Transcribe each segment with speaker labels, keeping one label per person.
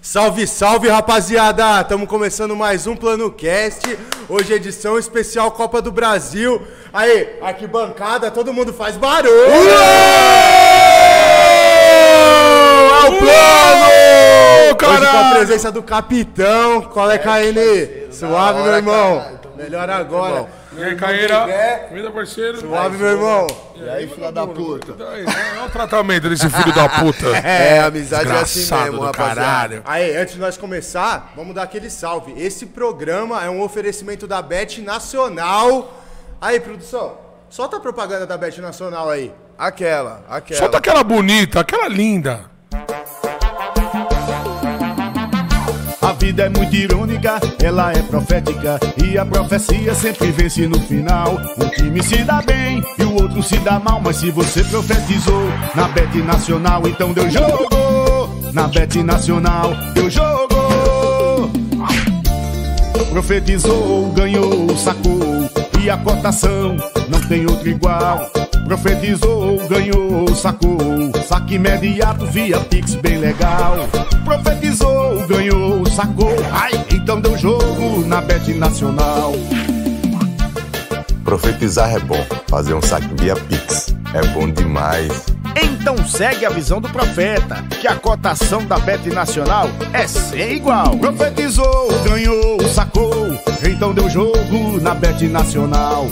Speaker 1: Salve, salve, rapaziada! Estamos começando mais um Plano Cast. Hoje é edição especial Copa do Brasil. Aí, arquibancada, todo mundo faz barulho!
Speaker 2: Ao
Speaker 1: Hoje
Speaker 2: plano! tá
Speaker 1: com a
Speaker 2: Uh, Caralho!
Speaker 1: presença do capitão. Qual é, KN? Suave, meu irmão. Melhor agora.
Speaker 2: E aí, Caíra? Comida, parceiro.
Speaker 1: Suave, meu irmão.
Speaker 3: E aí, filha da puta.
Speaker 2: Olha o tratamento desse filho da puta.
Speaker 3: É, amizade é assim
Speaker 2: Desgraçado
Speaker 3: mesmo,
Speaker 2: do
Speaker 3: rapaziada.
Speaker 2: caralho.
Speaker 1: Aí, antes de nós começar, vamos dar aquele salve. Esse programa é um oferecimento da Bet Nacional. Aí, produção, solta a propaganda da Bet Nacional aí.
Speaker 3: Aquela, aquela.
Speaker 2: Solta aquela bonita, aquela linda.
Speaker 4: A vida é muito irônica, ela é profética e a profecia sempre vence no final. Um time se dá bem e o outro se dá mal, mas se você profetizou na Bet Nacional, então deu jogo. Na Bet Nacional, deu jogo. Profetizou, ganhou, sacou e a cotação não tem outro igual. Profetizou, ganhou, sacou, saque imediato via Pix bem legal. Profetizou, ganhou, sacou, ai, então deu jogo na Bet Nacional.
Speaker 5: Profetizar é bom, fazer um saque via Pix é bom demais.
Speaker 4: Então segue a visão do profeta, que a cotação da Bet Nacional é sem igual. Profetizou, ganhou, sacou, então deu jogo na Bet Nacional.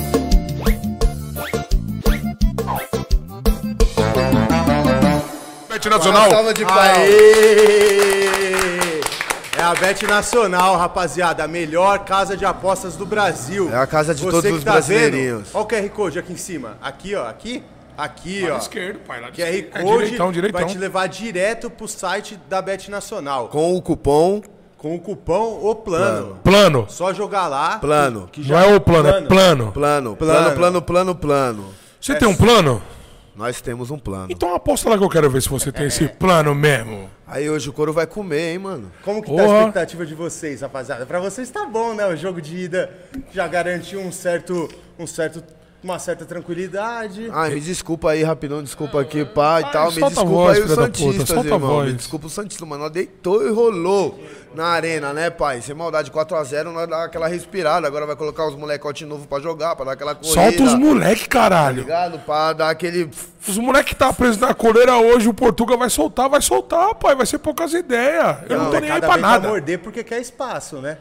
Speaker 2: Bet Nacional.
Speaker 3: Salva de pau.
Speaker 1: Aê! É a Bet Nacional, rapaziada, a melhor casa de apostas do Brasil. tá
Speaker 3: É a casa de todos os brasileirinhos.
Speaker 1: Olha o QR Code aqui em cima. Aqui, ó, aqui, aqui, ó.
Speaker 2: Esquerdo, pai. Lá de
Speaker 1: QR
Speaker 2: esquerda.
Speaker 1: Code
Speaker 2: Tá.
Speaker 1: vai
Speaker 2: É, direitão,
Speaker 1: te
Speaker 2: direitão.
Speaker 1: levar direto pro site da Bet Nacional. Com,
Speaker 3: Com o cupom
Speaker 1: o cupom O Plano.
Speaker 2: Plano.
Speaker 1: Só jogar lá.
Speaker 3: Plano.
Speaker 1: Que
Speaker 2: Não é o plano, é plano.
Speaker 3: plano, plano, plano, plano, plano.
Speaker 2: Você tem um plano?
Speaker 3: Nós temos um plano.
Speaker 2: Então aposta lá que eu quero ver se você tem esse plano mesmo.
Speaker 3: Aí hoje o couro vai comer, hein, mano.
Speaker 1: Como que tá
Speaker 2: Porra.
Speaker 1: a expectativa de vocês, rapaziada? Pra vocês tá bom, né? O jogo de ida já garantiu um certo, um certo, uma certa tranquilidade.
Speaker 3: Ai, me desculpa aí, rapidão, desculpa aqui, pá e
Speaker 2: Ah,
Speaker 3: tal. Me
Speaker 2: solta a
Speaker 3: desculpa
Speaker 2: voz,
Speaker 3: aí os
Speaker 2: filha da puta,
Speaker 3: Santistas,
Speaker 2: solta a
Speaker 3: irmão. Me
Speaker 2: voz.
Speaker 3: desculpa o Santista, mano. Nós deitou e rolou na arena, né, pai? Sem maldade, 4x0, nós dá aquela respirada. Agora vai colocar os molecotes novos pra jogar, pra dar aquela corrida. Tá
Speaker 2: Solta os moleque, caralho.
Speaker 3: Ligado? Pra dar aquele...
Speaker 2: Os moleque que tá preso na coleira hoje, o Portuga vai soltar, vai soltar, pai. Vai ser poucas ideias. Eu não, é tô nem aí
Speaker 1: é Cada
Speaker 2: pra
Speaker 1: vez
Speaker 2: nada.
Speaker 1: Vai morder porque quer espaço, né?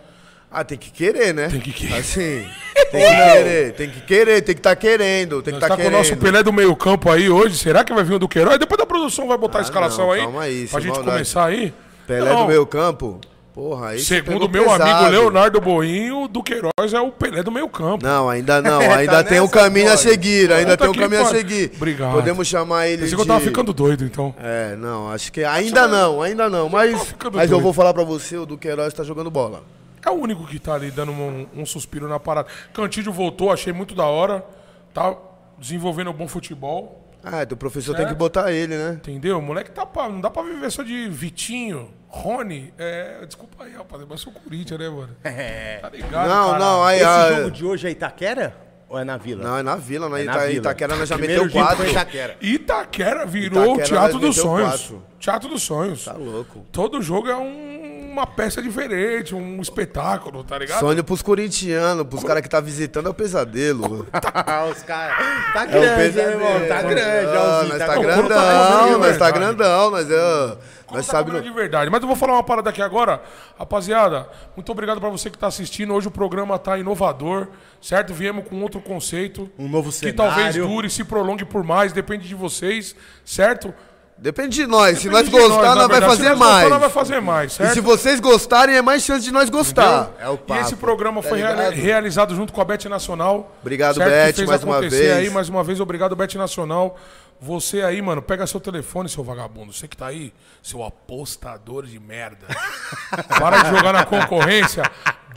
Speaker 3: Ah, tem que querer, né?
Speaker 2: Tem que querer.
Speaker 3: Assim, tem que querer, tem que querer, tem que tá querendo, tem que
Speaker 2: Nós
Speaker 3: tá,
Speaker 2: tá, com o
Speaker 3: querendo.
Speaker 2: nosso Pelé do meio campo aí hoje. Será que vai vir o do Queiroz? Depois da produção vai botar a escalação
Speaker 3: Ah, não,
Speaker 2: aí.
Speaker 3: calma aí,
Speaker 2: pra
Speaker 3: sem
Speaker 2: gente
Speaker 3: maldade.
Speaker 2: começar aí.
Speaker 3: Pelé
Speaker 2: Não,
Speaker 3: do meio campo? Porra, aí você
Speaker 2: Segundo
Speaker 3: pegou
Speaker 2: meu
Speaker 3: pesado.
Speaker 2: amigo Leonardo Boinho, o do Queiroz é o Pelé do meio campo.
Speaker 3: Não, ainda
Speaker 2: É,
Speaker 3: não,
Speaker 1: Tá
Speaker 3: ainda tem um
Speaker 1: nessa,
Speaker 3: caminho a
Speaker 1: Jorge.
Speaker 3: seguir, ainda
Speaker 2: Puta
Speaker 3: tem um
Speaker 2: que
Speaker 3: caminho a
Speaker 2: pariu.
Speaker 3: seguir.
Speaker 2: Obrigado.
Speaker 3: Podemos chamar ele
Speaker 2: Pensei
Speaker 3: de...
Speaker 2: que eu tava ficando doido, então.
Speaker 3: É, não, acho que ainda não, ainda não, mas,
Speaker 2: tá ficando
Speaker 3: mas eu
Speaker 2: doido.
Speaker 3: vou falar pra você, o Duqueiroz tá jogando bola.
Speaker 2: É o único que tá ali dando um, um suspiro na parada. Cantídio voltou, achei muito da hora. Tá desenvolvendo um bom futebol.
Speaker 3: Ah, teu professor tem
Speaker 2: Certo.
Speaker 3: que botar ele, né?
Speaker 2: Entendeu? O moleque tá pra, não dá pra viver só de Vitinho, Rony. É, desculpa aí, rapaz. Mas eu sou Corinthians, né, mano? É. Tá ligado?
Speaker 3: Não,
Speaker 2: cara?
Speaker 3: não, aí...
Speaker 1: Esse
Speaker 3: ah,
Speaker 1: jogo de hoje é Itaquera? Ou é na Vila?
Speaker 3: Não, é na Vila, na,
Speaker 1: na
Speaker 3: Ita-
Speaker 1: Vila.
Speaker 3: Itaquera nós já
Speaker 1: Primeiro
Speaker 3: meteu
Speaker 1: jogo
Speaker 3: quatro.
Speaker 1: foi Itaquera.
Speaker 2: Itaquera virou
Speaker 3: Itaquera
Speaker 2: o Teatro
Speaker 3: meteu
Speaker 2: dos Sonhos.
Speaker 3: quatro.
Speaker 2: Teatro dos Sonhos.
Speaker 3: Tá louco.
Speaker 2: Todo jogo é um- uma peça diferente, um espetáculo, tá ligado?
Speaker 3: Sonho pros corintianos, pros caras que tá visitando é o pesadelo.
Speaker 1: Ah, os caras. Tá
Speaker 3: É o
Speaker 1: grande, né,
Speaker 3: pesadelo.
Speaker 1: irmão? Tá grande,
Speaker 3: Ah,
Speaker 1: ó, o
Speaker 3: Nós
Speaker 1: Zinho,
Speaker 3: tá
Speaker 1: tá com-
Speaker 2: grande. Tá
Speaker 3: grandão,
Speaker 2: comendo
Speaker 3: nós tá
Speaker 2: verdade.
Speaker 3: grandão, nós é. Nós
Speaker 2: Tá
Speaker 3: sabe.
Speaker 2: comendo de verdade. Mas eu vou falar uma parada aqui agora. Rapaziada, muito obrigado pra você que tá assistindo. Hoje o programa tá inovador, certo? Viemos com outro conceito.
Speaker 1: Um novo
Speaker 2: Que talvez
Speaker 1: cenário.
Speaker 2: dure, se prolongue por mais, depende de vocês, certo?
Speaker 3: Depende de nós. Se nós
Speaker 2: Depende de
Speaker 3: gostar,
Speaker 2: na
Speaker 3: nós vai
Speaker 2: verdade. Se
Speaker 3: fazer
Speaker 2: nós gostar, Nós vai
Speaker 3: mais.
Speaker 2: fazer mais,
Speaker 3: E
Speaker 2: certo?
Speaker 3: se vocês gostarem, é mais chance de nós gostar.
Speaker 1: É o
Speaker 2: e
Speaker 1: papo.
Speaker 2: esse programa
Speaker 3: tá
Speaker 2: foi reali-
Speaker 3: ligado?
Speaker 2: realizado junto com a Bet Nacional.
Speaker 3: Obrigado,
Speaker 2: certo? Que
Speaker 3: Bet,
Speaker 2: fez
Speaker 3: mais uma
Speaker 2: acontecer
Speaker 3: vez.
Speaker 2: aí, mais uma vez, obrigado, Bet Nacional. Você aí, mano, pega seu telefone, seu vagabundo. Você que tá aí, seu apostador de merda. Para de jogar na concorrência.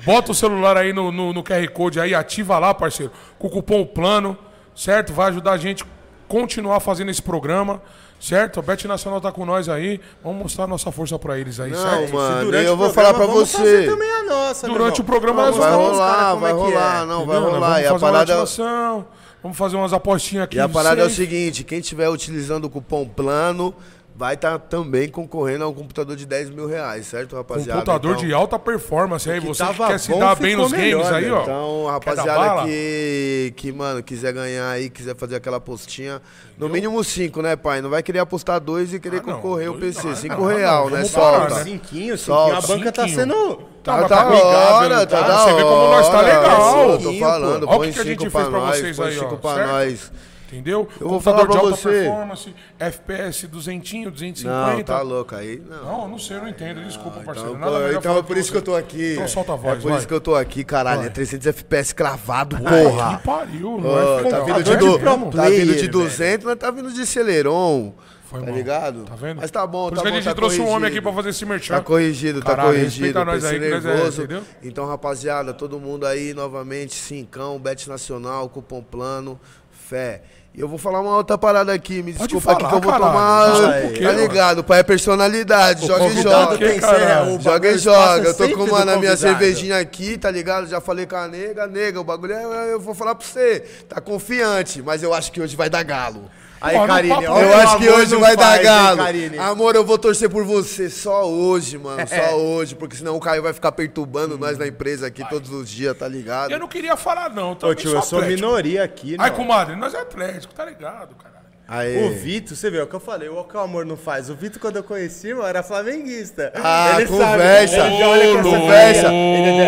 Speaker 2: Bota o celular aí no, no, no QR Code aí, ativa lá, parceiro. Com o cupom plano, certo? Vai ajudar a gente continuar fazendo esse programa, certo? A Bet Nacional tá com nós aí. Vamos mostrar nossa força pra eles aí,
Speaker 3: Não,
Speaker 2: certo?
Speaker 1: Se
Speaker 3: mano,
Speaker 1: durante
Speaker 3: eu
Speaker 1: o
Speaker 3: vou
Speaker 1: programa,
Speaker 3: falar pra
Speaker 1: vamos fazer
Speaker 3: você.
Speaker 1: também a nossa, meu
Speaker 2: Durante
Speaker 1: irmão.
Speaker 2: o programa nós
Speaker 3: Vai
Speaker 1: mostrar
Speaker 2: vamos
Speaker 1: pros
Speaker 3: rolar,
Speaker 1: caras como
Speaker 3: vai
Speaker 1: é que é.
Speaker 3: rolar, não, vai
Speaker 2: Entendeu? Nós
Speaker 3: rolar. E
Speaker 2: Vamos
Speaker 3: a
Speaker 2: fazer uma
Speaker 3: parada. é
Speaker 2: ativação, vamos fazer umas apostinhas aqui.
Speaker 3: E a
Speaker 2: não
Speaker 3: parada é o
Speaker 2: sei.
Speaker 3: seguinte, quem tiver utilizando o cupom plano vai estar também concorrendo a um computador de 10 mil reais, certo, rapaziada?
Speaker 2: Computador
Speaker 3: Então- é
Speaker 2: de alta performance aí.
Speaker 1: que
Speaker 2: Você que
Speaker 1: tava
Speaker 2: quer se
Speaker 1: bom
Speaker 2: dar bem
Speaker 1: ficou
Speaker 2: nos games
Speaker 1: melhor,
Speaker 2: aí,
Speaker 1: né?
Speaker 2: ó.
Speaker 3: Então,
Speaker 2: Quer dar
Speaker 3: rapaziada
Speaker 2: bala?
Speaker 3: que, que, mano, quiser ganhar aí, quiser fazer aquela apostinha, no mínimo cinco, né, pai? Não vai querer apostar dois e querer
Speaker 2: Ah, não.
Speaker 3: concorrer o
Speaker 2: Dois
Speaker 3: PC.
Speaker 2: não,
Speaker 3: cinco
Speaker 2: não,
Speaker 3: real,
Speaker 2: não,
Speaker 3: né?
Speaker 2: vamos
Speaker 3: Solta.
Speaker 2: parar, né?
Speaker 1: Cinquinho, cinquinho.
Speaker 3: Solta.
Speaker 1: A banca tá
Speaker 2: Cinquinho.
Speaker 1: sendo.
Speaker 2: Tá,
Speaker 3: Tá,
Speaker 2: mas
Speaker 3: da
Speaker 2: amigável,
Speaker 3: hora, tá
Speaker 2: tá?
Speaker 3: da hora.
Speaker 2: Você vê como nós tá legal.
Speaker 3: Eu tô falando,
Speaker 2: Olha o
Speaker 3: põe
Speaker 2: que que a gente
Speaker 3: cinco
Speaker 2: fez
Speaker 3: pra
Speaker 2: pra
Speaker 3: nós,
Speaker 2: vocês
Speaker 3: põe
Speaker 2: aí, ó,
Speaker 3: cinco pra
Speaker 2: certo?
Speaker 3: nós.
Speaker 2: Entendeu?
Speaker 3: Eu vou falar
Speaker 2: Computador de
Speaker 3: pra
Speaker 2: alta
Speaker 3: você.
Speaker 2: performance, FPS 200, 250.
Speaker 3: Não, tá louco aí. Não.
Speaker 2: Não, não sei, eu não entendo. Desculpa, parceiro.
Speaker 3: Então,
Speaker 2: Nada
Speaker 3: pô,
Speaker 2: melhor
Speaker 3: então
Speaker 2: falar
Speaker 3: é por isso que eu tô aqui.
Speaker 2: Então solta a
Speaker 3: É
Speaker 2: voz,
Speaker 3: por
Speaker 2: vai.
Speaker 3: isso que eu tô aqui, caralho. É 300 FPS cravado,
Speaker 2: Porra!
Speaker 3: porra.
Speaker 2: Que então, pariu,
Speaker 3: Ô,
Speaker 2: mano.
Speaker 3: tá, vindo de,
Speaker 1: Computador
Speaker 3: do,
Speaker 1: de pro
Speaker 3: tá vindo de
Speaker 1: player,
Speaker 3: 200, mas tá vindo de Celeron.
Speaker 2: Foi
Speaker 3: tá
Speaker 2: mal.
Speaker 3: ligado?
Speaker 2: Tá vendo?
Speaker 3: Mas tá
Speaker 2: Por
Speaker 3: bom, tá
Speaker 2: isso que
Speaker 3: bom,
Speaker 2: a gente
Speaker 3: tá
Speaker 2: trouxe um homem aqui
Speaker 3: corrigido.
Speaker 2: pra fazer esse merchan.
Speaker 3: Tá corrigido, tá
Speaker 2: Caralho,
Speaker 3: corrigido.
Speaker 2: respeita nós
Speaker 3: PC
Speaker 2: aí, que nós é-
Speaker 3: nervoso.
Speaker 2: entendeu?
Speaker 3: então, rapaziada, todo mundo aí novamente, cincão, bet nacional, cupom plano, fé. E eu vou falar uma outra parada aqui, me
Speaker 2: Pode
Speaker 3: desculpa aqui
Speaker 2: falar,
Speaker 3: que eu vou
Speaker 2: caralho.
Speaker 3: tomar.
Speaker 2: Desculpa o quê,
Speaker 3: tá
Speaker 2: mano?
Speaker 3: ligado? Pai é personalidade, joga e
Speaker 2: convidado
Speaker 3: joga.
Speaker 2: tem que ser, é, o
Speaker 3: Joga e joga. Eu tô com uma na minha cervejinha aqui, tá ligado? Já falei com a nega, nega, o bagulho é, eu vou falar pra você. Tá confiante, mas eu acho que hoje vai dar galo.
Speaker 1: Aí,
Speaker 2: Pô, não
Speaker 1: Karine,
Speaker 2: papo-
Speaker 1: olha
Speaker 3: Eu
Speaker 1: o
Speaker 3: acho que
Speaker 1: amor
Speaker 3: hoje
Speaker 1: do
Speaker 3: vai
Speaker 1: pai,
Speaker 3: dar
Speaker 1: hein,
Speaker 3: galo.
Speaker 1: Karine?
Speaker 3: Amor, eu vou torcer por você só hoje, mano. Só hoje, porque senão o Caio vai ficar perturbando nós na empresa aqui todos os dias, tá ligado?
Speaker 2: Eu não queria falar, não.
Speaker 1: Ô,
Speaker 2: Também
Speaker 1: tio, eu sou
Speaker 2: atlético.
Speaker 1: minoria aqui,
Speaker 2: Ai,
Speaker 1: não.
Speaker 2: comadre, nós é Atlético, tá ligado, caralho?
Speaker 1: O
Speaker 3: Aê.
Speaker 1: Vito, você vê, é o que eu falei, o que o amor não faz. O Vito, quando eu conheci, mano, era flamenguista.
Speaker 3: Ah,
Speaker 1: Ele sabe,
Speaker 3: conversa.
Speaker 1: ele já olha com essa
Speaker 2: Ô,
Speaker 1: conversa.
Speaker 2: louco.
Speaker 1: Ele é- ele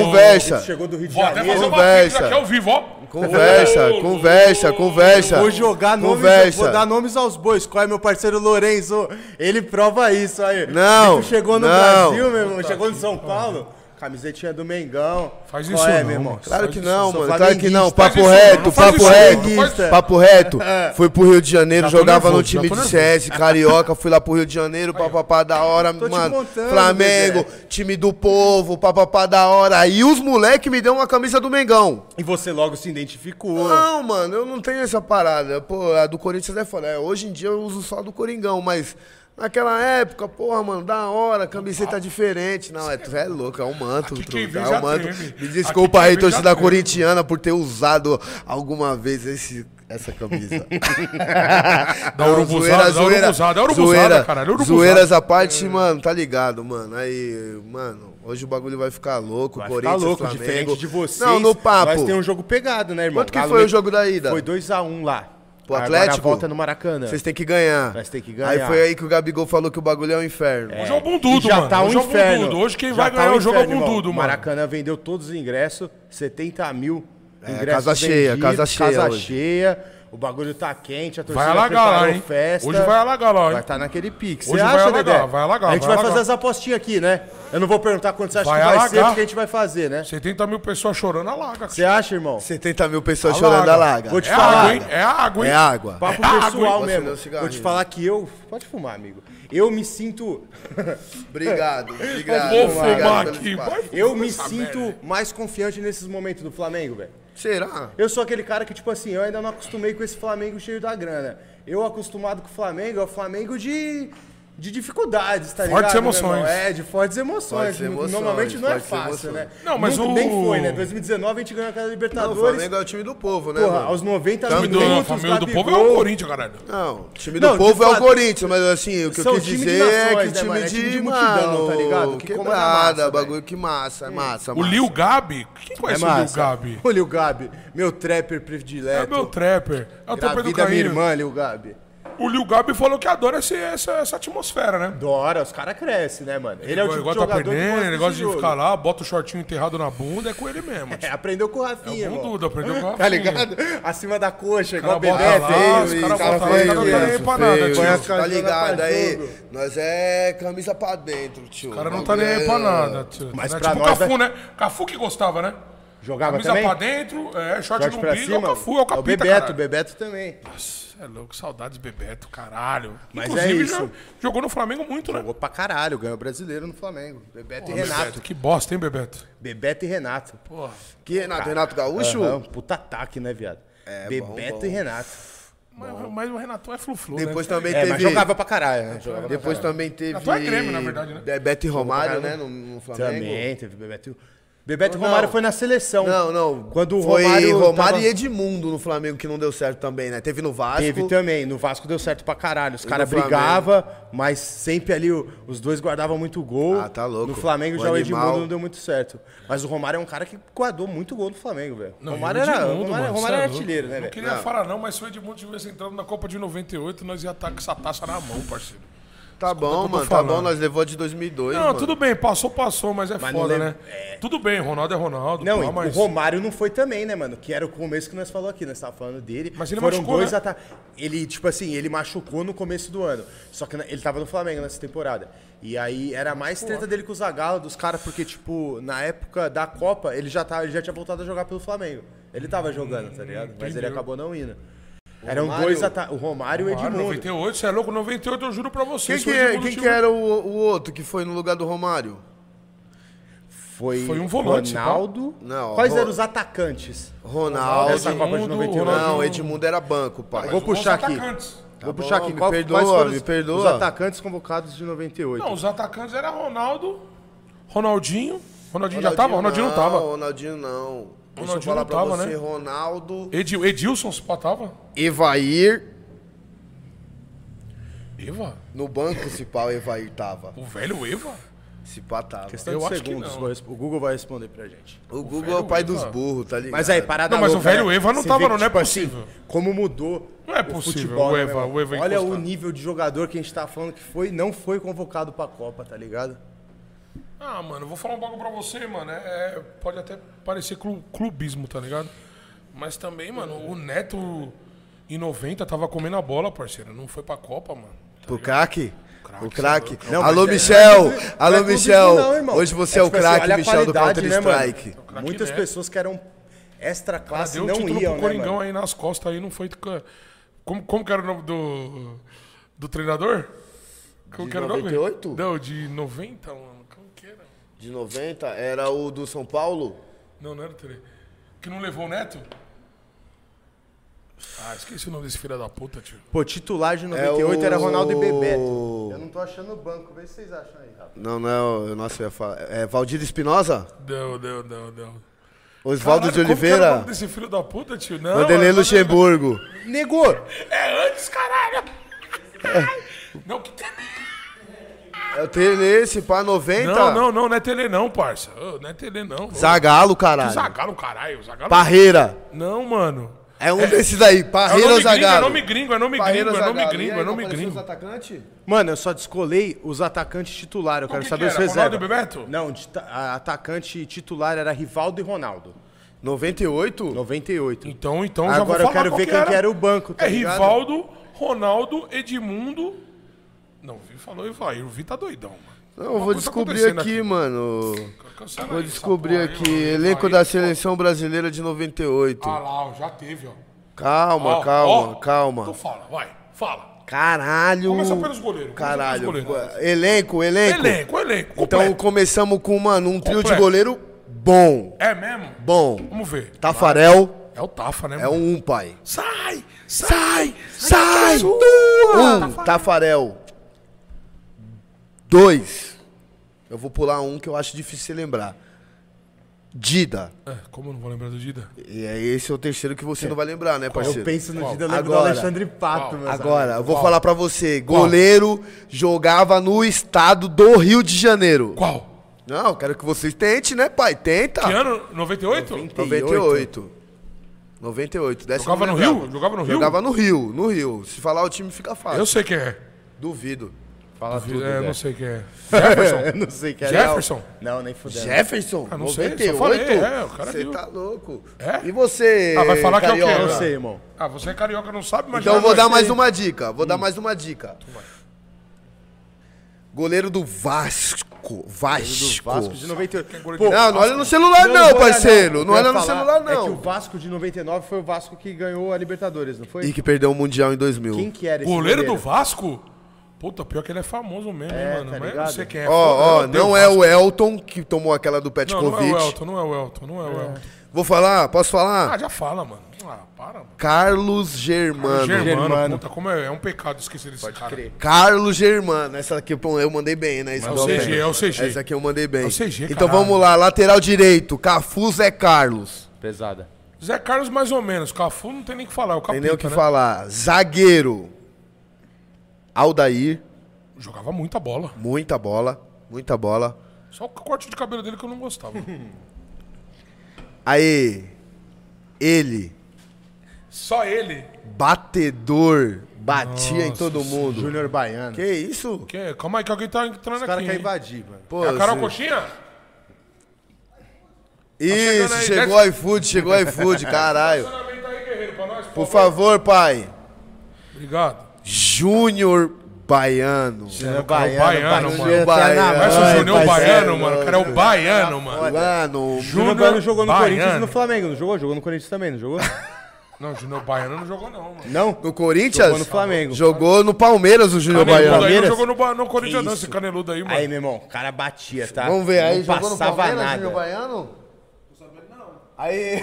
Speaker 1: é-
Speaker 3: Conversa.
Speaker 1: Ele chegou do Rio de
Speaker 2: Vou até fazer
Speaker 1: Janeiro.
Speaker 2: uma vídeo
Speaker 3: Conversa.
Speaker 2: aqui ao vivo, ó.
Speaker 3: Conversa,
Speaker 2: Ô,
Speaker 3: conversa, conversa.
Speaker 1: Vou jogar nomes,
Speaker 3: Conversa.
Speaker 1: vou dar nomes aos bois. Qual é meu parceiro Lorenzo? Ele prova isso aí.
Speaker 3: Não,
Speaker 1: Vito chegou no
Speaker 3: não.
Speaker 1: Brasil, meu irmão, chegou no São Paulo. Camisetinha do Mengão.
Speaker 2: Faz
Speaker 1: Qual
Speaker 2: isso
Speaker 1: é,
Speaker 2: não,
Speaker 1: meu irmão?
Speaker 2: mano.
Speaker 3: Claro que
Speaker 2: Faz
Speaker 3: não,
Speaker 1: isso,
Speaker 3: mano.
Speaker 1: sou
Speaker 3: Claro que não.
Speaker 1: flamenguista.
Speaker 3: Papo
Speaker 2: Faz isso,
Speaker 3: reto,
Speaker 2: não, faz
Speaker 3: papo
Speaker 2: isso,
Speaker 3: reto.
Speaker 2: não, faz isso. É.
Speaker 3: Papo reto. Fui pro Rio de Janeiro,
Speaker 2: Já tô
Speaker 3: jogava no
Speaker 2: nervoso, já
Speaker 3: time
Speaker 2: tô
Speaker 3: de
Speaker 2: nervoso.
Speaker 3: CS, Carioca, fui lá pro Rio de Janeiro, papapá da hora,
Speaker 1: te
Speaker 3: mano.
Speaker 1: contando,
Speaker 3: Flamengo, time do povo, papapá da hora. Aí os moleque me deu uma camisa do Mengão.
Speaker 1: E você logo se identificou.
Speaker 3: Não, mano, eu não tenho essa parada. Pô, a do Corinthians é foda. É, Hoje em dia eu uso só a do Coringão, mas naquela época, porra, mano, da hora, camiseta diferente. Não, é, tu é louco, é um manto,
Speaker 2: Aqui quem vê
Speaker 3: truta, é
Speaker 2: já
Speaker 3: um manto.
Speaker 2: treme.
Speaker 3: Me desculpa
Speaker 2: Aqui quem
Speaker 3: aí,
Speaker 2: vê
Speaker 3: torcida
Speaker 2: já treme.
Speaker 3: corintiana, por ter usado alguma vez esse- Essa camisa.
Speaker 2: Dá
Speaker 3: Não,
Speaker 2: urubuzada, dá urubuzada, é urubuzada, caralho, é urubuzada.
Speaker 3: Zoeiras à parte, mano, tá ligado, mano. Aí, mano, hoje o bagulho vai ficar tá louco.
Speaker 1: Vai ficar
Speaker 3: Corinthians,
Speaker 1: tá louco,
Speaker 3: Flamengo.
Speaker 1: diferente de vocês.
Speaker 3: Não, no papo.
Speaker 1: Mas tem um jogo pegado, né, irmão?
Speaker 3: Quanto que foi o jogo da ida?
Speaker 1: Foi 2x1 lá.
Speaker 3: Pro
Speaker 1: Agora
Speaker 3: Atlético?
Speaker 1: a volta no Maracanã.
Speaker 3: Vocês têm que ganhar.
Speaker 1: É. Nós tem que ganhar.
Speaker 3: Aí foi aí que o Gabigol falou que o bagulho é um inferno.
Speaker 2: Hoje é o Bundudo,
Speaker 1: E já
Speaker 2: mano.
Speaker 1: tá um
Speaker 2: Hoje é o
Speaker 1: inferno.
Speaker 2: Bundudo. Hoje quem
Speaker 1: Já
Speaker 2: vai
Speaker 1: tá
Speaker 2: ganhar
Speaker 1: um
Speaker 2: o jogo é o
Speaker 1: inferno, irmão.
Speaker 2: Bundudo, mano.
Speaker 1: Maracanã vendeu todos os ingressos, 70 mil ingressos
Speaker 3: É, casa cheia,
Speaker 1: vendidos,
Speaker 3: casa cheia
Speaker 1: Casa
Speaker 3: hoje.
Speaker 1: cheia, o bagulho tá quente, a torcida
Speaker 2: Vai alagar lá,
Speaker 1: preparou
Speaker 2: hein?
Speaker 1: festa.
Speaker 2: Hoje vai alagar lá, hein?
Speaker 1: Vai estar naquele pique. Você
Speaker 2: Hoje vai
Speaker 1: acha,
Speaker 2: alagar,
Speaker 1: Dedé?
Speaker 2: vai alagar,
Speaker 1: A gente
Speaker 2: vai
Speaker 1: vai,
Speaker 2: alagar.
Speaker 1: fazer as apostinhas aqui, né? Eu não vou perguntar quanto você acha
Speaker 2: Vai
Speaker 1: que vai ser,
Speaker 2: alagar.
Speaker 1: porque a gente vai fazer, né?
Speaker 2: 70 mil pessoas chorando, alaga.
Speaker 1: Você acha, irmão?
Speaker 3: 70 mil pessoas
Speaker 2: Alaga.
Speaker 3: chorando a laga.
Speaker 1: Vou te
Speaker 2: É
Speaker 1: falar.
Speaker 2: água, hein? É água, hein?
Speaker 3: É água.
Speaker 1: Papo
Speaker 2: É água,
Speaker 1: pessoal
Speaker 3: hein? Posso acender um
Speaker 1: mesmo.
Speaker 3: cigarro,
Speaker 1: Vou te
Speaker 3: né?
Speaker 1: falar que eu. Pode fumar, amigo. Eu me sinto.
Speaker 3: Obrigado,
Speaker 1: É.
Speaker 3: obrigado.
Speaker 2: Eu vou
Speaker 3: obrigado
Speaker 2: fumar
Speaker 3: pelo
Speaker 2: aqui.
Speaker 3: espaço.
Speaker 2: vai
Speaker 1: Eu me
Speaker 2: essa
Speaker 1: sinto
Speaker 2: merda.
Speaker 1: mais confiante nesses momentos do Flamengo, velho.
Speaker 3: Será?
Speaker 1: Eu sou aquele cara que, tipo assim, eu ainda não acostumei com esse Flamengo cheio da grana. Eu acostumado com o Flamengo, é o Flamengo de, de dificuldades, tá
Speaker 2: Fortes
Speaker 1: ligado? meu
Speaker 2: emoções.
Speaker 1: irmão? É, de fortes emoções.
Speaker 3: Fortes emoções,
Speaker 1: Normalmente não é
Speaker 3: fortes
Speaker 1: fácil, né?
Speaker 2: Não, mas
Speaker 1: Nunca-
Speaker 2: o-
Speaker 1: Nem foi, né? 2019 a gente ganhou aquela
Speaker 3: Não, o
Speaker 1: Libertadores.
Speaker 3: Flamengo é o time do povo, né?
Speaker 1: Porra,
Speaker 3: mano?
Speaker 1: aos 90
Speaker 2: O time do,
Speaker 1: minutos,
Speaker 2: família do
Speaker 1: Gabigol-
Speaker 2: povo é o Corinthians, caralho.
Speaker 3: Não, o time do
Speaker 1: Não, de
Speaker 3: povo é o
Speaker 1: fato,
Speaker 3: Corinthians, mas assim, o que
Speaker 1: são
Speaker 3: eu quis
Speaker 1: time de
Speaker 3: dizer é
Speaker 1: nações,
Speaker 3: que
Speaker 1: né,
Speaker 3: time
Speaker 1: mano? É
Speaker 3: de,
Speaker 1: time de
Speaker 3: mano,
Speaker 1: multidão, tá ligado? Que comanda a massa,
Speaker 3: quebrada,
Speaker 1: velho.
Speaker 3: bagulho, que massa, é massa,
Speaker 2: O
Speaker 3: massa.
Speaker 2: Lil Gabi? Quem
Speaker 1: É
Speaker 2: conhece o Lil
Speaker 1: massa.
Speaker 2: Gabi?
Speaker 1: Ô, Lil Gabi, meu trapper
Speaker 2: É
Speaker 1: predileto.
Speaker 2: meu trapper. É o trapper
Speaker 1: Gravida
Speaker 2: do
Speaker 1: minha
Speaker 2: Caíro.
Speaker 1: irmã, Lil Gabi.
Speaker 2: O Lil Gabi falou que adora esse- essa, essa atmosfera, né?
Speaker 1: Dora, os caras crescem, né, mano? Ele é o
Speaker 2: Ele
Speaker 1: tipo de
Speaker 2: gosta de tá
Speaker 1: jogador que
Speaker 2: perdendo, ele gosta
Speaker 1: desse
Speaker 2: de
Speaker 1: jogo.
Speaker 2: ficar lá, bota o shortinho enterrado na bunda, é com ele mesmo.
Speaker 1: É, aprendeu com o Rafinha,
Speaker 2: É o
Speaker 1: irmão.
Speaker 2: Duda, aprendeu com o
Speaker 1: Tá
Speaker 2: Rafinha.
Speaker 1: ligado? Acima da coxa, igual
Speaker 2: cara
Speaker 1: o Bebeto.
Speaker 2: bota lá,
Speaker 1: feio,
Speaker 2: os
Speaker 1: e
Speaker 2: cara
Speaker 1: cara
Speaker 2: bota lá,
Speaker 1: feio,
Speaker 2: os cara não tá nem aí
Speaker 1: isso.
Speaker 2: pra nada, tio.
Speaker 3: feio, isso, Tá
Speaker 1: Põe as
Speaker 3: ligado
Speaker 1: camisolas
Speaker 3: aí?
Speaker 1: pra jogo.
Speaker 3: Nós é camisa pra dentro, tio.
Speaker 2: O cara não tá nem aí pra nada, tio.
Speaker 1: Mas
Speaker 2: É
Speaker 1: pra
Speaker 2: tipo o
Speaker 1: nós,
Speaker 2: Cafu, né? Cafu que gostava, né?
Speaker 1: Jogava
Speaker 2: Camisa
Speaker 1: também?
Speaker 2: pra dentro, é, short
Speaker 1: Short
Speaker 2: no
Speaker 1: pra
Speaker 2: umbigo, é o
Speaker 1: cima.
Speaker 2: Cafu, é o
Speaker 1: o
Speaker 2: Capita,
Speaker 1: Bebeto,
Speaker 2: caralho.
Speaker 1: o Bebeto também.
Speaker 2: Nossa, é louco, saudades Bebeto, caralho.
Speaker 1: Mas é
Speaker 2: Inclusive,
Speaker 1: isso.
Speaker 2: já jogou no Flamengo muito, né?
Speaker 1: Jogou pra caralho, ganhou brasileiro no Flamengo. Bebeto e Renato.
Speaker 2: Bebeto, que bosta, hein, Bebeto?
Speaker 1: Bebeto e Renato.
Speaker 2: Porra.
Speaker 3: Que Renato, Renato Gaúcho?
Speaker 1: Aham, puta ataque, né, viado? Bebeto
Speaker 3: É, bom, bom.
Speaker 1: e Renato.
Speaker 2: Mas, mas o Renatão é flu-flu,
Speaker 3: Depois
Speaker 2: né?
Speaker 3: também
Speaker 1: É, mas
Speaker 3: teve.
Speaker 1: jogava pra caralho, né? Jogava pra
Speaker 3: Depois também teve.
Speaker 2: Até o é Grêmio, na verdade, né?
Speaker 3: Bebeto e Romário, né? No,
Speaker 1: caralho.
Speaker 3: no Flamengo.
Speaker 1: Também, teve Bebeto e... Bebeto
Speaker 3: Não.
Speaker 1: Romário foi na seleção.
Speaker 3: Não, não.
Speaker 1: Quando o
Speaker 3: foi
Speaker 1: Romário.
Speaker 3: Romário
Speaker 1: tava-
Speaker 3: e Edmundo no Flamengo que não deu certo também, né? Teve no Vasco.
Speaker 1: Teve também. No Vasco deu certo pra caralho. Os
Speaker 3: E
Speaker 1: caras
Speaker 3: no Flamengo?
Speaker 1: brigavam, mas sempre ali o- os dois guardavam muito gol.
Speaker 3: Ah, tá louco.
Speaker 1: No Flamengo
Speaker 3: O
Speaker 1: já o
Speaker 3: animal.
Speaker 1: Edmundo não deu muito certo. Mas o Romário é um cara que guardou muito gol no Flamengo, velho.
Speaker 2: Não,
Speaker 1: Romário
Speaker 2: e o
Speaker 1: era,
Speaker 2: Edmundo,
Speaker 1: Romário,
Speaker 2: mano,
Speaker 1: Romário
Speaker 2: cê é
Speaker 1: era
Speaker 2: louco.
Speaker 1: artilheiro, né,
Speaker 2: Não
Speaker 1: velho?
Speaker 2: queria falar não, mas se o Edmundo tivesse entrado na Copa de 98, nós ia estar com essa taça na mão, parceiro.
Speaker 3: Tá bom,
Speaker 2: tô
Speaker 3: mano. Tá
Speaker 2: falando.
Speaker 3: bom, nós levou de 2002.
Speaker 2: Não,
Speaker 3: mano.
Speaker 2: tudo bem, passou, passou, mas é
Speaker 1: Mas não
Speaker 2: foda, né?
Speaker 1: lembro-
Speaker 2: Tudo bem, Ronaldo é Ronaldo,
Speaker 1: Não,
Speaker 2: pá,
Speaker 1: e
Speaker 2: mas...
Speaker 1: o Romário não foi também, né, mano? Que era o começo que nós falamos aqui, nós estávamos falando dele.
Speaker 2: Mas ele
Speaker 1: Foram
Speaker 2: machucou,
Speaker 1: dois
Speaker 2: né?
Speaker 1: ata- Ele, tipo assim, ele machucou no começo do ano. Só que na- ele tava no Flamengo nessa temporada. E aí era mais treta dele com o Zagallo, dos caras, porque, tipo, na época da Copa, ele já, tava, ele já tinha voltado a jogar pelo Flamengo. Ele tava jogando, tá ligado? Mas ele
Speaker 2: entendeu.
Speaker 1: acabou não indo. Eram
Speaker 3: Romário-
Speaker 1: dois ataques, o Romário e o
Speaker 2: Romário,
Speaker 1: Edmundo.
Speaker 2: 98, você é louco? 98, eu juro pra você.
Speaker 3: Quem,
Speaker 2: se
Speaker 3: que,
Speaker 2: o
Speaker 3: é-
Speaker 2: Edmundo
Speaker 3: quem que
Speaker 2: tivesse-
Speaker 3: era o, o outro que foi no lugar do Romário?
Speaker 1: Foi,
Speaker 2: Foi um volante,
Speaker 1: Ronaldo.
Speaker 3: Não,
Speaker 1: Quais
Speaker 3: Ro-
Speaker 1: eram os atacantes?
Speaker 3: Ronaldo.
Speaker 1: Essa Copa de
Speaker 2: Edmundo,
Speaker 1: 91.
Speaker 3: Não,
Speaker 2: Ronaldo-
Speaker 3: Edmundo era banco, pai.
Speaker 1: Vou puxar
Speaker 2: Os
Speaker 1: aqui.
Speaker 2: atacantes.
Speaker 1: Vou
Speaker 3: bom,
Speaker 1: puxar aqui.
Speaker 3: me
Speaker 1: Qual,
Speaker 3: perdoa,
Speaker 1: quais foram os,
Speaker 3: me perdoa.
Speaker 1: os atacantes convocados de 98?
Speaker 2: Não, os atacantes eram Ronaldo, Ronaldinho... Ronaldinho já tava? Ronaldinho não, tava.
Speaker 3: Ronaldinho não. Deixa eu
Speaker 2: Ronaldinho
Speaker 3: falar
Speaker 2: não
Speaker 3: pra
Speaker 2: tava,
Speaker 3: você,
Speaker 2: né?
Speaker 3: Ronaldo.
Speaker 2: Edil, Edilson, se pá, tava.
Speaker 3: Evair.
Speaker 2: Eva?
Speaker 3: No banco, se pá, o Evair tava.
Speaker 2: O velho Eva?
Speaker 3: Se pá, tava.
Speaker 1: Questão
Speaker 2: Eu
Speaker 1: de
Speaker 2: acho que
Speaker 1: segundos,
Speaker 2: não.
Speaker 1: vou resp- Um o Google vai responder pra gente.
Speaker 3: O Google é o pai dos burros, tá ligado?
Speaker 1: Mas aí, parada
Speaker 2: Não, mas o
Speaker 1: louca,
Speaker 2: velho
Speaker 1: né?
Speaker 2: Eva não
Speaker 1: Você
Speaker 2: tava,
Speaker 1: vê
Speaker 2: não,
Speaker 1: que,
Speaker 2: não é
Speaker 1: tipo
Speaker 2: possível.
Speaker 1: assim, como mudou
Speaker 2: Não é possível, o
Speaker 1: né,
Speaker 2: Eva-
Speaker 1: mano?
Speaker 2: o Eva
Speaker 1: Olha
Speaker 2: encostado.
Speaker 1: o nível de jogador que a gente tá falando que foi, não foi convocado pra Copa, tá ligado?
Speaker 2: Ah, mano, eu vou falar um bagulho pra você, mano. É, é- pode até parecer clu- clubismo, tá ligado? Mas também, mano, o Neto em 90 tava comendo a bola, parceiro. Não foi pra Copa, mano.
Speaker 3: Pro craque? O craque.
Speaker 1: Não,
Speaker 3: Alô,
Speaker 1: mas é-
Speaker 3: Michel!
Speaker 1: não é- não é
Speaker 3: Alô,
Speaker 1: clubismo
Speaker 3: Michel!
Speaker 1: não, irmão.
Speaker 3: Hoje você é,
Speaker 1: É
Speaker 3: o
Speaker 1: tipo assim,
Speaker 3: crack,
Speaker 1: olha a
Speaker 3: Michel, do
Speaker 1: qualidade, né, mano?
Speaker 3: Counter-Strike.
Speaker 2: É craque
Speaker 1: Muitas
Speaker 2: Neto.
Speaker 1: pessoas que eram extra
Speaker 2: Ela
Speaker 1: classe
Speaker 2: deu o
Speaker 1: não
Speaker 2: título
Speaker 1: iam,
Speaker 2: pro
Speaker 1: né,
Speaker 2: Coringão
Speaker 1: mano?
Speaker 2: aí nas costas aí, não foi. ca- Como, como que era o nome do, do treinador? Como
Speaker 3: De
Speaker 2: que era
Speaker 3: 98?
Speaker 2: o nome? Não, de 90, mano. Como que era?
Speaker 3: De 90 era o do São Paulo?
Speaker 2: Não, não era o tre- Que não levou o Neto? Ah, esqueci o nome desse filho da puta, tio.
Speaker 1: Pô, titular de 98 era
Speaker 3: É o-
Speaker 1: Ronaldo e Bebeto. Eu não tô achando o banco, vê se vocês acham aí, rapaz.
Speaker 3: Não, não, nossa, eu ia falar. É Valdir Espinosa?
Speaker 2: Não, não, não, não.
Speaker 3: Oswaldo
Speaker 2: Caralho,
Speaker 3: de
Speaker 2: como que era o nome
Speaker 3: Oliveira?
Speaker 2: desse filho da puta, tio? Não,
Speaker 3: Vanderlei
Speaker 2: mano,
Speaker 3: Luxemburgo.
Speaker 1: Negou!
Speaker 2: É antes, caralho! Não, que é tele...
Speaker 3: É o Tele, esse pá, 90.
Speaker 2: não, não, não, não é tele não, parça. Ô, não é tele não.
Speaker 3: Zagalo, caralho.
Speaker 2: Zagalo, caralho. Zagalo.
Speaker 3: Parreira.
Speaker 2: Não, mano.
Speaker 3: É um desses
Speaker 2: É
Speaker 3: aí.
Speaker 2: o
Speaker 3: Parreira
Speaker 2: nome
Speaker 3: ou
Speaker 2: gringo, é
Speaker 3: Zagalo?
Speaker 2: nome gringo, é nome gringo, é nome gringo, é nome gringo.
Speaker 3: tá atacante?
Speaker 1: Mano, eu só descolei os atacantes titulares, eu quero
Speaker 2: que
Speaker 1: saber
Speaker 2: que
Speaker 1: os
Speaker 3: é
Speaker 2: era?
Speaker 1: reservas.
Speaker 2: Ronaldo e Bebeto?
Speaker 1: Não, de ta- a- atacante titular era Rivaldo e Ronaldo.
Speaker 3: 98?
Speaker 1: 98.
Speaker 2: Então, então já vou
Speaker 1: Agora eu
Speaker 2: falar
Speaker 1: quero
Speaker 2: qual
Speaker 1: ver
Speaker 2: que
Speaker 1: quem que era o banco, tá
Speaker 2: É
Speaker 1: ligado?
Speaker 2: Rivaldo, Ronaldo, Edmundo... Não, o Vi falou e vai. O Vi tá doidão, mano.
Speaker 3: Não, eu
Speaker 2: Uma
Speaker 3: vou
Speaker 2: coisa tá
Speaker 3: descobrir
Speaker 2: acontecendo
Speaker 3: aqui, mano.
Speaker 2: Cancela
Speaker 3: Vou
Speaker 2: aí essa
Speaker 3: descobrir
Speaker 2: porra um aí,
Speaker 3: aqui.
Speaker 2: mano.
Speaker 3: Elenco
Speaker 2: Vai.
Speaker 3: da seleção brasileira de
Speaker 2: Ah
Speaker 3: 98.
Speaker 2: lá, ó, já teve, ó.
Speaker 3: Calma,
Speaker 2: Ó,
Speaker 3: calma,
Speaker 2: ó.
Speaker 3: calma.
Speaker 2: Então fala, vai, fala.
Speaker 3: Caralho.
Speaker 2: Começa pelos goleiros, começa
Speaker 3: Caralho.
Speaker 2: pelos goleiros.
Speaker 3: Elenco, elenco.
Speaker 2: Elenco, elenco,
Speaker 3: Então
Speaker 2: completo.
Speaker 3: começamos com, mano, um trio de
Speaker 2: Completo.
Speaker 3: goleiro bom.
Speaker 2: É mesmo?
Speaker 3: Bom.
Speaker 2: Vamos ver.
Speaker 3: Tafarel
Speaker 2: É o Tafa, né?
Speaker 3: é
Speaker 2: mano?
Speaker 3: um, pai.
Speaker 2: Sai!
Speaker 3: Sai!
Speaker 2: Sai!
Speaker 3: Sai!
Speaker 2: Tua!
Speaker 3: Um, Tafarel. Dois. Eu vou pular um que eu acho difícil você lembrar. Dida.
Speaker 2: É, como eu não vou lembrar do Dida?
Speaker 3: E aí esse é o terceiro que você não vai lembrar, né,
Speaker 1: Eu
Speaker 3: parceiro?
Speaker 1: penso no
Speaker 2: Qual?
Speaker 1: Dida, eu lembro do
Speaker 3: Agora.
Speaker 1: Alexandre Pato, meus
Speaker 3: Agora, eu vou
Speaker 2: Qual?
Speaker 3: falar pra você. Goleiro jogava no estado do Rio de Janeiro.
Speaker 2: Qual?
Speaker 3: Não, eu quero que vocês tentem, né, pai? Tenta.
Speaker 2: Que ano? 98?
Speaker 3: 98. 98. décimo
Speaker 2: Jogava no
Speaker 3: lembrava.
Speaker 2: Rio? Jogava no Rio?
Speaker 3: Jogava no Rio, no Rio. Se falar o time fica fácil.
Speaker 2: Eu sei quem é.
Speaker 3: Duvido.
Speaker 1: Fala tudo,
Speaker 2: é, eu não
Speaker 1: velho.
Speaker 2: sei quem é. Jefferson?
Speaker 1: Eu não sei quem era.
Speaker 2: Jefferson?
Speaker 1: Não, nem fudendo.
Speaker 3: Jefferson,
Speaker 2: Ah, não sei,
Speaker 3: 98.
Speaker 2: só falei, é, o cara
Speaker 3: Você
Speaker 2: viu.
Speaker 3: tá louco.
Speaker 2: É?
Speaker 3: E você,
Speaker 2: Ah, vai falar que é o quê?
Speaker 3: carioca?
Speaker 1: Eu sei, irmão.
Speaker 2: Ah, você é carioca, não né? sabe, mas Hum.
Speaker 3: Então
Speaker 2: já
Speaker 3: eu vou
Speaker 2: vai
Speaker 3: dar
Speaker 2: ser.
Speaker 3: mais uma dica, vou dar mais uma dica. Goleiro do Vasco, Vasco.
Speaker 1: Vasco de 98.
Speaker 2: é goleiro
Speaker 1: Pô,
Speaker 2: de-
Speaker 3: Não, não olha no celular Ah, não,
Speaker 1: vou olhar,
Speaker 3: parceiro.
Speaker 1: Eu
Speaker 3: Não
Speaker 1: ia
Speaker 3: olha no
Speaker 1: falar,
Speaker 3: celular
Speaker 1: É que o
Speaker 3: não.
Speaker 1: Vasco de 99 foi o Vasco que ganhou a Libertadores, não foi?
Speaker 3: E que perdeu o Mundial em
Speaker 1: Quem
Speaker 3: 2000.
Speaker 1: que era esse
Speaker 2: Goleiro do Vasco? Puta, pior que ele é famoso mesmo, hein,
Speaker 1: tá
Speaker 2: mano. mas eu não
Speaker 1: ligado?
Speaker 2: sei quem é.
Speaker 3: Ó, ó,
Speaker 2: Eu odeio
Speaker 3: não é
Speaker 2: Vasco.
Speaker 3: o Elton que tomou aquela do Petkovic.
Speaker 2: Não, não é o Elton, não é o Elton, não é o Elton.
Speaker 3: Vou falar? Posso falar?
Speaker 2: Ah, já fala, mano. Ah, para, mano.
Speaker 3: Carlos Germano.
Speaker 2: Germano,
Speaker 4: Germano.
Speaker 2: puta, como é, é um pecado esquecer desse cara.
Speaker 1: crer.
Speaker 3: Carlos Germano. né? Essa aqui pô, eu mandei bem, né? Isso
Speaker 2: É o
Speaker 3: eu
Speaker 2: CG,
Speaker 3: bem.
Speaker 2: é o CG.
Speaker 3: Essa aqui eu mandei bem.
Speaker 2: É o CG,
Speaker 3: então
Speaker 2: caralho.
Speaker 3: vamos lá, lateral direito. Cafu Zé Carlos.
Speaker 1: Pesada.
Speaker 2: Zé Carlos, mais ou menos. Cafu não tem nem o que falar. É o capeta,
Speaker 3: Entendeu o que
Speaker 2: né?
Speaker 3: falar? Zagueiro. Aldair.
Speaker 2: Jogava muita bola.
Speaker 3: Muita bola. Muita bola.
Speaker 2: Só o corte de cabelo dele que eu não gostava.
Speaker 3: Aí. Ele.
Speaker 2: Só ele.
Speaker 3: Batedor. Batia em
Speaker 2: Nossa
Speaker 3: todo mundo.
Speaker 1: Júnior Baiano.
Speaker 3: Que isso?
Speaker 2: Que, calma aí, que alguém tá entrando
Speaker 1: Os
Speaker 2: aqui.
Speaker 1: caras querem
Speaker 2: hein?
Speaker 1: invadir, mano.
Speaker 3: Pô,
Speaker 2: É a Carol
Speaker 3: cê-
Speaker 2: Coxinha?
Speaker 3: Isso,
Speaker 2: chegando aí, né?
Speaker 3: chegou o
Speaker 2: desce.
Speaker 3: iFood, chegou o iFood, caralho.
Speaker 2: Estacionamento aí, guerreiro, pra nós,
Speaker 3: Por favor, pai.
Speaker 2: Obrigado.
Speaker 3: Júnior Baiano.
Speaker 1: Júnior
Speaker 2: É, Baiano,
Speaker 1: Baiano, é,
Speaker 2: mano.
Speaker 3: Baiano.
Speaker 2: Parece o
Speaker 3: Ai,
Speaker 2: Junior
Speaker 3: parceiro,
Speaker 2: Baiano, mano. O cara é o
Speaker 3: mano. Tá
Speaker 2: Baiano, mano.
Speaker 3: Mano,
Speaker 1: Júnior Baiano jogou no
Speaker 2: Baiano.
Speaker 1: Corinthians e no Flamengo, não jogou? Jogou no Corinthians também, não jogou?
Speaker 2: Não, Junior Baiano não jogou, não, mano.
Speaker 1: não?
Speaker 3: no Corinthians?
Speaker 1: Jogou no Flamengo.
Speaker 3: Jogou no Palmeiras o Júnior
Speaker 2: Caneludo aí
Speaker 3: Baiano.
Speaker 2: não
Speaker 1: Palmeiras?
Speaker 2: jogou no, Ba- no Corinthians, não,
Speaker 1: isso?
Speaker 2: esse caneludo aí, mano.
Speaker 1: Aí, meu irmão, o cara batia, tá?
Speaker 3: Vamos ver aí,
Speaker 1: não
Speaker 3: jogou no
Speaker 1: passava
Speaker 3: Palmeiras
Speaker 1: nada.
Speaker 3: Júnior Baiano? Aí,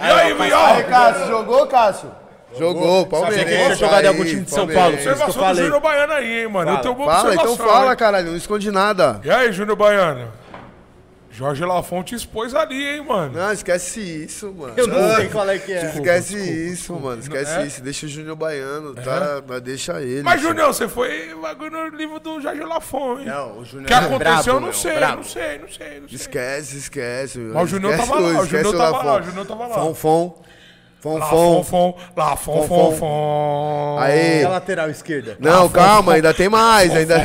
Speaker 2: e aí, Vinhal?
Speaker 3: Cássio, jogou, Cássio? Jogou, Palmeiras.
Speaker 1: Sabia que ele tinha jogado em algum time de São Paulo, por isso que eu
Speaker 2: Observação do
Speaker 1: falei.
Speaker 2: Júnior Baiano aí, hein, mano. Eu tenho uma
Speaker 3: Fala,
Speaker 2: observação.
Speaker 3: então fala,
Speaker 1: né?
Speaker 2: hein.
Speaker 3: caralho, não esconde nada.
Speaker 2: E aí, Júnior Baiano? Jorge Lafonte expôs ali, hein, mano.
Speaker 3: Não, esquece isso, mano.
Speaker 1: Eu não sei qual é que é.
Speaker 3: Esquece isso, mano. Esquece
Speaker 2: É?
Speaker 3: isso. Deixa o Júnior Baiano,
Speaker 1: É?
Speaker 3: tá? Mas deixa ele.
Speaker 2: Mas,
Speaker 3: filho.
Speaker 2: Júnior, você foi bagulho no livro do Jorge Lafonte, hein?
Speaker 1: Não, o Júnior
Speaker 2: O que
Speaker 1: era brabo,
Speaker 2: aconteceu, eu não
Speaker 1: meu,
Speaker 2: sei,
Speaker 1: brabo.
Speaker 2: não sei, não sei, não sei.
Speaker 3: é Esquece, esquece.
Speaker 2: Mas o Junior
Speaker 3: esquece
Speaker 2: tava lá, o
Speaker 3: esquece
Speaker 2: Junior tava
Speaker 3: Lafon.
Speaker 2: lá, o Junior tava lá. Ah,
Speaker 3: Fonfon. Fonfon.
Speaker 2: Lafonfon, Lafonfon.
Speaker 1: E
Speaker 3: Aí.
Speaker 1: É a lateral esquerda?
Speaker 3: Não, calma, ainda tem mais. Ainda,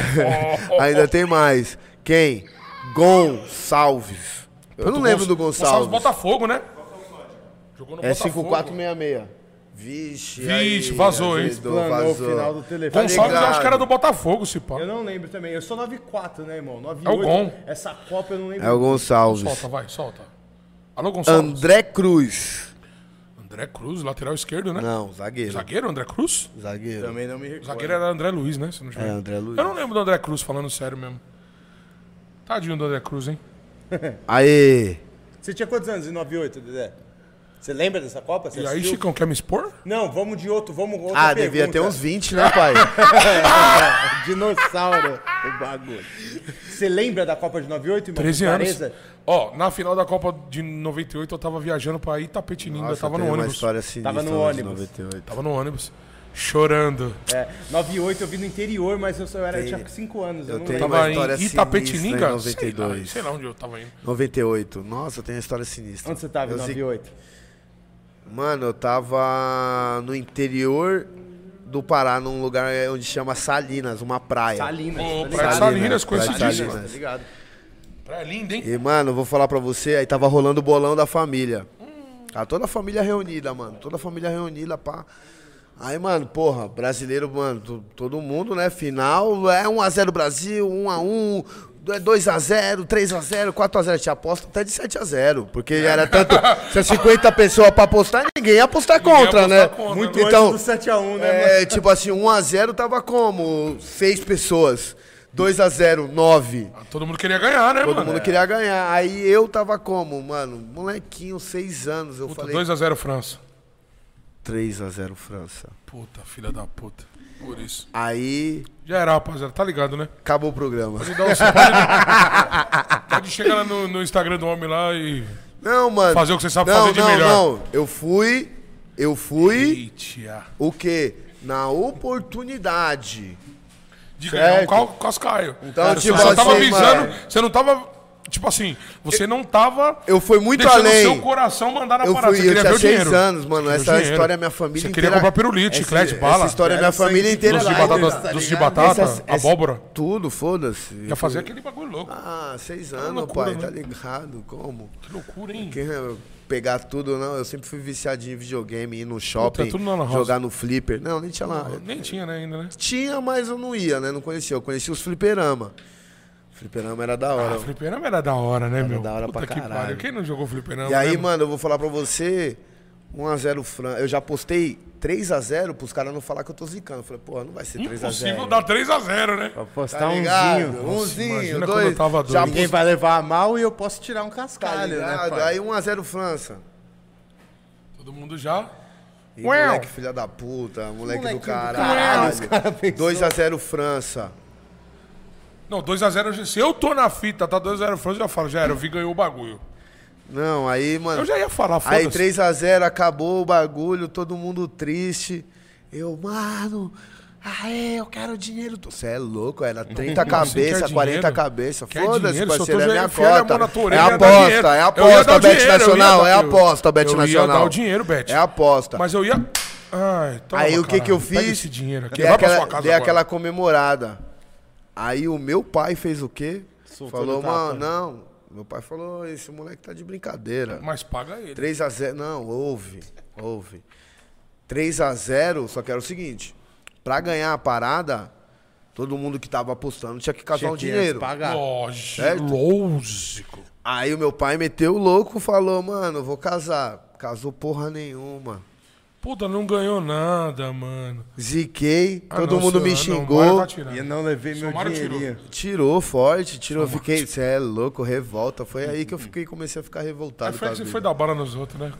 Speaker 3: ainda tem mais. Quem? Gonçalves. Eu não lembro do
Speaker 2: Gonçalves
Speaker 3: Gonçalves.
Speaker 2: Botafogo, né? Jogou no
Speaker 3: É
Speaker 2: Botafogo.
Speaker 3: 5466. Vixe,
Speaker 2: Vixe, vazou, hein?
Speaker 3: azedou,
Speaker 1: Planou o
Speaker 3: Vazou.
Speaker 1: final do telefone.
Speaker 2: Gonçalves eu
Speaker 3: Tá ligado.
Speaker 2: acho que era do Botafogo, se pá.
Speaker 1: Eu não lembro também. Eu sou 9-4, né, irmão? 9-8.
Speaker 2: É o Gon.
Speaker 1: Essa Copa eu não lembro.
Speaker 3: É o Gonçalves.
Speaker 2: Solta, vai, solta. Alô, Gonçalves.
Speaker 3: André Cruz.
Speaker 2: André Cruz, lateral esquerdo, né?
Speaker 3: Não, zagueiro.
Speaker 2: Zagueiro, André Cruz?
Speaker 3: Zagueiro.
Speaker 1: Também não me recordo.
Speaker 2: Zagueiro era André Luiz, né? Se não tiver.
Speaker 3: É, André Luiz.
Speaker 2: Eu não lembro do André Cruz, falando sério mesmo. Tadinho do André Cruz, hein?
Speaker 3: Aê.
Speaker 1: Você tinha quantos anos em 9-8, Dedé? Você lembra dessa Copa? Você
Speaker 2: E aí,
Speaker 1: assistiu?
Speaker 2: Chicão, quer me expor?
Speaker 1: Não, vamos de outro, vamos outra
Speaker 3: Ah, devia ter
Speaker 1: pergunta.
Speaker 3: uns 20, né, pai? É.
Speaker 1: Dinossauro, o bagulho. Você lembra da Copa de 98, irmão?
Speaker 2: 13
Speaker 1: Com
Speaker 2: anos.
Speaker 1: clareza?
Speaker 2: Ó, na final da Copa de 98, eu tava viajando pra Itapetininga, eu tava
Speaker 3: tem
Speaker 2: no
Speaker 3: uma
Speaker 2: ônibus.
Speaker 3: história sinistra
Speaker 1: Tava no
Speaker 3: lá de
Speaker 1: ônibus.
Speaker 3: 98.
Speaker 2: Tava no ônibus, chorando.
Speaker 1: É, 98 eu vi no interior, mas eu, só era, eu tinha 5 anos. Eu,
Speaker 3: eu
Speaker 1: não
Speaker 3: tenho-
Speaker 1: lembro.
Speaker 3: uma
Speaker 2: Tava
Speaker 3: história
Speaker 2: em
Speaker 3: sinistra
Speaker 2: Itapetininga?
Speaker 3: em
Speaker 2: Sei lá,
Speaker 3: 92.
Speaker 2: Sei lá onde eu tava indo.
Speaker 3: 98. Nossa, tem uma história sinistra.
Speaker 1: Onde você tava em
Speaker 3: Eu sei-
Speaker 1: 98?
Speaker 3: Mano, eu tava no interior do Pará, num lugar onde chama Salinas, uma praia.
Speaker 1: Salinas.
Speaker 2: Ô,
Speaker 1: tá
Speaker 2: Praia de
Speaker 1: ligado?
Speaker 2: Salinas,
Speaker 3: Praia de
Speaker 2: conhecidíssimo.
Speaker 1: Tá
Speaker 3: Salinas.
Speaker 1: ligado?
Speaker 2: Praia linda, hein?
Speaker 3: E, mano, vou falar pra você, aí tava rolando o bolão da família.
Speaker 2: Hum.
Speaker 3: Tá toda a família reunida, mano. Toda a família reunida, pá. Aí, mano, porra, brasileiro, mano, to- todo mundo, né? Final é 1x0 Brasil, 1x1, 2x0, 3x0, 4x0. Tinha aposta até de 7x0. Porque era tanto. Tinha 50 pessoas pra apostar, ninguém ia apostar
Speaker 2: ia
Speaker 3: contra,
Speaker 2: apostar
Speaker 3: né?
Speaker 2: contra,
Speaker 3: Muito
Speaker 2: né?
Speaker 3: então.
Speaker 1: Antes do 7x1, né, mano?
Speaker 3: É, tipo assim, 1x0 tava como? Seis pessoas. 2x0, 9.
Speaker 2: Todo mundo queria ganhar, né,
Speaker 3: Todo
Speaker 2: mano?
Speaker 3: mundo queria ganhar. Aí eu tava como, mano? Molequinho, seis anos. Eu
Speaker 2: Puta,
Speaker 3: falei.
Speaker 2: 2x0 França.
Speaker 3: 3x0 França.
Speaker 2: Puta, filha da puta. Por isso.
Speaker 3: Aí
Speaker 2: Já era, rapaziada. Tá ligado, né?
Speaker 3: acabou o programa.
Speaker 2: Pode chegar lá no, no Instagram do homem lá e...
Speaker 3: Não, mano.
Speaker 2: Fazer o que você sabe
Speaker 3: não,
Speaker 2: fazer de
Speaker 3: não,
Speaker 2: melhor.
Speaker 3: Não, Eu fui. Eu fui.
Speaker 2: Eita.
Speaker 3: O quê? Na oportunidade.
Speaker 2: De ganhar um
Speaker 3: Certo.
Speaker 2: cal- cascaio.
Speaker 3: Então,
Speaker 2: Cara,
Speaker 3: tipo
Speaker 2: você só
Speaker 3: assim,
Speaker 2: tava avisando...
Speaker 3: mano.
Speaker 2: Você não tava... Tipo assim, você não tava...
Speaker 3: Eu fui muito
Speaker 2: deixando
Speaker 3: além.
Speaker 2: o seu coração mandar na
Speaker 3: Eu
Speaker 2: parada.
Speaker 3: fui,
Speaker 2: você
Speaker 3: eu
Speaker 2: queria
Speaker 3: tinha
Speaker 2: ver o
Speaker 3: seis
Speaker 2: dinheiro.
Speaker 3: anos, mano.
Speaker 2: Você queria o
Speaker 3: Essa
Speaker 2: dinheiro.
Speaker 3: história, é minha família
Speaker 2: Você queria
Speaker 3: inteira-
Speaker 2: comprar pirulito,
Speaker 3: Essa-
Speaker 2: chiclete, bala.
Speaker 3: Essa história é minha
Speaker 1: Era sangue
Speaker 3: família
Speaker 1: de
Speaker 3: inteira.
Speaker 2: Doce de
Speaker 3: lá,
Speaker 2: batata,
Speaker 3: tá
Speaker 2: doce de
Speaker 3: ligado?
Speaker 2: batata,
Speaker 3: Essas- essa-
Speaker 2: abóbora.
Speaker 3: Tudo, foda-se.
Speaker 2: Ia fazer aquele bagulho louco.
Speaker 3: Ah, seis anos,
Speaker 2: loucura,
Speaker 3: pai.
Speaker 2: né?
Speaker 3: Tá ligado? Como?
Speaker 2: Que loucura, hein?
Speaker 3: Quem é pegar tudo, não. Eu sempre fui viciadinho em videogame, ir no shopping,
Speaker 2: tudo na lan house.
Speaker 3: jogar no flipper. Não, nem tinha lá.
Speaker 2: Nem tinha, né, ainda, né?
Speaker 3: Tinha, mas eu não ia, né? Não conhecia. Eu conhecia os fliperama. Fliperama era da hora.
Speaker 2: Ah, fliperama era da hora, né, meu?
Speaker 3: da hora pra
Speaker 2: que
Speaker 3: caralho.
Speaker 2: Quem não jogou fliperama?
Speaker 3: e aí,
Speaker 2: né,
Speaker 3: mano, eu vou falar pra você. 1x0 Fran. Eu já postei 3x0 pros caras não falar que eu tô zicando. Eu falei, porra, não vai ser 3x0.
Speaker 2: Impossível dar 3x0, né?
Speaker 1: Pra postar
Speaker 3: Tá ligado?
Speaker 1: umzinho.
Speaker 3: Umzinho,
Speaker 2: imagina quando
Speaker 3: dois.
Speaker 2: eu tava
Speaker 3: já
Speaker 2: doido.
Speaker 1: Ninguém vai levar a mal e eu posso tirar um
Speaker 3: Tá
Speaker 1: cascalho, né,
Speaker 3: ligado?
Speaker 1: pai?
Speaker 3: Aí 1x0 França.
Speaker 2: Todo mundo já.
Speaker 3: E
Speaker 2: Uau.
Speaker 3: moleque filha da puta, moleque,
Speaker 1: Molequinho
Speaker 3: do
Speaker 1: do
Speaker 3: caralho.
Speaker 1: caralho, os cara pensou.
Speaker 3: 2x0 França.
Speaker 2: Não, 2x0 eu já- Se eu tô na fita, tá 2x0 França, eu já falo, já era, eu vi ganhou o bagulho.
Speaker 3: Não, aí, mano.
Speaker 2: Eu já ia falar,
Speaker 3: Aí
Speaker 2: foda-se.
Speaker 3: 3x0, acabou o bagulho, todo mundo triste. Eu, mano, aê, eu quero dinheiro. Você é louco, era 30
Speaker 2: Não, você quer
Speaker 3: cabeça, 40
Speaker 2: dinheiro?
Speaker 3: cabeça.
Speaker 2: Quer
Speaker 3: Foda-se,
Speaker 2: dinheiro? Se eu
Speaker 3: parceiro,
Speaker 2: tô
Speaker 3: é
Speaker 2: já
Speaker 3: minha
Speaker 2: enfiando a mão
Speaker 3: cota.
Speaker 2: na tua
Speaker 3: É
Speaker 2: orelha, ia dar dinheiro.
Speaker 3: aposta, é
Speaker 2: Eu ia dar
Speaker 3: aposta,
Speaker 2: o
Speaker 3: Bet
Speaker 2: dinheiro, eu ia
Speaker 3: Nacional,
Speaker 2: dar-
Speaker 3: é
Speaker 2: eu-
Speaker 3: aposta, Bet
Speaker 2: eu ia
Speaker 3: Nacional.
Speaker 2: dar o dinheiro, Bet.
Speaker 3: É aposta.
Speaker 2: Mas eu ia. Ai, toma,
Speaker 3: Aí o que
Speaker 2: caralho,
Speaker 3: que eu
Speaker 2: pega
Speaker 3: fiz?
Speaker 2: esse dinheiro aqui,
Speaker 3: Dei
Speaker 2: vai
Speaker 3: aquela,
Speaker 2: pra sua casa
Speaker 3: dei
Speaker 2: agora.
Speaker 3: aquela comemorada. Aí o meu pai fez o quê?
Speaker 1: Soltou
Speaker 3: falou,
Speaker 1: no tapa. né?"
Speaker 3: mano, não. Meu pai falou, esse moleque tá de brincadeira.
Speaker 2: Mas paga ele.
Speaker 3: 3x0. Não, houve. Houve. 3x0, só que era o seguinte: pra ganhar a parada, todo mundo que tava apostando tinha que casar
Speaker 1: Tinha
Speaker 3: um
Speaker 1: que
Speaker 3: dinheiro.
Speaker 1: Pagar.
Speaker 2: Lógico.
Speaker 3: Certo?
Speaker 2: Lógico.
Speaker 3: Aí o meu pai meteu o louco falou: mano, eu vou casar. Casou porra nenhuma.
Speaker 2: Puta, não ganhou nada, mano.
Speaker 3: Ziquei,
Speaker 2: Ah,
Speaker 3: todo
Speaker 2: não,
Speaker 3: mundo
Speaker 2: seu-
Speaker 3: me
Speaker 2: ah, Não, o
Speaker 3: xingou.
Speaker 2: Mário tá tirando.
Speaker 1: E eu não levei meu
Speaker 2: Somário tirou.
Speaker 1: dinheirinho.
Speaker 3: tirou forte, tirou. Fiquei, você é louco, revolta. Foi aí que eu fiquei, comecei a ficar
Speaker 2: Aí
Speaker 3: revoltado.
Speaker 2: foi
Speaker 3: com a
Speaker 2: Uhum. que É você
Speaker 3: vida.
Speaker 2: foi dar bala nos outros, né?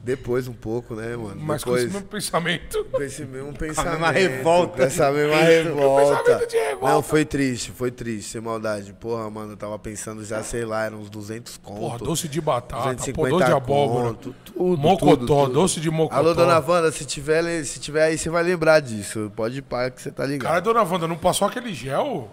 Speaker 3: Depois um pouco, né, mano?
Speaker 2: Mas com esse
Speaker 3: Depois.
Speaker 2: mesmo pensamento.
Speaker 3: Com esse mesmo pensamento.
Speaker 1: mesma revolta.
Speaker 3: Com essa mesma
Speaker 2: pensamento
Speaker 3: revolta.
Speaker 2: de revolta.
Speaker 3: Não, foi triste, foi triste, sem maldade. Porra, mano, eu tava pensando já, sei lá, eram uns 200 conto.
Speaker 2: Porra, doce de batata,
Speaker 3: 250
Speaker 2: pô, doce de abóbora.
Speaker 3: conto, tudo,
Speaker 2: mocotó,
Speaker 3: tudo, tudo.
Speaker 2: doce de mocotó.
Speaker 3: Alô, dona Wanda, se tiver, se tiver aí, você vai lembrar disso. Pode parar que você tá ligado.
Speaker 2: Cara, dona Wanda, não passou aquele gel?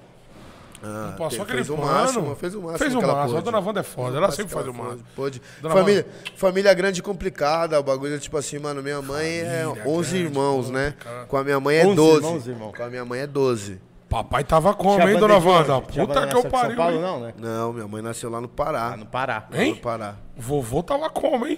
Speaker 3: Ah,
Speaker 2: não passou
Speaker 3: fez-
Speaker 2: aquele
Speaker 3: fez o
Speaker 2: pano?
Speaker 3: máximo, fez o máximo.
Speaker 2: Fez o
Speaker 3: que ela
Speaker 2: máximo, a
Speaker 3: pôde.
Speaker 2: dona Wanda é foda,
Speaker 3: Fez
Speaker 2: ela
Speaker 3: máximo
Speaker 2: sempre faz
Speaker 3: que
Speaker 2: o
Speaker 3: ela
Speaker 2: máximo.
Speaker 3: Pôde.
Speaker 2: Dona
Speaker 3: Família, família grande e complicada, o bagulho é tipo assim, mano, minha mãe é
Speaker 2: Família
Speaker 3: 11
Speaker 2: grande,
Speaker 3: irmãos, né? Com a minha mãe é
Speaker 1: 11
Speaker 3: 12.
Speaker 1: irmãos, irmão?
Speaker 3: Com a minha mãe é 12.
Speaker 2: Papai tava como, hein,
Speaker 1: Tinha banda
Speaker 2: dona
Speaker 1: de onde?
Speaker 2: Wanda?
Speaker 1: Tinha
Speaker 2: Puta
Speaker 1: banda
Speaker 2: que eu
Speaker 1: na São
Speaker 2: pariu.
Speaker 1: Paulo,
Speaker 2: hein?
Speaker 1: não, né?
Speaker 3: Não, minha mãe nasceu lá no Pará.
Speaker 1: Ah, no Pará.
Speaker 2: Hein?
Speaker 3: No Pará.
Speaker 2: Vovô tava como, hein?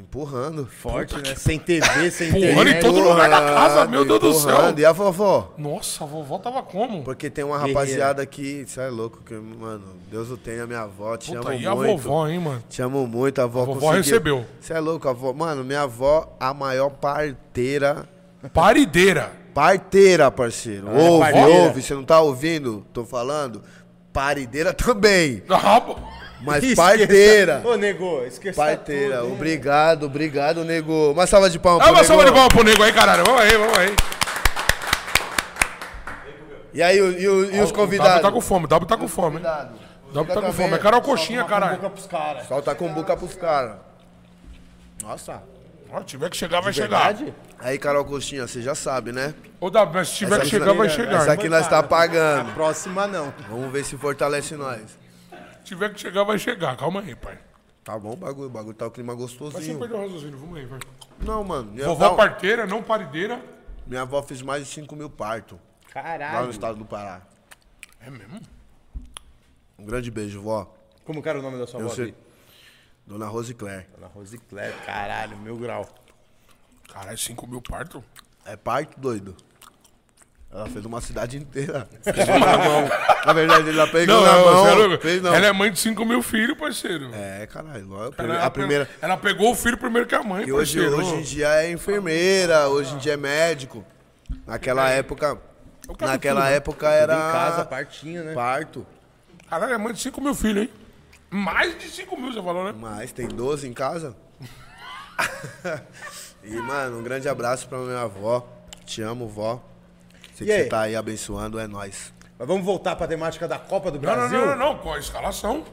Speaker 3: Empurrando.
Speaker 1: Forte, né? Sem TV, sem
Speaker 2: Porra, em
Speaker 1: internet.
Speaker 2: né? todo lugar da casa, meu Deus do céu.
Speaker 3: Empurrando. E a vovó?
Speaker 2: Nossa, a vovó tava como?
Speaker 3: Porque tem uma
Speaker 1: Guerreira.
Speaker 3: rapaziada aqui, você é louco, que, mano, Deus o tenha, minha avó, te
Speaker 2: Puta,
Speaker 3: amo
Speaker 2: e a
Speaker 3: muito.
Speaker 2: vovó, hein, mano?
Speaker 3: Te amo muito, a avó
Speaker 2: vovó
Speaker 3: conseguiu.
Speaker 2: recebeu.
Speaker 3: Você é louco, a avó. Mano, minha avó, a maior parteira.
Speaker 2: Parideira.
Speaker 3: Parteira, parceiro.
Speaker 1: é
Speaker 3: ouve,
Speaker 1: parteira.
Speaker 3: ouve, você não tá ouvindo? Tô falando. Parideira também.
Speaker 2: Rabo.
Speaker 3: Mas
Speaker 1: Esqueça-
Speaker 3: parteira.
Speaker 1: Ô, nego, esqueceu.
Speaker 3: Parteira. Obrigado, obrigado, nego. Uma salva de palmas.
Speaker 2: Dá
Speaker 3: pro
Speaker 2: É Ah, uma salva de
Speaker 3: nego.
Speaker 2: palmas pro nego aí, caralho. Vamos aí, vamos aí.
Speaker 3: E aí, o- e, o- e os
Speaker 2: O
Speaker 3: convidados?
Speaker 2: W tá com fome, o W tá com fome. hein?
Speaker 3: Convidado.
Speaker 2: O W tá com
Speaker 3: Também.
Speaker 2: fome. É Carol Coxinha, caralho.
Speaker 1: pros caras.
Speaker 3: Solta a cumbuca pros caras. Nossa.
Speaker 2: Ó, Se tiver que chegar, vai chegar.
Speaker 1: Verdade?
Speaker 3: Aí, Carol Coxinha, você já sabe, né?
Speaker 2: Ô, W, mas se tiver
Speaker 3: Essa
Speaker 2: que
Speaker 3: aqui
Speaker 2: chegar, vai
Speaker 3: nós-
Speaker 2: chegar.
Speaker 3: Essa aqui nós tá pagando.
Speaker 1: A próxima não.
Speaker 3: Vamos ver se fortalece nós.
Speaker 2: Se tiver que chegar, vai chegar. Calma aí, pai.
Speaker 3: Tá bom o bagulho, o bagulho tá o clima
Speaker 2: Mas você
Speaker 3: gostosinho.
Speaker 2: Assim perdeu o raciocínio, vamos aí, vai.
Speaker 3: Então Não, mano. Minha
Speaker 2: Vovó
Speaker 3: avó,
Speaker 2: Então parteira, não parideira.
Speaker 3: minha avó fez mais de 5 mil partos lá no
Speaker 1: Caralho.
Speaker 3: estado do Pará.
Speaker 2: É mesmo?
Speaker 3: Um grande beijo, vó.
Speaker 1: Como que era o nome da sua
Speaker 3: Eu
Speaker 1: avó?
Speaker 3: sei.
Speaker 1: aqui?
Speaker 3: Dona Rosicler.
Speaker 1: Dona Rosicler, caralho, mil grau.
Speaker 2: Caralho, 5 mil parto?
Speaker 3: É parto, doido. Ela fez uma cidade inteira. Fez na mão. Na verdade, ela pegou
Speaker 2: Não,
Speaker 3: na
Speaker 2: não,
Speaker 3: mão.
Speaker 2: você é louco?
Speaker 3: Fez não.
Speaker 2: Ela é mãe de 5 mil filhos, parceiro.
Speaker 3: É, caralho. logo a prime-
Speaker 2: Ela,
Speaker 3: a primeira.
Speaker 2: ela pegou o filho primeiro que a mãe,
Speaker 3: E hoje,
Speaker 2: parceiro.
Speaker 3: hoje em dia é enfermeira, hoje em dia é médico. Naquela
Speaker 2: É.
Speaker 3: época.
Speaker 2: quero
Speaker 3: Naquela
Speaker 2: né? tudo.
Speaker 3: época
Speaker 1: Era...
Speaker 3: era.
Speaker 1: Em casa, partinho, né?
Speaker 3: Parto.
Speaker 2: Caralho, é mãe de 5 mil filhos, hein? Mais de 5 mil, você falou, né?
Speaker 3: Mas tem 12 em casa. e, mano, um grande abraço pra minha avó. Te amo, vó. Sei
Speaker 1: E
Speaker 3: que você
Speaker 1: aí?
Speaker 3: tá aí abençoando, é nóis.
Speaker 1: Mas vamos voltar pra temática da Copa do
Speaker 2: Não, não,
Speaker 1: Brasil?
Speaker 2: não, não, não, com a escalação.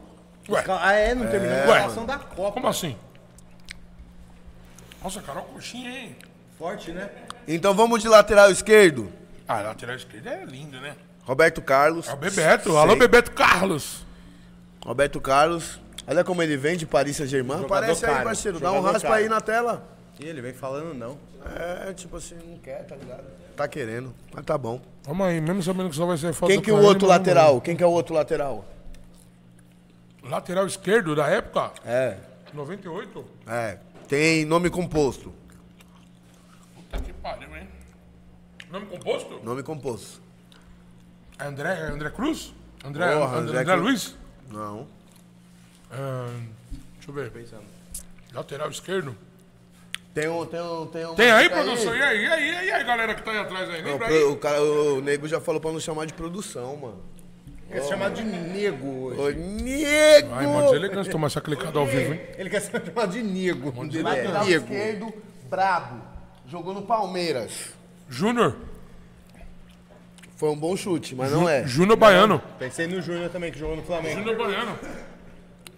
Speaker 2: Ué,
Speaker 1: Ah, é? Não terminou a
Speaker 2: Ué.
Speaker 1: escalação da Copa.
Speaker 2: como assim? Nossa, Carol Coxinha, hein?
Speaker 1: Forte, né?
Speaker 3: Então vamos de lateral esquerdo.
Speaker 2: Ah, lateral esquerda é lindo, né?
Speaker 3: Roberto Carlos.
Speaker 2: É o Bebeto. Alô,
Speaker 3: Sei.
Speaker 2: Bebeto Carlos.
Speaker 3: Roberto Carlos. Olha como ele vem de Paris Saint-Germain.
Speaker 1: Jogador
Speaker 3: Aparece aí,
Speaker 1: caro.
Speaker 3: parceiro. Dá um
Speaker 1: Jogador
Speaker 3: raspa
Speaker 1: caro.
Speaker 3: aí na tela.
Speaker 1: Ih, ele vem falando não.
Speaker 3: É, tipo assim, não quer, tá ligado? Tá querendo, mas tá bom.
Speaker 2: Vamos aí, mesmo sabendo que só vai ser foto
Speaker 3: Quem
Speaker 2: do
Speaker 3: que é o
Speaker 2: Carille,
Speaker 3: outro
Speaker 2: mas vamos
Speaker 3: lateral? Quem que é o outro lateral?
Speaker 2: aí. Lateral esquerdo da época?
Speaker 3: É.
Speaker 2: 98?
Speaker 3: É. Tem nome composto.
Speaker 2: Puta que pariu, hein? Nome composto?
Speaker 3: Nome composto.
Speaker 2: André, André Cruz? André,
Speaker 3: Porra,
Speaker 2: André,
Speaker 3: André
Speaker 2: André
Speaker 3: Cruz.
Speaker 2: Luiz?
Speaker 3: Não.
Speaker 2: Ah, deixa eu ver. Lateral esquerdo.
Speaker 3: Tem um, tem um, tem um.
Speaker 2: Tem aí, produção? E aí, e aí, e aí, galera que tá aí atrás aí?
Speaker 3: Não,
Speaker 2: Lembra
Speaker 3: pro-
Speaker 2: aí?
Speaker 3: o, cara, o nego já falou pra não chamar de produção, mano.
Speaker 1: Ele é chamado de nego hoje.
Speaker 3: Ô, nego!
Speaker 2: Ai, mano, deselegante tomar essa clicada
Speaker 3: É.
Speaker 2: ao vivo, hein?
Speaker 1: Ele quer ser chamado de nego. Ele
Speaker 3: Vai
Speaker 1: é
Speaker 3: lateral
Speaker 1: nego.
Speaker 3: esquerdo, brabo. Jogou no Palmeiras.
Speaker 2: Júnior,
Speaker 3: Foi um bom chute, mas não é.
Speaker 2: Júnior Baiano.
Speaker 1: Pensei no Júnior também, que jogou no Flamengo.
Speaker 2: Júnior Baiano.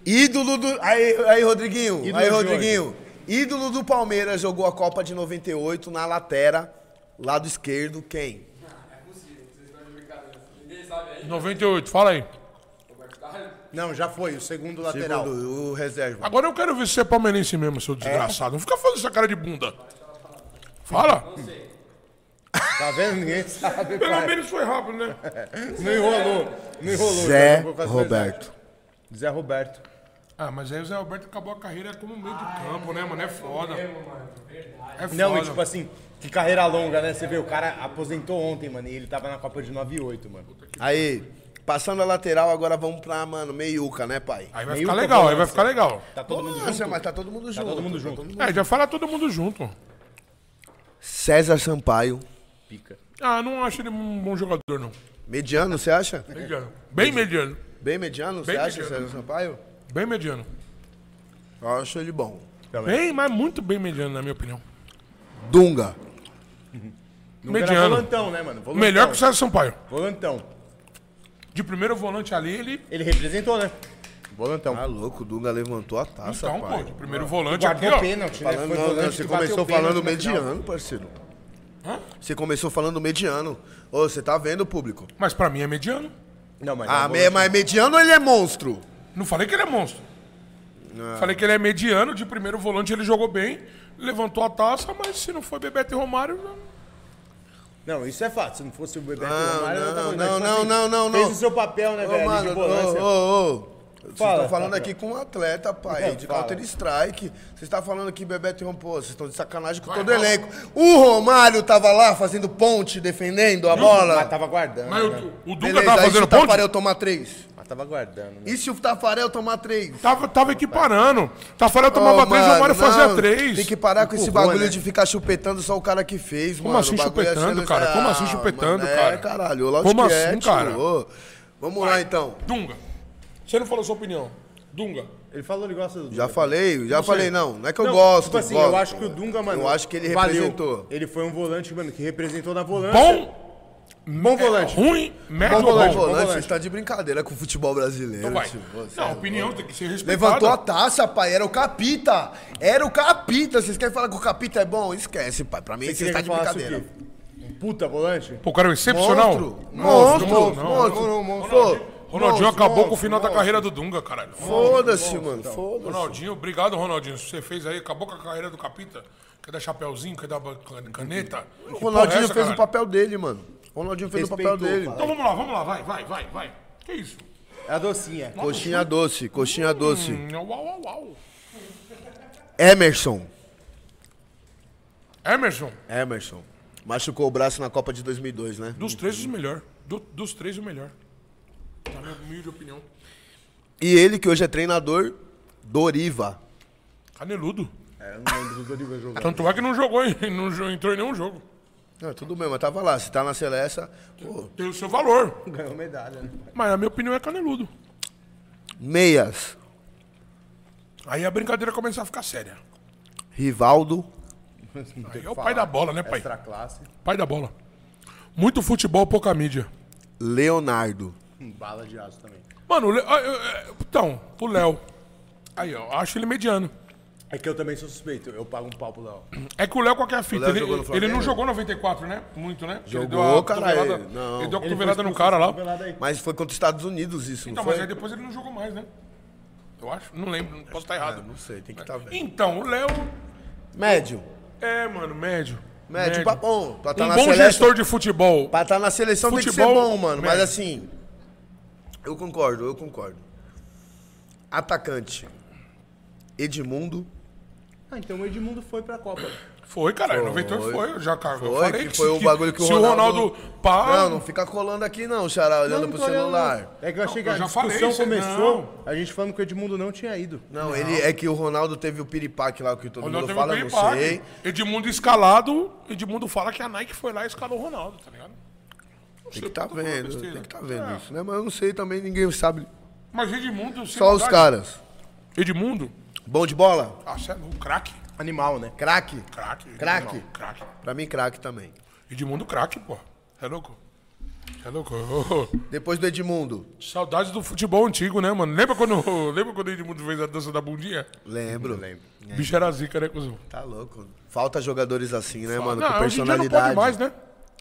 Speaker 3: Ídolo do. Aí, aí Rodriguinho.
Speaker 1: Ídolo
Speaker 3: aí,
Speaker 1: de
Speaker 3: Rodriguinho. Ídolo do Palmeiras jogou a Copa de 98 na lateral, lado esquerdo, quem?
Speaker 6: É
Speaker 2: 98, fala aí.
Speaker 1: Não, já foi, o segundo lateral.
Speaker 3: Segundo, o reserva.
Speaker 2: Agora eu quero ver se você é palmeirense mesmo, seu desgraçado. Não fica fazendo essa cara de bunda. Fala.
Speaker 1: Tá vendo? Ninguém sabe,
Speaker 2: Pelo
Speaker 1: pai.
Speaker 2: menos foi rápido, né?
Speaker 1: Não enrolou. Não enrolou. então
Speaker 3: Zé
Speaker 1: jogou com as
Speaker 3: Roberto.
Speaker 1: coisas. um Zé Roberto.
Speaker 2: Ah, mas aí o Zé Alberto acabou a carreira como meio de campo, né, mano? É foda. É foda.
Speaker 1: Não, e tipo assim, que carreira longa, né? Você vê, o cara aposentou ontem, mano, e ele tava na Copa de 98, mano.
Speaker 3: Aí, passando a lateral, agora vamos pra, mano, meiuca, né, pai?
Speaker 2: Aí vai
Speaker 1: meio
Speaker 2: ficar
Speaker 1: que eu
Speaker 2: legal,
Speaker 1: vou
Speaker 2: aí vai
Speaker 1: lançar.
Speaker 2: ficar legal.
Speaker 1: Tá todo mundo
Speaker 3: Nossa,
Speaker 1: junto.
Speaker 3: mas tá todo mundo junto.
Speaker 1: todo mundo junto.
Speaker 2: É, já fala todo mundo junto.
Speaker 3: César Sampaio.
Speaker 1: Pica.
Speaker 2: Ah, não acho ele um bom jogador, não.
Speaker 3: Mediano, você acha?
Speaker 2: Mediano. Bem mediano.
Speaker 3: Bem mediano, você
Speaker 2: Bem
Speaker 3: acha,
Speaker 2: mediano.
Speaker 3: César Sampaio?
Speaker 2: Bem mediano.
Speaker 3: Eu acho ele bom.
Speaker 1: Tá
Speaker 2: Bem, mas muito bem mediano, na minha opinião.
Speaker 3: Dunga.
Speaker 1: Nunca era
Speaker 2: Mediano.
Speaker 1: volantão, né, mano? Volantão.
Speaker 2: Melhor que o César Sampaio.
Speaker 1: Volantão.
Speaker 2: De primeiro volante ali, ele.
Speaker 1: Ele representou, né? Volantão.
Speaker 3: Tá louco, o Dunga levantou a taça,
Speaker 2: Então, pô,
Speaker 3: pai.
Speaker 2: de primeiro volante aqui,
Speaker 1: Guardou
Speaker 2: ó.
Speaker 1: pênalti, né?
Speaker 3: Falando,
Speaker 1: Foi
Speaker 3: não,
Speaker 1: volante
Speaker 3: não, você
Speaker 1: que bateu
Speaker 3: começou
Speaker 1: pênalti
Speaker 3: falando
Speaker 1: na final.
Speaker 3: mediano, parceiro. Você começou falando mediano. Ô, você tá vendo, público?
Speaker 2: Mas pra mim é mediano.
Speaker 1: Não, mas
Speaker 3: Ah,
Speaker 1: não,
Speaker 3: me- mas mediano ou ele é monstro?
Speaker 2: Não falei que ele é monstro. Falei que ele é mediano, de primeiro volante ele jogou bem, levantou a taça, mas se não foi Bebeto e Romário, não-
Speaker 1: Não, isso é fato. Se não fosse o Bebeto e
Speaker 3: Não,
Speaker 1: o Romário,
Speaker 3: Ah, não,
Speaker 1: eu tava-
Speaker 3: não,
Speaker 1: mas,
Speaker 3: não, não, não,
Speaker 1: Tipo assim, Fez
Speaker 3: não.
Speaker 1: o seu papel,
Speaker 2: É,
Speaker 1: né, velho? de volância.
Speaker 3: ô, ô. Vocês
Speaker 1: Fala,
Speaker 3: estão falando
Speaker 1: Papel.
Speaker 3: aqui com um atleta, pai,
Speaker 1: Não,
Speaker 3: de
Speaker 1: fala.
Speaker 3: Counter Strike. Vocês estão falando que Bebeto e Rompô, vocês estão de sacanagem com todo o elenco. O Romário tava lá fazendo ponte, defendendo a
Speaker 1: Mas
Speaker 3: bola.
Speaker 1: tava guardando,
Speaker 2: Mas
Speaker 1: né?
Speaker 2: o, o Dunga
Speaker 3: Beleza,
Speaker 2: tava
Speaker 3: aí tá se
Speaker 2: fazendo
Speaker 3: o
Speaker 2: ponte?
Speaker 3: Tafarel tomar três?
Speaker 1: Mas tava guardando, né?
Speaker 3: E se o Tafarel tomar três?
Speaker 2: Tava, tava equiparando. Tá Tafarel tomava
Speaker 3: Ô,
Speaker 2: três, o
Speaker 3: mano,
Speaker 2: Romário fazia
Speaker 3: não,
Speaker 2: três.
Speaker 3: Tem que parar com esse
Speaker 1: Empurrou,
Speaker 3: bagulho
Speaker 1: né?
Speaker 3: de ficar chupetando só o cara que fez,
Speaker 2: Como
Speaker 3: mano.
Speaker 2: assim
Speaker 3: O bagulho é
Speaker 2: chupetando, cara?
Speaker 3: seleção-
Speaker 2: Como assim
Speaker 3: Ah,
Speaker 2: chupetando,
Speaker 3: mano,
Speaker 2: cara?
Speaker 3: É, caralho. Lógico
Speaker 2: Como
Speaker 3: que é,
Speaker 2: assim, cara?
Speaker 3: tio. Ô, Vamos lá, então.
Speaker 2: Dunga, você não falou sua opinião. Dunga.
Speaker 1: Ele falou ele gosta do
Speaker 3: Já
Speaker 1: Dunga.
Speaker 3: falei, já falei, não. Não é que eu
Speaker 1: Não,
Speaker 3: gosto,
Speaker 1: tipo assim,
Speaker 3: gosto.
Speaker 1: eu acho que o Dunga, mano.
Speaker 3: Eu acho que ele
Speaker 1: valeu.
Speaker 3: representou.
Speaker 1: Ele foi um volante, mano, que representou na volância.
Speaker 2: Bom,
Speaker 1: Bom volante.
Speaker 2: ruim, médio
Speaker 3: Bom
Speaker 2: ou bom?
Speaker 3: volante,
Speaker 1: bom
Speaker 3: volante,
Speaker 1: volante.
Speaker 3: você tá de brincadeira com o futebol brasileiro,
Speaker 2: Então vai.
Speaker 3: tio. Você
Speaker 2: Não,
Speaker 3: é
Speaker 2: opinião tem que ser respeitada.
Speaker 3: Levantou a taça, pai. Era o Capita. Era o Capita. Vocês querem falar que o Capita é bom? Esquece, pai. Pra mim,
Speaker 1: Você
Speaker 3: você
Speaker 1: queria
Speaker 3: tá
Speaker 1: que
Speaker 3: de
Speaker 1: eu falasse
Speaker 3: brincadeira.
Speaker 1: o quê? Um puta volante?
Speaker 2: Pô, o cara é excepcional.
Speaker 3: Monstro. Monstro.
Speaker 2: Monstro,
Speaker 3: Monstro.
Speaker 2: não.
Speaker 3: Monstro.
Speaker 2: Ronaldinho
Speaker 3: Monstro,
Speaker 2: acabou com o
Speaker 3: monstro,
Speaker 2: final da carreira do Dunga, caralho.
Speaker 3: Foda-se, mano. Foda-se.
Speaker 2: Ronaldinho, obrigado, Ronaldinho. O que Você fez aí, acabou com a carreira do Capita. Quer dar chapéuzinho, quer dar ba- can- caneta. Que
Speaker 3: O
Speaker 2: porra é
Speaker 3: Ronaldinho
Speaker 2: essa,
Speaker 3: fez
Speaker 1: um
Speaker 2: caralho?
Speaker 3: o papel dele, mano. O Ronaldinho fez o papel
Speaker 1: Respeitou,
Speaker 3: dele.
Speaker 1: fala.
Speaker 2: Então vamos lá, vamos lá, vai, vai, vai, vai. Que isso?
Speaker 1: É a docinha.
Speaker 3: Coxinha doce, coxinha doce.
Speaker 2: Hum, Uau, uau, uau.
Speaker 3: Emerson.
Speaker 2: Emerson,
Speaker 3: Emerson. Machucou o braço na Copa de 2002, né?
Speaker 2: dos três o melhor. Do- dos três o melhor. Na minha humilde opinião.
Speaker 3: E ele, que hoje é treinador, Doriva.
Speaker 2: Caneludo.
Speaker 1: É, eu não lembro do Dorival jogando.
Speaker 2: Tanto é que não jogou, em- não jo- entrou em nenhum jogo.
Speaker 3: Não, tudo bem, mas tava lá. Se tá na seleção, pô.
Speaker 2: Tem o seu valor.
Speaker 1: Ganhou medalha, né?
Speaker 2: Mas na minha opinião é caneludo.
Speaker 3: Meias.
Speaker 2: Aí a brincadeira começa a ficar séria.
Speaker 3: Rivaldo.
Speaker 2: Aí é o pai da bola, né, pai?
Speaker 1: Extra classe.
Speaker 2: Pai da bola. Muito futebol, pouca mídia.
Speaker 3: Leonardo.
Speaker 1: Hum, Bala de aço também.
Speaker 2: Mano, o Le- ah, eu- eu- então, o Léo. Aí, ó, acho ele mediano.
Speaker 1: É que eu também sou suspeito. Eu pago um pau pro Léo.
Speaker 2: É que o Léo, qual que é a fita?
Speaker 3: Léo
Speaker 2: Ele,
Speaker 3: jogou no
Speaker 2: ele não
Speaker 3: Flamengo?
Speaker 2: jogou 94, né? Muito, né? Ele
Speaker 3: Jogou,
Speaker 2: deu a
Speaker 3: caralho,
Speaker 2: cotovelada-
Speaker 3: não.
Speaker 2: Ele deu a
Speaker 1: Ele foi
Speaker 2: cotovelada no
Speaker 1: expulso
Speaker 2: cara lá.
Speaker 1: desse pelado aí.
Speaker 3: Mas foi contra os Estados Unidos isso,
Speaker 2: Então,
Speaker 3: não
Speaker 2: mas aí
Speaker 3: foi?
Speaker 2: depois ele não jogou mais, né? Eu acho. Não lembro, não posso estar errado.
Speaker 3: Não sei, tem que estar tá vendo.
Speaker 2: Então, o Léo
Speaker 3: Médio.
Speaker 2: é, mano, médio.
Speaker 3: Médio pra bom. Pra tá
Speaker 2: um
Speaker 3: na
Speaker 2: bom
Speaker 3: seleção,
Speaker 2: gestor de futebol.
Speaker 3: pra tá na seleção tem que ser
Speaker 2: Futebol,
Speaker 3: bom, mano. Mas
Speaker 2: médio.
Speaker 3: assim, eu concordo, eu concordo. Atacante. Edmundo.
Speaker 1: Ah, então o Edmundo foi pra Copa.
Speaker 2: Foi, cara, em 98 foi, eu já cargo.
Speaker 3: Foi, que foi o bagulho que o Ronaldo-
Speaker 2: Se o Ronaldo pá,
Speaker 3: Não, não fica colando aqui não, Xará, olhando
Speaker 1: não
Speaker 3: pro
Speaker 1: tô olhando,
Speaker 3: celular.
Speaker 1: não. É que eu achei que
Speaker 2: eu
Speaker 1: a
Speaker 2: já
Speaker 1: discussão
Speaker 2: falei isso,
Speaker 1: começou, a gente falando que o Edmundo não tinha ido.
Speaker 3: Não, ele é que o Ronaldo teve o piripaque lá que todo
Speaker 2: Ronaldo
Speaker 3: mundo
Speaker 2: teve
Speaker 3: fala,
Speaker 2: bem
Speaker 3: não
Speaker 2: pago.
Speaker 3: sei.
Speaker 2: Edmundo escalado, Edmundo fala que a Nike foi lá e escalou o Ronaldo, tá ligado? Não
Speaker 3: Tem
Speaker 2: sei,
Speaker 3: que tá
Speaker 2: tô falando
Speaker 3: vendo,
Speaker 2: besteira.
Speaker 3: tem que tá vendo
Speaker 2: É,
Speaker 3: isso, né? Mas eu não sei também, ninguém sabe.
Speaker 2: Mas Edmundo... sem
Speaker 3: Só os
Speaker 2: maldade,
Speaker 3: caras.
Speaker 2: Edmundo?
Speaker 3: Bom de bola?
Speaker 2: Ah, você é louco, craque.
Speaker 1: Animal, né?
Speaker 3: Craque?
Speaker 2: Craque. Edmundo,
Speaker 3: Craque.
Speaker 2: não, Craque.
Speaker 3: Pra mim, craque também.
Speaker 2: Edmundo craque, pô. É louco? É louco. Ô, ô.
Speaker 3: Depois do Edmundo.
Speaker 2: Saudades do futebol antigo, né, mano? Lembra quando, lembra quando o Edmundo fez a dança da bundinha?
Speaker 3: Lembro. Lembro.
Speaker 2: O bicho era zica, né, cuzão?
Speaker 3: Tá louco. Falta jogadores assim, né, mano?
Speaker 2: não,
Speaker 3: com
Speaker 2: hoje em dia não pode
Speaker 3: personalidade.
Speaker 2: mais, né?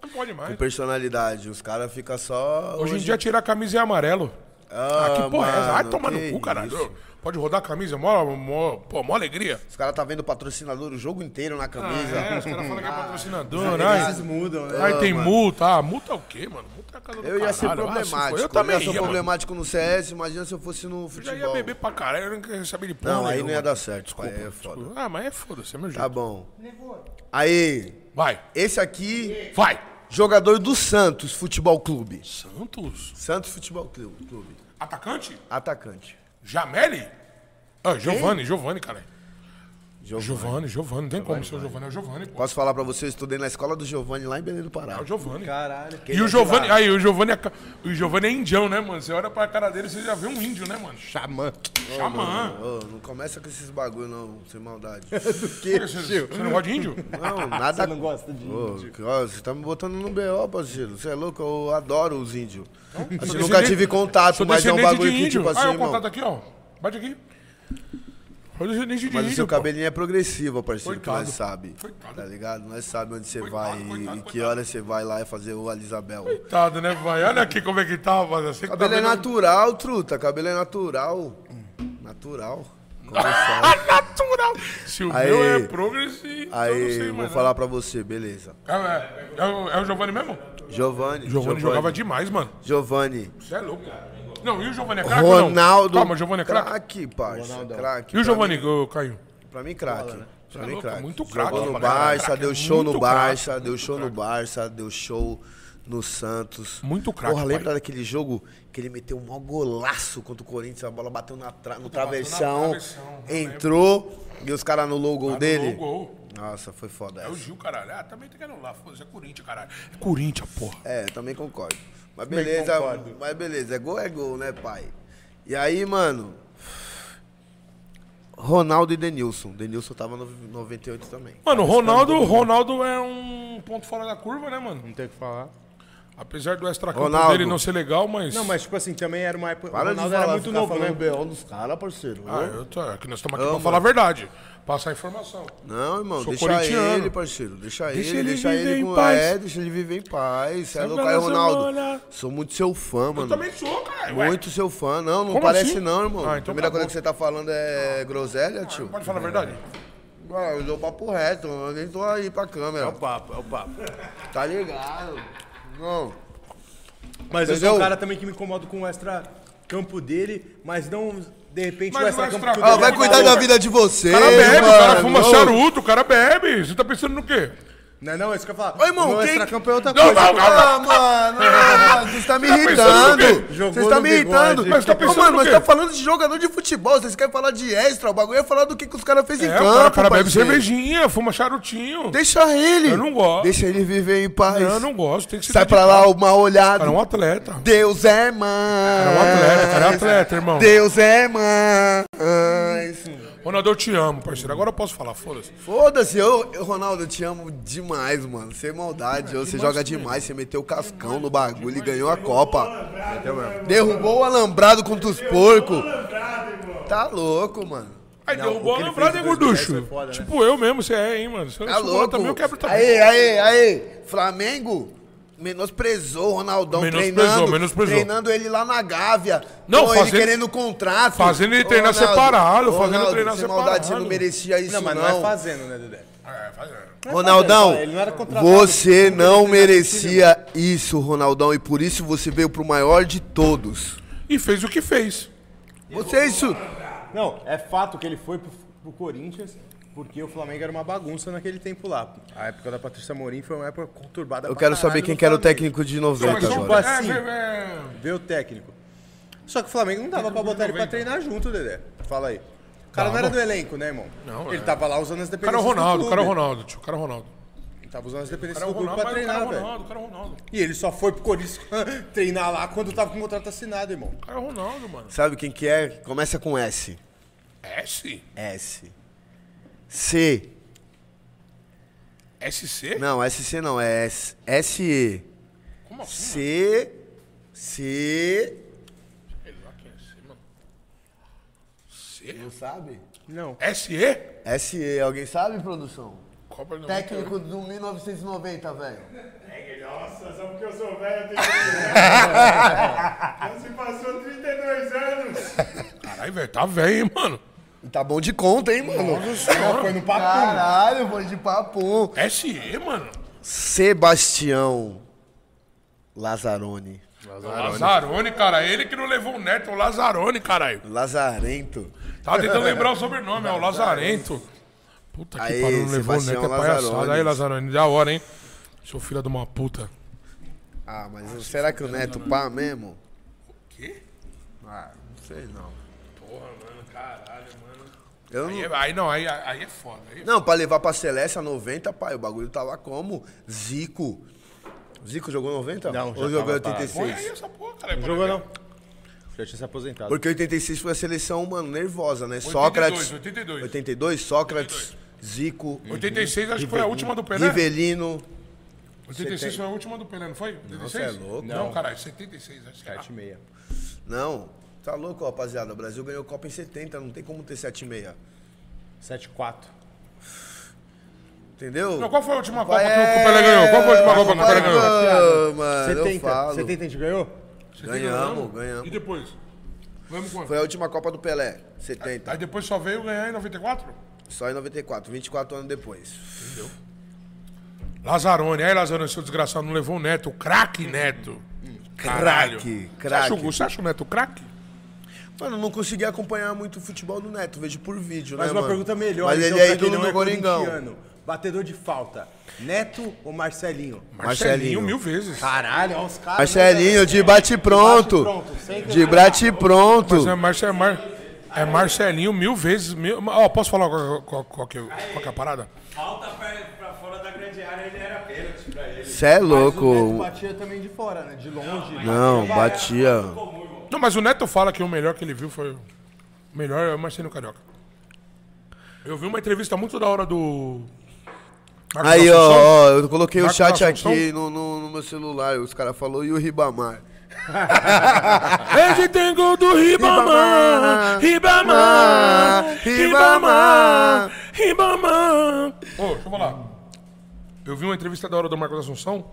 Speaker 2: Não pode
Speaker 3: Com
Speaker 2: mais.
Speaker 3: personalidade. Os caras ficam só.
Speaker 2: Hoje em dia tirar a camisa é amarelo. Ah, que porra é essa? Vai
Speaker 3: mano,
Speaker 2: tomar no
Speaker 3: que
Speaker 2: cu, caralho.
Speaker 3: isso.
Speaker 2: Pode rodar a camisa, mó, mó, pô, mó alegria.
Speaker 3: Os caras tá vendo o patrocinador o jogo inteiro na camisa.
Speaker 2: É, os caras falam que é
Speaker 3: Ah.
Speaker 2: patrocinador,
Speaker 1: Eles
Speaker 2: né?
Speaker 1: mudam, né?
Speaker 2: Aí tem multa. Ah, multa é o quê, mano? Multa é a casa do
Speaker 3: Eu ia ser
Speaker 2: caralho. Ah, se for,
Speaker 3: problemático.
Speaker 2: eu também
Speaker 3: ia ser
Speaker 2: ia, mano.
Speaker 3: problemático no CS, imagina se eu fosse no
Speaker 2: Eu já
Speaker 3: futebol.
Speaker 2: ia beber pra caralho, eu não queria saber de porra
Speaker 3: Não, aí não ia
Speaker 2: nenhuma.
Speaker 3: dar certo. pai, é foda.
Speaker 2: Ah, mas é foda-se, é meu jeito.
Speaker 3: Tá bom. Aí,
Speaker 2: Vai,
Speaker 3: esse aqui,
Speaker 2: vai.
Speaker 3: jogador do Santos Futebol Clube.
Speaker 2: Santos.
Speaker 3: Santos Futebol Clu- Clube.
Speaker 2: Atacante?
Speaker 3: Atacante.
Speaker 2: Jameli? Ah, Giovanni, Giovanni, cara.
Speaker 3: Giovani.
Speaker 2: Giovanni, Giovanni, não tem como ser o Giovanni, é o Giovanni, pô.
Speaker 3: Posso falar pra você, eu estudei na escola do Giovanni lá em Belém do Pará.
Speaker 2: É o Giovanni.
Speaker 1: Caralho.
Speaker 3: é
Speaker 2: E o Giovanni, aí, o Giovanni, é ca- o Giovanni é indião, né, mano? Você olha pra cara dele, você já vê um índio, né, mano?
Speaker 1: Xamã.
Speaker 2: Xamã.
Speaker 3: Ô, não começa com esses bagulho não, sem maldade.
Speaker 1: Que,
Speaker 2: Você
Speaker 1: tio?
Speaker 2: você não gosta de índio?
Speaker 3: Não, nada...
Speaker 1: Você não gosta de
Speaker 3: Ô, que- ó, você tá me botando no B.O., parceiro. Você é louco, eu adoro os índios. Assim,
Speaker 2: Então? Sou
Speaker 3: nunca
Speaker 2: descendente-
Speaker 3: tive contato,
Speaker 2: sou
Speaker 3: mas é um
Speaker 2: descendente
Speaker 3: bagulho
Speaker 2: de
Speaker 3: que,
Speaker 2: índio.
Speaker 3: tipo assim,
Speaker 2: Ah, é o
Speaker 3: irmão...
Speaker 2: contato aqui, ó. Bate aqui. Sou descendente de
Speaker 3: Mas o
Speaker 2: índio,
Speaker 3: seu
Speaker 2: pô.
Speaker 3: cabelinho é progressivo, parceiro,
Speaker 2: Coitado.
Speaker 3: que nós sabe.
Speaker 2: Coitado.
Speaker 3: Tá ligado? Nós sabe onde você
Speaker 2: Coitado,
Speaker 3: vai e-
Speaker 2: coitado,
Speaker 3: e que
Speaker 2: coitado.
Speaker 3: hora você vai lá e fazer o Alisabel.
Speaker 2: Coitado, né, pai? Olha aqui como é que tá, rapaziada. Você que tá
Speaker 3: Cabelo é
Speaker 2: vendo-
Speaker 3: natural, truta. Cabelo é natural. Natural. Conversado.
Speaker 2: Ah, natural. Se o
Speaker 3: Aí.
Speaker 2: meu é progressivo, eu não
Speaker 3: Aí,
Speaker 2: sei
Speaker 3: vou
Speaker 2: mais. né?
Speaker 3: falar pra você, beleza.
Speaker 2: É, é, é o- é o Giovanni mesmo?
Speaker 3: Giovanni.
Speaker 2: Giovanni jogava demais, mano.
Speaker 3: Giovanni.
Speaker 2: Você é louco. Não, e o Giovanni é craque ou não?
Speaker 3: Ronaldo.
Speaker 2: Calma, o Giovanni é craque?
Speaker 3: Craque, parça. Craque. tá
Speaker 2: E o
Speaker 3: Pra
Speaker 2: Giovanni,
Speaker 3: mim-
Speaker 2: ô, Caio?
Speaker 3: Pra mim, craque.
Speaker 2: Tá
Speaker 3: Pra mim,
Speaker 2: louco,
Speaker 3: craque.
Speaker 2: muito craque,
Speaker 3: Jogou
Speaker 2: pra
Speaker 3: no
Speaker 2: caralho.
Speaker 3: Barça,
Speaker 2: Craque, é
Speaker 3: deu show
Speaker 2: muito
Speaker 3: no
Speaker 2: craque,
Speaker 3: Barça,
Speaker 2: muito
Speaker 3: deu show no
Speaker 2: craque.
Speaker 3: Barça, deu show no Santos.
Speaker 2: Muito craque,
Speaker 3: Porra, lembra
Speaker 2: pai.
Speaker 3: daquele jogo que ele meteu um maior golaço contra o Corinthians, a bola bateu na tra- no
Speaker 2: Puta, bateu na
Speaker 3: travessão,
Speaker 2: travessão, eu
Speaker 3: entrou e os caras anulou o gol dele?
Speaker 2: Anulou o gol.
Speaker 3: Nossa, foi foda
Speaker 2: É o
Speaker 3: essa.
Speaker 2: Gil, caralho. Ah, também tem que anular. Foda-se, é Corinthians, caralho. É Corinthians, porra.
Speaker 3: É, também concordo. Mas beleza, mas beleza, é gol é gol, né, pai? E aí, mano, Ronaldo e Denilson. Denilson tava no 98 também.
Speaker 2: Mano, o Ronaldo, Ronaldo é um ponto fora da curva, né, mano?
Speaker 1: Não tem o que falar.
Speaker 2: Apesar do extracampo
Speaker 3: Ronaldo.
Speaker 2: dele não ser legal, mas...
Speaker 1: Não, mas tipo assim, também era uma época.
Speaker 3: Para
Speaker 1: o
Speaker 3: de
Speaker 1: Ronaldo
Speaker 3: falar,
Speaker 1: era muito
Speaker 3: ficar
Speaker 1: novo, né?
Speaker 3: falando B.O. dos caras, parceiro.
Speaker 2: Ah, eu tô... Aqui nós estamos aqui
Speaker 3: Ô,
Speaker 2: pra
Speaker 3: mano.
Speaker 2: falar a verdade. Passar informação.
Speaker 3: Não, irmão,
Speaker 2: Sou
Speaker 3: deixa
Speaker 2: corintiano.
Speaker 3: ele, parceiro. Deixa,
Speaker 2: Deixa
Speaker 3: ele,
Speaker 2: ele
Speaker 3: deixa
Speaker 2: viver
Speaker 3: ele
Speaker 2: em
Speaker 3: com...
Speaker 2: paz.
Speaker 3: É, deixa ele viver em paz. Você é
Speaker 2: Samba
Speaker 3: louco, aí,
Speaker 2: na
Speaker 3: Ronaldo.
Speaker 2: semana.
Speaker 3: Sou muito seu fã, mano.
Speaker 2: Eu também sou, caralho. ué.
Speaker 3: Muito seu fã. Não, não
Speaker 2: Como
Speaker 3: parece
Speaker 2: assim?
Speaker 3: não, irmão.
Speaker 2: Ah, então
Speaker 3: Primeira
Speaker 2: acabou.
Speaker 3: coisa que você tá falando é groselha, tio.
Speaker 2: Pode falar a verdade?
Speaker 3: Ah, eu dou papo reto, eu nem tô aí pra câmera.
Speaker 1: papo, é o papo.
Speaker 3: Tá ligado? Não.
Speaker 1: Mas eu
Speaker 3: Entendeu?
Speaker 1: sou um cara também que me incomodo com o extra-campo dele, mas não, de repente,
Speaker 2: Mas
Speaker 1: o
Speaker 2: o
Speaker 1: extra-campo.
Speaker 2: extra-
Speaker 1: que o
Speaker 2: Ah,
Speaker 3: Ah,
Speaker 1: Daniel
Speaker 3: vai cuidar
Speaker 1: falou.
Speaker 3: da vida de você,
Speaker 2: O cara bebe, o cara
Speaker 3: mano.
Speaker 2: fuma
Speaker 3: Não.
Speaker 2: charuto, o cara bebe. Você tá pensando no quê?
Speaker 1: Não, é não, é isso que eu falo.
Speaker 3: Ô, irmão,
Speaker 1: o
Speaker 3: quem-
Speaker 1: extra-campo é outra
Speaker 2: Não,
Speaker 1: coisa.
Speaker 2: não, não.
Speaker 3: Ah, mano, ah, mano, vocês estão me
Speaker 2: Tá pensando no quê?
Speaker 3: irritando.
Speaker 1: Jogou
Speaker 3: Vocês estão
Speaker 1: no
Speaker 3: me
Speaker 1: bigode.
Speaker 3: irritando.
Speaker 2: Mas tá
Speaker 3: Ô,
Speaker 2: pensando
Speaker 3: mano,
Speaker 2: no
Speaker 3: mas
Speaker 2: quê?
Speaker 3: tá falando de jogador de futebol. Vocês querem falar de extra. O bagulho é falar do que, que os caras fez em
Speaker 2: É,
Speaker 3: campo.
Speaker 2: o cara, o cara bebe
Speaker 3: parceiro.
Speaker 2: cervejinha, fuma charutinho.
Speaker 3: Deixa ele.
Speaker 2: Eu não gosto.
Speaker 3: Deixa ele viver em paz.
Speaker 2: Eu não gosto, tem que se
Speaker 3: Sai pra
Speaker 2: dedicar.
Speaker 3: lá, uma olhada.
Speaker 2: Cara, é um atleta.
Speaker 3: Deus é mãe.
Speaker 2: Cara, é um atleta, cara, é um atleta, irmão.
Speaker 3: Deus é mãe.
Speaker 2: Ronaldo, eu te amo, parceiro. Agora eu posso falar, foda-se.
Speaker 3: Foda-se, eu, eu, Ronaldo, eu te amo demais, mano. Sem maldade, eu- você joga demais, você meteu o cascão no bagulho e ganhou a Copa. Derrubou o alambrado contra os porcos. Tá louco, mano.
Speaker 2: Aí
Speaker 1: Não, o
Speaker 2: derrubou a
Speaker 1: que ele
Speaker 2: lembrada, hein,
Speaker 1: fez em 2010
Speaker 2: gorducho?
Speaker 1: foi foda, né?
Speaker 2: Tipo eu mesmo, você é, hein, mano. Se eu
Speaker 3: Tá
Speaker 2: sou bola
Speaker 3: louco.
Speaker 2: também, eu quebro também.
Speaker 3: Aí, é. aí, aí. Flamengo menosprezou o Ronaldão
Speaker 2: Menosprezou,
Speaker 3: treinando.
Speaker 2: menosprezou.
Speaker 3: Treinando ele querendo a Gávea.
Speaker 2: Não,
Speaker 3: Pô,
Speaker 2: fazendo-
Speaker 3: ele querendo contrato.
Speaker 2: fazendo ele
Speaker 3: Ô,
Speaker 2: treinar
Speaker 3: Ronaldo,
Speaker 2: separado,
Speaker 3: ô,
Speaker 2: fazendo
Speaker 3: Ronaldo,
Speaker 2: treinar
Speaker 3: sem maldade, você
Speaker 2: separado.
Speaker 3: não merecia isso,
Speaker 1: Não, mas
Speaker 3: não.
Speaker 1: não é fazendo, né, Dedé?
Speaker 2: É, faz- é.
Speaker 3: Ronaldão,
Speaker 1: Ele não era contratado.
Speaker 3: você
Speaker 1: Ele era
Speaker 3: não
Speaker 1: filho,
Speaker 2: né?
Speaker 3: merecia isso, Ronaldão, e por isso você veio pro maior de todos.
Speaker 2: E fez o que fez.
Speaker 3: Você é isso.
Speaker 1: Não, é fato que ele foi pro, pro Corinthians, Porque o Flamengo era uma bagunça naquele tempo lá. A época da Patrícia Morim foi uma época conturbada.
Speaker 3: Eu
Speaker 1: pra
Speaker 3: quero
Speaker 1: caralho
Speaker 3: saber quem
Speaker 1: do
Speaker 3: que era o
Speaker 1: Flamengo.
Speaker 3: técnico de
Speaker 2: Não,
Speaker 3: 90
Speaker 2: mas só-
Speaker 1: Tipo
Speaker 3: agora.
Speaker 1: assim.
Speaker 2: é, é,
Speaker 1: Vê o técnico. Só que o Flamengo não dava pra botar ele pra treinar junto, Dedé. Fala aí. O cara não era do elenco, né, irmão?
Speaker 2: Não,
Speaker 1: Ele
Speaker 2: é.
Speaker 1: tava lá usando as
Speaker 2: O cara é
Speaker 1: dependências
Speaker 2: o
Speaker 1: do
Speaker 2: Ronaldo, o
Speaker 1: clube.
Speaker 2: cara é o Ronaldo, tio. O cara é o Ronaldo.
Speaker 1: Tava usando as
Speaker 2: O cara
Speaker 1: dependências
Speaker 2: é o
Speaker 1: do clube
Speaker 2: Ronaldo,
Speaker 1: pra
Speaker 2: mas o cara é
Speaker 1: treinar,
Speaker 2: o
Speaker 1: velho.
Speaker 2: Ronaldo, o cara é o Ronaldo.
Speaker 1: E ele só foi pro Corinthians treinar lá quando tava com o contrato assinado, irmão.
Speaker 2: O cara é o Ronaldo, mano.
Speaker 3: Sabe quem que é? Começa com S.
Speaker 2: S?
Speaker 3: S. C.
Speaker 2: SC?
Speaker 3: Não, SC não, é S. SE.
Speaker 2: Como assim?
Speaker 3: C. C.
Speaker 2: Sei lá quem é C, mano. C?
Speaker 3: Não sabe?
Speaker 1: Não.
Speaker 2: SE?
Speaker 3: SE, alguém sabe, produção?
Speaker 2: Copa de
Speaker 3: Técnico do 1990, velho.
Speaker 6: É Nossa, só porque eu sou velho, eu tenho Já se passou 32 anos.
Speaker 2: Caralho, velho, tá velho, hein, mano.
Speaker 3: Tá bom de conta, hein, mano?
Speaker 1: Foi no papo.
Speaker 3: Caralho, foi de papo.
Speaker 2: SE, mano.
Speaker 3: Sebastião Lazarone.
Speaker 2: Lazarone, cara. Ele que não levou o neto, é o Lazarone, caralho.
Speaker 3: Lazarento.
Speaker 2: Tava tentando lembrar o sobrenome, é o Lazarento. Puta que
Speaker 3: Aí,
Speaker 2: pariu, não levou o neto, é
Speaker 3: Sebastião
Speaker 2: palhaçada.
Speaker 3: Lazarone.
Speaker 2: Aí, Lazarone, da hora, hein? Seu filho de uma puta.
Speaker 3: Ah, mas será que o Neto pá mesmo?
Speaker 2: Que?
Speaker 3: Ah, não sei não.
Speaker 2: Porra, mano, caralho, mano.
Speaker 3: Eu
Speaker 2: Aí,
Speaker 3: não...
Speaker 2: é- aí não, aí, aí é foda. Aí,
Speaker 3: não, pra levar pra Celeste a 90, pai, o bagulho tá lá como? Zico. Zico jogou 90?
Speaker 1: Não, já
Speaker 3: Ou jogou
Speaker 1: tava parado.
Speaker 2: põe aí
Speaker 3: 86?
Speaker 2: essa porra, cara. Não
Speaker 1: Jogou não. Já tinha se aposentado.
Speaker 3: Porque 86 foi a seleção, mano, nervosa, né?
Speaker 2: 82,
Speaker 3: Sócrates.
Speaker 2: 82.
Speaker 3: 82, Sócrates, Zico,
Speaker 2: 86 acho que foi a última do Pelé.
Speaker 3: Rivelino.
Speaker 2: 86 foi a última do Pelé, não foi? 86?
Speaker 3: você é louco.
Speaker 2: Não, caralho, 76 acho que é. era.
Speaker 1: 7 e meia.
Speaker 3: Não, tá louco, rapaziada. O Brasil ganhou Copa em 70, não tem como ter 7,6.
Speaker 1: 7 4.
Speaker 3: Entendeu?
Speaker 2: Não, qual foi a última Copa que
Speaker 3: é?
Speaker 2: o Pelé ganhou? Qual foi a última Copa que o Pelé ganhou?
Speaker 3: ganhou? Mano, Ah, eu
Speaker 1: 70.
Speaker 3: falo.
Speaker 1: 70 a gente ganhou?
Speaker 3: Ganhamos, ganhamos.
Speaker 2: E depois? Ganhamos quanto?
Speaker 3: Foi a última Copa do Pelé, 70.
Speaker 2: Aí depois só veio ganhar em 94?
Speaker 3: Só em 94, 24 anos depois.
Speaker 2: Lazarone, aí Lazarone, seu desgraçado, não levou o Neto, o craque Neto. Caralho.
Speaker 3: Craque,
Speaker 2: Você acha o-
Speaker 3: craque.
Speaker 2: Você acha o Neto craque?
Speaker 3: Mano, não consegui acompanhar muito o futebol do Neto, vejo por vídeo,
Speaker 1: Mas
Speaker 3: né,
Speaker 1: uma
Speaker 3: mano?
Speaker 1: pergunta melhor.
Speaker 3: Mas
Speaker 1: então,
Speaker 3: ele é
Speaker 1: pra quem
Speaker 3: ídolo
Speaker 1: não
Speaker 3: do Coringão.
Speaker 1: corintiano. Batedor de falta. Neto ou Marcelinho?
Speaker 3: Marcelinho. Ah.
Speaker 2: mil vezes.
Speaker 1: Caralho, olha os caras.
Speaker 3: Marcelinho,
Speaker 2: né,
Speaker 3: de bate pronto. De bate pronto.
Speaker 2: Mas é, Marce- é Mar- é Marcelinho mil vezes. Mil... Ó, posso falar qual, qual- qual que, é o- qual que é a parada?
Speaker 6: Falta pra, pra fora da grande área, ele era pênalti pra ele.
Speaker 3: Cê é
Speaker 1: O Neto
Speaker 3: louco.
Speaker 1: batia também de fora, né? De longe.
Speaker 3: Não, batia.
Speaker 2: Não, mas o Neto fala que o melhor que ele viu foi. O melhor é o Marcelinho Carioca. Eu vi uma entrevista muito da hora do. Marcos
Speaker 3: Aí, ó,
Speaker 2: Assunção.
Speaker 3: ó, eu coloquei o
Speaker 2: Marcos
Speaker 3: chat
Speaker 2: Assunção?
Speaker 3: aqui no, no- no meu celular. Os caras falaram e o Ribamar.
Speaker 2: Hoje tem gol do Ribamar!
Speaker 3: Ribamar,
Speaker 2: Ribamar!
Speaker 3: Ribamar,
Speaker 2: Ribamar! Ribamar! Ô, deixa eu falar. Eu vi uma entrevista da hora do Marcos Assunção.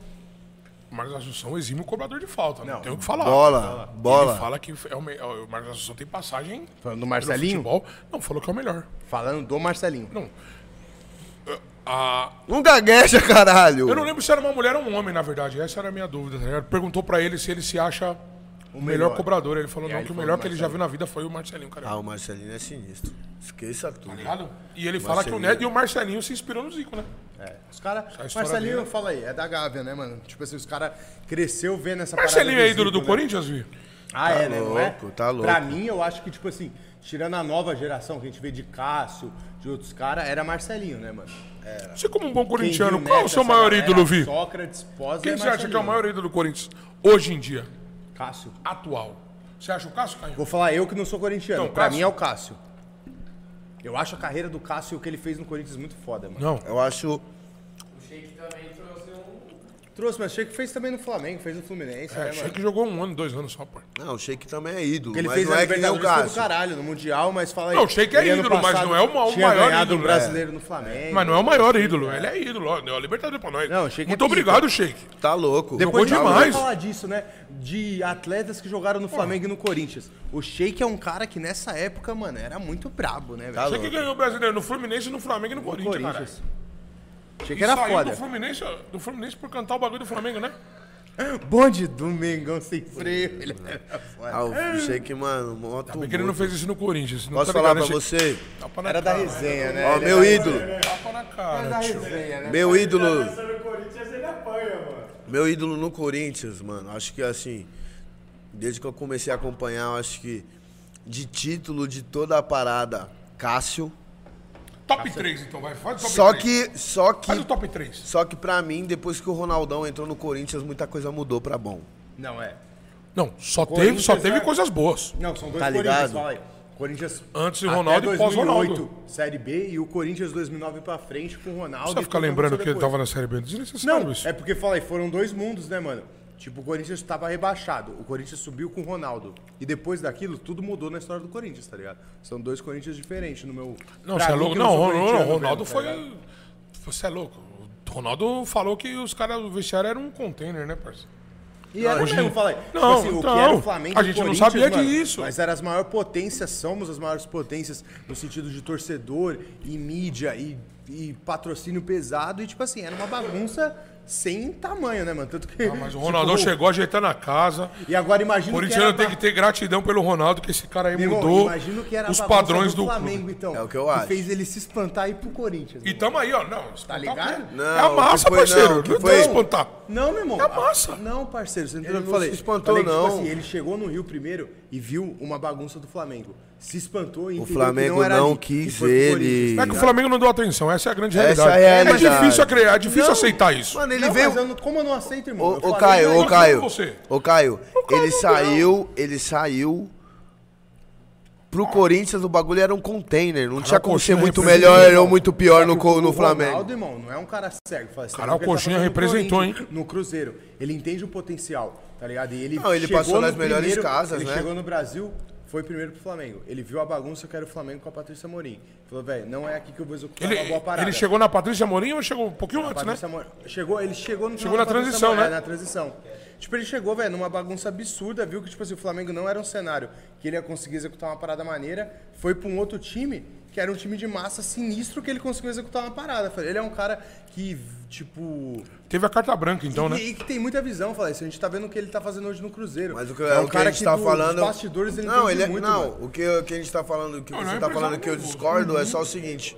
Speaker 2: O Marcos Assunção exime o cobrador de falta, não, tem o que falar.
Speaker 3: Bola, bola.
Speaker 2: Ele fala que é o, me... o Marcos Assunção tem passagem
Speaker 1: Falando do
Speaker 2: pelo
Speaker 1: Marcelinho?
Speaker 2: futebol. Não, falou que é o melhor.
Speaker 1: Falando do Marcelinho.
Speaker 3: Não gagueja, caralho.
Speaker 2: Eu não lembro se era uma mulher ou um homem, na verdade. Essa era a minha dúvida, tá ligado? Perguntou pra ele se ele se acha o melhor,
Speaker 1: melhor.
Speaker 2: cobrador. Ele falou, não,
Speaker 1: ele
Speaker 2: que o
Speaker 1: falou
Speaker 2: melhor que ele já viu na vida foi o Marcelinho, cara. Tá
Speaker 3: Ah, o Marcelinho é sinistro. Esqueça tudo.
Speaker 2: Ligado? E ele fala que o
Speaker 3: Marcelinho.
Speaker 2: Neto e o Marcelinho se inspirou no Zico, né?
Speaker 1: É. Os caras.
Speaker 2: A história
Speaker 1: Marcelinho,
Speaker 2: dele.
Speaker 1: fala aí, é da Gávea, né, mano? Tipo assim, os caras cresceu vendo essa
Speaker 2: Marcelinho
Speaker 1: parada
Speaker 2: é ídolo do
Speaker 1: Zico, né?
Speaker 2: Corinthians, Vi?
Speaker 1: Ah, é, né? não é?
Speaker 3: louco, tá louco.
Speaker 1: Pra mim, eu acho que, tipo assim, tirando a nova geração que a gente vê de Cássio, de outros caras, era Marcelinho, né, mano? Era.
Speaker 2: Você como um bom
Speaker 1: Quem
Speaker 2: corintiano,
Speaker 1: viu
Speaker 2: qual é o
Speaker 1: Neto,
Speaker 2: seu
Speaker 1: essa
Speaker 2: maior
Speaker 1: galera,
Speaker 2: ídolo, Vi?
Speaker 1: Sócrates, pós
Speaker 2: Quem
Speaker 1: é
Speaker 2: você acha que é
Speaker 1: Marcelinho.
Speaker 2: o maior ídolo do Corinthians hoje em dia,
Speaker 1: Cássio.
Speaker 2: atual? Você acha o Cássio, Caio?
Speaker 1: Vou falar eu que não sou corintiano.
Speaker 2: Então,
Speaker 1: pra
Speaker 2: Cássio.
Speaker 1: mim é o Cássio. Eu acho a carreira do Cássio e o que ele fez no Corinthians muito foda, mano.
Speaker 2: Não. É,
Speaker 3: Eu acho.
Speaker 1: Trouxe, mas achei que fez também no Flamengo, fez no Fluminense, né,
Speaker 2: Achei
Speaker 1: mano?
Speaker 2: que jogou um ano, dois anos só, pô.
Speaker 3: Não, o Sheik também é ídolo.
Speaker 1: Porque ele
Speaker 3: mas
Speaker 1: fez
Speaker 3: não
Speaker 1: a
Speaker 3: é que nem o
Speaker 1: Libertadores foi do
Speaker 3: Cássio.
Speaker 1: caralho, no Mundial, mas fala aí.
Speaker 2: Não, o Sheik é
Speaker 1: Ele ano
Speaker 2: ídolo, mas
Speaker 1: passado
Speaker 2: não é o ma- o
Speaker 1: tinha
Speaker 2: maior
Speaker 1: ganhado
Speaker 2: ídolo, né?
Speaker 1: o brasileiro no Flamengo.
Speaker 2: Mas não é o maior ídolo, ele é ídolo. Ó, deu a Libertadores pra nós.
Speaker 1: Não, o Sheik é
Speaker 2: Muito
Speaker 1: pica.
Speaker 2: obrigado, Sheik.
Speaker 3: Tá louco.
Speaker 2: Jogou
Speaker 1: de-
Speaker 2: demais.
Speaker 1: vamos falar disso, né? De atletas que jogaram no Flamengo e no Corinthians. O Sheik é um cara que nessa época, mano, era muito brabo, né,
Speaker 3: Tá
Speaker 1: velho?
Speaker 2: Sheik
Speaker 3: louco.
Speaker 2: ganhou o brasileiro no Fluminense, no Flamengo e no Corinthians, cara.
Speaker 1: Sheik
Speaker 2: E
Speaker 1: era
Speaker 2: saiu
Speaker 1: foda.
Speaker 2: do Fluminense, do Fluminense por cantar o bagulho do Flamengo, né?
Speaker 1: Bonde do Mengão sem freio. Ele era foda.
Speaker 3: Ah, eu sei que, mano, moto.
Speaker 2: Porque É ele não fez isso no Corinthians. senão
Speaker 3: Posso
Speaker 2: tá
Speaker 3: falar
Speaker 2: ligado,
Speaker 3: pra
Speaker 2: né?
Speaker 3: você?
Speaker 2: Tapa na
Speaker 1: Era da
Speaker 2: cara.
Speaker 1: resenha, né?
Speaker 3: Ó,
Speaker 1: Ele
Speaker 3: meu
Speaker 1: era-
Speaker 3: ídolo,
Speaker 2: Tapa na
Speaker 1: Era da
Speaker 2: Ah, cara, tio.
Speaker 1: resenha, né?
Speaker 3: meu ídolo.
Speaker 6: Essa no Corinthians ele apanha, mano.
Speaker 3: Meu ídolo no Corinthians, mano, acho que assim, desde que eu comecei a acompanhar, eu acho que de título de toda a parada, Cássio.
Speaker 2: Top 3, então, vai. Faz o top
Speaker 3: Só
Speaker 2: três.
Speaker 3: que, só que,
Speaker 2: Faz o top 3.
Speaker 3: só que pra mim, depois que o Ronaldão entrou no Corinthians, muita coisa mudou pra bom.
Speaker 1: Não, é.
Speaker 2: Não, só teve,
Speaker 1: Corinthians
Speaker 2: só teve
Speaker 1: é-
Speaker 2: coisas boas.
Speaker 1: Não, são dois
Speaker 3: Tá
Speaker 1: Corinthians,
Speaker 3: ligado?
Speaker 1: fala aí. Corinthians
Speaker 2: Antes do
Speaker 1: até
Speaker 2: Ronaldo e pós Ronaldo.
Speaker 1: 2008, Série B e o Corinthians 2009 pra frente com o Ronaldo.
Speaker 2: Você
Speaker 1: e
Speaker 2: ficar
Speaker 1: tudo
Speaker 2: lembrando que
Speaker 1: aconteceu
Speaker 2: ele tava
Speaker 1: depois.
Speaker 2: na Série B. Desnecessário
Speaker 1: Não,
Speaker 2: isso.
Speaker 1: é porque falei, foram dois mundos, né, mano? Tipo, o Corinthians tava rebaixado, o Corinthians subiu com o Ronaldo. E depois daquilo, tudo mudou na história do Corinthians, tá ligado? São dois Corinthians diferentes no meu.
Speaker 2: Não,
Speaker 1: pra
Speaker 2: você é
Speaker 1: mim,
Speaker 2: louco.
Speaker 1: que
Speaker 2: Não,
Speaker 1: sou
Speaker 2: Ronaldo,
Speaker 1: corintiano
Speaker 2: Ronaldo
Speaker 1: mesmo, tá
Speaker 2: foi.
Speaker 1: ligado?
Speaker 2: Você é louco. O Ronaldo falou que os caras do vestiário eram um container, né, parceiro?
Speaker 1: E era
Speaker 2: Hoje-
Speaker 1: mesmo, falei.
Speaker 2: Não,
Speaker 1: assim, o que
Speaker 2: então,
Speaker 1: era o Flamengo
Speaker 2: a
Speaker 1: e o
Speaker 2: gente não
Speaker 1: Corinthians,
Speaker 2: sabia
Speaker 1: mano,
Speaker 2: disso.
Speaker 1: Mas era as maiores potências, somos as maiores potências no sentido de torcedor e mídia e, e patrocínio pesado. E, tipo assim, era uma bagunça sem tamanho, né, mano? Tanto que.
Speaker 2: Ah, mas o
Speaker 1: tipo,
Speaker 2: Ronaldão chegou ajeitando a casa.
Speaker 1: E agora imagina o
Speaker 2: O corintiano tem
Speaker 1: pra-
Speaker 2: que ter gratidão pelo Ronaldo, que esse cara aí
Speaker 1: Meu irmão,
Speaker 2: mudou
Speaker 1: imagina o que era a
Speaker 2: os
Speaker 1: bagunça
Speaker 2: padrões do,
Speaker 1: Flamengo,
Speaker 2: clube.
Speaker 1: então.
Speaker 3: É o que eu acho.
Speaker 1: fez ele se espantar e ir pro Corinthians.
Speaker 2: E
Speaker 1: irmão.
Speaker 2: tamo aí, ó. Não, espantar-
Speaker 1: Tá ligado?
Speaker 3: Não,
Speaker 2: é a massa,
Speaker 3: que foi,
Speaker 2: parceiro.
Speaker 3: não,
Speaker 2: Não,
Speaker 3: que
Speaker 2: tem
Speaker 3: foi.
Speaker 2: que espantar.
Speaker 1: Não, meu irmão.
Speaker 2: É massa.
Speaker 1: Não, parceiro, você entendeu
Speaker 3: Ele
Speaker 1: o que eu
Speaker 3: não
Speaker 1: falei?
Speaker 3: se espantou,
Speaker 1: Falei que, tipo
Speaker 3: não.
Speaker 1: assim, ele chegou no Rio primeiro e viu uma bagunça do Flamengo. Se espantou e
Speaker 3: O
Speaker 1: entendeu
Speaker 3: Flamengo
Speaker 1: que não, era
Speaker 3: não
Speaker 1: ali,
Speaker 3: quis
Speaker 1: e foi pro
Speaker 3: ele.
Speaker 1: Corinthians.
Speaker 2: Não é que o Flamengo não deu atenção, essa é a grande
Speaker 3: Essa
Speaker 2: realidade.
Speaker 3: é a realidade.
Speaker 2: É difícil, acre- é difícil aceitar isso.
Speaker 3: Mano, ele
Speaker 1: Não,
Speaker 3: veio.
Speaker 1: mas eu não- como eu não aceito, irmão? Eu
Speaker 3: Ô, ô
Speaker 1: falei,
Speaker 3: Caio,
Speaker 1: né?
Speaker 3: ô Caio.
Speaker 2: você.
Speaker 3: Ô Caio,
Speaker 2: Caio
Speaker 3: ele
Speaker 2: não
Speaker 3: saiu, ele saiu. Pro Corinthians o bagulho era um container, não tinha como ser
Speaker 2: Coxinha
Speaker 3: muito
Speaker 2: representou,
Speaker 3: melhor
Speaker 1: é irmão.
Speaker 3: ou muito pior no, co-
Speaker 1: O
Speaker 3: no
Speaker 1: Ronaldo,
Speaker 3: Flamengo.
Speaker 1: irmão, não é um cara cego. Fala, você
Speaker 2: Caralho,
Speaker 1: viu o que ele tá
Speaker 2: Coxinha
Speaker 1: fazendo no
Speaker 2: representou,
Speaker 1: Corinthians, No Cruzeiro. Ele entende o potencial, tá ligado? E ele
Speaker 3: Não, ele
Speaker 1: chegou
Speaker 3: passou nas
Speaker 1: no
Speaker 3: melhores
Speaker 1: primeiro-
Speaker 3: casas,
Speaker 1: ele
Speaker 3: né?
Speaker 1: chegou no Brasil, foi primeiro pro Flamengo. Ele viu a bagunça que era o Flamengo com a Patrícia Morim. Falou, velho, não é aqui que eu vou executar
Speaker 2: Ele,
Speaker 1: uma boa parada.
Speaker 2: ele chegou na Patrícia Morim ou chegou um pouquinho antes, né?
Speaker 1: Patrícia Morim- Chegou, ele chegou no final
Speaker 2: Chegou
Speaker 1: da
Speaker 2: na
Speaker 1: Patrícia
Speaker 2: transição,
Speaker 1: Morim,
Speaker 2: né?
Speaker 1: é, Na transição. Tipo, ele chegou, velho, numa bagunça absurda, viu que, tipo assim, o Flamengo não era um cenário que ele ia conseguir executar uma parada maneira, foi pra um outro time, que era um time de massa sinistro, que ele conseguiu executar uma parada. Falei, Ele é um cara que, tipo.
Speaker 2: Teve a carta branca, então,
Speaker 1: e,
Speaker 2: né?
Speaker 1: e que tem muita visão, falei. Isso a gente tá vendo o que ele tá fazendo hoje no Cruzeiro. um
Speaker 3: Mas o que, é o que a gente tá
Speaker 1: do-
Speaker 3: falando.
Speaker 1: Dos tipo, bastidores ele
Speaker 3: não,
Speaker 1: entende
Speaker 3: ele é,
Speaker 1: muito.
Speaker 3: não,
Speaker 1: mano.
Speaker 3: o que, o que a gente tá falando, o que
Speaker 2: Não, ele é
Speaker 3: você
Speaker 2: um
Speaker 3: tá falando que eu
Speaker 2: empresário.
Speaker 3: discordo é só o seguinte.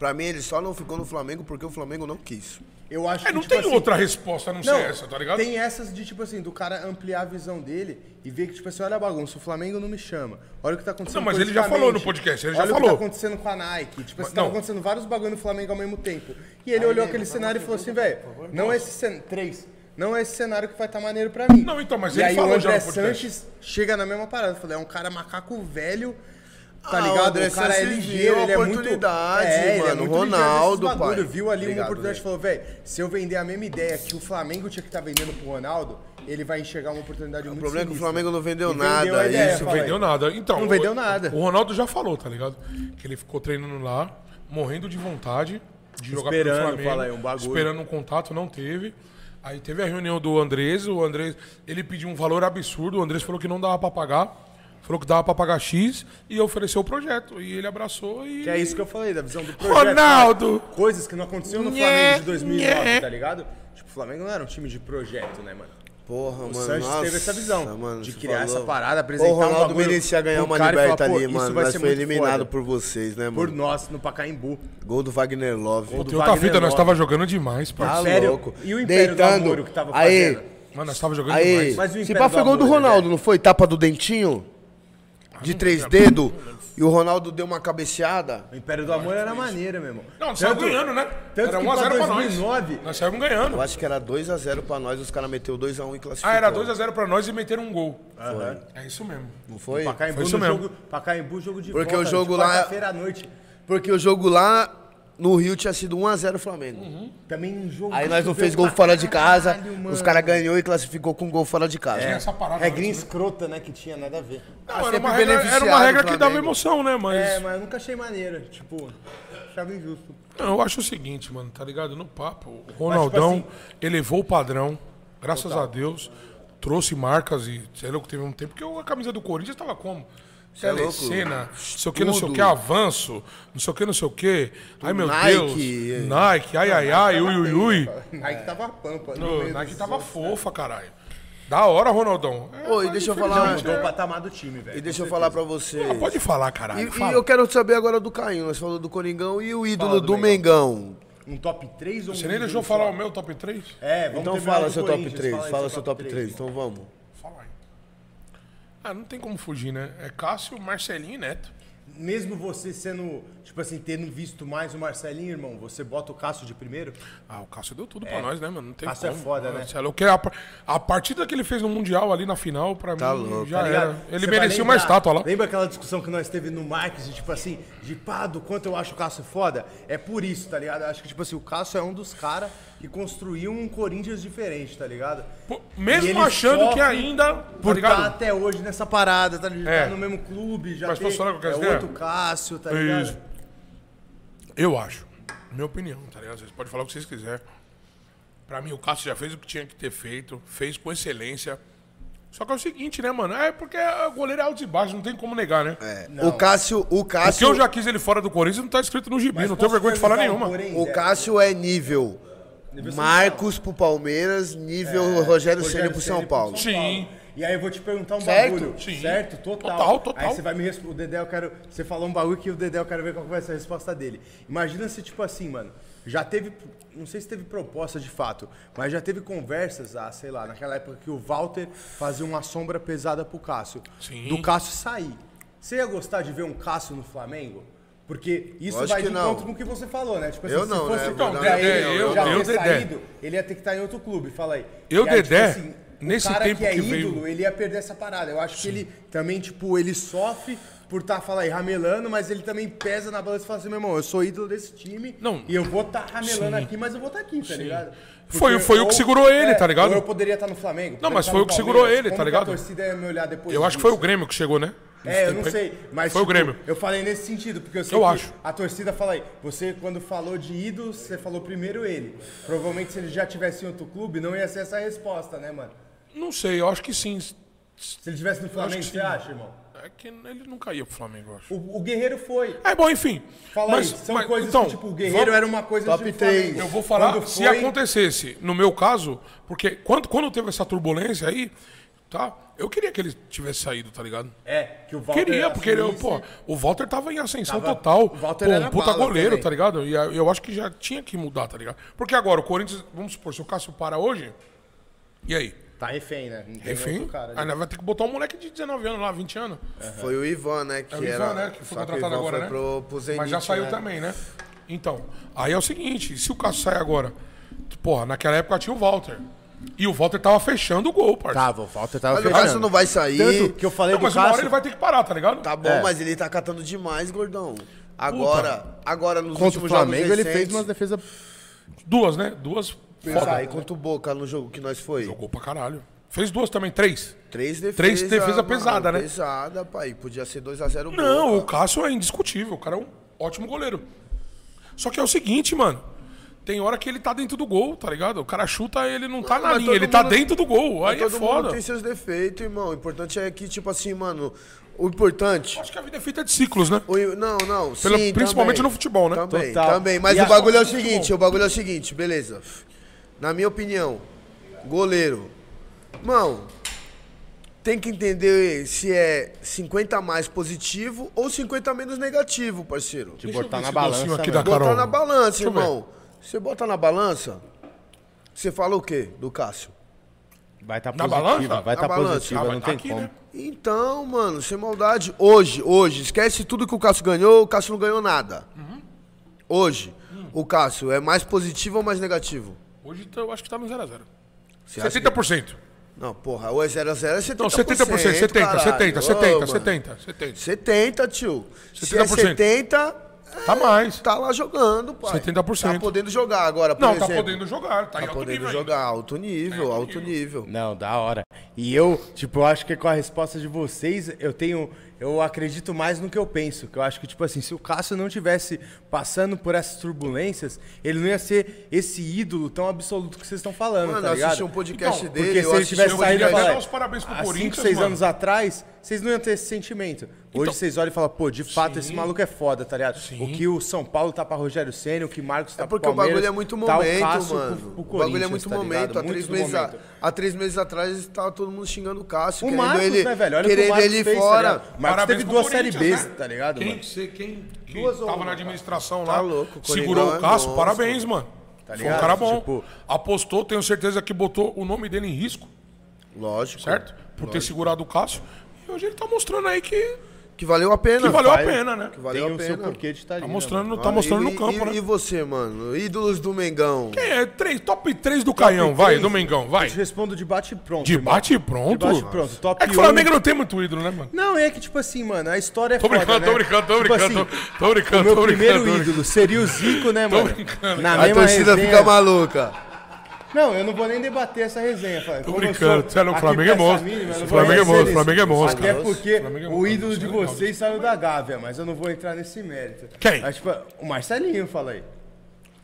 Speaker 3: Pra mim, ele só não ficou no Flamengo porque o Flamengo não quis.
Speaker 1: Eu acho
Speaker 2: É, não
Speaker 1: que, tipo
Speaker 2: tem
Speaker 1: assim,
Speaker 2: outra resposta a não, ser essa, tá ligado?
Speaker 1: Tem essas de, tipo assim, do cara ampliar a visão dele e ver que, tipo assim, olha a bagunça, o Flamengo não me chama. Olha o que tá acontecendo
Speaker 2: Não, mas ele já
Speaker 1: politicamente.
Speaker 2: falou no podcast, ele já
Speaker 1: olha o
Speaker 2: falou.
Speaker 1: que tá acontecendo com a Nike. Tipo assim,
Speaker 2: Não.
Speaker 1: tava acontecendo vários bagulho no Flamengo ao mesmo tempo. E ele olhou aquele cenário e falou assim, velho, não é esse cenário... Três. Não é esse cenário que vai estar maneiro pra mim.
Speaker 2: Não, então, mas
Speaker 1: e
Speaker 2: ele
Speaker 1: aí
Speaker 2: falou
Speaker 1: o
Speaker 2: já
Speaker 1: André
Speaker 2: no podcast.
Speaker 1: Sanches chega na mesma parada. Falei, é um cara macaco velho... Tá
Speaker 3: Ah, o
Speaker 1: ligado?
Speaker 3: André
Speaker 1: O cara é
Speaker 3: Sanches
Speaker 1: ligeiro,
Speaker 3: viu a
Speaker 1: ele é muito...
Speaker 3: oportunidade,
Speaker 1: é, ele é
Speaker 3: mano,
Speaker 1: muito ligeiro nesses
Speaker 3: Ronaldo,
Speaker 1: bagulho,
Speaker 3: pai.
Speaker 1: Viu ali uma
Speaker 3: Obrigado,
Speaker 1: oportunidade
Speaker 3: velho.
Speaker 1: falou, velho, se eu vender a mesma ideia que o Flamengo tinha que estar vendendo pro Ronaldo, ele vai enxergar uma oportunidade muito
Speaker 3: O problema é que o
Speaker 1: sinistra.
Speaker 3: Flamengo não vendeu
Speaker 1: E
Speaker 3: nada.
Speaker 1: vendeu a ideia,
Speaker 3: isso.
Speaker 2: Não
Speaker 1: fala aí.
Speaker 2: vendeu nada. Então,
Speaker 1: Não
Speaker 2: o-
Speaker 1: vendeu nada.
Speaker 2: O Ronaldo já falou, tá ligado? Que ele ficou treinando lá, morrendo de vontade de jogar
Speaker 1: Esperando,
Speaker 2: pelo Flamengo.
Speaker 1: fala aí, um bagulho.
Speaker 2: Esperando um contato, não teve. Aí teve a reunião do Andrés, o Andrés, ele pediu um valor absurdo, o Andrés falou que não dava pra pagar. Falou que dava pra pagar X e ofereceu o projeto. E ele abraçou e.
Speaker 1: Que é isso que eu falei, da visão do projeto.
Speaker 2: Ronaldo!
Speaker 1: cara. Coisas que não aconteciam no
Speaker 2: Nhé,
Speaker 1: Flamengo de 2009,
Speaker 2: nhé.
Speaker 1: tá ligado? Tipo, o Flamengo não era um time de projeto, né, mano?
Speaker 3: Porra, mano.
Speaker 1: O Sanches teve
Speaker 3: nossa,
Speaker 1: essa visão
Speaker 3: mano,
Speaker 1: de
Speaker 3: você
Speaker 1: criar
Speaker 3: falou.
Speaker 1: essa parada,
Speaker 3: Ô,
Speaker 1: apresentar
Speaker 3: O Ronaldo
Speaker 1: um bagulho
Speaker 3: merecia ganhar
Speaker 1: pro
Speaker 3: uma
Speaker 1: cara e falar,
Speaker 3: liberta
Speaker 1: pô,
Speaker 3: ali,
Speaker 1: isso
Speaker 3: mano.
Speaker 1: vai
Speaker 3: Mas
Speaker 1: ser
Speaker 3: foi
Speaker 1: muito
Speaker 3: eliminado
Speaker 1: foda.
Speaker 3: por vocês, né,
Speaker 1: Por
Speaker 3: mano?
Speaker 1: nós, no Pacaembu.
Speaker 3: Gol do Wagner Love.
Speaker 1: do
Speaker 2: Tem outra
Speaker 1: Wagner
Speaker 2: fita, nós
Speaker 1: Love.
Speaker 2: tava jogando demais,
Speaker 3: Tá
Speaker 2: parceiro.
Speaker 1: Sério?
Speaker 3: louco.
Speaker 1: E o Império do
Speaker 3: Deitando.
Speaker 1: Amor, o que tava
Speaker 3: Aí,
Speaker 1: fazendo?
Speaker 2: Mano, nós tava jogando
Speaker 3: aí.
Speaker 2: demais.
Speaker 1: Mas o
Speaker 3: Se
Speaker 1: Império
Speaker 3: pá, foi
Speaker 1: do
Speaker 3: gol do
Speaker 1: Amor, né,
Speaker 3: Ronaldo,
Speaker 1: velho?
Speaker 3: não foi? Tapa do dentinho? De três dedos. E o Ronaldo deu uma cabeceada.
Speaker 1: O Império do Amor era maneira, meu irmão.
Speaker 2: Não, nós saímos ganhando, né?
Speaker 1: Tanto
Speaker 2: Era
Speaker 1: que
Speaker 2: 1x0 pra nós.
Speaker 1: 2009,
Speaker 2: Nós saímos ganhando.
Speaker 3: Eu acho que era 2x0 pra nós, os caras meteu 2x1 e classificou.
Speaker 2: Ah, era 2x0 pra nós e meteram um gol.
Speaker 1: Aham.
Speaker 2: É isso mesmo.
Speaker 3: Não foi?
Speaker 1: Pacaembu,
Speaker 2: Foi isso
Speaker 1: no
Speaker 2: mesmo.
Speaker 1: Jogo, Pacaembu, jogo de
Speaker 3: Porque
Speaker 1: volta,
Speaker 3: o jogo
Speaker 1: de
Speaker 3: lá-
Speaker 1: quarta-feira à noite.
Speaker 3: Porque o jogo lá no Rio tinha sido 1x0 Flamengo.
Speaker 1: Também um jogo
Speaker 3: Aí
Speaker 1: que
Speaker 3: nós não
Speaker 1: choveu
Speaker 3: fez gol
Speaker 1: pra
Speaker 3: fora de casa,
Speaker 1: caralho,
Speaker 3: os
Speaker 1: mano.
Speaker 3: caras ganhou e classificou com gol fora de casa.
Speaker 2: Tinha essa parada.
Speaker 1: Regrinha
Speaker 2: antes, né?
Speaker 1: escrota, né? Que tinha nada a ver.
Speaker 2: Não, era,
Speaker 3: tá sempre
Speaker 2: uma regra, era uma
Speaker 3: beneficiado
Speaker 2: regra
Speaker 3: o
Speaker 2: que dava
Speaker 3: Flamengo.
Speaker 2: emoção, né? Mas,
Speaker 1: É, mas eu nunca achei maneira. Tipo, achava injusto.
Speaker 2: não, eu acho o seguinte, mano, tá ligado? No papo, o
Speaker 3: tipo
Speaker 2: Ronaldão
Speaker 3: assim-
Speaker 2: elevou o padrão, graças a Deus, trouxe marcas e, sei lá, teve um tempo que eu- a camisa do Corinthians tava como?
Speaker 3: Cê é louco.
Speaker 2: Telecena, não sei o que, não sei o
Speaker 3: Tudo.
Speaker 2: que, avanço, não sei o que, não sei o que. Ai, meu
Speaker 3: Nike.
Speaker 2: Deus. Nike, ai, ai, ai, ui, ui, ui.
Speaker 1: Nike tava pampa.
Speaker 2: Ô, Nike tava fofa, caralho. Da hora, Ronaldão. É, Ah,
Speaker 3: Ô, e deixa eu falar.
Speaker 1: Mudou o patamar do time, velho.
Speaker 3: E deixa eu falar pra você.
Speaker 2: Pode falar,
Speaker 3: E,
Speaker 2: caralho.
Speaker 3: e
Speaker 2: fala.
Speaker 3: eu quero saber agora do Caio. Você falou do Coringão e o ídolo
Speaker 1: Fala do
Speaker 3: do, Mengão.
Speaker 1: Um top 3 ou um
Speaker 2: Você nem
Speaker 1: ídolo
Speaker 2: deixou eu
Speaker 1: só?
Speaker 2: falar o meu top 3?
Speaker 1: É, vamos
Speaker 3: Então
Speaker 1: terminar
Speaker 3: fala
Speaker 1: do
Speaker 3: seu top
Speaker 1: Corinthians,
Speaker 3: 3.
Speaker 1: aí
Speaker 3: Fala seu top 3. Então vamos.
Speaker 2: Fala aí. Ah, não tem como fugir, né? É Cássio, Marcelinho e Neto.
Speaker 1: Mesmo você sendo, tipo assim, tendo visto mais o Marcelinho, irmão, você bota o Cássio de primeiro? tá
Speaker 2: Ah, o Cássio deu tudo pra nós, né, mano? Não tem
Speaker 1: Cássio é
Speaker 2: como.
Speaker 1: foda,
Speaker 2: Ah,
Speaker 1: né?
Speaker 2: sei lá, eu quero a, par- a partida que ele fez no Mundial ali na final, pra
Speaker 3: Tá
Speaker 2: mim,
Speaker 3: louco,
Speaker 2: já
Speaker 1: Tá ligado?
Speaker 2: era. é, Ele
Speaker 1: Você vai
Speaker 2: merecia uma
Speaker 1: lembrar-
Speaker 2: estátua lá.
Speaker 1: Lembra aquela discussão que nós teve no Marques, de, tipo assim, de pá, do quanto eu acho o Cássio foda? É por isso, tá ligado? Eu acho que, tipo assim, o Cássio é um dos caras que construiu um Corinthians diferente, tá ligado?
Speaker 2: Pô,
Speaker 1: E ele
Speaker 2: Mesmo achando
Speaker 1: sofre
Speaker 2: que ainda. Tá
Speaker 1: Por estar
Speaker 2: ligado?
Speaker 1: até hoje nessa parada, tá ligado?
Speaker 2: É.
Speaker 1: Tá no mesmo clube, já
Speaker 2: Mas
Speaker 1: tem,
Speaker 2: posso falar qualquer
Speaker 1: é
Speaker 2: ideia?
Speaker 1: outro Cássio, tá
Speaker 2: É
Speaker 1: ligado?
Speaker 2: isso. Eu acho. Minha opinião, tá ligado? Vocês podem falar o que vocês quiserem. Pra mim, o Cássio já fez o que tinha que ter feito, fez com excelência. Só que é o seguinte, né, mano? É porque o goleiro é alto e baixo, não tem como negar, né?
Speaker 3: É, O Cássio,
Speaker 2: Se
Speaker 3: o
Speaker 2: eu
Speaker 3: Cássio,
Speaker 2: já quis ele fora do Corinthians, não tá escrito no gibi,
Speaker 1: Assim, Mas
Speaker 2: não tenho
Speaker 1: posso
Speaker 2: vergonha de falar
Speaker 1: perguntar um
Speaker 2: nenhuma.
Speaker 1: porém,
Speaker 3: o
Speaker 1: Zé?
Speaker 3: Cássio é nível Marcos pro Palmeiras, nível Rogério Ceni pro São
Speaker 1: Ceni
Speaker 3: Paulo.
Speaker 2: Sim.
Speaker 1: E aí eu vou te perguntar um
Speaker 3: Certo?
Speaker 1: bagulho.
Speaker 2: Sim.
Speaker 1: Certo? Total.
Speaker 2: Total, total.
Speaker 1: Aí você vai me responder. O Dedé, eu quero. Você falou um bagulho que o Dedé, eu quero ver qual que vai ser a resposta dele. Imagina se, tipo assim, mano. Já teve. Não sei se teve proposta de fato, mas já teve conversas, ah, sei lá, naquela época que o Walter fazia uma sombra pesada pro Cássio.
Speaker 2: Sim.
Speaker 1: Do Cássio sair. Você ia gostar de ver um Cássio no Flamengo? Porque isso
Speaker 3: Lógico
Speaker 1: vai de
Speaker 3: que não.
Speaker 1: encontro com o que você falou, né? Tipo
Speaker 3: Eu não, né? Então,
Speaker 1: pra
Speaker 2: Dedé,
Speaker 1: ele
Speaker 2: eu-
Speaker 1: já
Speaker 2: eu,
Speaker 1: ter
Speaker 2: Dedé.
Speaker 1: saído, ele ia ter que estar em outro clube, fala aí.
Speaker 2: Eu,
Speaker 1: E aí, tipo assim,
Speaker 2: Dedé,
Speaker 1: o
Speaker 2: nesse
Speaker 1: cara
Speaker 2: tempo
Speaker 1: que é
Speaker 2: que veio-
Speaker 1: ídolo, ele ia perder essa parada. Eu acho que ele também, tipo, ele sofre por estar, fala aí, ramelando, mas ele também pesa na balança e fala assim, meu irmão, eu sou ídolo desse time
Speaker 2: Não.
Speaker 1: e eu vou estar ramelando
Speaker 2: Sim.
Speaker 1: aqui, mas eu vou estar aqui, tá ligado? é,
Speaker 2: Foi- foi o que segurou ele, tá ligado?
Speaker 1: Ou eu poderia estar no Flamengo.
Speaker 2: Não,
Speaker 1: poderia
Speaker 2: mas
Speaker 1: estar
Speaker 2: foi
Speaker 1: no
Speaker 2: o que segurou
Speaker 1: Palmeiras.
Speaker 2: ele, tá
Speaker 1: Como que
Speaker 2: ligado?
Speaker 1: a torcida ia me olhar depois
Speaker 2: Eu acho que foi o
Speaker 1: disso?
Speaker 2: Grêmio que chegou, né?
Speaker 1: É,
Speaker 2: Nesse
Speaker 1: eu não
Speaker 2: tempo aí.
Speaker 1: sei, mas
Speaker 2: Foi o
Speaker 1: tipo,
Speaker 2: Grêmio.
Speaker 1: Eu falei nesse sentido, porque eu sei
Speaker 2: Eu
Speaker 1: que
Speaker 2: acho.
Speaker 1: a torcida fala aí, você quando falou de ídolos, você falou primeiro ele. Provavelmente se ele já tivesse em outro clube, não ia ser essa a resposta, né, mano?
Speaker 2: Não sei, eu acho que sim.
Speaker 1: Se ele tivesse no Flamengo,
Speaker 2: que
Speaker 1: você
Speaker 2: sim.
Speaker 1: acha, irmão?
Speaker 2: É que ele nunca ia pro Flamengo, eu acho.
Speaker 1: O, o Guerreiro foi.
Speaker 2: É bom, enfim.
Speaker 1: Fala
Speaker 2: mas,
Speaker 1: aí, são
Speaker 2: mas-
Speaker 1: coisas
Speaker 2: então,
Speaker 1: que, tipo, o Guerreiro era uma coisa
Speaker 3: top
Speaker 1: de
Speaker 3: três.
Speaker 1: Flamengo.
Speaker 2: Eu vou falar
Speaker 1: Quando
Speaker 2: se
Speaker 1: foi-
Speaker 2: acontecesse, no meu caso, porque quando, quando teve essa turbulência aí, tá? Eu queria que ele tivesse saído, tá ligado?
Speaker 1: É, que o Walter
Speaker 2: queria, porque ele,
Speaker 1: assumisse.
Speaker 2: pô, o Walter tava em ascensão
Speaker 1: Tava-
Speaker 2: total.
Speaker 1: o Walter
Speaker 2: pô, um
Speaker 1: era
Speaker 2: puta
Speaker 1: bala
Speaker 2: goleiro,
Speaker 1: também.
Speaker 2: tá ligado? E a- eu acho que já tinha que mudar, tá ligado? Porque agora, o Corinthians, vamos supor, se o Cássio para hoje, e aí?
Speaker 1: Tá refém, né? Não tem
Speaker 2: Enfim,
Speaker 1: outro cara ali.
Speaker 2: aí nós vai ter que botar um moleque de 19 anos lá, 20 anos.
Speaker 3: Foi o Ivan, né? Que
Speaker 2: É o
Speaker 3: era,
Speaker 2: Ivan, né? Que foi
Speaker 3: só
Speaker 2: contratado
Speaker 3: o Ivan
Speaker 2: agora,
Speaker 3: foi
Speaker 2: né?
Speaker 3: Pro, pro Zenit,
Speaker 2: Mas já saiu
Speaker 3: né?
Speaker 2: também, né? Então, aí é o seguinte, se o Cássio sai agora, porra, naquela época tinha o Walter. E o Walter tava fechando o gol, parceiro.
Speaker 1: Tava, Tá, o Walter tava
Speaker 2: Tá
Speaker 3: Mas o
Speaker 1: fechando.
Speaker 3: Cássio não vai sair.
Speaker 1: Tanto que eu falei
Speaker 2: Não,
Speaker 1: do
Speaker 2: mas uma hora
Speaker 1: Cássio...
Speaker 2: ele vai ter que parar, tá ligado?
Speaker 3: Tá bom,
Speaker 1: É.
Speaker 3: mas ele tá catando demais, gordão. Agora, agora nos
Speaker 1: Contra o
Speaker 3: últimos
Speaker 1: Flamengo,
Speaker 3: jogos
Speaker 1: ele
Speaker 3: recentes,
Speaker 1: fez umas defesas...
Speaker 2: Duas, né? Duas.
Speaker 3: Pensar,
Speaker 2: Foda.
Speaker 3: e contra o Boca no jogo que nós foi.
Speaker 2: Jogou pra caralho. Fez duas também, três.
Speaker 3: Três defesas.
Speaker 2: Três defesa
Speaker 3: mano,
Speaker 2: pesada, né?
Speaker 3: Pesada, pai. Podia ser 2x0
Speaker 2: Não, o Cássio é indiscutível. O cara é um ótimo goleiro. Só que é o seguinte, mano. Tem hora que ele tá dentro do gol, tá ligado? O cara chuta, ele não tá
Speaker 3: Não,
Speaker 2: na
Speaker 3: mas
Speaker 2: linha,
Speaker 3: todo
Speaker 2: ele tá
Speaker 3: mundo-
Speaker 2: dentro do gol.
Speaker 3: Mas
Speaker 2: Aí é
Speaker 3: todo mundo
Speaker 2: foda.
Speaker 3: tem seus defeitos, irmão. O importante é que, tipo assim, mano. O importante.
Speaker 2: Acho que a vida é feita de ciclos, né?
Speaker 3: o- não, não.
Speaker 2: Pelo-
Speaker 3: sim,
Speaker 2: principalmente
Speaker 3: também.
Speaker 2: no futebol, né?
Speaker 3: Também,
Speaker 1: Total.
Speaker 3: também. Mas
Speaker 1: E
Speaker 3: o
Speaker 1: a-
Speaker 3: bagulho é o seguinte: o bagulho é o seguinte, beleza. Na minha opinião, goleiro. Mão, tem que entender se é 50 a mais positivo ou 50 a menos negativo, parceiro.
Speaker 1: De
Speaker 2: Deixa eu
Speaker 1: botar
Speaker 2: ver
Speaker 1: na
Speaker 2: esse docinho
Speaker 1: balança,
Speaker 2: aqui
Speaker 1: né?
Speaker 2: da Carol.
Speaker 3: Botar na balança,
Speaker 2: Deixa eu ver.
Speaker 3: irmão. Você bota na balança, você fala o quê do Cássio?
Speaker 1: Vai estar
Speaker 2: Na
Speaker 1: positiva,
Speaker 2: balança?
Speaker 1: vai
Speaker 3: Na
Speaker 1: estar
Speaker 3: balança.
Speaker 1: positiva,
Speaker 2: Ah, vai
Speaker 1: não
Speaker 2: tá
Speaker 1: tem
Speaker 2: aqui,
Speaker 1: como.
Speaker 2: né?
Speaker 3: Então, mano, sem maldade. Hoje, hoje, esquece tudo que o Cássio ganhou, o Cássio não ganhou nada.
Speaker 2: Uhum.
Speaker 3: Hoje, o Cássio é mais positivo ou mais negativo?
Speaker 2: Hoje tá- eu acho que tá no 0x0.
Speaker 1: é assim?
Speaker 3: Você acha
Speaker 2: 70%.
Speaker 3: que- Não, porra, ou é 0 a 0 é 70%.
Speaker 2: Não, 70%, 70, 70, 70,
Speaker 3: caralho. Ô,
Speaker 2: 70,
Speaker 3: mano,
Speaker 2: 70, 70.
Speaker 3: 70, tio. Se é
Speaker 2: 70%.
Speaker 3: 70,
Speaker 2: Tá mais.
Speaker 3: tá lá jogando, pai.
Speaker 2: 70%.
Speaker 3: Tá podendo jogar agora, por
Speaker 2: Não, tá
Speaker 3: exemplo.
Speaker 2: podendo jogar, tá, em
Speaker 3: Tá
Speaker 2: alto
Speaker 3: podendo
Speaker 2: nível É, ainda.
Speaker 3: jogar, alto nível, alto nível.
Speaker 1: Não, da hora. E eu, tipo, eu acho que com a resposta de vocês, eu tenho. eu acredito mais no que eu penso. Que eu acho que, tipo assim, se o Cássio não tivesse passando por essas turbulências, ele não ia ser esse ídolo tão absoluto que vocês estão falando,
Speaker 3: Mano,
Speaker 1: tá
Speaker 3: eu
Speaker 1: ligado?
Speaker 3: assisti um podcast
Speaker 1: Então,
Speaker 3: dele,
Speaker 1: Porque
Speaker 3: eu
Speaker 1: se ele
Speaker 3: assisti
Speaker 1: tivesse
Speaker 3: um
Speaker 1: saído, eu
Speaker 3: podcast-
Speaker 1: falei,
Speaker 2: Dá uns parabéns pro
Speaker 1: há cinco,
Speaker 2: Corinthians,
Speaker 1: seis
Speaker 2: mano. Então
Speaker 1: anos atrás, vocês não iam ter esse sentimento. Hoje vocês olham e falam, pô, de fato esse maluco é foda, tá ligado? O que o São Paulo tá pra Rogério Senna, o que Marcos tá
Speaker 3: É
Speaker 1: pro
Speaker 3: porque o
Speaker 1: Palmeiras,
Speaker 3: bagulho é
Speaker 1: tá
Speaker 3: muito
Speaker 1: o
Speaker 3: momento,
Speaker 1: Cássio pro-
Speaker 3: mano.
Speaker 1: pro
Speaker 3: o bagulho é
Speaker 1: Corinthians, tá
Speaker 3: muito
Speaker 1: ligado?
Speaker 3: momento. Há
Speaker 1: Muito
Speaker 3: três,
Speaker 1: do
Speaker 3: meses a-
Speaker 1: momento.
Speaker 3: há três meses atrás tava todo mundo xingando o Cássio,
Speaker 1: O
Speaker 3: querendo
Speaker 1: Marcos,
Speaker 3: ele,
Speaker 1: né, velho? Olha o que o
Speaker 3: querendo
Speaker 1: Marcos
Speaker 3: ele ir
Speaker 1: fez, tá
Speaker 3: fora.
Speaker 1: ligado? Marcos teve
Speaker 2: pro
Speaker 1: duas Série
Speaker 2: Corinthians, né?
Speaker 1: Bs, tá ligado,
Speaker 2: Quem,
Speaker 1: mano?
Speaker 2: você, quem, quem
Speaker 3: Duas ou
Speaker 2: tava
Speaker 3: uma,
Speaker 2: na
Speaker 3: cara.
Speaker 2: administração
Speaker 3: Tá
Speaker 2: lá,
Speaker 3: louco, o
Speaker 2: segurou
Speaker 3: Coringão Tá
Speaker 2: o
Speaker 3: é
Speaker 2: Cássio,
Speaker 3: monstro.
Speaker 2: parabéns, mano. Foi um
Speaker 1: ligado?
Speaker 2: cara bom.
Speaker 1: Tipo-
Speaker 2: Apostou, tenho certeza que botou o nome dele em risco,
Speaker 3: Lógico.
Speaker 2: certo? Por ter segurado o Cássio. E hoje ele tá mostrando aí que,
Speaker 3: Que valeu a pena.
Speaker 2: que valeu a
Speaker 1: faz-
Speaker 2: pena, né?
Speaker 3: Que
Speaker 1: Tem
Speaker 3: valeu a
Speaker 1: "É o seu
Speaker 3: pena.
Speaker 1: porquê de estar
Speaker 2: Tá
Speaker 1: ali, né, mano?
Speaker 2: mostrando, tá
Speaker 3: Ah,
Speaker 2: mostrando
Speaker 3: e-
Speaker 2: no campo,
Speaker 3: e, E
Speaker 2: né?
Speaker 3: você, mano? Ídolos do Mengão.
Speaker 2: É, três, top 3 do Caião, vai,
Speaker 1: três.
Speaker 2: do Mengão, vai.
Speaker 1: Eu te respondo de bate e pronto.
Speaker 2: De
Speaker 1: irmão.
Speaker 2: bate e pronto.
Speaker 1: De bate e pronto, top
Speaker 2: É que o Flamengo
Speaker 1: um.
Speaker 2: não tem muito ídolo, né, mano?
Speaker 1: Não, é que, tipo assim, mano, a história é
Speaker 2: Tô
Speaker 1: foda,
Speaker 2: brincando,
Speaker 1: né?
Speaker 2: tô brincando, tô
Speaker 1: Tipo
Speaker 2: brincando,
Speaker 1: assim,
Speaker 2: tô- tô brincando,
Speaker 1: O meu
Speaker 2: tô
Speaker 1: primeiro
Speaker 2: brincando, tô
Speaker 1: ídolo seria o Zico, né, mano?
Speaker 2: brincando,
Speaker 1: Na
Speaker 3: A
Speaker 1: mesma
Speaker 3: torcida
Speaker 1: resenha.
Speaker 3: fica maluca.
Speaker 1: Não, eu não vou nem debater essa resenha. Fábio. Como eu
Speaker 2: brincando,
Speaker 1: sou
Speaker 2: sério, o
Speaker 1: aqui
Speaker 2: Flamengo é
Speaker 1: peça
Speaker 2: monstro.
Speaker 1: mínima, eu não
Speaker 2: O
Speaker 1: vou
Speaker 2: Flamengo é
Speaker 1: nem ser
Speaker 2: monstro,
Speaker 1: desse.
Speaker 2: o Flamengo é monstro,
Speaker 1: Até
Speaker 2: cara.
Speaker 1: porque
Speaker 2: Flamengo é
Speaker 1: o
Speaker 2: monstro,
Speaker 1: ídolo de
Speaker 2: Flamengo é monstro.
Speaker 1: vocês saiu da Gávea, mas eu não vou entrar nesse mérito.
Speaker 2: Quem?
Speaker 1: Mas, tipo, o Marcelinho, fala aí.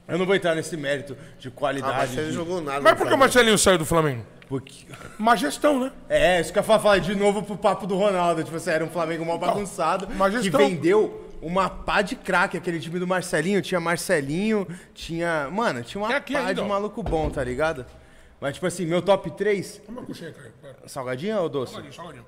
Speaker 1: Eu não vou entrar nesse mérito de qualidade.
Speaker 3: Ah, mas você não
Speaker 1: de-
Speaker 3: jogou
Speaker 2: Mas
Speaker 3: nada. no
Speaker 2: por que o
Speaker 3: Flamengo.
Speaker 2: Marcelinho saiu do Flamengo?
Speaker 1: porque-
Speaker 2: Má gestão, né?
Speaker 1: É, isso que eu ia falar, falar de novo pro papo do Ronaldo. Tipo, você era um Flamengo mal bagunçado
Speaker 2: Então, mas
Speaker 1: que
Speaker 2: estão-
Speaker 1: vendeu uma pá de craque. Aquele time do Marcelinho tinha Marcelinho, tinha. Mano, tinha uma
Speaker 2: Tem é aqui
Speaker 1: pá
Speaker 2: ainda,
Speaker 1: de
Speaker 2: ó.
Speaker 1: maluco bom, tá ligado? Mas, tipo assim, meu top 3,
Speaker 2: Toma a coxinha, Caio. Vai,
Speaker 1: salgadinha ou doce?
Speaker 2: salgadinho, salgadinho.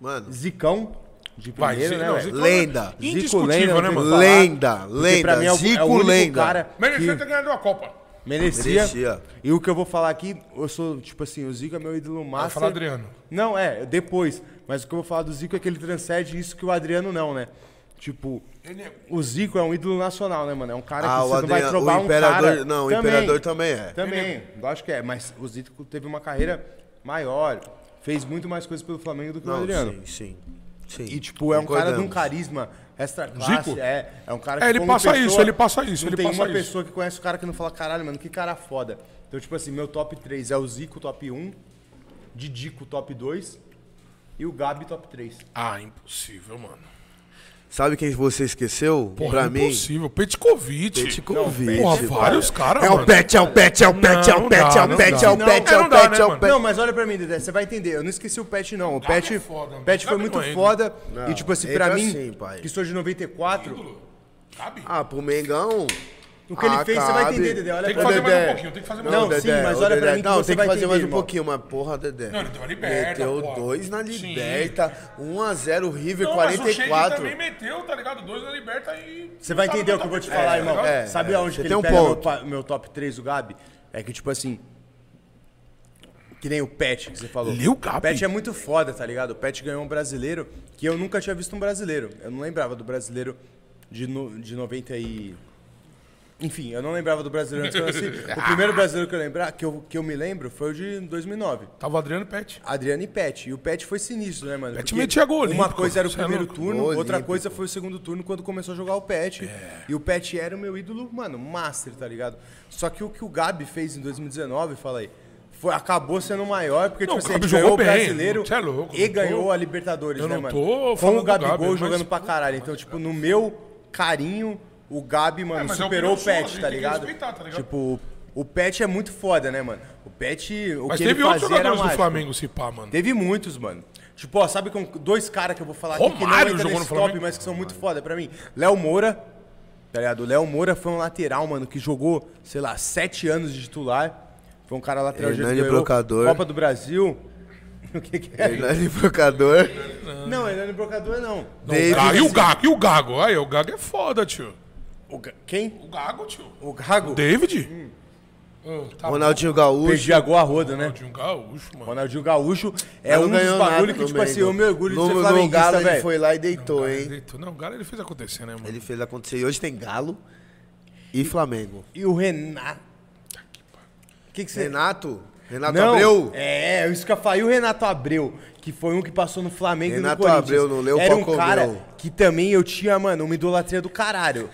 Speaker 3: Mano,
Speaker 1: Zicão, de
Speaker 2: um Vai,
Speaker 1: primeiro,
Speaker 2: Zico-
Speaker 1: né,
Speaker 2: não,
Speaker 1: velho?
Speaker 2: Zico é
Speaker 3: Lenda.
Speaker 2: Indiscutível, né, mano?
Speaker 3: lenda,
Speaker 1: Porque pra mim é o, é
Speaker 3: lenda.
Speaker 1: o
Speaker 3: Zico
Speaker 1: único
Speaker 3: lenda.
Speaker 1: cara
Speaker 2: Merecia
Speaker 1: que
Speaker 2: ter ganhado a Copa.
Speaker 1: merecia.
Speaker 3: Merecia.
Speaker 1: E o que eu vou falar aqui, eu sou, tipo assim, o Zico é meu ídolo máximo.
Speaker 2: falar Adriano.
Speaker 1: Não, é, depois. Mas o que eu vou falar do Zico é que ele transcende isso que o Adriano não, né? Tipo,
Speaker 2: Ele é-
Speaker 1: o Zico é um ídolo nacional, né, mano? É um cara
Speaker 3: Ah,
Speaker 1: que você
Speaker 3: o
Speaker 1: não vai
Speaker 3: Adriano- o
Speaker 1: trocar
Speaker 3: Imperador-
Speaker 1: um cara...
Speaker 3: não, o Imperador também é.
Speaker 1: Também, lógico que é. Mas o Zico teve uma carreira maior, fez muito mais coisas pelo Flamengo do que o
Speaker 3: Não,
Speaker 1: Adriano.
Speaker 3: sim, sim, sim.
Speaker 1: E, tipo, é um cara de um
Speaker 3: Concordamos.
Speaker 1: carisma extra classe.
Speaker 2: Zico?
Speaker 1: É, é um cara que
Speaker 2: É, ele
Speaker 1: como
Speaker 2: passa isso, ele passa isso,
Speaker 1: Não
Speaker 2: ele
Speaker 1: tem
Speaker 2: passa
Speaker 1: uma
Speaker 2: isso.
Speaker 1: pessoa que conhece o cara que não fala, caralho, mano, que cara foda. Então, tipo assim, meu top 3 é o Zico, top 1, Didico, top 2 e o Gabi, top 3.
Speaker 2: Ah, impossível, mano.
Speaker 3: Sabe quem você esqueceu?
Speaker 2: Porra,
Speaker 1: é
Speaker 3: pra mim,
Speaker 2: impossível. Petkovic.
Speaker 3: te convite.
Speaker 2: Porra,
Speaker 1: tipo,
Speaker 2: vários caras,
Speaker 3: É
Speaker 2: mano.
Speaker 3: o pet, é o pet, é o pet, é
Speaker 2: Não,
Speaker 3: o pet, é
Speaker 2: não
Speaker 3: o
Speaker 2: dá,
Speaker 3: pet, é o
Speaker 2: não
Speaker 3: pet,
Speaker 2: dá.
Speaker 3: é
Speaker 2: Não
Speaker 3: o
Speaker 2: dá,
Speaker 3: pet, é
Speaker 2: né,
Speaker 3: o
Speaker 2: mano?
Speaker 3: pet.
Speaker 1: Não, mas olha pra mim, Dedé, você vai entender. Eu não esqueci o Pet, não. O
Speaker 2: Gabi
Speaker 1: Pet,
Speaker 2: é foda, mano.
Speaker 1: Pet foi
Speaker 2: Gabi
Speaker 1: muito
Speaker 2: não é
Speaker 1: foda. E, tipo assim, pra
Speaker 3: entra
Speaker 1: mim,
Speaker 3: assim, pai.
Speaker 1: que sou de 94,
Speaker 2: Sabe?
Speaker 3: Ah, pro Mengão.
Speaker 1: o que ele
Speaker 3: Ah,
Speaker 1: fez, você vai
Speaker 3: cabe.
Speaker 1: entender, Dedé. Olha
Speaker 2: Tem que
Speaker 1: pra
Speaker 2: fazer
Speaker 1: mim.
Speaker 2: mais um pouquinho, tem que fazer mais
Speaker 1: Não,
Speaker 2: um pouquinho.
Speaker 1: sim, mas olha
Speaker 3: ô,
Speaker 1: pra mim que
Speaker 3: Não,
Speaker 1: você
Speaker 3: tem
Speaker 1: vai
Speaker 3: que fazer mais
Speaker 1: entender,
Speaker 3: um
Speaker 1: irmão.
Speaker 3: pouquinho, mas porra, Dedé.
Speaker 2: Não, ele deu a liberta,
Speaker 3: Meteu
Speaker 2: porra.
Speaker 3: dois
Speaker 2: Sim.
Speaker 3: na liberta. 1x0 River,
Speaker 2: Não, mas o Sheik
Speaker 3: 44.
Speaker 2: também meteu, tá ligado? Dois na liberta e...
Speaker 1: Você vai entender o que eu vou te falar,
Speaker 2: É,
Speaker 1: irmão.
Speaker 2: tá ligado?
Speaker 1: Sabe
Speaker 3: é,
Speaker 1: aonde
Speaker 3: você
Speaker 1: que
Speaker 3: tem
Speaker 1: ele
Speaker 3: um
Speaker 1: pega meu,
Speaker 3: ponto.
Speaker 1: pa- meu top 3, o Gabi? É que, tipo assim... Que nem o Pet, que você falou.
Speaker 2: Lil Gabi?
Speaker 1: O Pet é muito foda, tá ligado? O Pet ganhou um brasileiro que eu nunca tinha visto um brasileiro. Eu não lembrava do brasileiro de, no, de 90 e... Enfim, eu não lembrava do brasileiro antes que eu nasci. O primeiro brasileiro que eu, lembrar, que, eu, que eu me lembro foi o de 2009.
Speaker 2: Tava o Adriano e Pet.
Speaker 1: Adriano e Pet. E o Pet foi sinistro, né, mano?
Speaker 2: Pet
Speaker 1: Porque
Speaker 2: metia gol
Speaker 1: Uma
Speaker 2: olímpico,
Speaker 1: coisa era o
Speaker 2: cê é
Speaker 1: primeiro
Speaker 2: louco.
Speaker 1: turno,
Speaker 3: Gol
Speaker 1: outra
Speaker 3: olímpico.
Speaker 1: coisa foi o segundo turno quando começou a jogar o Pet.
Speaker 2: É.
Speaker 1: E o Pet era o meu ídolo, mano, master, tá ligado? Só que o que o Gabi fez em 2019, fala aí, foi, acabou sendo o maior, porque
Speaker 2: Não,
Speaker 1: tipo,
Speaker 2: o
Speaker 1: assim,
Speaker 2: Gabi
Speaker 1: ele
Speaker 2: jogou
Speaker 1: ganhou
Speaker 2: bem,
Speaker 1: o brasileiro
Speaker 2: cê é louco,
Speaker 1: e
Speaker 2: não tô-
Speaker 1: ganhou a Libertadores,
Speaker 2: eu
Speaker 1: né,
Speaker 2: não
Speaker 1: mano?
Speaker 2: tô
Speaker 1: Com
Speaker 2: falando
Speaker 1: o
Speaker 2: do
Speaker 1: Gabigol
Speaker 2: Gabi, mas-
Speaker 1: jogando pra caralho. Então, tipo, no meu carinho, o Gabi, mano,
Speaker 2: mas é
Speaker 1: superou o
Speaker 2: opinião sua, a
Speaker 1: Pet,
Speaker 2: gente
Speaker 1: tá
Speaker 2: tem que
Speaker 1: ligado?
Speaker 2: respeitar, tá ligado?
Speaker 1: Tipo, o Pet é muito foda, né, mano? O Pet, o
Speaker 2: Mas
Speaker 1: que
Speaker 2: teve
Speaker 1: ele
Speaker 2: outros
Speaker 1: fazia era
Speaker 2: jogadores do
Speaker 1: mágico.
Speaker 2: Flamengo se pá, mano.
Speaker 1: Teve muitos, mano. Tipo, ó, sabe com dois caras que eu vou falar aqui que não
Speaker 2: Romário
Speaker 1: entra
Speaker 2: jogou
Speaker 1: nesse
Speaker 2: no
Speaker 1: top,
Speaker 2: Flamengo.
Speaker 1: mas que são muito foda pra mim. Léo Moura, tá ligado? O Léo Moura foi um lateral, mano, que jogou, sei lá, sete anos de titular. Foi um cara lateral
Speaker 3: Hernani
Speaker 1: ganhou
Speaker 3: Brocador.
Speaker 1: Copa do Brasil. O que que é?
Speaker 3: Hernani Brocador.
Speaker 1: Não, Hernani Brocador não.
Speaker 3: David-
Speaker 2: Ah, e o Gago, e o Gago. Aí, o Gago é foda, tio.
Speaker 1: O Ga- Quem?
Speaker 2: O Gago, tio.
Speaker 1: O Gago?
Speaker 2: David? Ah, tá
Speaker 3: Ronaldinho Gaúcho.
Speaker 1: Perdi a gol a roda, Hum,
Speaker 2: bom.
Speaker 1: né?
Speaker 2: Ronaldinho um Gaúcho, mano.
Speaker 1: Ronaldinho Gaúcho é
Speaker 3: Mas
Speaker 1: um
Speaker 3: não
Speaker 1: dos
Speaker 3: ganhou
Speaker 1: bagulhos
Speaker 3: nada
Speaker 1: que, tipo
Speaker 3: também,
Speaker 1: assim,
Speaker 3: não.
Speaker 1: eu me orgulho de
Speaker 3: No-
Speaker 1: ser
Speaker 3: No Galo
Speaker 1: flamenguista,
Speaker 3: ele
Speaker 1: velho.
Speaker 3: foi lá e deitou, hein?
Speaker 2: Deitou. Não, o Galo ele fez acontecer, né, mano?
Speaker 3: Ele fez acontecer. E hoje tem Galo e Flamengo.
Speaker 1: E o Renato... O que que você...
Speaker 3: Renato? Renato
Speaker 1: Não,
Speaker 3: Abreu?
Speaker 1: É, isso que eu falei. E o Renato Abreu, que foi um que passou no Flamengo
Speaker 3: Renato
Speaker 1: e no Corinthians.
Speaker 3: Abreu, não leu
Speaker 1: Era
Speaker 3: qual
Speaker 1: um
Speaker 3: comeu.
Speaker 1: cara que também eu tinha, mano, uma idolatria do caralho.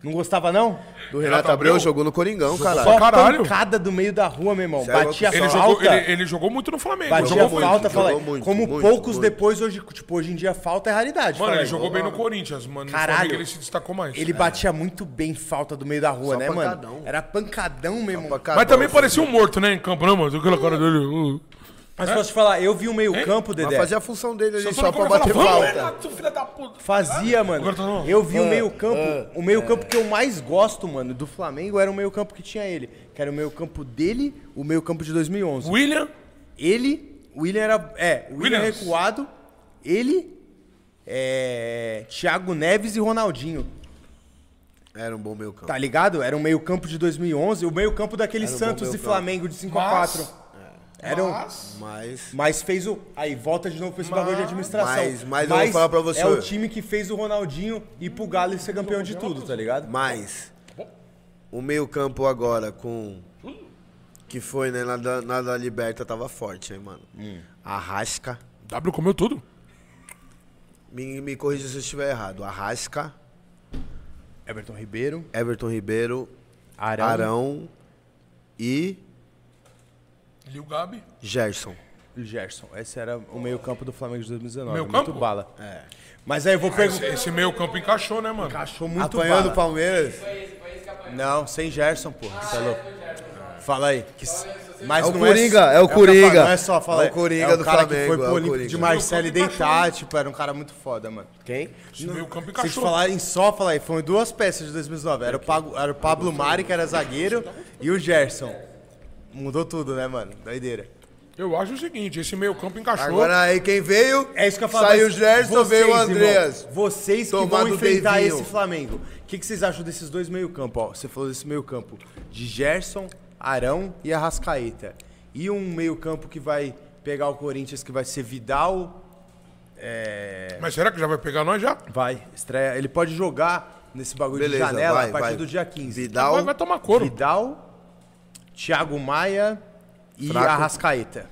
Speaker 1: Não gostava, não?
Speaker 3: Do Renato Abreu, jogou no Coringão, caralho.
Speaker 1: Só
Speaker 2: Caralho.
Speaker 1: pancada do meio da rua, meu irmão.
Speaker 3: Cê é louco.
Speaker 1: Batia
Speaker 2: Ele jogou,
Speaker 1: falta.
Speaker 2: ele, ele jogou muito no Flamengo.
Speaker 1: Batia
Speaker 2: jogou muito.
Speaker 1: falta, fala aí.
Speaker 3: jogou muito,
Speaker 1: Como
Speaker 3: muito,
Speaker 1: poucos
Speaker 3: muito.
Speaker 1: depois, hoje, tipo, hoje em dia, falta é raridade.
Speaker 2: Mano,
Speaker 1: fala
Speaker 2: ele
Speaker 1: aí.
Speaker 2: jogou bem no Corinthians, mano. No
Speaker 1: Caralho.
Speaker 2: Flamengo ele se destacou mais.
Speaker 1: Ele batia muito bem falta do meio da rua,
Speaker 3: É. Só
Speaker 1: né,
Speaker 3: pancadão.
Speaker 1: mano? Era pancadão, meu irmão.
Speaker 3: Pancadão,
Speaker 2: Mas também parecia um morto, né, em campo, né, mano? Aquela cara dele. uh.
Speaker 1: Mas posso te falar, eu vi o meio-campo,
Speaker 3: Mas
Speaker 1: Dedé.
Speaker 3: fazia a função dele ali
Speaker 2: todo
Speaker 3: só pra
Speaker 2: mundo fala,
Speaker 3: bater
Speaker 2: "Vamos,
Speaker 3: falta.
Speaker 2: Renato, filha da puta.
Speaker 1: Fazia,
Speaker 2: Agora tá
Speaker 1: mano.
Speaker 2: no-
Speaker 1: Eu
Speaker 3: Ah,
Speaker 1: vi o meio-campo. o meio-campo que eu mais gosto, mano, do Flamengo era o meio-campo que tinha ele. Que era o meio-campo dele, o meio-campo de 2011.
Speaker 2: William.
Speaker 1: Ele, o William era. É, o William
Speaker 2: Williams.
Speaker 1: recuado. Ele, é, Thiago Neves e Ronaldinho.
Speaker 3: Era um bom meio campo.
Speaker 1: Tá ligado? Era um meio-campo de 2011. O meio-campo daquele
Speaker 3: um bom
Speaker 1: Santos e
Speaker 3: meio-campo.
Speaker 1: Flamengo de 5 a
Speaker 2: Mas-
Speaker 1: 4 Era um.
Speaker 3: Mas.
Speaker 1: Mas fez o. Aí volta de novo pra esse bagulho de administração.
Speaker 3: Mas- mas eu vou falar pra você.
Speaker 1: É o time que fez o Ronaldinho ir pro Galo e ser campeão de tudo, tá ligado?
Speaker 3: Mas. O meio campo agora com. Que foi, né? Na da, na da Liberta tava forte, hein, mano. Arrasca.
Speaker 2: W comeu tudo.
Speaker 3: Me, me corrija se eu estiver errado. Arrasca,
Speaker 1: Everton Ribeiro,
Speaker 3: Everton Ribeiro,
Speaker 1: Arão.
Speaker 3: Arão e
Speaker 2: Ele e o Gabi.
Speaker 3: Gerson.
Speaker 1: e Gerson. Esse era o meio-campo do Flamengo de 2019.
Speaker 2: Meio
Speaker 1: muito
Speaker 2: campo?
Speaker 1: bala. É. Mas aí eu vou perguntar.
Speaker 2: Esse meio campo encaixou, né, mano?
Speaker 1: Achou muito
Speaker 3: Apanhando o
Speaker 1: bala.
Speaker 3: Palmeiras.
Speaker 1: Não, sem Gerson, porra. Você é louco. Fala aí. que s- Mas
Speaker 3: É o
Speaker 1: não
Speaker 3: Coringa,
Speaker 1: s-
Speaker 3: é o
Speaker 1: que eu
Speaker 3: Coringa.
Speaker 1: falo, Não é só, fala
Speaker 3: É o
Speaker 1: aí.
Speaker 3: Coringa
Speaker 1: é o
Speaker 3: do
Speaker 1: cara
Speaker 3: Flamengo,
Speaker 1: Que foi
Speaker 3: é
Speaker 1: pro
Speaker 3: o
Speaker 1: Olímpico
Speaker 3: Coringa.
Speaker 1: de Marcelo e deitar, tipo, era um cara muito foda, mano.
Speaker 3: Quem?
Speaker 2: Esse meio campo
Speaker 1: Se te
Speaker 2: encaixou.
Speaker 1: falar em só, falar aí, foram duas peças de 2009. Era o, Pago- era o Pablo Mari, que era zagueiro, e o Gerson. Mudou tudo, né, mano? Doideira.
Speaker 2: Eu acho o seguinte, esse meio campo encaixou.
Speaker 3: Agora aí quem veio?
Speaker 1: É isso que eu falo.
Speaker 3: Saiu o
Speaker 1: mas
Speaker 3: Gerson,
Speaker 1: vocês,
Speaker 3: veio o
Speaker 1: irmão,
Speaker 3: Andreas.
Speaker 1: vocês que
Speaker 3: Tomar
Speaker 1: vão
Speaker 3: do
Speaker 1: enfrentar
Speaker 3: Devinho.
Speaker 1: esse Flamengo. O que, que vocês acham desses dois meio-campo? ó? Você falou desse meio-campo de Gerson, Arão e Arrascaeta. E um meio-campo que vai pegar o Corinthians, que vai ser Vidal. É...
Speaker 2: Mas será que já vai pegar nós já?
Speaker 1: Vai, estreia. Ele pode jogar nesse bagulho de janela a partir do dia 15.
Speaker 3: Vidal,
Speaker 2: Vai, vai tomar couro.
Speaker 1: Vidal, Thiago Maia e
Speaker 3: Fraco.
Speaker 1: Arrascaeta.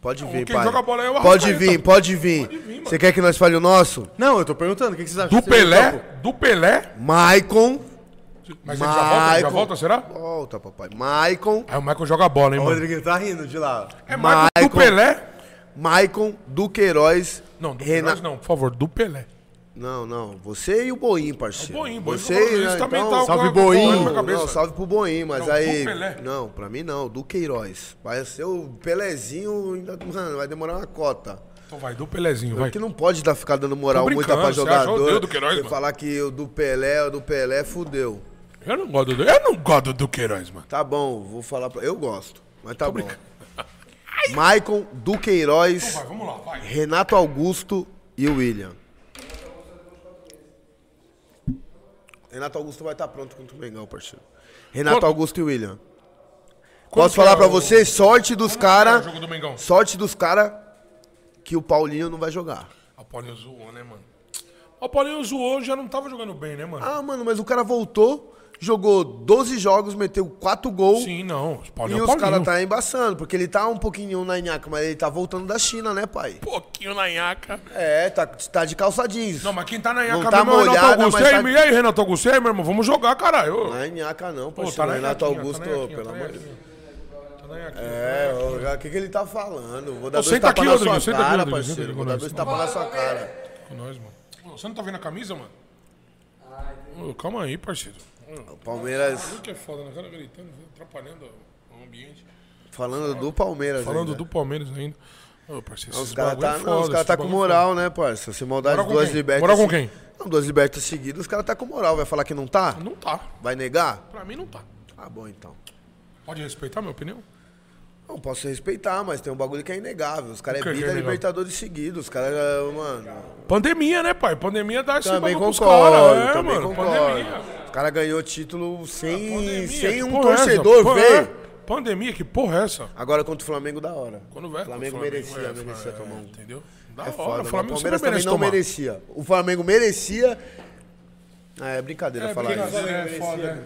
Speaker 3: pode
Speaker 2: Não,
Speaker 3: vir,
Speaker 2: quem
Speaker 3: pai.
Speaker 2: joga bola é o
Speaker 3: pode
Speaker 2: Arrascaeta.
Speaker 3: vir, pode vir. Você quer que nós fale o nosso?
Speaker 1: Não, eu tô perguntando, o que, que vocês acham
Speaker 2: Do
Speaker 1: desse meio
Speaker 2: Pelé,
Speaker 1: campo?
Speaker 2: do Pelé.
Speaker 3: Maicon.
Speaker 2: Mas ele já volta, ele já
Speaker 3: Maicon.
Speaker 2: volta, será?
Speaker 3: Volta, papai. Maicon.
Speaker 2: Aí o Michael joga a bola, hein,
Speaker 1: O
Speaker 2: mano?
Speaker 1: Rodrigo tá rindo de lá. ó.
Speaker 2: É Michael do
Speaker 3: Maicon.
Speaker 2: Pelé.
Speaker 3: Maicon, Duqueiroz.
Speaker 2: Não, do
Speaker 3: Renan-
Speaker 2: Queiroz não, por favor, do Pelé.
Speaker 3: Não, não. Você e o Boim, parceiro.
Speaker 2: Boim, Boim
Speaker 3: Você
Speaker 2: ficou falando
Speaker 3: né,
Speaker 2: isso, também
Speaker 3: então,
Speaker 2: tá
Speaker 3: salve
Speaker 2: com a- com a
Speaker 3: Boim.
Speaker 2: bola na cabeça.
Speaker 3: Não, salve pro Boim, mas
Speaker 2: Não,
Speaker 3: aí.
Speaker 2: pro Pelé.
Speaker 3: Não, pra mim não. Do Queiroz. Vai ser o Pelezinho. ainda- Mano, vai demorar uma cota.
Speaker 2: Então vai, do Pelézinho, vai.
Speaker 3: Porque não pode dar, ficar dando moral
Speaker 2: Tô
Speaker 3: muito
Speaker 2: brincando,
Speaker 3: pra
Speaker 2: você acha? Eu odeio
Speaker 3: jogador.
Speaker 2: o Duqueiroz,
Speaker 3: e
Speaker 2: mano.
Speaker 3: falar que o do Pelé, o do Pelé, fudeu.
Speaker 2: Eu não gosto do... Eu não gosto do Queiroz, mano.
Speaker 3: Tá bom, vou falar pra. Eu gosto, mas tá bom. Maicon, Duqueiroz,
Speaker 2: Vai, vamos lá, vai.
Speaker 3: Renato Augusto e William. Renato Augusto vai estar pronto contra o Mengão, parceiro. Renato
Speaker 2: Quando-
Speaker 3: Augusto e William.
Speaker 2: Quando
Speaker 3: Posso
Speaker 2: que é
Speaker 3: falar pra
Speaker 2: o-
Speaker 3: vocês? Sorte dos
Speaker 2: Quando que é
Speaker 3: caras.
Speaker 2: o jogo do Mengão?
Speaker 3: Sorte dos caras que o Paulinho não vai jogar.
Speaker 2: A Paulinho zoou, né, mano? O Paulinho zoou, já não tava jogando bem, né, mano?
Speaker 3: Ah, mano, mas o cara voltou, jogou 12 jogos, meteu 4 gols.
Speaker 2: Sim, não. O
Speaker 3: E
Speaker 2: Paulinho é o
Speaker 3: os
Speaker 2: Paulinho.
Speaker 3: caras tá embaçando, porque ele tá um pouquinho na nhaca, mas ele tá voltando da China, né, pai?
Speaker 2: pouquinho na nhaca.
Speaker 3: É, tá, tá de calça jeans.
Speaker 2: Não, mas quem tá na
Speaker 3: Não
Speaker 2: nhaca
Speaker 3: tá
Speaker 2: mesmo é o Renato
Speaker 3: molhada,
Speaker 2: Augusto. E
Speaker 3: mas
Speaker 2: aí,
Speaker 3: tá-
Speaker 2: e aí, Renato Augusto? E aí, meu irmão? Vamos jogar, caralho.
Speaker 3: Não é nhaca não,
Speaker 2: Pô, tá
Speaker 3: parceiro.
Speaker 2: na
Speaker 3: Renato
Speaker 2: nhaquinha,
Speaker 3: Augusto,
Speaker 2: na nhaquinha,
Speaker 3: pelo
Speaker 2: tá na
Speaker 3: amor de Deus.
Speaker 2: nhaquinha. Tá na nhaquinha.
Speaker 3: É, ô, o que, que ele tá falando? Vou dar
Speaker 2: Ô,
Speaker 3: dois
Speaker 2: senta
Speaker 3: tapas
Speaker 2: aqui,
Speaker 3: na sua
Speaker 2: Rodrigo, senta aqui,
Speaker 3: cara,
Speaker 2: Rodrigo, senta
Speaker 3: parceiro.
Speaker 2: aqui
Speaker 3: Vou
Speaker 2: com
Speaker 3: dar
Speaker 2: nós.
Speaker 3: dois tapas na sua cara.
Speaker 2: tá Com nós, mano. Ô, Você não tá vendo a camisa, mano? Ô, calma aí, parceiro.
Speaker 3: O Palmeiras,
Speaker 2: O que é foda, né? O cara gritando, atrapalhando o- o ambiente.
Speaker 3: falando do Palmeiras
Speaker 2: Falando
Speaker 3: ainda.
Speaker 2: do Palmeiras ainda. Ô, parceiro,
Speaker 3: é. Os
Speaker 2: esses
Speaker 3: caras
Speaker 2: bagulho é
Speaker 3: tá, não,
Speaker 2: foda,
Speaker 3: os cara
Speaker 2: esses
Speaker 3: tá com
Speaker 2: bagulho é
Speaker 3: moral, né, parça? Se maldade,
Speaker 2: Moral com
Speaker 3: duas
Speaker 2: quem?
Speaker 3: libertas.
Speaker 2: Moral com quem?
Speaker 3: Não, duas libertas seguidas, os caras tá com moral. Vai falar que não tá?
Speaker 2: foda. Não tá.
Speaker 3: Vai negar?
Speaker 2: Pra mim, não tá.
Speaker 3: Tá bom, então.
Speaker 2: Pode respeitar a minha opinião?
Speaker 3: Não, posso respeitar, mas tem um bagulho que é inegável. Os caras
Speaker 2: O
Speaker 3: é
Speaker 2: que que é
Speaker 3: vida
Speaker 2: inegável?
Speaker 3: Libertadores seguidos. Os caras, mano.
Speaker 2: Pandemia, né, pai? Pandemia dá esse
Speaker 3: Também
Speaker 2: bagulho pros
Speaker 3: concordo,
Speaker 2: caras, é,
Speaker 3: também
Speaker 2: mano.
Speaker 3: concordo.
Speaker 2: Pandemia. Tá,
Speaker 3: Os caras ganhou título sem,
Speaker 2: Pandemia, que
Speaker 3: sem um
Speaker 2: porra é essa?
Speaker 3: torcedor,
Speaker 2: Porra,
Speaker 3: velho.
Speaker 2: é? Pandemia, que porra é essa?
Speaker 3: Agora contra o Flamengo, da hora.
Speaker 2: Quando vai?
Speaker 3: Flamengo
Speaker 2: quando
Speaker 3: merecia,
Speaker 2: é,
Speaker 3: merecia tomar um.
Speaker 2: Entendeu? Da
Speaker 3: É
Speaker 2: hora,
Speaker 3: foda,
Speaker 2: o
Speaker 3: né?
Speaker 2: Flamengo
Speaker 3: o
Speaker 2: sempre
Speaker 3: Palmeiras
Speaker 2: merece
Speaker 3: também não
Speaker 2: tomar.
Speaker 3: merecia. O Flamengo merecia. Ah, é brincadeira falar isso.
Speaker 2: é foda, né?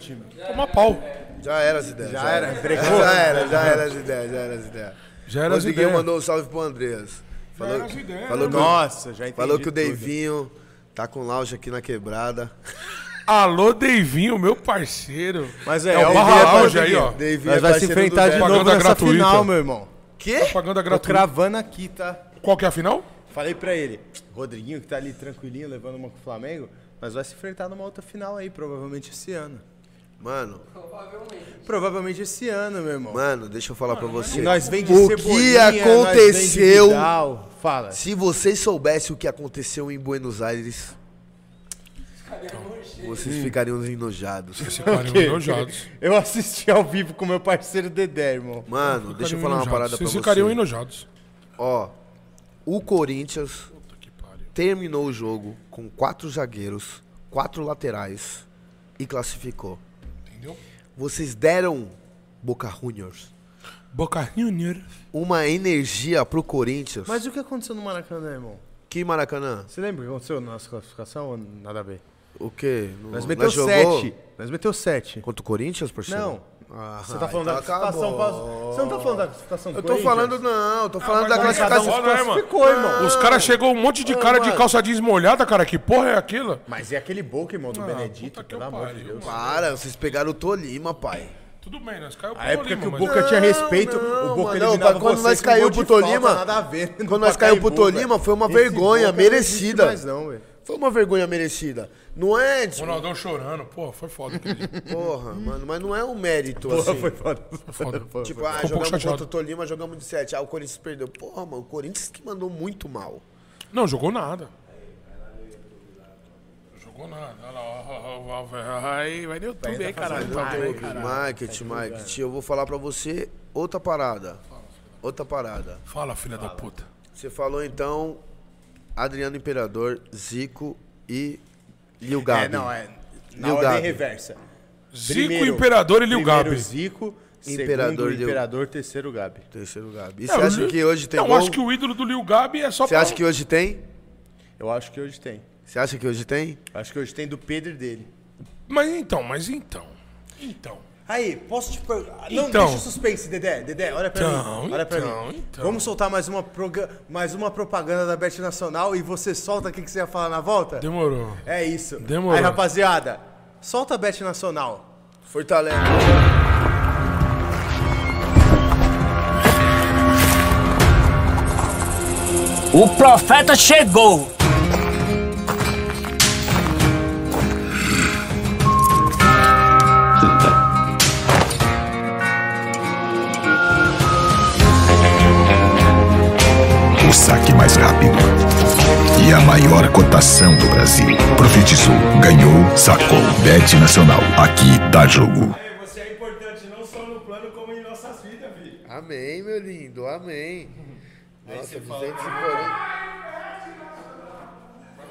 Speaker 2: Tomar pau.
Speaker 3: Já era as ideias. Já,
Speaker 1: era, entregou.
Speaker 3: Já era, já era as ideias, já era as ideias.
Speaker 2: Já era as
Speaker 3: Rodriguinho
Speaker 2: ideias.
Speaker 3: mandou um salve pro Andreas. Falou,
Speaker 2: era as ideias,
Speaker 3: falou,
Speaker 2: né,
Speaker 3: que, o-
Speaker 1: Nossa, já entendi.
Speaker 3: falou que o
Speaker 1: tudo.
Speaker 3: Deivinho tá com lounge aqui na quebrada.
Speaker 2: Alô, Deivinho, meu parceiro.
Speaker 1: Mas é,
Speaker 2: o
Speaker 1: o
Speaker 2: Barra
Speaker 1: Dave é
Speaker 2: Lounge aí,
Speaker 1: parceiro.
Speaker 2: ó.
Speaker 1: Dave é
Speaker 7: Nós vai se
Speaker 1: parceiro do
Speaker 7: enfrentar de
Speaker 1: Dave.
Speaker 2: Propaganda
Speaker 7: novo nessa
Speaker 2: gratuita.
Speaker 7: final, meu irmão.
Speaker 1: Quê?
Speaker 2: Propaganda
Speaker 1: Tô
Speaker 2: gratuita.
Speaker 1: cravando aqui, tá?
Speaker 2: Qual que é a final?
Speaker 1: Falei pra ele, Rodriguinho que tá ali tranquilinho, levando uma com o Flamengo, mas vai se enfrentar numa outra final aí, provavelmente esse ano.
Speaker 3: Mano,
Speaker 1: Provavelmente esse ano, meu irmão.
Speaker 3: mano, deixa eu falar pra
Speaker 2: é
Speaker 3: você.
Speaker 1: E nós vem de
Speaker 3: o que
Speaker 1: Cebolinha, nós vem de
Speaker 3: aconteceu?
Speaker 1: Vidal. Fala.
Speaker 3: Se vocês soubessem o que aconteceu em Buenos Aires, vocês
Speaker 2: Hum.
Speaker 3: ficariam enojados.
Speaker 2: Esse cara é um enojados.
Speaker 1: Eu assisti ao vivo com meu parceiro Dedé, irmão.
Speaker 3: Mano, deixa eu falar uma parada pra
Speaker 2: Vocês ficariam
Speaker 3: você.
Speaker 2: enojados.
Speaker 3: Ó, o Corinthians
Speaker 2: Puta que pariu.
Speaker 3: terminou o jogo com quatro zagueiros, quatro laterais e classificou.
Speaker 2: Entendeu?
Speaker 3: Vocês deram Boca Juniors
Speaker 2: Boca Junior.
Speaker 3: uma energia pro Corinthians.
Speaker 1: Mas o que aconteceu no Maracanã, irmão?
Speaker 3: Que Maracanã?
Speaker 1: Você lembra o que aconteceu na nossa classificação ou nada a ver?
Speaker 3: O quê? Não-
Speaker 1: Nós meteu
Speaker 3: jogou?
Speaker 1: sete. Nós meteu sete.
Speaker 3: Contra o Corinthians, parceiro?
Speaker 1: Não.
Speaker 3: Ah,
Speaker 1: Você tá falando da
Speaker 3: então
Speaker 1: classificação.
Speaker 3: acabou.
Speaker 1: pra- Você não tá falando da classificação do
Speaker 3: Eu tô
Speaker 1: Corinthians? Ah,
Speaker 3: falando, não, eu tô falando da
Speaker 2: mas vai cada um
Speaker 3: classificação.
Speaker 2: fala- né, mano?
Speaker 1: Ficou, irmão. Ah.
Speaker 2: Os caras chegou um monte de cara de
Speaker 3: mano.
Speaker 2: calça jeans molhada, cara. Que porra é aquilo?
Speaker 1: Mas é aquele boca, irmão, do
Speaker 3: Ah,
Speaker 1: Benedito,
Speaker 2: puta que
Speaker 1: pelo
Speaker 2: eu
Speaker 1: amor de
Speaker 2: pariu,
Speaker 1: Deus.
Speaker 2: mano.
Speaker 3: Para, vocês pegaram o Tolima, pai.
Speaker 2: Tudo bem, nós caiu
Speaker 1: A época É que o Boca
Speaker 2: Boca
Speaker 1: tinha respeito,
Speaker 3: não,
Speaker 1: o Boca
Speaker 3: mano,
Speaker 1: eliminava
Speaker 3: não, quando
Speaker 1: vocês
Speaker 3: nós
Speaker 1: com um
Speaker 3: caiu
Speaker 1: gol de
Speaker 3: pro
Speaker 1: falta,
Speaker 3: Tolima-
Speaker 1: nada a ver. né?
Speaker 3: quando
Speaker 1: no
Speaker 3: nós caiu pro
Speaker 1: Pacaembu,
Speaker 3: Tolima,
Speaker 1: velho.
Speaker 3: foi uma
Speaker 1: Esse
Speaker 3: vergonha
Speaker 1: Boca não existe
Speaker 3: merecida.
Speaker 1: mais não, velho.
Speaker 3: Foi uma vergonha merecida. Não é,
Speaker 2: O
Speaker 3: tipo,
Speaker 2: Ronaldão chorando. Porra, foi foda. aquele dia.
Speaker 3: porra, mano, mas não é um mérito, assim.
Speaker 1: Foi foda.
Speaker 2: foda.
Speaker 3: Tipo, ah,
Speaker 2: Ficou um pouco
Speaker 3: jogamos
Speaker 2: chateado.
Speaker 3: contra o Tolima, jogamos de 7. Ah, o Corinthians perdeu. Porra, mano, o Corinthians que mandou muito mal.
Speaker 2: Não, jogou nada. Jogou nada. Olha lá, ó, ó, ó, ó, Aí, vai no YouTube aí, caralho.
Speaker 3: Marketing,
Speaker 1: Tá
Speaker 3: marketing, marketing. Eu vou falar pra você outra parada. Outra parada.
Speaker 2: Fala, filha da puta.
Speaker 3: Você falou então Adriano Imperador, Zico e Lil Gabi.
Speaker 1: É, não, é. Na
Speaker 3: Lil
Speaker 1: ordem
Speaker 3: Gabi.
Speaker 1: reversa.
Speaker 2: Zico, Imperador e Lil
Speaker 1: primeiro
Speaker 2: Gabi.
Speaker 1: Zico,
Speaker 3: Imperador,
Speaker 1: segundo
Speaker 3: Lil-
Speaker 1: Imperador, terceiro Gabi.
Speaker 3: Terceiro Gabi. E
Speaker 2: Não,
Speaker 3: você acha
Speaker 2: Lil-
Speaker 3: que hoje tem
Speaker 2: Não,
Speaker 3: gol?
Speaker 2: É, Então, acho que o ídolo do Lil Gabi é só
Speaker 3: Você acha que hoje tem?
Speaker 1: Eu acho que hoje tem.
Speaker 3: Você acha que hoje tem?
Speaker 1: Acho que hoje tem do Pedro e dele.
Speaker 2: Mas então, mas então. Então.
Speaker 1: Aí, posso te perguntar? Não,
Speaker 2: Então.
Speaker 1: deixa o suspense, Dedé. Dedé, olha pra
Speaker 2: Então,
Speaker 1: mim. Olha pra
Speaker 2: então,
Speaker 1: mim.
Speaker 2: então.
Speaker 1: Vamos soltar mais uma, proga- mais uma propaganda da Bet Nacional e você solta o que, que você ia falar na volta?
Speaker 2: Demorou.
Speaker 1: É isso.
Speaker 2: Demorou.
Speaker 1: Aí, rapaziada, solta a Bet Nacional.
Speaker 3: Fortaleza.
Speaker 8: O profeta chegou.
Speaker 5: O saque mais rápido. E a maior cotação do Brasil. Profetizou, ganhou, sacou. Bet Nacional. Aqui dá jogo.
Speaker 6: Aí, você é importante não só no plano, como em nossas vidas, filho.
Speaker 3: Amém, meu lindo, amém. Nossa, 240.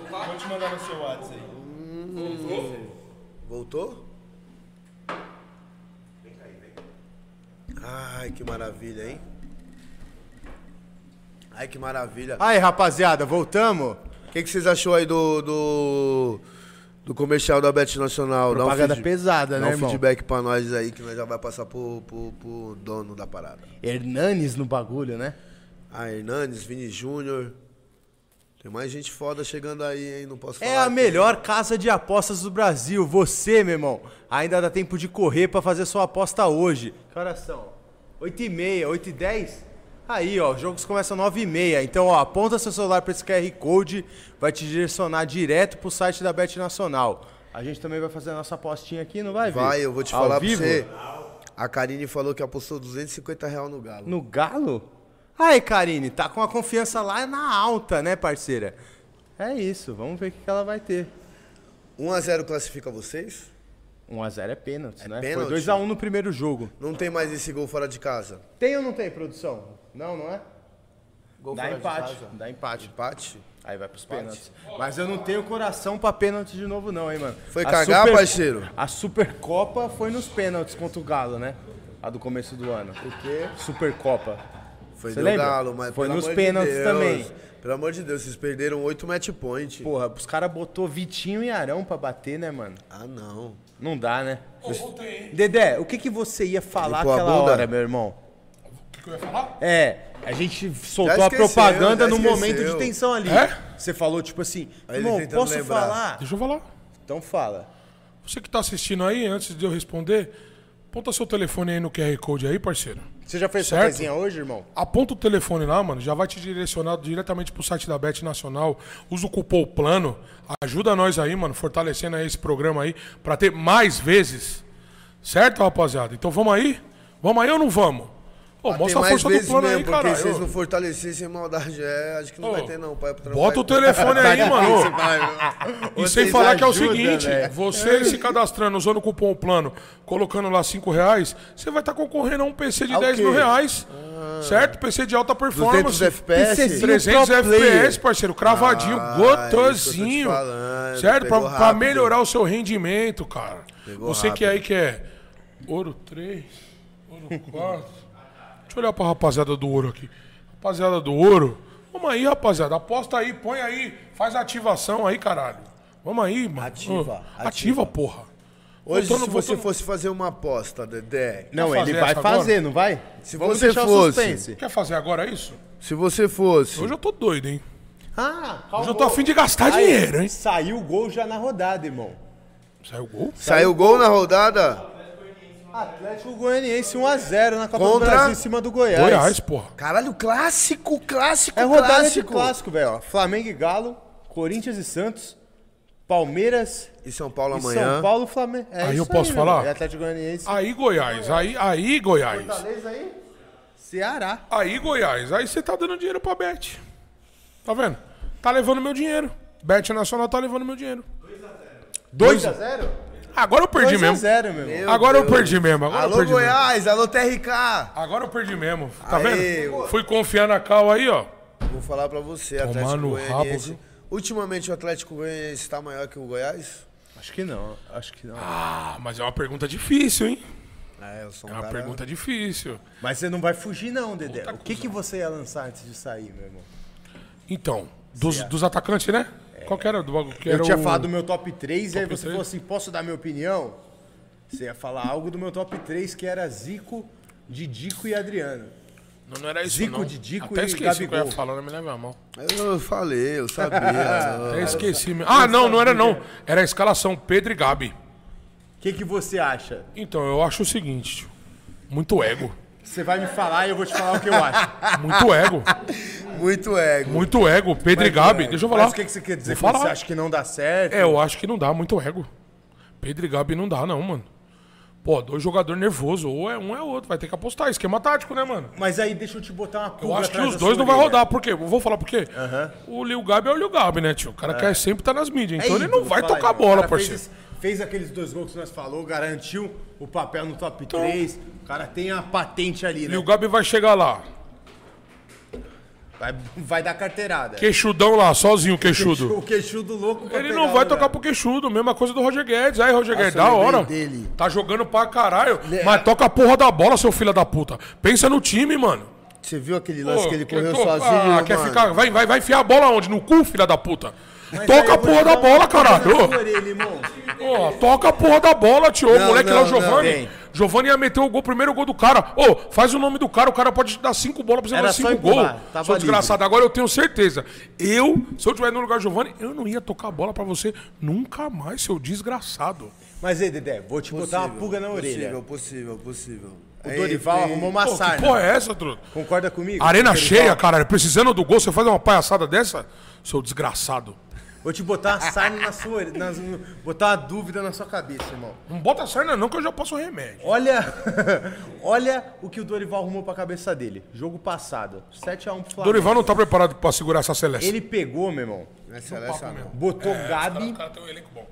Speaker 6: Vou te mandar no seu WhatsApp aí.
Speaker 3: Hum. Voltou? Ai, que maravilha, hein? Ai, que maravilha.
Speaker 1: Aí, rapaziada, voltamos?
Speaker 3: O que, que vocês achou aí do, do, do comercial da Bet Nacional? Dá um
Speaker 1: Propaganda
Speaker 3: feed-
Speaker 1: pesada,
Speaker 3: dá
Speaker 1: né,
Speaker 3: um
Speaker 1: irmão?
Speaker 3: feedback pra nós aí, que nós já vai passar pro, pro, pro dono da parada.
Speaker 1: Hernanes no bagulho, né?
Speaker 3: Ah, Hernandes, Vini Júnior. Tem mais gente foda chegando aí, hein? Não posso falar.
Speaker 1: É a
Speaker 3: aqui.
Speaker 1: melhor casa de apostas do Brasil. Você, meu irmão, ainda dá tempo de correr pra fazer sua aposta hoje. Que horas são? 8h30, 8h10? Aí, ó, os jogos começam 9h30. Então, ó, aponta seu celular pra esse QR Code, vai te direcionar direto pro site da Bet Nacional. A gente também vai fazer a nossa apostinha aqui, não vai, Vi?
Speaker 3: Vai, eu vou te
Speaker 1: Ao
Speaker 3: falar
Speaker 1: vivo?
Speaker 3: pra você. A Karine falou que apostou 250 real no Galo.
Speaker 1: No Galo? Aí, Karine, tá com a confiança lá na alta, né, parceira? É isso, vamos ver o que que ela vai ter.
Speaker 3: 1x0 classifica vocês?
Speaker 1: 1x0 é pênalti, né?
Speaker 3: pênalti?
Speaker 1: Foi 2x1 no primeiro jogo.
Speaker 3: Não tem mais esse gol fora de casa.
Speaker 1: Tem ou não tem, produção? Não, não é?
Speaker 3: Gol
Speaker 1: Dá
Speaker 3: fora
Speaker 1: empate.
Speaker 3: de casa.
Speaker 1: Dá empate.
Speaker 3: Empate?
Speaker 1: Aí vai pros pênaltis. Mas eu não tenho coração pra pênalti de novo, não, hein, mano.
Speaker 3: Foi cagar, parceiro?
Speaker 1: A Supercopa foi nos pênaltis contra o Galo, né? A do começo do ano. O quê? Supercopa.
Speaker 3: Foi
Speaker 1: Você
Speaker 3: do
Speaker 1: lembra?
Speaker 3: Galo, mas
Speaker 1: Foi
Speaker 3: pelo
Speaker 1: nos
Speaker 3: amor
Speaker 1: pênaltis
Speaker 3: de Deus,
Speaker 1: também.
Speaker 3: Pelo amor de Deus, vocês perderam 8 match point.
Speaker 1: Porra, os caras botou Vitinho e Arão pra bater, né, mano?
Speaker 3: Ah, não.
Speaker 1: Não dá, né? Dedé, o que, que você ia falar
Speaker 3: Limpou a
Speaker 1: aquela
Speaker 3: bunda?
Speaker 1: hora, meu irmão?
Speaker 2: O que, que eu ia falar?
Speaker 1: É, a gente soltou
Speaker 3: Já
Speaker 1: a
Speaker 3: esqueceu,
Speaker 1: propaganda
Speaker 3: já
Speaker 1: no
Speaker 3: esqueceu.
Speaker 1: momento de tensão ali.
Speaker 2: É?
Speaker 1: Você falou, tipo assim,
Speaker 3: ele
Speaker 1: irmão,
Speaker 3: tentando
Speaker 1: posso
Speaker 3: lembrar.
Speaker 1: falar?
Speaker 2: Deixa eu falar.
Speaker 1: Então fala.
Speaker 2: Você que tá assistindo aí, antes de eu responder, aponta seu telefone aí no QR Code aí, parceiro.
Speaker 1: Você já fez sua
Speaker 2: Certo.
Speaker 1: pezinha hoje, irmão?
Speaker 2: Aponta o telefone lá, mano, já vai te direcionar diretamente pro site da Bet Nacional. Usa o cupom PLANO. Ajuda nós aí, mano, fortalecendo aí esse programa aí pra ter mais vezes. Certo, rapaziada? Então vamos aí? Vamos aí ou não vamos? Ô,
Speaker 3: Tem
Speaker 2: mostra a
Speaker 3: mais
Speaker 2: força do
Speaker 3: vezes
Speaker 2: plano
Speaker 3: mesmo,
Speaker 2: aí,
Speaker 3: porque
Speaker 2: cara.
Speaker 3: se vocês não fortalecessem maldade, é, acho que não
Speaker 2: Ô,
Speaker 3: vai ter não, pai. pra trabalhar.
Speaker 2: Bota o telefone
Speaker 3: Tá
Speaker 2: aí, mano. Ah, E sem
Speaker 1: Vocês
Speaker 2: falar que é o
Speaker 1: ajudam, né?"
Speaker 2: seguinte,
Speaker 3: né?
Speaker 1: velho.
Speaker 2: você se cadastrando, usando o cupom plano, colocando lá 5 reais, você vai estar concorrendo a um PC de 10 mil
Speaker 1: quê?
Speaker 2: reais.
Speaker 3: Ah.
Speaker 2: Certo? PC de alta
Speaker 3: 200
Speaker 2: performance.
Speaker 3: FPS?
Speaker 1: PCzinho.
Speaker 2: 300
Speaker 1: Pro player.
Speaker 2: FPS, parceiro, cravadinho,
Speaker 3: Ah, isso que
Speaker 2: gotosinho.
Speaker 3: eu tô te falando,
Speaker 2: certo? Pra,
Speaker 3: pegou
Speaker 2: pra
Speaker 3: rápido.
Speaker 2: melhorar o seu rendimento, cara.
Speaker 3: Pegou
Speaker 2: você que
Speaker 3: rápido.
Speaker 2: aí quer ouro 3, ouro 4. Deixa eu olhar pra rapaziada do ouro aqui. Rapaziada do ouro, vamos aí, rapaziada. Aposta aí, põe aí, faz a ativação aí, caralho. Vamos aí, mano.
Speaker 3: Ativa,
Speaker 2: Ô,
Speaker 3: ativa.
Speaker 2: ativa, porra.
Speaker 3: Hoje,
Speaker 2: Voltando-
Speaker 3: se você
Speaker 2: voltando-
Speaker 3: fosse fazer uma aposta, Dedé,
Speaker 1: Não,
Speaker 2: fazer
Speaker 1: ele vai
Speaker 2: essa agora?
Speaker 1: fazer, não vai?
Speaker 3: Se
Speaker 1: Vamos
Speaker 3: você
Speaker 1: deixar o
Speaker 3: fosse-
Speaker 1: suspense.
Speaker 2: Quer fazer agora isso?
Speaker 3: se você fosse...
Speaker 2: Hoje eu tô doido, hein?
Speaker 1: Ah, calma.
Speaker 2: Hoje eu tô afim de gastar
Speaker 1: Aí,
Speaker 2: dinheiro, hein?
Speaker 1: Saiu o gol já na rodada, irmão.
Speaker 2: Saiu o gol?
Speaker 3: Saiu gol na rodada?
Speaker 1: Atlético Goianiense 1x0 na Copa
Speaker 3: Contra
Speaker 1: do Brasil em cima do Goiás.
Speaker 2: Goiás, porra.
Speaker 3: Caralho, clássico, clássico,
Speaker 1: É rodada
Speaker 3: clássico.
Speaker 1: de clássico, velho. ó. Flamengo e Galo, Corinthians e Santos, Palmeiras
Speaker 3: E São Paulo
Speaker 1: e
Speaker 3: amanhã. Ah,
Speaker 1: São Paulo e Flamengo. É
Speaker 2: Aí
Speaker 1: isso
Speaker 2: eu posso
Speaker 1: meu
Speaker 2: falar?
Speaker 1: irmão. É Atlético Goianiense.
Speaker 2: Aí, Goiás. Aí, aí, Goiás.
Speaker 1: Fortaleza aí? Ceará.
Speaker 2: Aí, Goiás. Aí você tá dando dinheiro pra Bet. Tá vendo? Tá levando meu dinheiro. Bet Nacional tá levando meu dinheiro. 2x0.
Speaker 1: 2x0?
Speaker 2: Agora eu
Speaker 3: é
Speaker 2: perdi mesmo.
Speaker 1: 2x0, meu irmão.
Speaker 2: Agora eu perdi mesmo. Agora eu
Speaker 3: Alô,
Speaker 2: perdi mesmo.
Speaker 3: Goiás, alô, TRK.
Speaker 2: Agora eu perdi mesmo. Tá
Speaker 3: Aê,
Speaker 2: vendo?
Speaker 3: ô.
Speaker 2: Fui confiar na Cal aí, ó.
Speaker 3: Vou falar pra você,
Speaker 2: Tomar
Speaker 3: Atlético
Speaker 2: no rabo,
Speaker 3: Goianiense.
Speaker 2: viu?
Speaker 3: Ultimamente o Atlético Goianiense tá maior que o Goiás?
Speaker 1: Acho que não, acho que não.
Speaker 2: Ah, mas é uma pergunta difícil, hein?
Speaker 3: É, eu sou um
Speaker 2: É uma
Speaker 3: cara-
Speaker 2: pergunta difícil.
Speaker 1: Ah, Mas você não vai fugir não, Dedé. O que, que você ia lançar antes de sair, meu irmão?
Speaker 2: Então, dos, dos atacantes, né? Qual que era do bagulho que
Speaker 1: é. Eu
Speaker 2: era
Speaker 1: tinha
Speaker 2: o-
Speaker 1: falado do meu top 3, e aí você
Speaker 2: um três?
Speaker 1: falou assim, posso dar minha opinião? Você ia falar algo do meu top 3, que era Zico, Didico e Adriano.
Speaker 2: Não, não era isso,
Speaker 1: Zico,
Speaker 2: não.
Speaker 1: Didico
Speaker 2: Até
Speaker 1: e
Speaker 2: esqueci o que eu ia
Speaker 1: Gabigol.
Speaker 2: falar, não me leva a mão.
Speaker 3: Eu falei, eu sabia.
Speaker 2: Até esqueci mesmo. Ah, não, não era não. Era a escalação Pedro e Gabi.
Speaker 1: O que, que você acha?
Speaker 2: Então, eu acho o seguinte, tio. muito ego.
Speaker 1: Você vai me falar e eu vou te falar o que eu acho.
Speaker 2: Muito ego.
Speaker 3: Muito ego.
Speaker 2: Muito ego. Pedro e Gabi. Deixa eu falar.
Speaker 1: É, Mas o que, que você quer dizer?
Speaker 2: Vou
Speaker 1: Quando
Speaker 2: falar.
Speaker 1: Você acha que não dá certo?
Speaker 2: É, eu acho que não dá, muito ego. Pedro e Gabi não dá, não, mano. Pô, dois jogadores nervosos, ou é um é outro, vai ter que apostar. Esquema tático, né, mano?
Speaker 1: Mas aí deixa eu te botar uma pulga
Speaker 2: Eu acho que
Speaker 1: atrás
Speaker 2: os
Speaker 1: da
Speaker 2: dois
Speaker 1: sua
Speaker 2: não vai
Speaker 1: orelha.
Speaker 2: rodar, por quê? Eu Vou falar por quê? O Lil Gabi é o Lil Gabi, né, tio? O cara quer sempre estar nas mídias,
Speaker 1: É
Speaker 2: então ele não
Speaker 1: ídolo,
Speaker 2: vai
Speaker 1: fala
Speaker 2: tocar
Speaker 1: aí,
Speaker 2: a
Speaker 1: mano. O
Speaker 2: bola,
Speaker 1: cara fez
Speaker 2: parceiro.
Speaker 1: esse- Fez aqueles dois gols que nós falou, garantiu o papel no top
Speaker 2: Então,
Speaker 1: 3. O cara tem a patente ali, né?
Speaker 2: Lil Gabi vai chegar lá,
Speaker 1: Vai, vai dar carteirada.
Speaker 2: queixudão lá, sozinho, queixudo.
Speaker 1: O queixudo louco pra pegar
Speaker 2: Ele
Speaker 1: né?
Speaker 2: não
Speaker 1: o
Speaker 2: vai
Speaker 1: lugar.
Speaker 2: tocar pro queixudo, mesma coisa do Roger Guedes. Aí, Roger Guedes,
Speaker 3: eu
Speaker 2: da
Speaker 3: lembrei
Speaker 2: hora.
Speaker 3: dele.
Speaker 2: Tá jogando pra caralho, mas toca a porra da bola, seu filho da puta. Pensa no time, mano.
Speaker 3: Você viu aquele lance
Speaker 2: Pô,
Speaker 3: que ele
Speaker 2: quer
Speaker 3: correu
Speaker 2: to-
Speaker 3: sozinho? né,
Speaker 2: Ah,
Speaker 3: mano?
Speaker 2: quer ficar. Vai, vai, vai enfiar a bola onde? No cu, filha da puta.
Speaker 1: Mas aí
Speaker 2: toca
Speaker 1: eu
Speaker 2: a
Speaker 1: vou
Speaker 2: porra
Speaker 1: te
Speaker 2: da
Speaker 1: dar uma
Speaker 2: bola,
Speaker 1: pulga na
Speaker 2: caralho.
Speaker 1: sua orelha, irmão.
Speaker 2: Ó, toca a porra da bola, tio. o
Speaker 3: Não,
Speaker 2: moleque lá, o
Speaker 3: não, não,
Speaker 2: Giovanni.
Speaker 3: vem.
Speaker 2: Giovanni ia meter o gol, primeiro gol do cara. Ô, faz o nome do cara, o cara pode te dar cinco bolas pra você
Speaker 1: Era
Speaker 2: fazer
Speaker 1: só
Speaker 2: cinco gols.
Speaker 1: empurrar,
Speaker 3: tá
Speaker 1: tava
Speaker 2: Seu
Speaker 1: livre.
Speaker 2: desgraçado, agora eu tenho certeza. Eu, se eu tiver no lugar do Giovanni, eu não ia tocar a bola pra você nunca mais, seu desgraçado.
Speaker 1: Mas aí, Dedé, vou te botar uma pulga na orelha.
Speaker 3: Possível, possível, possível.
Speaker 1: O Dorival arrumou uma
Speaker 2: Pô, que
Speaker 1: sarna.
Speaker 3: né?
Speaker 2: porra é essa, truta?
Speaker 1: Concorda comigo?
Speaker 2: Arena
Speaker 1: Dorival?
Speaker 2: cheia, caralho. Precisando do gol, você faz uma palhaçada dessa? Seu desgraçado.
Speaker 1: Vou te botar uma sarna na sua orelha. nas- no- botar uma dúvida na sua cabeça, irmão.
Speaker 2: Não bota sarna não, que eu já passo remédio.
Speaker 1: Olha, olha o que o Dorival arrumou pra cabeça dele. Jogo passado. 7x1 pro Flamengo.
Speaker 2: Dorival não tá preparado pra segurar essa seleção.
Speaker 1: Ele pegou, meu irmão.
Speaker 3: Essa, essa, não.
Speaker 1: Botou Gabi,
Speaker 2: cara tem um elenco bom.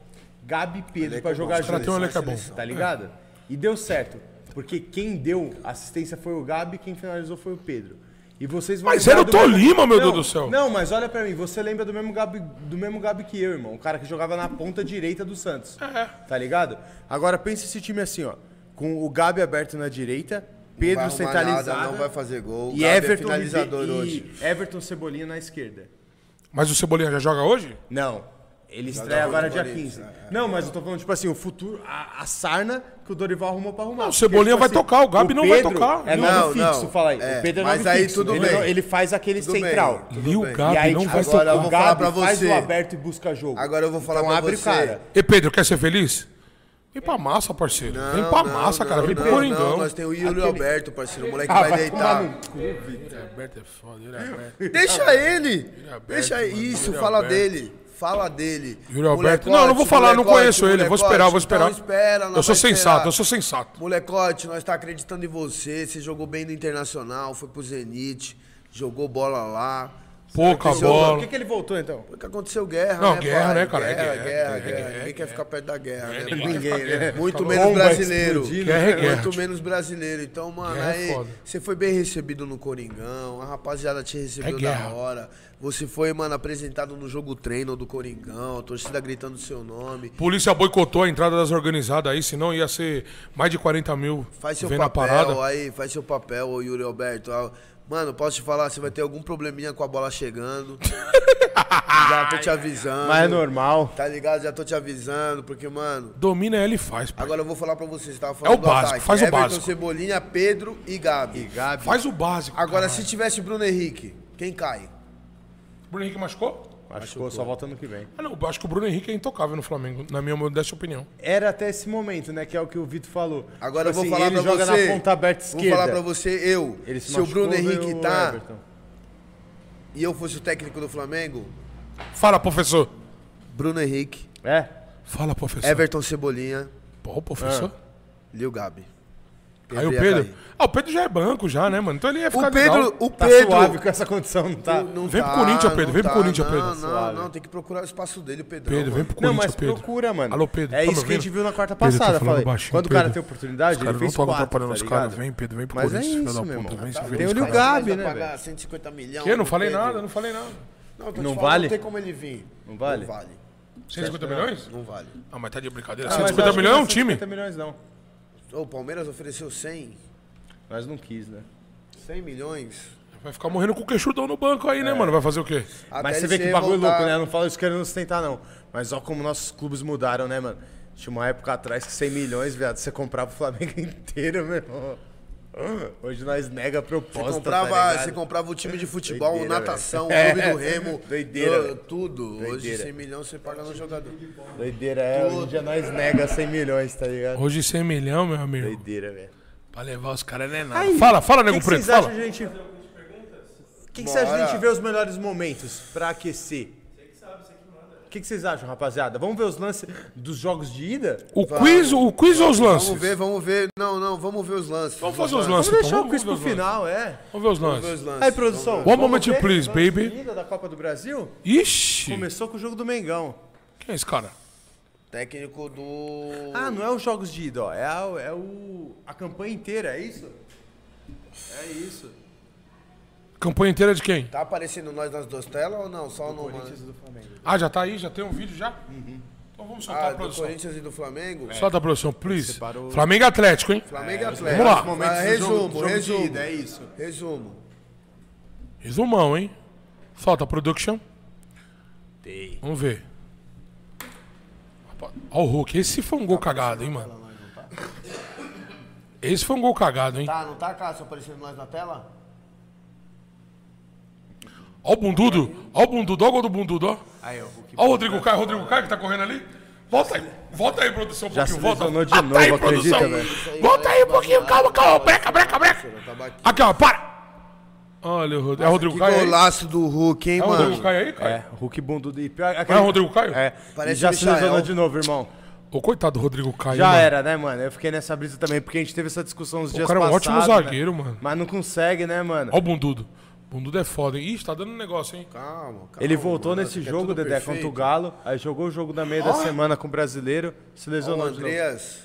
Speaker 1: Gabi e Pedro pra jogar
Speaker 2: cara tem um
Speaker 1: junto.
Speaker 2: elenco é bom.
Speaker 1: Tá ligado? E deu certo. Porque quem deu assistência foi o Gabi, quem finalizou foi o Pedro. E vocês vão
Speaker 2: Mas
Speaker 1: lembrar
Speaker 2: era o
Speaker 1: do mesmo-
Speaker 2: Tolima, meu
Speaker 1: Não,
Speaker 2: Deus do céu.
Speaker 1: Não, mas olha pra mim, você lembra do mesmo Gabi, do mesmo Gabi que eu, irmão. O cara que jogava na ponta direita do Santos.
Speaker 2: É.
Speaker 1: Tá ligado? Agora pensa esse time assim, ó. Com o Gabi aberto na direita,
Speaker 3: vai
Speaker 1: Pedro
Speaker 3: arrumar
Speaker 1: centralizado.
Speaker 3: nada, não vai fazer gol. O
Speaker 1: E
Speaker 3: Gabi é
Speaker 1: Everton Ribe-
Speaker 3: finalizador
Speaker 1: e
Speaker 3: hoje.
Speaker 1: Everton Cebolinha na esquerda.
Speaker 2: Mas o Cebolinha já joga hoje?
Speaker 1: Não. Ele estreia agora dia 15.
Speaker 3: é.
Speaker 1: Não, mas eu tô falando, tipo assim, o futuro, a, a sarna que o Dorival arrumou pra arrumar.
Speaker 2: Não, o Cebolinha
Speaker 1: Porque, tipo assim,
Speaker 2: vai tocar, o Gabi não vai tocar.
Speaker 1: É
Speaker 2: Não,
Speaker 1: nome
Speaker 3: não.
Speaker 1: fixo, fala aí.
Speaker 3: É,
Speaker 1: o Pedro é nome
Speaker 3: mas aí
Speaker 1: fixo.
Speaker 3: tudo
Speaker 1: ele,
Speaker 3: bem.
Speaker 1: não- ele faz aquele
Speaker 3: Tudo bem,
Speaker 1: central.
Speaker 3: tudo
Speaker 2: Lil
Speaker 3: bem.
Speaker 2: Gabi
Speaker 1: E aí,
Speaker 2: não
Speaker 1: tipo,
Speaker 2: vai
Speaker 1: agora
Speaker 2: tocar.
Speaker 1: eu
Speaker 3: vou
Speaker 1: o
Speaker 3: falar pra
Speaker 1: Gabi faz
Speaker 3: você.
Speaker 1: o aberto e busca jogo.
Speaker 3: Agora eu vou falar
Speaker 1: então
Speaker 3: pra
Speaker 1: abre
Speaker 3: você.
Speaker 1: o cara.
Speaker 2: E Pedro, quer ser feliz? Vem pra massa, parceiro. Vem pra massa, cara. Vem
Speaker 3: não,
Speaker 2: pro
Speaker 3: não,
Speaker 2: Coringão.
Speaker 3: nós tem o Yuri Alberto, parceiro. O moleque
Speaker 2: Ah,
Speaker 3: vai
Speaker 2: vai
Speaker 3: deitar.
Speaker 2: Alberto é foda, ele é Alberto.
Speaker 3: Deixa ele.
Speaker 2: Alberto,
Speaker 3: Deixa
Speaker 2: mano,
Speaker 3: isso,
Speaker 2: Yuri
Speaker 3: fala
Speaker 2: Alberto.
Speaker 3: dele. Fala dele.
Speaker 2: Yuri Alberto. Não, eu não vou falar, não
Speaker 3: molecote,
Speaker 2: conheço ele. Vou
Speaker 3: molecote.
Speaker 2: esperar, vou esperar.
Speaker 3: Então espera, nós
Speaker 2: Eu sou
Speaker 3: vai esperar.
Speaker 2: sensato, eu sou sensato.
Speaker 3: Molecote, nós tá acreditando em você. Você jogou bem no Internacional, foi pro Zenit, jogou bola lá.
Speaker 2: Pouca
Speaker 3: Aconteceu-
Speaker 1: Por
Speaker 2: bola.
Speaker 1: que, que ele voltou, então?
Speaker 3: Porque aconteceu guerra,
Speaker 2: Não,
Speaker 3: né,
Speaker 2: guerra,
Speaker 3: pai?
Speaker 2: né, cara? É
Speaker 3: Guerra,
Speaker 2: guerra,
Speaker 3: guerra,
Speaker 2: guerra,
Speaker 3: guerra.
Speaker 2: guerra,
Speaker 3: Ninguém quer ficar perto da guerra, né?
Speaker 2: Ninguém quer
Speaker 3: mano?
Speaker 2: ficar perto.
Speaker 3: Muito
Speaker 2: Falou,
Speaker 3: menos
Speaker 2: bomba
Speaker 3: brasileiro.
Speaker 1: explodindo.
Speaker 2: Guerra é guerra.
Speaker 3: Muito menos brasileiro. Então, mano,
Speaker 2: Guerra é
Speaker 3: aí
Speaker 2: foda.
Speaker 3: você foi bem recebido no Coringão, a rapaziada te recebeu
Speaker 2: É
Speaker 3: da
Speaker 2: guerra.
Speaker 3: hora. Você foi, mano, apresentado no jogo treino do Coringão, a torcida gritando seu nome.
Speaker 2: Polícia boicotou a entrada das organizadas aí, senão ia ser mais de 40 mil
Speaker 3: Faz seu
Speaker 2: vendo a
Speaker 3: papel
Speaker 2: parada.
Speaker 3: aí, faz seu papel, ô Yuri Alberto. Ah, Mano, posso te falar, você vai ter algum probleminha com a bola chegando. Já tô te avisando.
Speaker 1: Mas é normal.
Speaker 3: Tá ligado? Já tô te avisando, porque, mano,
Speaker 2: Domina ela e faz, pai.
Speaker 3: Agora eu vou falar pra vocês, você tava falando
Speaker 2: É o básico, faz o
Speaker 3: Everton,
Speaker 2: básico.
Speaker 3: Cebolinha, Pedro e Gabi.
Speaker 1: Gabi.
Speaker 2: Faz o básico.
Speaker 3: Agora,
Speaker 2: caralho.
Speaker 3: se tivesse Bruno Henrique, quem cai?
Speaker 2: Bruno Henrique machucou?
Speaker 1: Machucou, só volta ano que vem.
Speaker 2: Ah, não, eu acho que o Bruno Henrique é intocável no Flamengo, na minha modesta opinião.
Speaker 1: Era até esse momento, né? Que é o que o Vitor falou. Tipo
Speaker 3: Agora eu vou
Speaker 1: assim,
Speaker 3: falar pra
Speaker 1: ele joga
Speaker 3: você.
Speaker 1: na ponta aberta esquerda.
Speaker 3: Vou falar pra você, eu.
Speaker 1: Ele
Speaker 3: se o
Speaker 1: machucou,
Speaker 3: Bruno
Speaker 1: veio
Speaker 3: Henrique
Speaker 1: o
Speaker 3: tá
Speaker 1: Everton.
Speaker 3: e eu fosse o técnico do Flamengo,
Speaker 2: Fala, professor.
Speaker 3: Bruno Henrique,
Speaker 1: É? Ah,
Speaker 2: Fala, professor.
Speaker 3: Everton Cebolinha
Speaker 2: Pô, professor.
Speaker 3: e o Gabi.
Speaker 2: Aí o
Speaker 3: ia
Speaker 2: Pedro.
Speaker 3: cair.
Speaker 2: Ah, o Pedro já é banco, já, né, mano? Então ele ia ficar
Speaker 3: O Pedro,
Speaker 2: legal.
Speaker 3: o
Speaker 1: Tá
Speaker 3: Pedro.
Speaker 1: suave com essa condição, não tá?
Speaker 3: não- não
Speaker 2: Vem pro
Speaker 3: tá,
Speaker 2: Corinthians, Pedro,
Speaker 3: não
Speaker 2: vem pro
Speaker 3: tá,
Speaker 2: Corinthians,
Speaker 3: não,
Speaker 2: Pedro.
Speaker 3: Não, não, tem que procurar o espaço dele, o Pedrão.
Speaker 2: Pedro, vem
Speaker 3: mano.
Speaker 2: pro
Speaker 1: Não,
Speaker 2: Corinthians,
Speaker 1: mas
Speaker 2: Pedro.
Speaker 1: procura, mano.
Speaker 2: Alô, Pedro.
Speaker 1: É isso
Speaker 2: tá me
Speaker 1: que a
Speaker 2: ouvindo?
Speaker 1: gente viu na quarta
Speaker 2: Pedro, tá
Speaker 1: passada,
Speaker 2: falando
Speaker 1: falei.
Speaker 2: baixinho,
Speaker 1: Quando o cara
Speaker 2: Pedro.
Speaker 1: tem oportunidade,
Speaker 2: Os caras
Speaker 1: ele fez
Speaker 2: não tocam
Speaker 1: quatro,
Speaker 2: atrapalhando
Speaker 1: tá
Speaker 2: os caras.
Speaker 1: ligado?
Speaker 2: Vem, Pedro, vem pro
Speaker 1: Mas é
Speaker 2: Corinthians, filho
Speaker 1: isso,
Speaker 2: da
Speaker 1: meu
Speaker 2: puta.
Speaker 1: irmão. Tá
Speaker 2: Vem se
Speaker 1: Tem
Speaker 2: ver.
Speaker 1: o
Speaker 2: os
Speaker 1: Lil
Speaker 2: caras.
Speaker 1: Gabi, né,
Speaker 3: Vai pagar
Speaker 1: velho?
Speaker 3: 150 milhões.
Speaker 2: Eu não
Speaker 3: pro
Speaker 2: falei
Speaker 3: Pedro.
Speaker 2: nada, né? não falei nada.
Speaker 3: Não, eu tô te
Speaker 1: Não
Speaker 3: falando,
Speaker 1: vale?
Speaker 3: Não tem como ele vir.
Speaker 1: Não vale?
Speaker 3: Não vale.
Speaker 2: 150 milhões?
Speaker 3: Não vale.
Speaker 2: Ah, mas tá de brincadeira.
Speaker 1: Ah, mas
Speaker 2: 150
Speaker 1: acho que
Speaker 2: milhões é
Speaker 1: não
Speaker 2: um time.
Speaker 1: 150 milhões não.
Speaker 3: Ô, O Palmeiras ofereceu 100,
Speaker 1: Mas não quis, né?
Speaker 3: 100 milhões.
Speaker 1: tá-
Speaker 2: Vai ficar morrendo com o queixudão no banco aí,
Speaker 1: É.
Speaker 2: né, mano? Vai fazer o quê?
Speaker 3: até
Speaker 1: Mas você
Speaker 3: ele
Speaker 1: vê
Speaker 3: se
Speaker 1: que bagulho
Speaker 3: revoltar.
Speaker 1: louco, né? Eu não falo isso querendo sustentar, não. Mas ó como nossos clubes mudaram, né, mano? Tinha uma época atrás que 100 milhões, viado, você comprava o Flamengo inteiro, meu irmão. Hoje nós nega a proposta,
Speaker 3: Você
Speaker 1: tá
Speaker 3: comprava,
Speaker 1: ligado?
Speaker 3: você comprava o time de futebol,
Speaker 1: Doideira,
Speaker 3: natação,
Speaker 1: velho.
Speaker 3: clube do Remo,
Speaker 1: Doideira,
Speaker 3: do-
Speaker 1: velho.
Speaker 3: tudo. Hoje
Speaker 1: Doideira.
Speaker 3: 100 milhões você paga no jogador.
Speaker 1: Doideira, é. Hoje em dia nós nega 100 milhões, tá ligado?
Speaker 2: Hoje 100 milhão, meu amigo.
Speaker 1: Doideira, velho.
Speaker 2: Pra levar os caras não é nada. Fala, fala,
Speaker 1: O
Speaker 2: nego
Speaker 1: que
Speaker 2: preto,
Speaker 1: vocês
Speaker 2: fala.
Speaker 1: acham de a gente... O que, que vocês acham de a gente ver os melhores momentos pra aquecer? O que, que vocês acham, rapaziada? Vamos ver os lances dos jogos de ida?
Speaker 2: O quiz, o quiz ou os lances?
Speaker 3: Vamos ver, vamos ver. Não, não, vamos ver os lances.
Speaker 2: Vamos fazer os lances.
Speaker 3: lances.
Speaker 1: Vamos deixar
Speaker 2: então,
Speaker 1: o quiz pro
Speaker 2: vamos ver os lances.
Speaker 1: final, é.
Speaker 2: Vamos ver os
Speaker 3: Vamos ver os
Speaker 2: lances.
Speaker 3: lances.
Speaker 1: Aí, produção.
Speaker 2: One
Speaker 1: vamos
Speaker 2: moment,
Speaker 1: ver
Speaker 2: please,
Speaker 1: os lances
Speaker 2: baby.
Speaker 1: de ida da Copa do Brasil?
Speaker 2: Ixi,
Speaker 1: Começou com o jogo do Mengão.
Speaker 2: quem é esse cara?
Speaker 3: Técnico do.
Speaker 1: Ah, não é os jogos de ida, ó. É, a, é o, a campanha inteira, é isso? É isso.
Speaker 2: Campanha inteira de quem?
Speaker 3: Tá aparecendo nós nas duas telas ou não? Só no.
Speaker 2: Ah, já tá aí? Já tem um vídeo já? Então vamos soltar
Speaker 3: Ah,
Speaker 2: a
Speaker 3: do
Speaker 2: produção. É,
Speaker 3: Corinthians e do Flamengo?
Speaker 2: Solta a produção, please.
Speaker 1: Separou-
Speaker 2: Flamengo e Atlético, hein?
Speaker 3: Flamengo e Atlético.
Speaker 2: é, Vamos lá.
Speaker 1: momentos
Speaker 3: Ah,
Speaker 1: do jogo-
Speaker 3: resumo,
Speaker 1: do jogo de
Speaker 3: resumo.
Speaker 1: ida, é isso.
Speaker 3: Resumo.
Speaker 2: Resumão, hein? Solta a production. Tem. Vamos ver. Rapaz, Ó o Hulk. Esse foi um gol cagado, hein, mano? Esse foi um gol cagado, hein?
Speaker 3: Tá, não tá, Cássio, aparecendo nós na tela?
Speaker 2: Ó o bundudo. Ó o bundudo. Ó o gol do bundudo, ó.
Speaker 1: Aí, ó. o que- né?
Speaker 2: Ó o Rodrigo Caio. Rodrigo Caio que tá correndo ali. Volta aí. Volta aí, produção, um
Speaker 1: Já
Speaker 2: pouquinho.
Speaker 1: se
Speaker 2: Volta.
Speaker 1: lesionou de
Speaker 2: Ah, tá
Speaker 1: novo,
Speaker 2: aí,
Speaker 1: acredita,
Speaker 2: produção.
Speaker 1: velho?
Speaker 2: Volta aí um pouquinho. Calma, calma. Breca, breca, breca.
Speaker 1: tá
Speaker 3: Tabaquinho.
Speaker 2: Aqui, ó. Para. Olha o Rodrigo. É o Rodrigo
Speaker 3: Que
Speaker 2: Caio aí?
Speaker 3: golaço do Hulk, hein,
Speaker 2: É o Rodrigo
Speaker 3: mano?
Speaker 2: Caio aí, cara?
Speaker 1: É, Hulk bundudo e pior.
Speaker 2: Não é o Rodrigo Caio?
Speaker 1: É.
Speaker 3: Parece
Speaker 1: Parece já
Speaker 3: o
Speaker 1: se
Speaker 3: Michael.
Speaker 2: é
Speaker 1: lesionou de novo, irmão.
Speaker 2: Ô, coitado do Rodrigo Caio.
Speaker 1: Já
Speaker 2: mano.
Speaker 1: era, né, mano? Eu fiquei nessa brisa também, porque a gente teve essa discussão uns dias
Speaker 2: cara é um
Speaker 1: passados.
Speaker 2: ótimo
Speaker 1: né?
Speaker 2: zagueiro, mano.
Speaker 1: Mas não consegue, né, mano?
Speaker 2: Ó o bundudo. Bundudo é foda, hein? Ih, tá dando negócio, hein?
Speaker 3: Calma, calma.
Speaker 1: Ele voltou
Speaker 3: mano,
Speaker 1: nesse
Speaker 3: aqui é
Speaker 1: jogo,
Speaker 3: tudo
Speaker 1: Dedé, contra o
Speaker 3: perfeito.
Speaker 1: Galo. Aí jogou o jogo da meia da semana com o brasileiro, se
Speaker 3: Ó, O
Speaker 1: lesionou de novo.
Speaker 3: Andreas.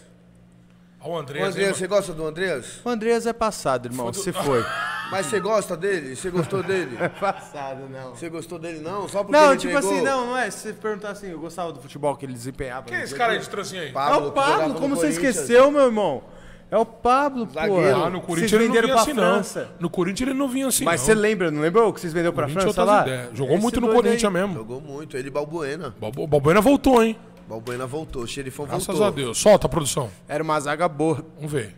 Speaker 2: Ó o
Speaker 3: O
Speaker 2: André.
Speaker 3: Andreas, você gosta do Andreas?
Speaker 1: O Andreas é passado, irmão. Se foi.
Speaker 3: Mas você gosta dele? Você gostou dele?
Speaker 1: passado, não.
Speaker 3: Você gostou dele não? Só porque
Speaker 1: Não,
Speaker 3: ele
Speaker 1: tipo
Speaker 3: entregou?
Speaker 1: assim, não, não é. Se você perguntar assim, eu gostava do futebol que ele desempenhava.
Speaker 2: Quem é esse cara aí de trancinha aí?
Speaker 1: É
Speaker 3: Pablo,
Speaker 1: o
Speaker 3: que jogava
Speaker 1: Pablo,
Speaker 3: no
Speaker 1: como você
Speaker 3: Corinthians.
Speaker 1: esqueceu, meu irmão? É o Pablo, pô.
Speaker 3: Zagueiro.
Speaker 2: Ah, no Corinthians
Speaker 1: Vocês
Speaker 2: ele não
Speaker 1: venderam
Speaker 2: vinha
Speaker 1: pra
Speaker 2: assim,
Speaker 1: França.
Speaker 2: não. No Corinthians ele não vinha assim,
Speaker 1: Mas
Speaker 2: não.
Speaker 1: você lembra, não lembrou o que vocês venderam pra
Speaker 2: Corinthians
Speaker 1: França
Speaker 2: é outras
Speaker 1: lá?
Speaker 2: ideias. Jogou
Speaker 1: Esse
Speaker 2: muito no
Speaker 1: doido
Speaker 2: Corinthians
Speaker 1: aí.
Speaker 2: mesmo.
Speaker 3: Jogou muito. Ele e Balbuena.
Speaker 2: Bal- O Balbuena voltou, hein?
Speaker 3: Balbuena voltou. O xerifão
Speaker 2: Graças
Speaker 3: voltou.
Speaker 2: a Deus. Solta a produção.
Speaker 1: Era uma zaga boa.
Speaker 2: Vamos ver.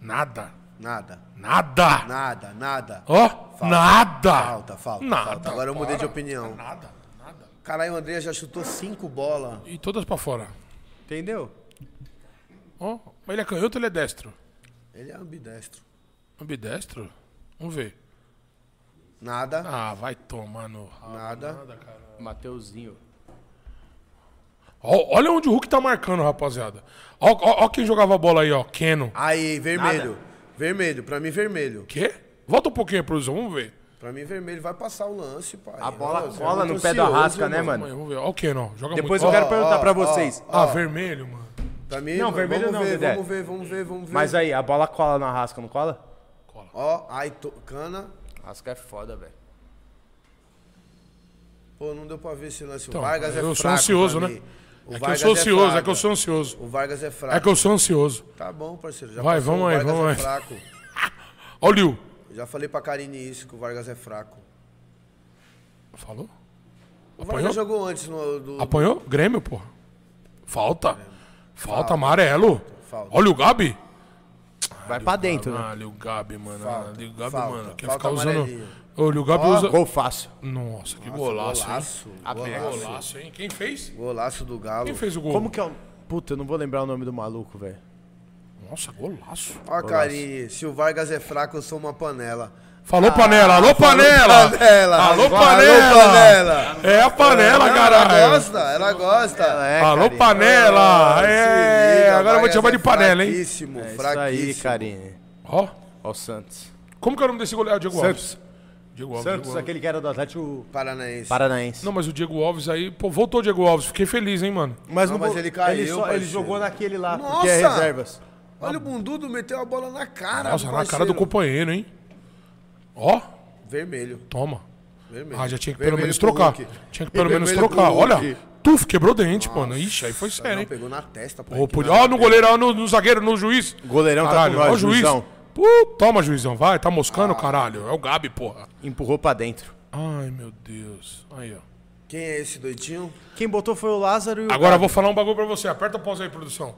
Speaker 2: Nada.
Speaker 3: Nada.
Speaker 2: Nada.
Speaker 3: Nada, nada.
Speaker 2: Ó, nada.
Speaker 3: Falta, falta,
Speaker 2: Nada.
Speaker 3: falta. Agora eu mudei de
Speaker 2: Para.
Speaker 3: opinião.
Speaker 2: Nada, nada.
Speaker 3: Caralho, o Andreas já chutou cinco bolas.
Speaker 2: E todas pra fora.
Speaker 1: Entendeu?
Speaker 2: Ó, mas ele é canhoto ou ele é destro?
Speaker 3: Ele é ambidestro.
Speaker 2: Ambidestro? Vamos ver.
Speaker 3: Nada,
Speaker 2: Ah, vai tomar no. rabo.
Speaker 3: nada.
Speaker 1: Mateuzinho.
Speaker 2: Ó, olha onde o Hulk tá marcando, rapaziada. Ó, ó, ó quem jogava bola aí, ó. Keno.
Speaker 3: Aí, vermelho. Vermelho, pra mim vermelho.
Speaker 2: Quê? Volta um pouquinho, produção, vamos ver.
Speaker 3: Pra mim vermelho vai passar o lance, pai.
Speaker 1: A bola
Speaker 3: Nossa,
Speaker 1: cola
Speaker 3: eu tô
Speaker 1: no pé da
Speaker 3: ansioso,
Speaker 1: rasca, né,
Speaker 3: irmão.
Speaker 1: mano?
Speaker 2: Mãe, vamos ver. Ó o Keno, ó. Joga
Speaker 1: Depois
Speaker 2: muito.
Speaker 1: eu
Speaker 2: Ó,
Speaker 1: quero perguntar pra
Speaker 3: ó,
Speaker 1: vocês.
Speaker 2: Ah, vermelho, mano.
Speaker 3: Pra mim,
Speaker 1: Não,
Speaker 3: mano,
Speaker 1: vermelho
Speaker 3: vamos
Speaker 1: não,
Speaker 3: ver,
Speaker 1: Dedé.
Speaker 3: Vamos ver, vamos ver, vamos ver.
Speaker 1: Mas é- aí, a bola cola na rasca, não cola?
Speaker 3: Ó, aí, to- cana.
Speaker 1: Rasca é foda, velho.
Speaker 3: Pô, não deu pra ver esse lance. O
Speaker 2: Então,
Speaker 3: Vargas é
Speaker 2: eu sou
Speaker 3: fraco
Speaker 2: ansioso,
Speaker 3: pra
Speaker 2: né?
Speaker 3: mim. O
Speaker 2: É que eu
Speaker 3: Vargas
Speaker 2: sou ansioso, é que
Speaker 3: fraco.
Speaker 2: eu sou ansioso.
Speaker 3: O Vargas é fraco.
Speaker 2: É que eu sou ansioso.
Speaker 3: Tá bom, parceiro. Já
Speaker 2: Vai,
Speaker 3: passou,
Speaker 2: vamos aí,
Speaker 3: o Vargas
Speaker 2: vamos
Speaker 3: é
Speaker 2: aí.
Speaker 3: fraco.
Speaker 2: Ó o Liu.
Speaker 3: Já falei pra Karine isso, que o Vargas é fraco.
Speaker 2: Falou?
Speaker 3: O
Speaker 2: Apanhou?
Speaker 3: Vargas jogou antes no, do...
Speaker 2: Apanhou? Grêmio, porra. Falta. Falta amarelo.
Speaker 3: Falta.
Speaker 2: Olha o Gabi.
Speaker 1: Vai pra dentro, né?
Speaker 2: Ah, Liu Gabi, mano. Ah, Liu Gabi,
Speaker 3: falta.
Speaker 2: mano. Quer
Speaker 3: Falta
Speaker 2: ficar usando.
Speaker 3: amarelinho.
Speaker 2: Ô, Liu Gabi usa.
Speaker 1: Gol fácil.
Speaker 2: Nossa, que golaço,
Speaker 3: Golaço.
Speaker 2: hein?
Speaker 3: Golaço.
Speaker 2: Golaço, hein? Quem fez?
Speaker 3: Golaço do Galo.
Speaker 2: Quem fez o gol?
Speaker 1: Como que é o... Puta, eu não vou lembrar o nome do maluco, velho.
Speaker 2: Nossa, golaço.
Speaker 3: Ó, Karine, se o Vargas é fraco, eu sou uma panela.
Speaker 2: Falou panela, alô panela!
Speaker 3: Ah, panela.
Speaker 2: Alô
Speaker 3: Vai,
Speaker 2: panela!
Speaker 3: alô, panela. Ah,
Speaker 2: É a panela,
Speaker 3: Ela
Speaker 2: caralho!
Speaker 3: gosta, ela gosta.
Speaker 1: é,
Speaker 2: Alô panela! É, agora eu vou te chamar de panela, hein?
Speaker 3: Fraquíssimo,
Speaker 1: É isso
Speaker 3: fraquíssimo.
Speaker 1: aí, Karine.
Speaker 2: Ó,
Speaker 1: Ó o Santos.
Speaker 2: como que é o nome desse goleiro? Ah, Diego Alves.
Speaker 1: Santos.
Speaker 2: Diego Alves, Diego
Speaker 1: Santos,
Speaker 2: Alves.
Speaker 1: aquele que era do Atlético
Speaker 3: Paranaense.
Speaker 1: Paranaense.
Speaker 2: Não, mas o Diego Alves aí, pô, voltou o Diego Alves, fiquei feliz, hein, mano?
Speaker 1: Mas,
Speaker 3: Não, mas
Speaker 1: vou-
Speaker 3: ele caiu,
Speaker 1: Ele, só- ele
Speaker 3: parceiro.
Speaker 1: jogou naquele lá,
Speaker 3: Nossa!
Speaker 1: porque é reservas.
Speaker 3: Olha o bundudo, meteu a bola na cara.
Speaker 2: Nossa,
Speaker 3: do
Speaker 2: na cara
Speaker 3: parceiro.
Speaker 2: do companheiro, hein? Ó,
Speaker 3: Vermelho,
Speaker 2: toma.
Speaker 3: vermelho.
Speaker 2: Ah, já tinha que pelo
Speaker 3: Vermelho
Speaker 2: menos
Speaker 3: pro
Speaker 2: trocar.
Speaker 3: Hulk.
Speaker 2: Tinha que pelo menos
Speaker 3: Vermelho pro
Speaker 2: trocar. Olha,
Speaker 3: Hulk.
Speaker 2: tuf, quebrou o dente, mano. Ixi, aí foi sério,
Speaker 3: Não,
Speaker 2: é, hein?
Speaker 3: pegou na testa, pô.
Speaker 2: Ó,
Speaker 3: aqui
Speaker 2: podia-
Speaker 3: na-
Speaker 2: ó, no goleiro, ó, no, no zagueiro, no juiz.
Speaker 1: Goleirão tá
Speaker 2: caralho,
Speaker 1: com nós,
Speaker 2: ó, o juiz.
Speaker 1: juizão.
Speaker 2: Pô, toma, juizão, vai, tá moscando, caralho. É o Gabi, porra.
Speaker 1: Empurrou pra dentro.
Speaker 2: Ai, meu Deus. Aí, ó.
Speaker 3: Quem é esse doidinho?
Speaker 1: Quem botou foi o Lázaro e o
Speaker 2: Agora eu vou falar um bagulho pra você. Aperta o pausa aí, produção.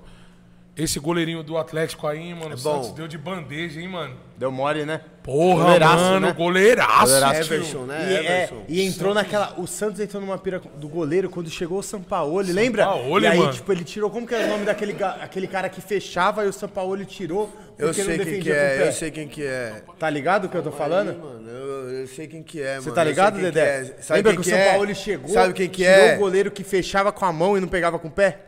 Speaker 2: Esse goleirinho do Atlético aí, mano, o Santos deu de bandeja, hein, mano?
Speaker 1: Deu mole, né?
Speaker 2: Porra,
Speaker 1: Goleiraço,
Speaker 2: mano,
Speaker 1: né?
Speaker 2: goleiraço.
Speaker 1: Goleiraço.
Speaker 2: tio.
Speaker 3: Everson, né?
Speaker 1: E, é,
Speaker 3: Everson.
Speaker 1: e entrou naquela. O Santos entrou numa pira do goleiro quando chegou o Sampaoli, lembra?
Speaker 2: Sampaoli,
Speaker 1: e aí,
Speaker 2: mano.
Speaker 1: tipo, ele tirou. Como que era o nome daquele ga- aquele cara que fechava e o Sampaoli tirou? Porque
Speaker 3: Eu sei quem que
Speaker 1: defendia com o
Speaker 3: é,
Speaker 1: pé?
Speaker 3: eu sei quem que é.
Speaker 1: Tá ligado o que eu tô falando?
Speaker 3: Ih, Mano, eu, eu sei quem que é, mano.
Speaker 1: Você tá
Speaker 3: eu sei
Speaker 1: ligado,
Speaker 3: quem que
Speaker 1: Dedé?
Speaker 3: é. Sabe
Speaker 1: Lembra que
Speaker 3: quem
Speaker 1: o
Speaker 3: que
Speaker 1: São
Speaker 3: é?
Speaker 1: Paulo chegou,
Speaker 3: Sabe quem que
Speaker 1: tirou
Speaker 3: é?
Speaker 1: o goleiro que fechava com a mão e não pegava com o pé?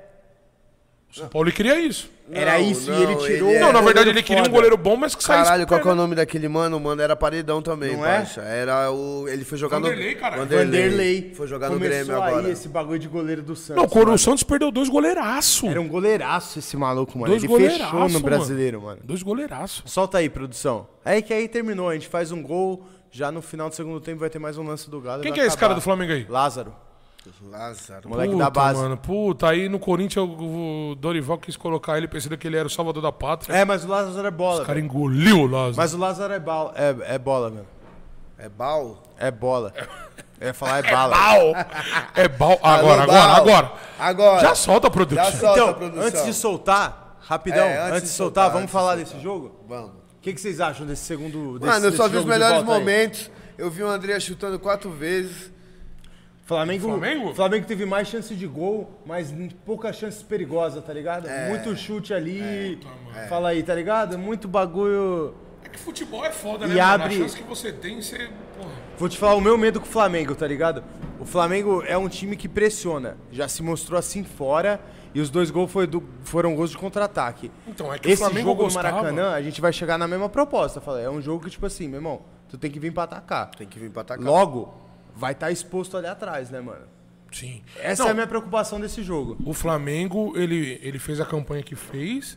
Speaker 2: O São Paulo queria isso.
Speaker 1: Era isso, e ele
Speaker 3: não,
Speaker 1: tirou.
Speaker 3: ele é-
Speaker 2: Não, na
Speaker 1: o
Speaker 2: verdade
Speaker 1: goleiro
Speaker 2: ele queria um
Speaker 1: foda.
Speaker 2: goleiro bom, mas que saísse.
Speaker 3: Caralho,
Speaker 2: com
Speaker 3: qual
Speaker 2: o
Speaker 3: que é o
Speaker 2: pé, né?
Speaker 3: nome daquele mano? Mano, era paredão também,
Speaker 1: Não é?
Speaker 3: parça. Era o... Ele foi jogar
Speaker 2: Vanderlei,
Speaker 3: no...
Speaker 2: caralho.
Speaker 1: Vanderlei.
Speaker 3: Foi jogar no
Speaker 1: Começou
Speaker 3: Grêmio
Speaker 1: aí
Speaker 3: agora.
Speaker 1: esse bagulho de goleiro do Santos.
Speaker 2: Não, quando o Santos perdeu dois goleiraço.
Speaker 1: Era um goleiraço esse maluco, mano.
Speaker 2: Dois
Speaker 1: ele
Speaker 2: goleiraço,
Speaker 1: fechou no
Speaker 2: mano.
Speaker 1: brasileiro, mano.
Speaker 2: Dois goleiraço.
Speaker 1: Solta aí, produção. É que aí terminou, a gente faz um gol, já no final do segundo tempo vai ter mais um lance do Galo. e
Speaker 2: Quem
Speaker 1: vai
Speaker 2: que é esse cara
Speaker 1: acabar.
Speaker 2: do Flamengo aí?
Speaker 1: Lázaro,
Speaker 3: Lázaro.
Speaker 1: moleque da base.
Speaker 2: mano, puta, aí no Corinthians o o Dorival quis colocar ele pensando que ele era o salvador da pátria.
Speaker 1: É, mas o Lázaro é bola.
Speaker 2: O cara
Speaker 1: velho.
Speaker 2: engoliu o Lázaro.
Speaker 1: Mas o Lázaro é, bala, é, é bola, mano.
Speaker 3: É Bal?
Speaker 1: É bola. Eu ia falar é bala.
Speaker 2: Au! É bal. Agora,
Speaker 3: Alô,
Speaker 2: agora,
Speaker 3: Bal.
Speaker 2: agora.
Speaker 3: Agora.
Speaker 2: Já solta a produção.
Speaker 3: Já solta.
Speaker 1: Então,
Speaker 3: produção.
Speaker 1: antes de soltar, rapidão,
Speaker 3: É,
Speaker 1: antes, de soltar, vamos
Speaker 3: antes de
Speaker 1: falar desse jogo?
Speaker 3: Vamos.
Speaker 1: O que, que vocês acham desse segundo desse,
Speaker 3: Mano, eu só
Speaker 1: desse
Speaker 3: vi os
Speaker 1: jogo de
Speaker 3: melhores
Speaker 1: volta aí?
Speaker 3: momentos. Eu vi o André chutando quatro vezes.
Speaker 1: Flamengo,
Speaker 2: Flamengo?
Speaker 1: Flamengo? teve mais chance de gol, mas n- poucas chances perigosas, tá ligado?
Speaker 3: É.
Speaker 1: Muito chute ali. Fala aí, tá ligado? Muito bagulho.
Speaker 2: É que futebol é foda,
Speaker 1: né, E mano? A abre- chance
Speaker 2: que você tem, você.
Speaker 1: Vou te falar o meu medo com o Flamengo, tá ligado? O Flamengo é um time que pressiona. Já se mostrou assim fora e os dois gols foi do- foram gols de contra-ataque.
Speaker 2: Então, é que o
Speaker 1: Esse
Speaker 2: Flamengo
Speaker 1: jogo
Speaker 2: gostava.
Speaker 1: no Maracanã, a gente vai chegar na mesma proposta. Falei, é um jogo que, tipo assim, meu irmão, tu tem que vir pra atacar.
Speaker 3: Tem que vir pra atacar.
Speaker 1: Logo, vai estar exposto ali atrás, né, mano?
Speaker 2: Sim.
Speaker 1: Essa
Speaker 2: Não,
Speaker 1: é a minha preocupação desse jogo.
Speaker 2: O Flamengo, ele, ele fez a campanha que fez,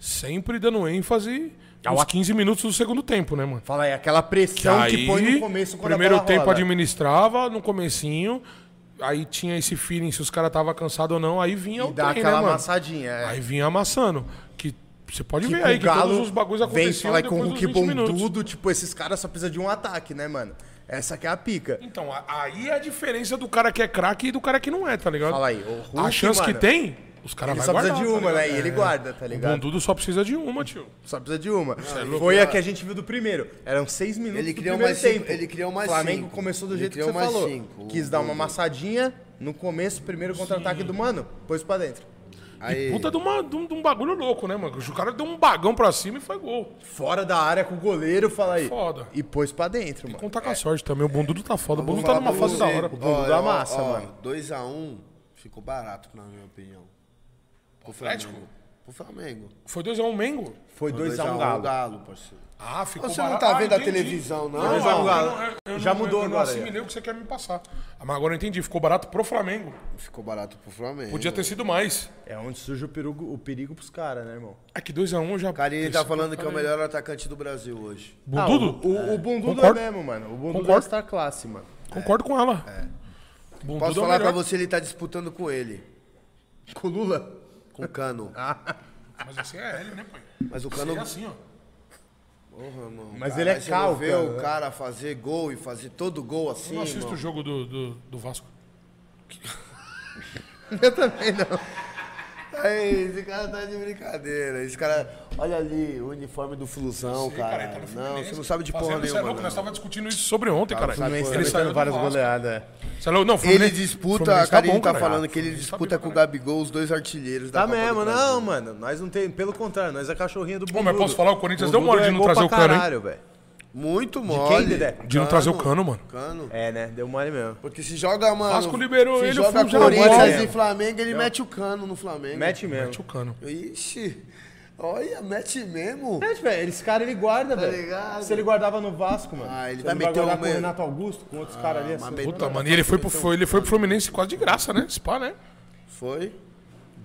Speaker 2: sempre dando ênfase aos 15 minutos do segundo tempo, né, mano? Então,
Speaker 1: Fala aí, aquela pressão que, põe no começo quando
Speaker 2: primeiro
Speaker 1: a bola
Speaker 2: tempo
Speaker 1: rola.
Speaker 2: administrava no comecinho, aí tinha esse feeling se os caras estavam cansados ou não, aí
Speaker 1: E
Speaker 2: vinha o
Speaker 1: dá
Speaker 2: trem, né,
Speaker 1: aquela
Speaker 2: mano?
Speaker 1: amassadinha. é.
Speaker 2: Aí vinha amassando, que você pode
Speaker 1: Que
Speaker 2: ver
Speaker 1: pro
Speaker 2: aí que
Speaker 1: Galo
Speaker 2: todos os bagulhos
Speaker 1: vem
Speaker 2: aconteciam
Speaker 1: falar com
Speaker 2: depois
Speaker 1: o
Speaker 2: dos
Speaker 1: que
Speaker 2: 20 minutos.
Speaker 1: bondudo, tipo, esses caras só precisam de um ataque, né, mano? Essa que é a pica.
Speaker 2: Então, a- aí é a diferença do cara que é craque e do cara que não é, tá ligado?
Speaker 1: Fala aí, o Hulk,
Speaker 2: a chance
Speaker 1: mano,
Speaker 2: que tem, os caras
Speaker 1: Ele
Speaker 2: vão
Speaker 1: só
Speaker 2: guardar.
Speaker 1: precisa de
Speaker 2: tá
Speaker 1: uma, né?
Speaker 2: ligado?
Speaker 1: E ele
Speaker 2: É.
Speaker 1: guarda, tá
Speaker 2: O
Speaker 1: ligado?
Speaker 2: Bondudo só precisa de uma, tio.
Speaker 1: Só precisa de uma.
Speaker 2: é
Speaker 1: Foi a que a gente viu do primeiro. Eram seis minutos
Speaker 3: Ele
Speaker 1: do
Speaker 3: criou
Speaker 1: primeiro
Speaker 3: mais cinco-
Speaker 1: tempo.
Speaker 3: ele criou mais
Speaker 1: O Flamengo
Speaker 3: cinco.
Speaker 1: começou do
Speaker 3: Ele
Speaker 1: jeito que
Speaker 3: criou
Speaker 1: você
Speaker 3: mais
Speaker 1: falou.
Speaker 3: cinco, o
Speaker 1: Quis dar uma
Speaker 3: Bondudo.
Speaker 1: amassadinha no começo, primeiro contra-ataque do Mano, pôs pra dentro.
Speaker 3: Aí,
Speaker 2: Puta de, uma- de um, de um bagulho louco, né, mano? O cara deu um bagão pra cima e foi gol.
Speaker 1: Fora da área com o goleiro, fala aí.
Speaker 2: Foda.
Speaker 1: E pôs pra dentro, mano.
Speaker 2: Contar com a sorte também. O Bundudo tá foda. O Bundudo é tá numa fase da hora.
Speaker 1: Bruno da massa, mano.
Speaker 3: 2x1 ficou barato, na minha opinião. Pro
Speaker 2: Atlético?
Speaker 3: Flamengo. Pro Flamengo.
Speaker 2: Foi 2x1 um, Mengo?
Speaker 1: Foi 2x1
Speaker 3: 2x1
Speaker 1: um Galo.
Speaker 3: parceiro.
Speaker 2: Ah, ficou
Speaker 3: Você não
Speaker 2: barato.
Speaker 3: tá
Speaker 2: Ah,
Speaker 3: vendo a
Speaker 2: entendi.
Speaker 3: televisão, não?
Speaker 1: Dois a um,
Speaker 3: mano?
Speaker 1: Galo. Já
Speaker 2: não-
Speaker 1: mudou
Speaker 2: eu
Speaker 1: agora,
Speaker 2: não assimilei o que você quer me passar. Ah, Mas agora eu entendi. Ficou barato pro Flamengo.
Speaker 3: Ficou barato pro Flamengo.
Speaker 2: Podia ter sido mais.
Speaker 1: É onde surge o perigo, o perigo pros caras, né, irmão?
Speaker 2: É que 2x1 um já...
Speaker 3: O Carinha tá falando Ah, que é o melhor atacante do Brasil hoje.
Speaker 2: Bundudo?
Speaker 1: O, o Bundudo
Speaker 2: Concordo.
Speaker 1: é mesmo, mano. O Bundudo
Speaker 2: Concordo.
Speaker 1: é star classe, mano.
Speaker 2: Concordo com ela. Bundudo
Speaker 3: É. Posso
Speaker 2: é o
Speaker 3: falar pra
Speaker 2: melhor.
Speaker 3: você, ele tá disputando com ele.
Speaker 1: Com o Lula.
Speaker 3: Com o Cano.
Speaker 2: Ah, Mas você é ele, né, pai?
Speaker 3: Mas o
Speaker 2: Você
Speaker 3: Cano...
Speaker 2: é assim, ó.
Speaker 1: Mas ele é
Speaker 3: você
Speaker 1: calvo,
Speaker 3: não vê o
Speaker 1: cara.
Speaker 3: cara fazer gol e fazer todo gol assim,
Speaker 2: Eu não assisto o
Speaker 3: irmão.
Speaker 2: jogo do, do, do Vasco.
Speaker 1: Eu também não.
Speaker 3: Aí, esse cara tá de brincadeira. Esse cara... Olha ali, o uniforme do Flusão,
Speaker 2: Sim,
Speaker 3: cara.
Speaker 2: ele tá no
Speaker 3: não,
Speaker 2: Fluminense.
Speaker 3: você não sabe de
Speaker 2: Fazendo-
Speaker 3: porra
Speaker 2: você é
Speaker 3: nenhuma,
Speaker 2: louco, Nós
Speaker 3: não.
Speaker 2: tava discutindo isso sobre ontem, cara.
Speaker 1: Ele saiu várias goleadas.
Speaker 2: Você é louco? Não,
Speaker 3: Ele
Speaker 2: Fluminense-
Speaker 3: disputa,
Speaker 2: Fluminense
Speaker 3: a Karine tá,
Speaker 2: cara.
Speaker 3: falando que ele disputa com o Gabigol os dois artilheiros da
Speaker 1: Tá
Speaker 3: Copa do
Speaker 1: mesmo,
Speaker 2: né?
Speaker 3: Brasil.
Speaker 1: não, mano. Nós não tem. Pelo contrário, nós é cachorrinha do
Speaker 2: Bom,
Speaker 1: Bundudo.
Speaker 2: mas posso falar, o Corinthians deu
Speaker 1: Bundudo
Speaker 2: mole de
Speaker 1: é
Speaker 2: não
Speaker 1: gol pra
Speaker 2: trazer o Cano, hein?
Speaker 1: caralho, velho.
Speaker 3: Muito mole.
Speaker 1: quem, Dedé?
Speaker 2: De não trazer o Cano, mano.
Speaker 3: Cano.
Speaker 1: É, né? Deu mole mesmo.
Speaker 3: Porque se joga, mano.
Speaker 2: Vasco liberou
Speaker 3: se
Speaker 2: ele, o
Speaker 3: joga
Speaker 2: Flu já
Speaker 3: Corinthians
Speaker 1: bota.
Speaker 3: e Flamengo, ele mete o cano no Flamengo.
Speaker 1: É. Mete mesmo.
Speaker 2: Mete o Cano.
Speaker 3: Ixi. Olha, mete mesmo.
Speaker 1: Mete, velho. Esse cara ele guarda, velho.
Speaker 3: ligado?
Speaker 1: Se ele guardava no Vasco, mano.
Speaker 3: Ah, ele
Speaker 1: Se
Speaker 3: vai meter
Speaker 1: guardar
Speaker 3: o
Speaker 1: com o
Speaker 3: meio.
Speaker 1: Renato Augusto, com outros caras ali
Speaker 3: mas
Speaker 1: assim.
Speaker 3: meio-
Speaker 2: Puta, mano, e ele foi, pro, foi- ele foi pro Fluminense quase de graça, né? Spa, né?
Speaker 3: Foi.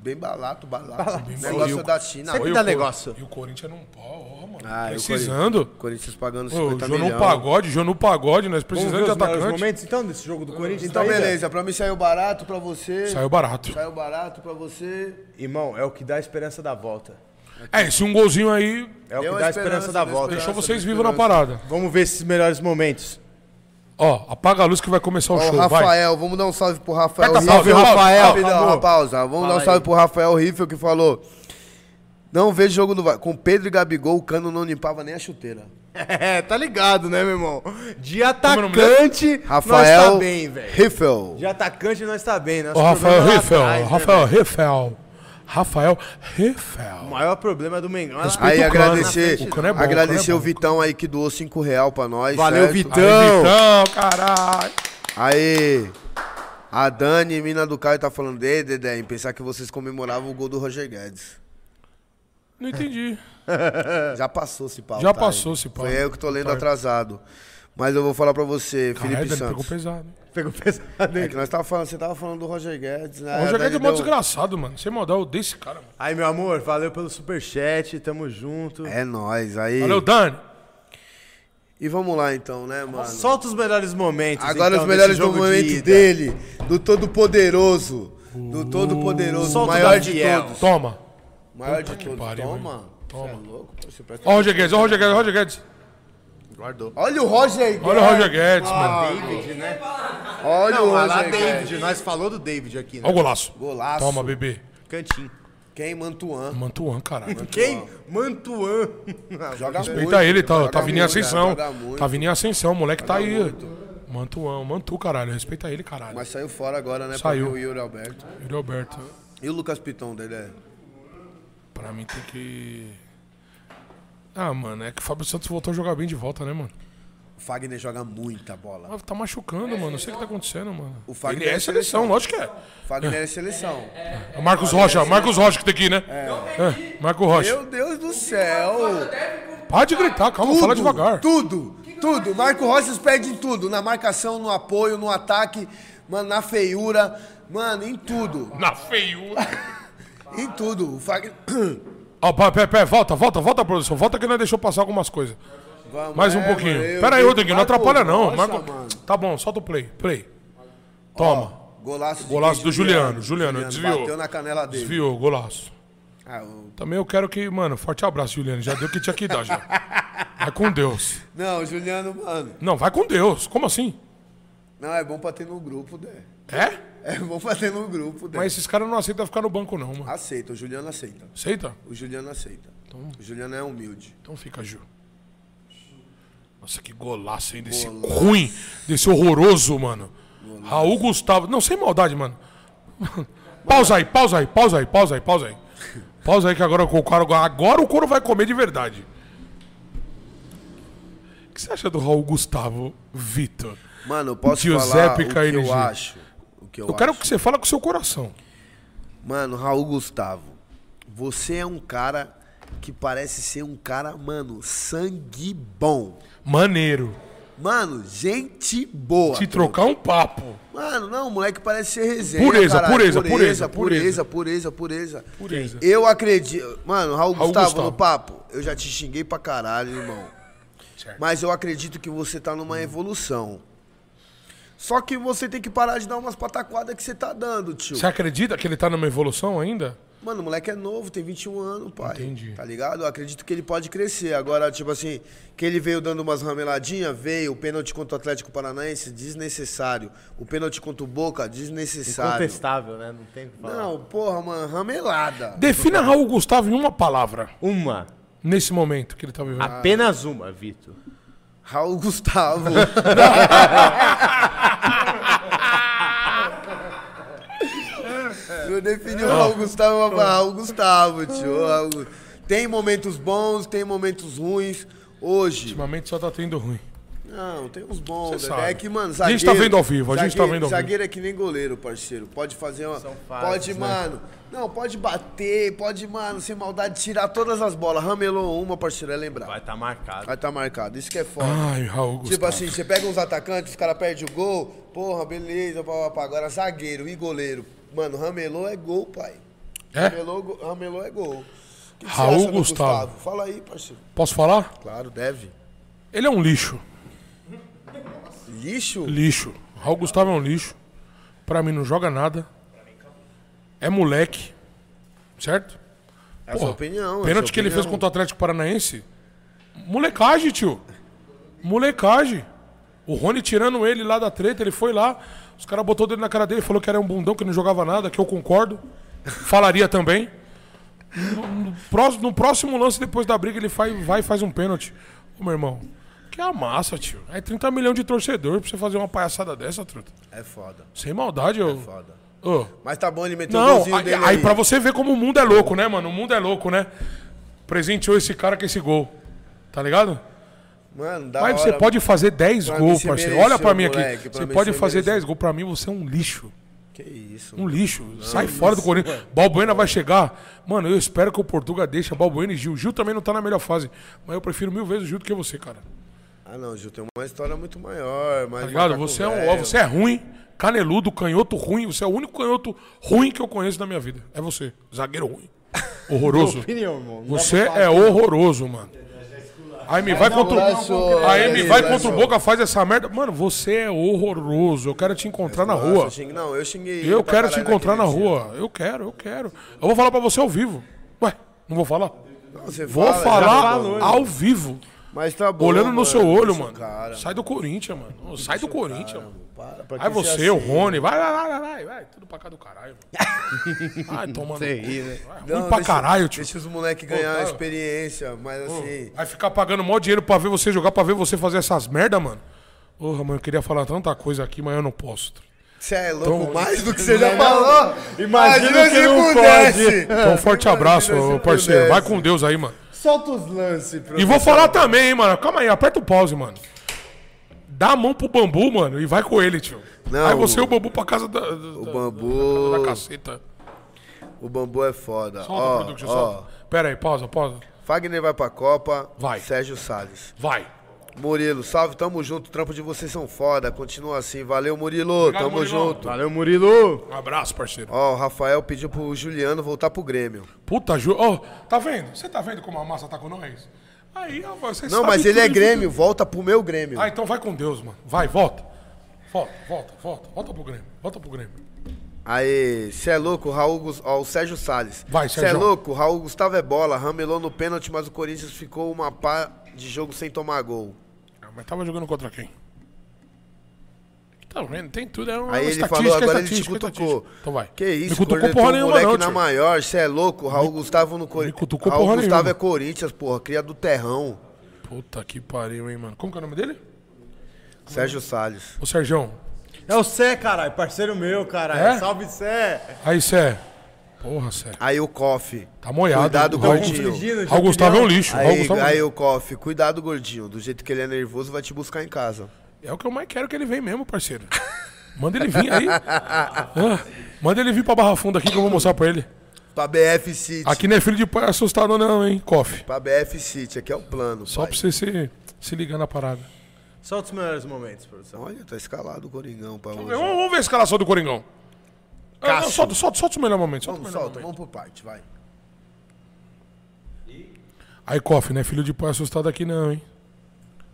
Speaker 3: Bem balato, balato.
Speaker 2: E
Speaker 3: Negócio
Speaker 2: o-
Speaker 3: da China.
Speaker 1: Sempre
Speaker 2: Foi
Speaker 1: dá
Speaker 2: o Cor-
Speaker 1: negócio.
Speaker 2: E o Corinthians não pô, mano.
Speaker 3: Ah, e o
Speaker 2: precisando.
Speaker 3: Corinthians- Corinthians pagando
Speaker 2: Ô,
Speaker 3: 50
Speaker 2: Jô no
Speaker 3: milhões.
Speaker 2: Pagode, Jô no Pagode,
Speaker 1: Vamos
Speaker 2: nós
Speaker 3: um
Speaker 2: precisamos
Speaker 1: ver
Speaker 2: de
Speaker 1: os melhores
Speaker 2: atacante.
Speaker 1: momentos, então, desse jogo do Corinthians?
Speaker 3: Então,
Speaker 1: aí, velho?
Speaker 3: beleza. Pra mim saiu barato, pra você. Saiu,
Speaker 2: Saiu barato.
Speaker 3: barato pra você.
Speaker 1: Irmão, é o que dá a esperança da volta.
Speaker 2: É, esse um golzinho aí
Speaker 1: É o
Speaker 3: Deu
Speaker 1: que
Speaker 3: a
Speaker 1: dá a
Speaker 3: esperança,
Speaker 1: esperança da
Speaker 3: deu a
Speaker 1: volta.
Speaker 2: deixou
Speaker 3: Graças
Speaker 2: vocês
Speaker 3: a
Speaker 2: vivos na
Speaker 3: Deus.
Speaker 2: parada.
Speaker 1: Vamos ver esses melhores momentos.
Speaker 2: Ó, apaga a luz que vai começar o
Speaker 3: Ó, o
Speaker 2: show, vai.
Speaker 3: Rafael, vamos dar um salve pro Rafael
Speaker 2: Aperta salve,
Speaker 3: Riffel.
Speaker 2: Rafael.
Speaker 3: Rapidão,
Speaker 2: Acabou.
Speaker 3: pausa. Vamos dar um salve pro Rafael Riffel que falou. Não vejo jogo do Vasco. Com Pedro e Gabigol, o cano não limpava nem a chuteira. Tá
Speaker 1: É, tá ligado, né, meu irmão? De
Speaker 2: é o nome dele?
Speaker 1: atacante,
Speaker 3: Rafael
Speaker 1: nós tá bem, velho.
Speaker 3: Riffel.
Speaker 1: De atacante, nós tá bem. Nosso
Speaker 2: Ó, Rafael
Speaker 1: problema é lá
Speaker 2: Riffel,
Speaker 1: atrás, né,
Speaker 2: Rafael
Speaker 1: velho?
Speaker 2: Riffel. Rafael
Speaker 1: O
Speaker 2: Riffel.
Speaker 1: maior problema é do Mengão. é lá
Speaker 2: Respeita
Speaker 3: Aí
Speaker 2: o Cano.
Speaker 3: agradecer,
Speaker 2: O Cano é bom,
Speaker 3: agradecer
Speaker 2: o Cano é
Speaker 3: o,
Speaker 2: bom.
Speaker 3: Vitão aí que doou 5 real pra nós.
Speaker 1: Valeu,
Speaker 3: certo?
Speaker 1: Vitão.
Speaker 2: Então, caralho.
Speaker 3: Aí, a Dani, mina do Caio, tá falando, ei, Dedé, em pensar que vocês comemoravam o gol do Roger Guedes.
Speaker 2: Não entendi.
Speaker 3: Já passou esse pau.
Speaker 2: Já
Speaker 3: tá aí.
Speaker 2: passou esse pau.
Speaker 3: Foi eu que tô lendo atrasado. Mas eu vou falar pra você,
Speaker 2: Caralho,
Speaker 3: Felipe
Speaker 2: Dani, pegou
Speaker 3: Santos.
Speaker 2: pesado. hein?
Speaker 1: Pegou pesado,
Speaker 3: É
Speaker 1: hein?
Speaker 3: que nós tava falando, você tava falando do Roger Guedes, né?
Speaker 2: O Roger
Speaker 3: Daí
Speaker 2: Guedes é
Speaker 3: ele
Speaker 2: mó
Speaker 3: deu-
Speaker 2: desgraçado, mano. Sem maldade, eu odeio esse cara, mano.
Speaker 1: Aí, meu amor, valeu pelo superchat, tamo junto.
Speaker 3: É nóis, aí.
Speaker 2: Valeu, Dani.
Speaker 3: E vamos lá então, né, mano?
Speaker 1: Solta os melhores momentos.
Speaker 3: Agora
Speaker 1: então,
Speaker 3: os melhores
Speaker 1: desse jogo de
Speaker 3: momentos
Speaker 1: ida.
Speaker 3: dele, do todo poderoso, do
Speaker 2: Uh,
Speaker 3: todo poderoso,
Speaker 1: Solta o
Speaker 3: maior
Speaker 1: da
Speaker 3: de
Speaker 1: Fiel.
Speaker 3: todos.
Speaker 2: Toma.
Speaker 3: Maior de todos.
Speaker 2: pariu,
Speaker 3: Toma. Toma. Você é louco? pô, Você presta...
Speaker 2: Ó, o Roger Guedes, ó, o Roger Guedes, ó, o Roger Guedes.
Speaker 3: Olha o Roger Guedes.
Speaker 2: Olha o Roger
Speaker 3: Ah,
Speaker 2: Guedes, mano.
Speaker 1: David, né?
Speaker 3: Olha
Speaker 1: Não,
Speaker 3: o
Speaker 1: olha lá,
Speaker 3: Roger Guedes.
Speaker 1: David. Nós falou do David aqui, né?
Speaker 2: Ó o golaço.
Speaker 3: Golaço.
Speaker 2: Toma, bebê.
Speaker 1: Cantinho.
Speaker 3: Quem? Mantuan.
Speaker 2: Mantuan, caralho.
Speaker 1: Quem? Mantuan.
Speaker 3: Joga
Speaker 2: Respeita ele, tá,
Speaker 3: joga
Speaker 2: tá vindo em
Speaker 3: muito, né?
Speaker 2: ascensão.
Speaker 3: joga muito.
Speaker 2: Tá vindo em ascensão, o moleque tá aí. Mantuan, Mantu, caralho. Respeita ele, caralho.
Speaker 3: Mas saiu fora agora, né?
Speaker 2: Saiu.
Speaker 3: Pra ver o Yuri Alberto.
Speaker 2: Yuri Alberto,
Speaker 3: E o Lucas Piton dele é?
Speaker 2: pra mim tem que. Ah, mano, é que o Fábio Santos voltou a jogar bem de volta, né, mano?
Speaker 3: O Fagner joga muita bola.
Speaker 2: Ah, Tá machucando, mano. Não sei o que tá acontecendo, mano.
Speaker 3: O Fagner
Speaker 2: Ele é
Speaker 3: é
Speaker 2: seleção,
Speaker 3: seleção.
Speaker 2: lógico que é.
Speaker 3: O Fagner é seleção.
Speaker 2: É o Marcos Rocha, Marcos Rocha que tem aqui, né? É, Marcos Rocha.
Speaker 3: Meu Deus do céu!
Speaker 2: Para de gritar, calma, fala devagar.
Speaker 3: Tudo, tudo. Marco Rocha perde em tudo. Na marcação, no apoio, no ataque, mano, na feiura, mano, em tudo.
Speaker 2: Na feiura.
Speaker 3: Em tudo. O Fagner.
Speaker 2: Ó, pé, pé, pé, volta, volta, volta, produção. Volta que nós deixou passar algumas coisas.
Speaker 3: Vamos,
Speaker 2: Mais um
Speaker 3: é,
Speaker 2: pouquinho.
Speaker 3: mano, eu
Speaker 2: Pera aí,
Speaker 3: vi
Speaker 2: Rodrigo, não
Speaker 3: Marco
Speaker 2: atrapalha não.
Speaker 3: Rocha,
Speaker 2: Marco-
Speaker 3: mano.
Speaker 2: Tá bom, solta o play. Play. Toma.
Speaker 3: Golaço, de
Speaker 2: Golaço
Speaker 3: quem?
Speaker 2: do Juliano. Juliano, desviou.
Speaker 3: Bateu na canela dele.
Speaker 2: Desviou, golaço.
Speaker 3: Ah, o-
Speaker 2: Também eu quero que, mano, forte abraço, Juliano. Já deu o que tinha que dar, já. Vai com Deus.
Speaker 3: Não, o Juliano, mano.
Speaker 2: Não, vai com Deus. Como assim?
Speaker 3: Não, é bom pra ter no grupo, né?
Speaker 2: É?
Speaker 3: É bom pra ter no grupo, né?
Speaker 2: Mas esses caras não aceitam ficar no banco, não, mano.
Speaker 3: Aceita, o Juliano aceita.
Speaker 2: Aceita?
Speaker 3: O Juliano aceita. O Juliano é humilde.
Speaker 2: Então fica, Ju. Nossa, que golaço, hein? Desse ruim, desse horroroso, mano. Raul Gustavo. Não, sem maldade, mano. Pausa aí, pausa aí, pausa aí, pausa aí, pausa aí. Pausa aí que agora o couro, agora o couro vai comer de verdade. O que você acha do Raul Gustavo Vitor?
Speaker 3: Mano, eu posso
Speaker 2: Giuseppe
Speaker 3: falar o que
Speaker 2: Cainigi.
Speaker 3: eu acho. O que eu,
Speaker 2: Eu quero
Speaker 3: acho.
Speaker 2: que você fale com o seu coração.
Speaker 3: Mano, Raul Gustavo, você é um cara que parece ser um cara, mano, sangue bom.
Speaker 2: Maneiro.
Speaker 3: Mano, gente boa. tá
Speaker 2: Te trocar um papo.
Speaker 3: Mano, não, o moleque parece ser resenha.
Speaker 2: Pureza,
Speaker 3: caralho.
Speaker 2: pureza,
Speaker 3: pureza,
Speaker 2: pureza,
Speaker 3: pureza, pureza, pureza.
Speaker 2: Pureza.
Speaker 3: Eu acredito. Mano, Raul,
Speaker 2: Raul
Speaker 3: Gustavo,
Speaker 2: Gustavo.
Speaker 3: no papo, eu já te xinguei pra caralho, irmão. Mas eu acredito que você tá numa evolução. Só que você tem que parar de dar umas pataquadas que você tá dando, tio.
Speaker 2: Você acredita que ele tá numa evolução ainda?
Speaker 3: Mano, o moleque é novo, tem 21 anos, pai.
Speaker 2: Entendi.
Speaker 3: Tá ligado? Eu acredito que ele pode crescer. Agora, tipo assim, que ele veio dando umas rameladinhas, veio o pênalti contra o Atlético Paranaense, desnecessário. O pênalti contra o Boca, desnecessário.
Speaker 7: Contestável, né? Não tem o que falar.
Speaker 3: Tá, Não, porra, mano, ramelada.
Speaker 2: Defina Raul Gustavo em uma palavra.
Speaker 7: Uma.
Speaker 2: Nesse momento que ele tá
Speaker 3: Ah.
Speaker 2: vivendo.
Speaker 7: Apenas uma, Vitor.
Speaker 3: Raul Gustavo. Eu defini o Raul Gustavo mas Raul Gustavo, tio. Raul. Tem momentos bons, tem momentos ruins. Hoje.
Speaker 2: Ultimamente só tá tendo ruim.
Speaker 3: Não, tem uns bons.
Speaker 2: Cê
Speaker 3: Dedé.
Speaker 2: sabe.
Speaker 3: É que, mano,
Speaker 2: A
Speaker 3: zagueiro...
Speaker 2: gente tá vendo ao vivo, a gente tá
Speaker 3: zagueiro-
Speaker 2: vendo ao vivo.
Speaker 3: Zagueiro é que nem goleiro, parceiro. Pode fazer uma... pode,
Speaker 7: né?
Speaker 3: mano... Não, pode bater, pode, mano, sem maldade, tirar todas as bolas. Ramelou uma, parceiro, é lembrar. Vai
Speaker 7: Vai tá marcado.
Speaker 3: tá marcado. Isso que é foda.
Speaker 2: Ai, Raul Ah, Gustavo.
Speaker 3: Tipo assim, você pega uns atacantes, os caras perdem o gol, porra, beleza, pá, pá, pá. agora zagueiro e goleiro. Mano, ramelou é gol, pai.
Speaker 2: É?
Speaker 3: Ramelou, go- ramelou é gol. O que que você
Speaker 2: Raul
Speaker 3: acha do
Speaker 2: Gustavo.
Speaker 3: Fala aí, parceiro.
Speaker 2: Posso falar?
Speaker 3: Claro, deve.
Speaker 2: Ele é um lixo.
Speaker 3: Lixo?
Speaker 2: Lixo. Raul Gustavo é um lixo. Pra mim não joga nada. É moleque. Certo?
Speaker 3: É a sua opinião. é a
Speaker 2: Pênalti
Speaker 3: sua
Speaker 2: que ele fez
Speaker 3: opinião.
Speaker 2: contra o Atlético Paranaense. Molecagem, tio. Molecagem. O Rony tirando ele lá da treta, ele foi lá. Os caras botou o dedo na cara dele, falou que era um bundão, que não jogava nada, que eu concordo. Falaria também. No, no próximo, no próximo lance, depois da briga, ele faz, vai e faz um pênalti. Ô, meu irmão, que amassa, tio. É 30 milhões de torcedor pra você fazer uma palhaçada dessa, truta.
Speaker 3: É foda,
Speaker 2: Sem maldade, eu.
Speaker 3: É foda.
Speaker 2: Ô.
Speaker 3: Mas tá bom ele meter o
Speaker 2: Não,
Speaker 3: golzinho
Speaker 2: aí,
Speaker 3: dele
Speaker 2: aí pra você ver como o mundo é louco, né, mano? O mundo é louco, né? Presenteou esse cara com esse gol. Tá ligado?
Speaker 3: Mano, da
Speaker 2: Mas
Speaker 3: hora.
Speaker 2: você pode fazer 10
Speaker 3: Pra mim
Speaker 2: gols,
Speaker 3: você
Speaker 2: parceiro.
Speaker 3: mereceu,
Speaker 2: Olha pra mim aqui.
Speaker 3: moleque, pra
Speaker 2: você
Speaker 3: mim
Speaker 2: pode
Speaker 3: você
Speaker 2: fazer
Speaker 3: mereceu.
Speaker 2: 10 gols. Pra mim, você é um lixo.
Speaker 3: Que isso.
Speaker 2: Um lixo. Sai fora do Corinthians. Balbuena vai chegar. Mano, eu espero que o Portuga deixe Balbuena e Gil. Gil também não tá na melhor fase. Mas eu prefiro mil vezes o Gil do que você, cara.
Speaker 3: Ah, não, Gil, tem uma história muito maior. Mas
Speaker 2: Tá ligado? Você é um ó, você é ruim, caneludo, canhoto ruim. Você é o único canhoto ruim que eu conheço na minha vida. É você. Zagueiro ruim. Horroroso. Você é horroroso, mano. Aí me vai contra
Speaker 3: Lasso,
Speaker 2: o. Aí me
Speaker 3: Lasso.
Speaker 2: vai contra o Boca, faz essa merda. Mano, você é horroroso. Eu quero te encontrar na rua.
Speaker 3: Não, eu xinguei. ele
Speaker 2: é Eu
Speaker 3: pra
Speaker 2: quero te
Speaker 3: tá caralho né,
Speaker 2: encontrar na
Speaker 3: naquele dia.
Speaker 2: rua. Eu quero, eu quero. Eu vou falar pra você ao vivo. Ué, não vou falar?
Speaker 3: Não, você
Speaker 2: Vou
Speaker 3: fala, já
Speaker 2: falar
Speaker 3: falou,
Speaker 2: ao vivo.
Speaker 3: Mas tá bom.
Speaker 2: Olhando no
Speaker 3: mano,
Speaker 2: seu olho,
Speaker 3: deixa o
Speaker 2: mano.
Speaker 3: cara,
Speaker 2: Sai do Corinthians, mano. Ô, Sai do Corinthians, mano.
Speaker 3: Para, pra
Speaker 2: Aí
Speaker 3: que
Speaker 2: você,
Speaker 3: assim?
Speaker 2: o Rony, vai, vai, vai, vai, vai, vai, tudo pra cá do caralho. mano. Vai tomando. Vai, ruim
Speaker 3: né? Não,
Speaker 2: pra
Speaker 3: deixa-
Speaker 2: caralho, tio.
Speaker 3: Deixa os moleques ganhar
Speaker 2: tá.
Speaker 3: experiência, mas assim.
Speaker 2: Vai ficar pagando mó dinheiro pra ver você jogar, pra ver você fazer essas merda, mano. Porra, mano, eu queria falar tanta coisa aqui, mas eu não posso.
Speaker 3: Você é louco
Speaker 2: Então-
Speaker 3: mais do que você já falou.
Speaker 7: Imagina que não
Speaker 3: É,
Speaker 2: Então, um forte abraço,
Speaker 3: Imagina se
Speaker 2: ô,
Speaker 3: eu
Speaker 2: parceiro. Vai
Speaker 3: pudesse.
Speaker 2: com Deus aí, mano.
Speaker 7: Solta os lances, pro...
Speaker 2: E vou falar também, hein, mano. Calma aí, aperta o pause, mano. Dá a mão pro bambu, mano, e vai com ele, tio.
Speaker 3: Não,
Speaker 2: aí você e o
Speaker 3: o-
Speaker 2: bambu pra casa da. O
Speaker 3: bambu-
Speaker 2: Da caceta.
Speaker 3: O bambu é foda.
Speaker 2: Tá Solta,
Speaker 3: Ó,
Speaker 2: production,
Speaker 3: ó.
Speaker 2: solta. Pera aí, pausa, pausa.
Speaker 3: Fagner vai pra Copa.
Speaker 2: Vai.
Speaker 3: Sérgio Salles.
Speaker 2: Vai.
Speaker 3: Murilo, salve, tamo junto. Trampo de vocês são foda. Continua assim. Valeu, Murilo.
Speaker 2: Obrigado,
Speaker 3: tamo
Speaker 2: Murilão.
Speaker 3: junto.
Speaker 7: Valeu, Murilo.
Speaker 2: Um abraço, parceiro.
Speaker 3: Ó, o Rafael pediu pro Juliano voltar pro Grêmio.
Speaker 2: Puta, Ju. Ó, tá vendo? Você tá vendo como a massa tá com nós? Aí, ó, você
Speaker 3: Não, mas ele é Grêmio. Volta pro meu Grêmio.
Speaker 2: Ah, então vai com Deus, mano. Vai, volta. Volta, volta, volta. Volta pro Grêmio. Volta pro Grêmio.
Speaker 3: Aí, cê é louco, Raul, Gus- ó, o Sérgio Salles.
Speaker 2: Vai,
Speaker 3: Cê é
Speaker 2: Sérgio.
Speaker 3: louco, Raul Gustavo é bola, ramelou no pênalti, mas o Corinthians ficou uma pá de jogo sem tomar gol.
Speaker 2: Ah, mas tava jogando contra quem? Tá vendo? Tem tudo. É uma
Speaker 3: Aí ele
Speaker 2: estatística,
Speaker 3: falou, agora ele te
Speaker 2: estatística,
Speaker 3: cutucou.
Speaker 2: estatística. Então vai.
Speaker 3: Que isso,
Speaker 2: Me cutucou
Speaker 3: cornetou
Speaker 2: porra
Speaker 3: o um
Speaker 2: nenhuma,
Speaker 3: moleque
Speaker 2: não,
Speaker 3: na
Speaker 2: tio.
Speaker 3: maior, cê é louco, Raul Gustavo no Corinthians.
Speaker 2: cutucou
Speaker 3: Raul
Speaker 2: porra
Speaker 3: Gustavo
Speaker 2: nenhuma.
Speaker 3: é Corinthians, porra, cria do terrão.
Speaker 2: Puta que pariu, hein, mano. Como que é o nome dele?
Speaker 3: Sérgio Salles.
Speaker 2: Ô, Sergião.
Speaker 7: É o Sé, caralho, parceiro meu, caralho.
Speaker 2: É?
Speaker 7: Salve, Sé.
Speaker 2: Aí, Sé. Porra, Sé.
Speaker 3: Aí o Coffee.
Speaker 2: Tá moiado.
Speaker 3: Cuidado
Speaker 2: O
Speaker 3: com
Speaker 2: Raul-
Speaker 3: o gordinho.
Speaker 2: O Raul Gustavo é um lixo. o Raul
Speaker 3: Aí,
Speaker 2: Gustavo-
Speaker 3: aí o Coffee, cuidado, gordinho. Do jeito que ele é nervoso, vai te buscar em casa.
Speaker 2: É o que eu mais quero que ele venha mesmo, parceiro. Manda ele vir aí. Ah, manda ele vir pra Barra Funda aqui que eu vou mostrar pra ele.
Speaker 3: Pra BF City.
Speaker 2: Aqui não é filho de pai assustado não, hein, Coffee.
Speaker 3: Pra BF City, aqui é o plano.
Speaker 2: Só
Speaker 3: pai.
Speaker 2: pra você se, se ligar na parada.
Speaker 7: Solta os melhores momentos, produção.
Speaker 3: Olha, tá escalado o Coringão pra hoje.
Speaker 2: Vamos, vamos ver a escalação do Coringão. Ah, não, solta, solta, solta o melhor momento. Solta o
Speaker 3: Vamos,
Speaker 2: melhor
Speaker 3: solta,
Speaker 2: momento.
Speaker 3: vamos por parte, vai.
Speaker 2: Aí, Coffee, não é filho de pai assustado aqui não, hein.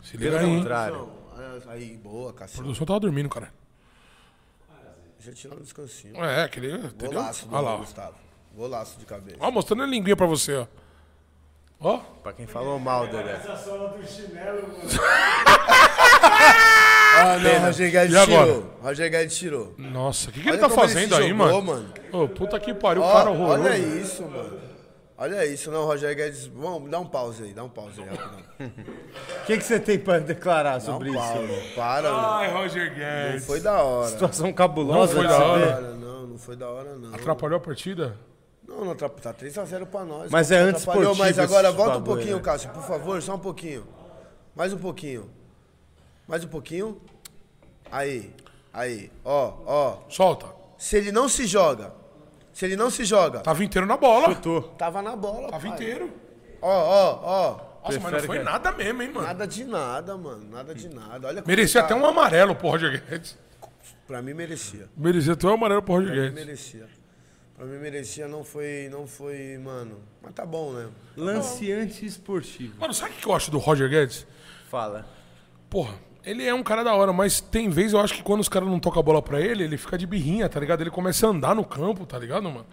Speaker 2: Se liga aí, hein.
Speaker 3: é, Aí, boa,
Speaker 2: O
Speaker 3: cacete.
Speaker 2: senhor tava dormindo, cara.
Speaker 3: Deixa eu tirar um descansinho.
Speaker 2: É, aquele... Entendeu?
Speaker 3: Golaço do
Speaker 2: Olha lá, ó.
Speaker 3: Gustavo. Golaço de cabeça.
Speaker 2: Ó, mostrando a linguinha pra você, ó. Ó.
Speaker 7: Pra quem falou mal, Dedé.
Speaker 3: Ah, não, Roger Guedes
Speaker 2: E agora?
Speaker 3: tirou. Roger Guedes tirou.
Speaker 2: Nossa, o que, que
Speaker 3: Olha
Speaker 2: ele tá
Speaker 3: como ele
Speaker 2: fazendo
Speaker 3: se
Speaker 2: aí, mano?
Speaker 3: jogou, mano.
Speaker 2: Ô, puta que pariu,
Speaker 3: Ó,
Speaker 2: cara horroroso.
Speaker 3: olha isso, mano. Olha isso, não, Roger Guedes. Vamos, dá um pause aí, dá um pause aí, rapidão.
Speaker 7: O que, que você tem pra declarar
Speaker 3: Dá
Speaker 7: sobre
Speaker 3: um
Speaker 7: isso?
Speaker 3: pause, mano. Para, mano.
Speaker 2: Ai, Roger Guedes.
Speaker 3: Foi da hora.
Speaker 7: Situação cabulosa.
Speaker 2: Não foi
Speaker 7: de
Speaker 2: da
Speaker 7: se
Speaker 2: hora.
Speaker 7: ver.
Speaker 3: Cara, não, não foi da hora, não.
Speaker 2: Atrapalhou a partida?
Speaker 3: Não, não atrapalhou. Tá 3x0 pra nós.
Speaker 7: Mas é
Speaker 3: Atrapalhou,
Speaker 7: antiesportivo
Speaker 3: Mas agora
Speaker 7: esse
Speaker 3: volta um
Speaker 7: bagulho,
Speaker 3: pouquinho,
Speaker 7: né?
Speaker 3: Cássio, por favor, só um pouquinho. Mais um pouquinho. Mais um pouquinho. Aí, aí. Ó, ó.
Speaker 2: Solta.
Speaker 3: Se ele não se joga, se ele não se joga,
Speaker 2: Tava Tá inteiro na bola.
Speaker 3: tava na bola,
Speaker 2: Tava
Speaker 3: pai.
Speaker 2: inteiro.
Speaker 3: Ó, ó, ó.
Speaker 2: Nossa, mas não foi nada mesmo, hein, mano.
Speaker 3: Nada de nada, mano. Nada de nada. Olha como
Speaker 2: Merecia
Speaker 3: tá-
Speaker 2: até um amarelo pro Roger Guedes.
Speaker 3: Pra mim merecia.
Speaker 2: Merecia até um amarelo pro Roger
Speaker 3: Pra mim
Speaker 2: Guedes.
Speaker 3: merecia. Pra mim merecia, não foi, não foi, mano. Mas tá bom, né?
Speaker 7: Lance antiesportivo.
Speaker 2: Mano, sabe o que eu acho do Roger Guedes?
Speaker 7: Fala.
Speaker 2: Porra, ele é um cara da hora, mas tem vez eu acho que quando os caras não tocam a bola pra ele, ele fica de birrinha, tá ligado? Ele começa a andar no campo, tá ligado, mano?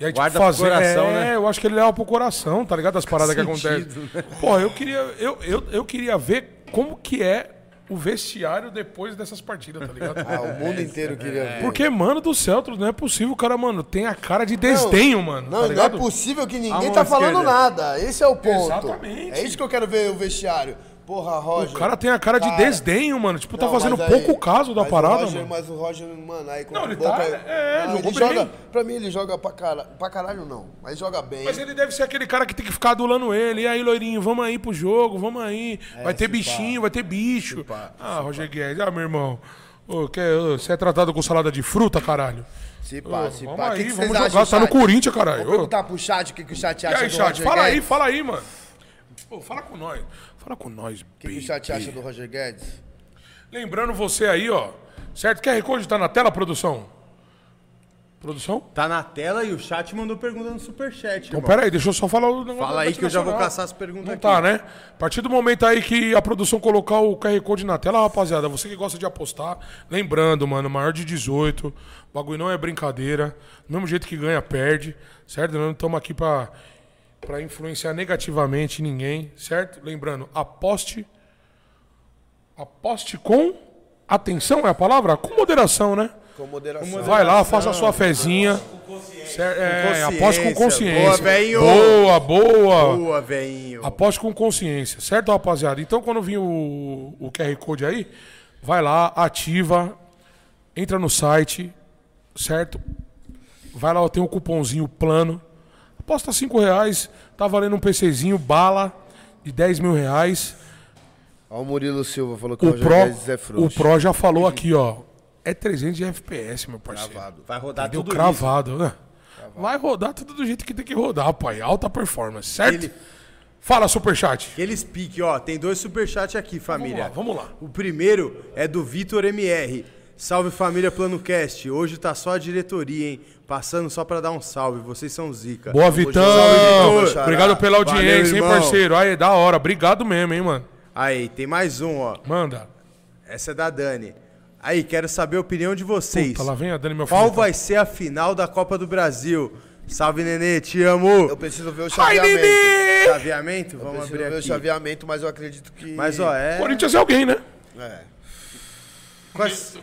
Speaker 2: E aí,
Speaker 7: Guarda
Speaker 2: tipo, fazer...
Speaker 7: pro coração,
Speaker 2: é,
Speaker 7: né?
Speaker 2: eu acho que ele leva pro coração, tá ligado? As paradas que acontecem.
Speaker 7: Sentido, né?
Speaker 2: Porra, eu queria, eu, eu, eu queria ver como que é o vestiário depois dessas partidas, tá ligado?
Speaker 3: Ah, o mundo
Speaker 2: é,
Speaker 3: inteiro queria ver.
Speaker 2: Porque, mano do céu, Truz, não é possível, o cara, mano, tem a cara de desdenho, mano.
Speaker 3: Não,
Speaker 2: tá
Speaker 3: não é
Speaker 2: ligado?
Speaker 3: possível que ninguém
Speaker 7: mão
Speaker 3: tá falando
Speaker 7: esquerda.
Speaker 3: nada. Esse é o ponto.
Speaker 2: Exatamente.
Speaker 3: É isso que eu quero ver o vestiário. Porra, Roger.
Speaker 2: O cara tem a cara de
Speaker 3: Cara.
Speaker 2: desdenho, mano. Tipo, tá
Speaker 3: Não,
Speaker 2: fazendo
Speaker 3: mas
Speaker 2: pouco
Speaker 3: aí-
Speaker 2: caso da
Speaker 3: mas o
Speaker 2: parada,
Speaker 3: Roger-
Speaker 2: mano.
Speaker 3: Mas o Roger, mano, aí com
Speaker 2: Não,
Speaker 3: a
Speaker 2: ele
Speaker 3: boca...
Speaker 2: tá- é,
Speaker 3: Não,
Speaker 2: jogou
Speaker 3: ele
Speaker 2: bem.
Speaker 3: joga, Pra mim, ele joga pra, cara, pra caralho, não. Mas joga bem.
Speaker 2: Mas ele deve ser aquele cara que tem que ficar adulando ele. E aí, loirinho, vamos aí pro jogo, vamos aí.
Speaker 3: É,
Speaker 2: vai ter bichinho, vai ter bicho. ah, Roger Guedes, ah, meu irmão. Ô, que- ô, Você é tratado com salada de fruta, caralho?
Speaker 3: Se
Speaker 2: Ô,
Speaker 3: pá, se
Speaker 2: vamos
Speaker 3: pá. O
Speaker 2: aí,
Speaker 3: que, que vocês
Speaker 2: vamos
Speaker 3: acham,
Speaker 2: jogar, tá no
Speaker 3: chat?
Speaker 2: Corinthians, caralho.
Speaker 3: Vou
Speaker 2: Ô.
Speaker 3: perguntar pro chat o que, que o chat
Speaker 2: E
Speaker 3: acha
Speaker 2: aí,
Speaker 3: do
Speaker 2: chat,
Speaker 3: Roger
Speaker 2: fala aí,
Speaker 3: Guedes.
Speaker 2: fala aí, mano. Ô, fala com nós. Fala com nós,
Speaker 3: O que, que o chat acha do Roger Guedes?
Speaker 2: Lembrando você aí, ó. Certo? QR Code tá na tela, produção? Produção?
Speaker 7: Tá na tela e o chat mandou pergunta no superchat,
Speaker 2: Então,
Speaker 7: irmão.
Speaker 2: pera aí, deixa eu só falar o negócio.
Speaker 7: Fala
Speaker 2: do
Speaker 7: aí que eu já vou
Speaker 2: Nacional.
Speaker 7: caçar as perguntas
Speaker 2: Não
Speaker 7: aqui.
Speaker 2: tá, né? A partir do momento aí que a produção colocar o QR Code na tela, rapaziada, você que gosta de apostar, lembrando, mano, maior de 18, o bagulho não é brincadeira. Do mesmo jeito que ganha, perde, certo? Nós não estamos aqui pra, pra influenciar negativamente ninguém, certo? Lembrando, aposte. Aposte com. Atenção é a palavra? Com moderação, né?
Speaker 3: Com moderação.
Speaker 2: Vai lá, faça a sua fezinha. Cer- É,
Speaker 7: Com
Speaker 2: aposte com
Speaker 7: consciência. Boa,
Speaker 2: consciência.
Speaker 7: velho.
Speaker 2: Boa, boa.
Speaker 7: Boa, veinho.
Speaker 2: Aposte com consciência, certo, rapaziada? Então, quando vir o, o QR Code aí, vai lá, ativa, entra no site, certo? Vai lá, ó, tem um cupomzinho plano. Aposta 5 reais, tá valendo um PCzinho, bala de 10 mil reais.
Speaker 3: Ó, o Murilo Silva falou que
Speaker 2: O
Speaker 3: o Roger
Speaker 2: Pro,
Speaker 3: Guedes é
Speaker 2: o
Speaker 3: frouxo.
Speaker 2: Pro já falou aqui, ó. É 300 de FPS, meu parceiro.
Speaker 7: Vai
Speaker 1: Tá
Speaker 7: rodar
Speaker 2: Deu
Speaker 7: tudo
Speaker 2: cravado, né? Vai rodar tudo do jeito que tem que rodar, pai. Alta performance, certo?
Speaker 7: Ele-
Speaker 2: Fala, superchat.
Speaker 7: Aqueles pique, ó. Tem dois superchats aqui,
Speaker 2: Vamos lá,
Speaker 7: família.
Speaker 2: vamos lá.
Speaker 7: O primeiro é do Vitor MR. Salve família PlanoCast. Hoje tá só a diretoria, hein? Passando só pra dar um salve. Vocês são zica.
Speaker 2: Boa, Vitão!
Speaker 3: Vitor. Meu xará.
Speaker 2: Obrigado pela
Speaker 7: Valeu,
Speaker 2: audiência, hein,
Speaker 7: irmão.
Speaker 2: parceiro? Aí, da hora. Obrigado mesmo, hein, mano?
Speaker 7: Aí, tem mais um, ó.
Speaker 2: Manda.
Speaker 7: Essa é da Dani. Aí, quero saber a opinião de vocês.
Speaker 2: Puta, lá vem tá? a Dani, meu
Speaker 7: Qual
Speaker 2: filho.
Speaker 7: vai ser a final da Copa do Brasil? Salve, Nenê, te amo.
Speaker 3: Eu preciso ver o
Speaker 2: Ai,
Speaker 3: chaveamento.
Speaker 2: Nenê!
Speaker 7: Chaveamento? Vamos
Speaker 3: Preciso
Speaker 7: abrir
Speaker 3: ver o
Speaker 7: aqui.
Speaker 3: chaveamento, mas eu acredito que...
Speaker 7: Mas, ó, é...
Speaker 2: Corinthians é alguém, né?
Speaker 3: É.
Speaker 7: Quase-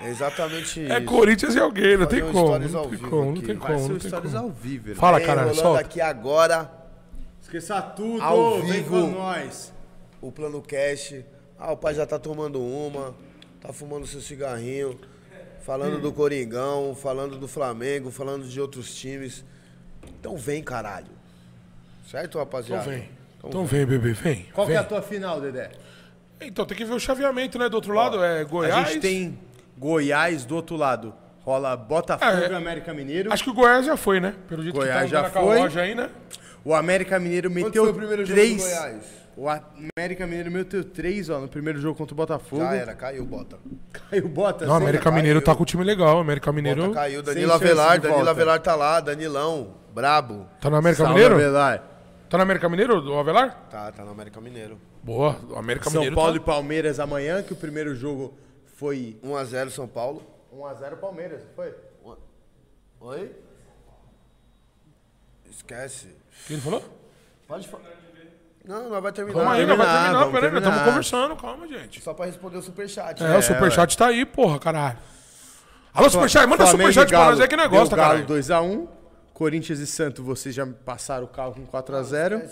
Speaker 3: É exatamente isso.
Speaker 2: É Corinthians é alguém, não tem
Speaker 3: um
Speaker 2: como.
Speaker 3: stories ao
Speaker 2: Não tem
Speaker 3: vivo
Speaker 2: como, não
Speaker 3: aqui.
Speaker 2: tem
Speaker 3: Vai
Speaker 2: como,
Speaker 7: São
Speaker 2: não tem
Speaker 7: histórias
Speaker 2: como.
Speaker 7: ao vivo. irmão.
Speaker 2: Fala,
Speaker 3: Bem,
Speaker 2: caralho,
Speaker 3: rolando
Speaker 2: solta.
Speaker 3: aqui agora
Speaker 7: Esqueça tudo.
Speaker 3: Ao
Speaker 7: Vem
Speaker 3: vivo.
Speaker 7: com nós.
Speaker 3: o Plano Cash, Ah, o pai já tá tomando uma, tá fumando seu cigarrinho, falando do Coringão, falando do Flamengo, falando de outros times. Então vem, caralho. Certo, rapaziada?
Speaker 2: Então vem. Então vem, bebê, vem.
Speaker 7: Qual
Speaker 2: vem.
Speaker 7: que é a tua final, Dedé?
Speaker 2: Então tem que ver o chaveamento, né? Do outro lado é
Speaker 1: A
Speaker 2: Goiás.
Speaker 1: gente tem Goiás do outro lado. Rola Botafogo
Speaker 2: É.
Speaker 1: e América Mineiro.
Speaker 2: Acho que o Goiás já foi, né? Pelo jeito
Speaker 1: Goiás
Speaker 2: que tá
Speaker 1: já
Speaker 2: jogando com a
Speaker 1: foi.
Speaker 2: loja aí, né?
Speaker 1: O América Mineiro meteu
Speaker 3: foi o primeiro jogo do
Speaker 1: três.
Speaker 3: Goiás?
Speaker 1: O A- América Mineiro meteu três, ó, no primeiro jogo contra o Botafogo.
Speaker 3: Já era, caiu, bota.
Speaker 1: Caiu o Bota.
Speaker 2: Não, o
Speaker 1: sem-
Speaker 2: América Mineiro tá com o time legal. O América Mineiro
Speaker 3: Bota caiu,
Speaker 1: Sem
Speaker 3: Danilo
Speaker 1: chance de
Speaker 3: Avelar, Danilo
Speaker 1: volta.
Speaker 3: Avelar tá lá, Danilão, brabo.
Speaker 2: tá no América
Speaker 1: Salve,
Speaker 2: Mineiro?
Speaker 1: Avelar.
Speaker 2: Tá no América Mineiro, o Avelar?
Speaker 3: Tá, tá no América Mineiro.
Speaker 2: Boa, o América
Speaker 1: São
Speaker 2: Mineiro.
Speaker 1: Paulo
Speaker 2: tá...
Speaker 1: e Palmeiras amanhã, que o primeiro jogo foi
Speaker 3: 1x0 São Paulo.
Speaker 1: 1x0 Palmeiras, não foi?
Speaker 3: Oi? Esquece.
Speaker 2: O que ele falou?
Speaker 3: Pode falar. Não, não vai terminar.
Speaker 1: é?
Speaker 2: Calma aí, não vai
Speaker 1: terminar,
Speaker 2: terminar,
Speaker 1: vamos
Speaker 2: peraí, nós estamos
Speaker 1: terminar.
Speaker 2: conversando, calma, gente.
Speaker 3: Só pra responder o superchat.
Speaker 2: É, o superchat tá aí, porra, caralho. Alô, superchat, manda
Speaker 1: Flamengo e
Speaker 2: superchat pra
Speaker 1: Galo.
Speaker 2: nós aí que negócio, tá,
Speaker 1: Tá Deu Galo
Speaker 2: caralho.
Speaker 1: 2x1. Corinthians e Santos, vocês já passaram o carro com
Speaker 3: Ah,
Speaker 1: 4x0.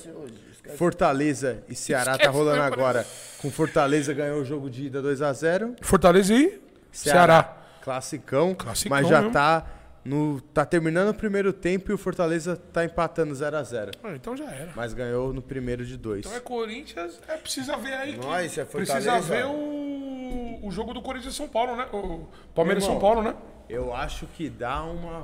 Speaker 1: Fortaleza e Ceará tá
Speaker 2: Esquece,
Speaker 1: rolando
Speaker 2: né,
Speaker 1: agora. Com Fortaleza ganhou o jogo de ida 2x0.
Speaker 2: Fortaleza e Ceará.
Speaker 1: Classicão,
Speaker 2: Classicão
Speaker 1: mas já
Speaker 2: mesmo.
Speaker 1: tá no tá terminando o primeiro tempo e o Fortaleza tá empatando 0 a 0,
Speaker 2: Ah, então já era.
Speaker 1: mas ganhou no primeiro de dois.
Speaker 2: Então é Corinthians, é precisa ver aí. que-
Speaker 3: Nós, é Fortaleza.
Speaker 2: precisa ver o, o jogo do Corinthians e São Paulo, né? O Palmeiras e São Paulo, né?
Speaker 1: Eu acho que dá uma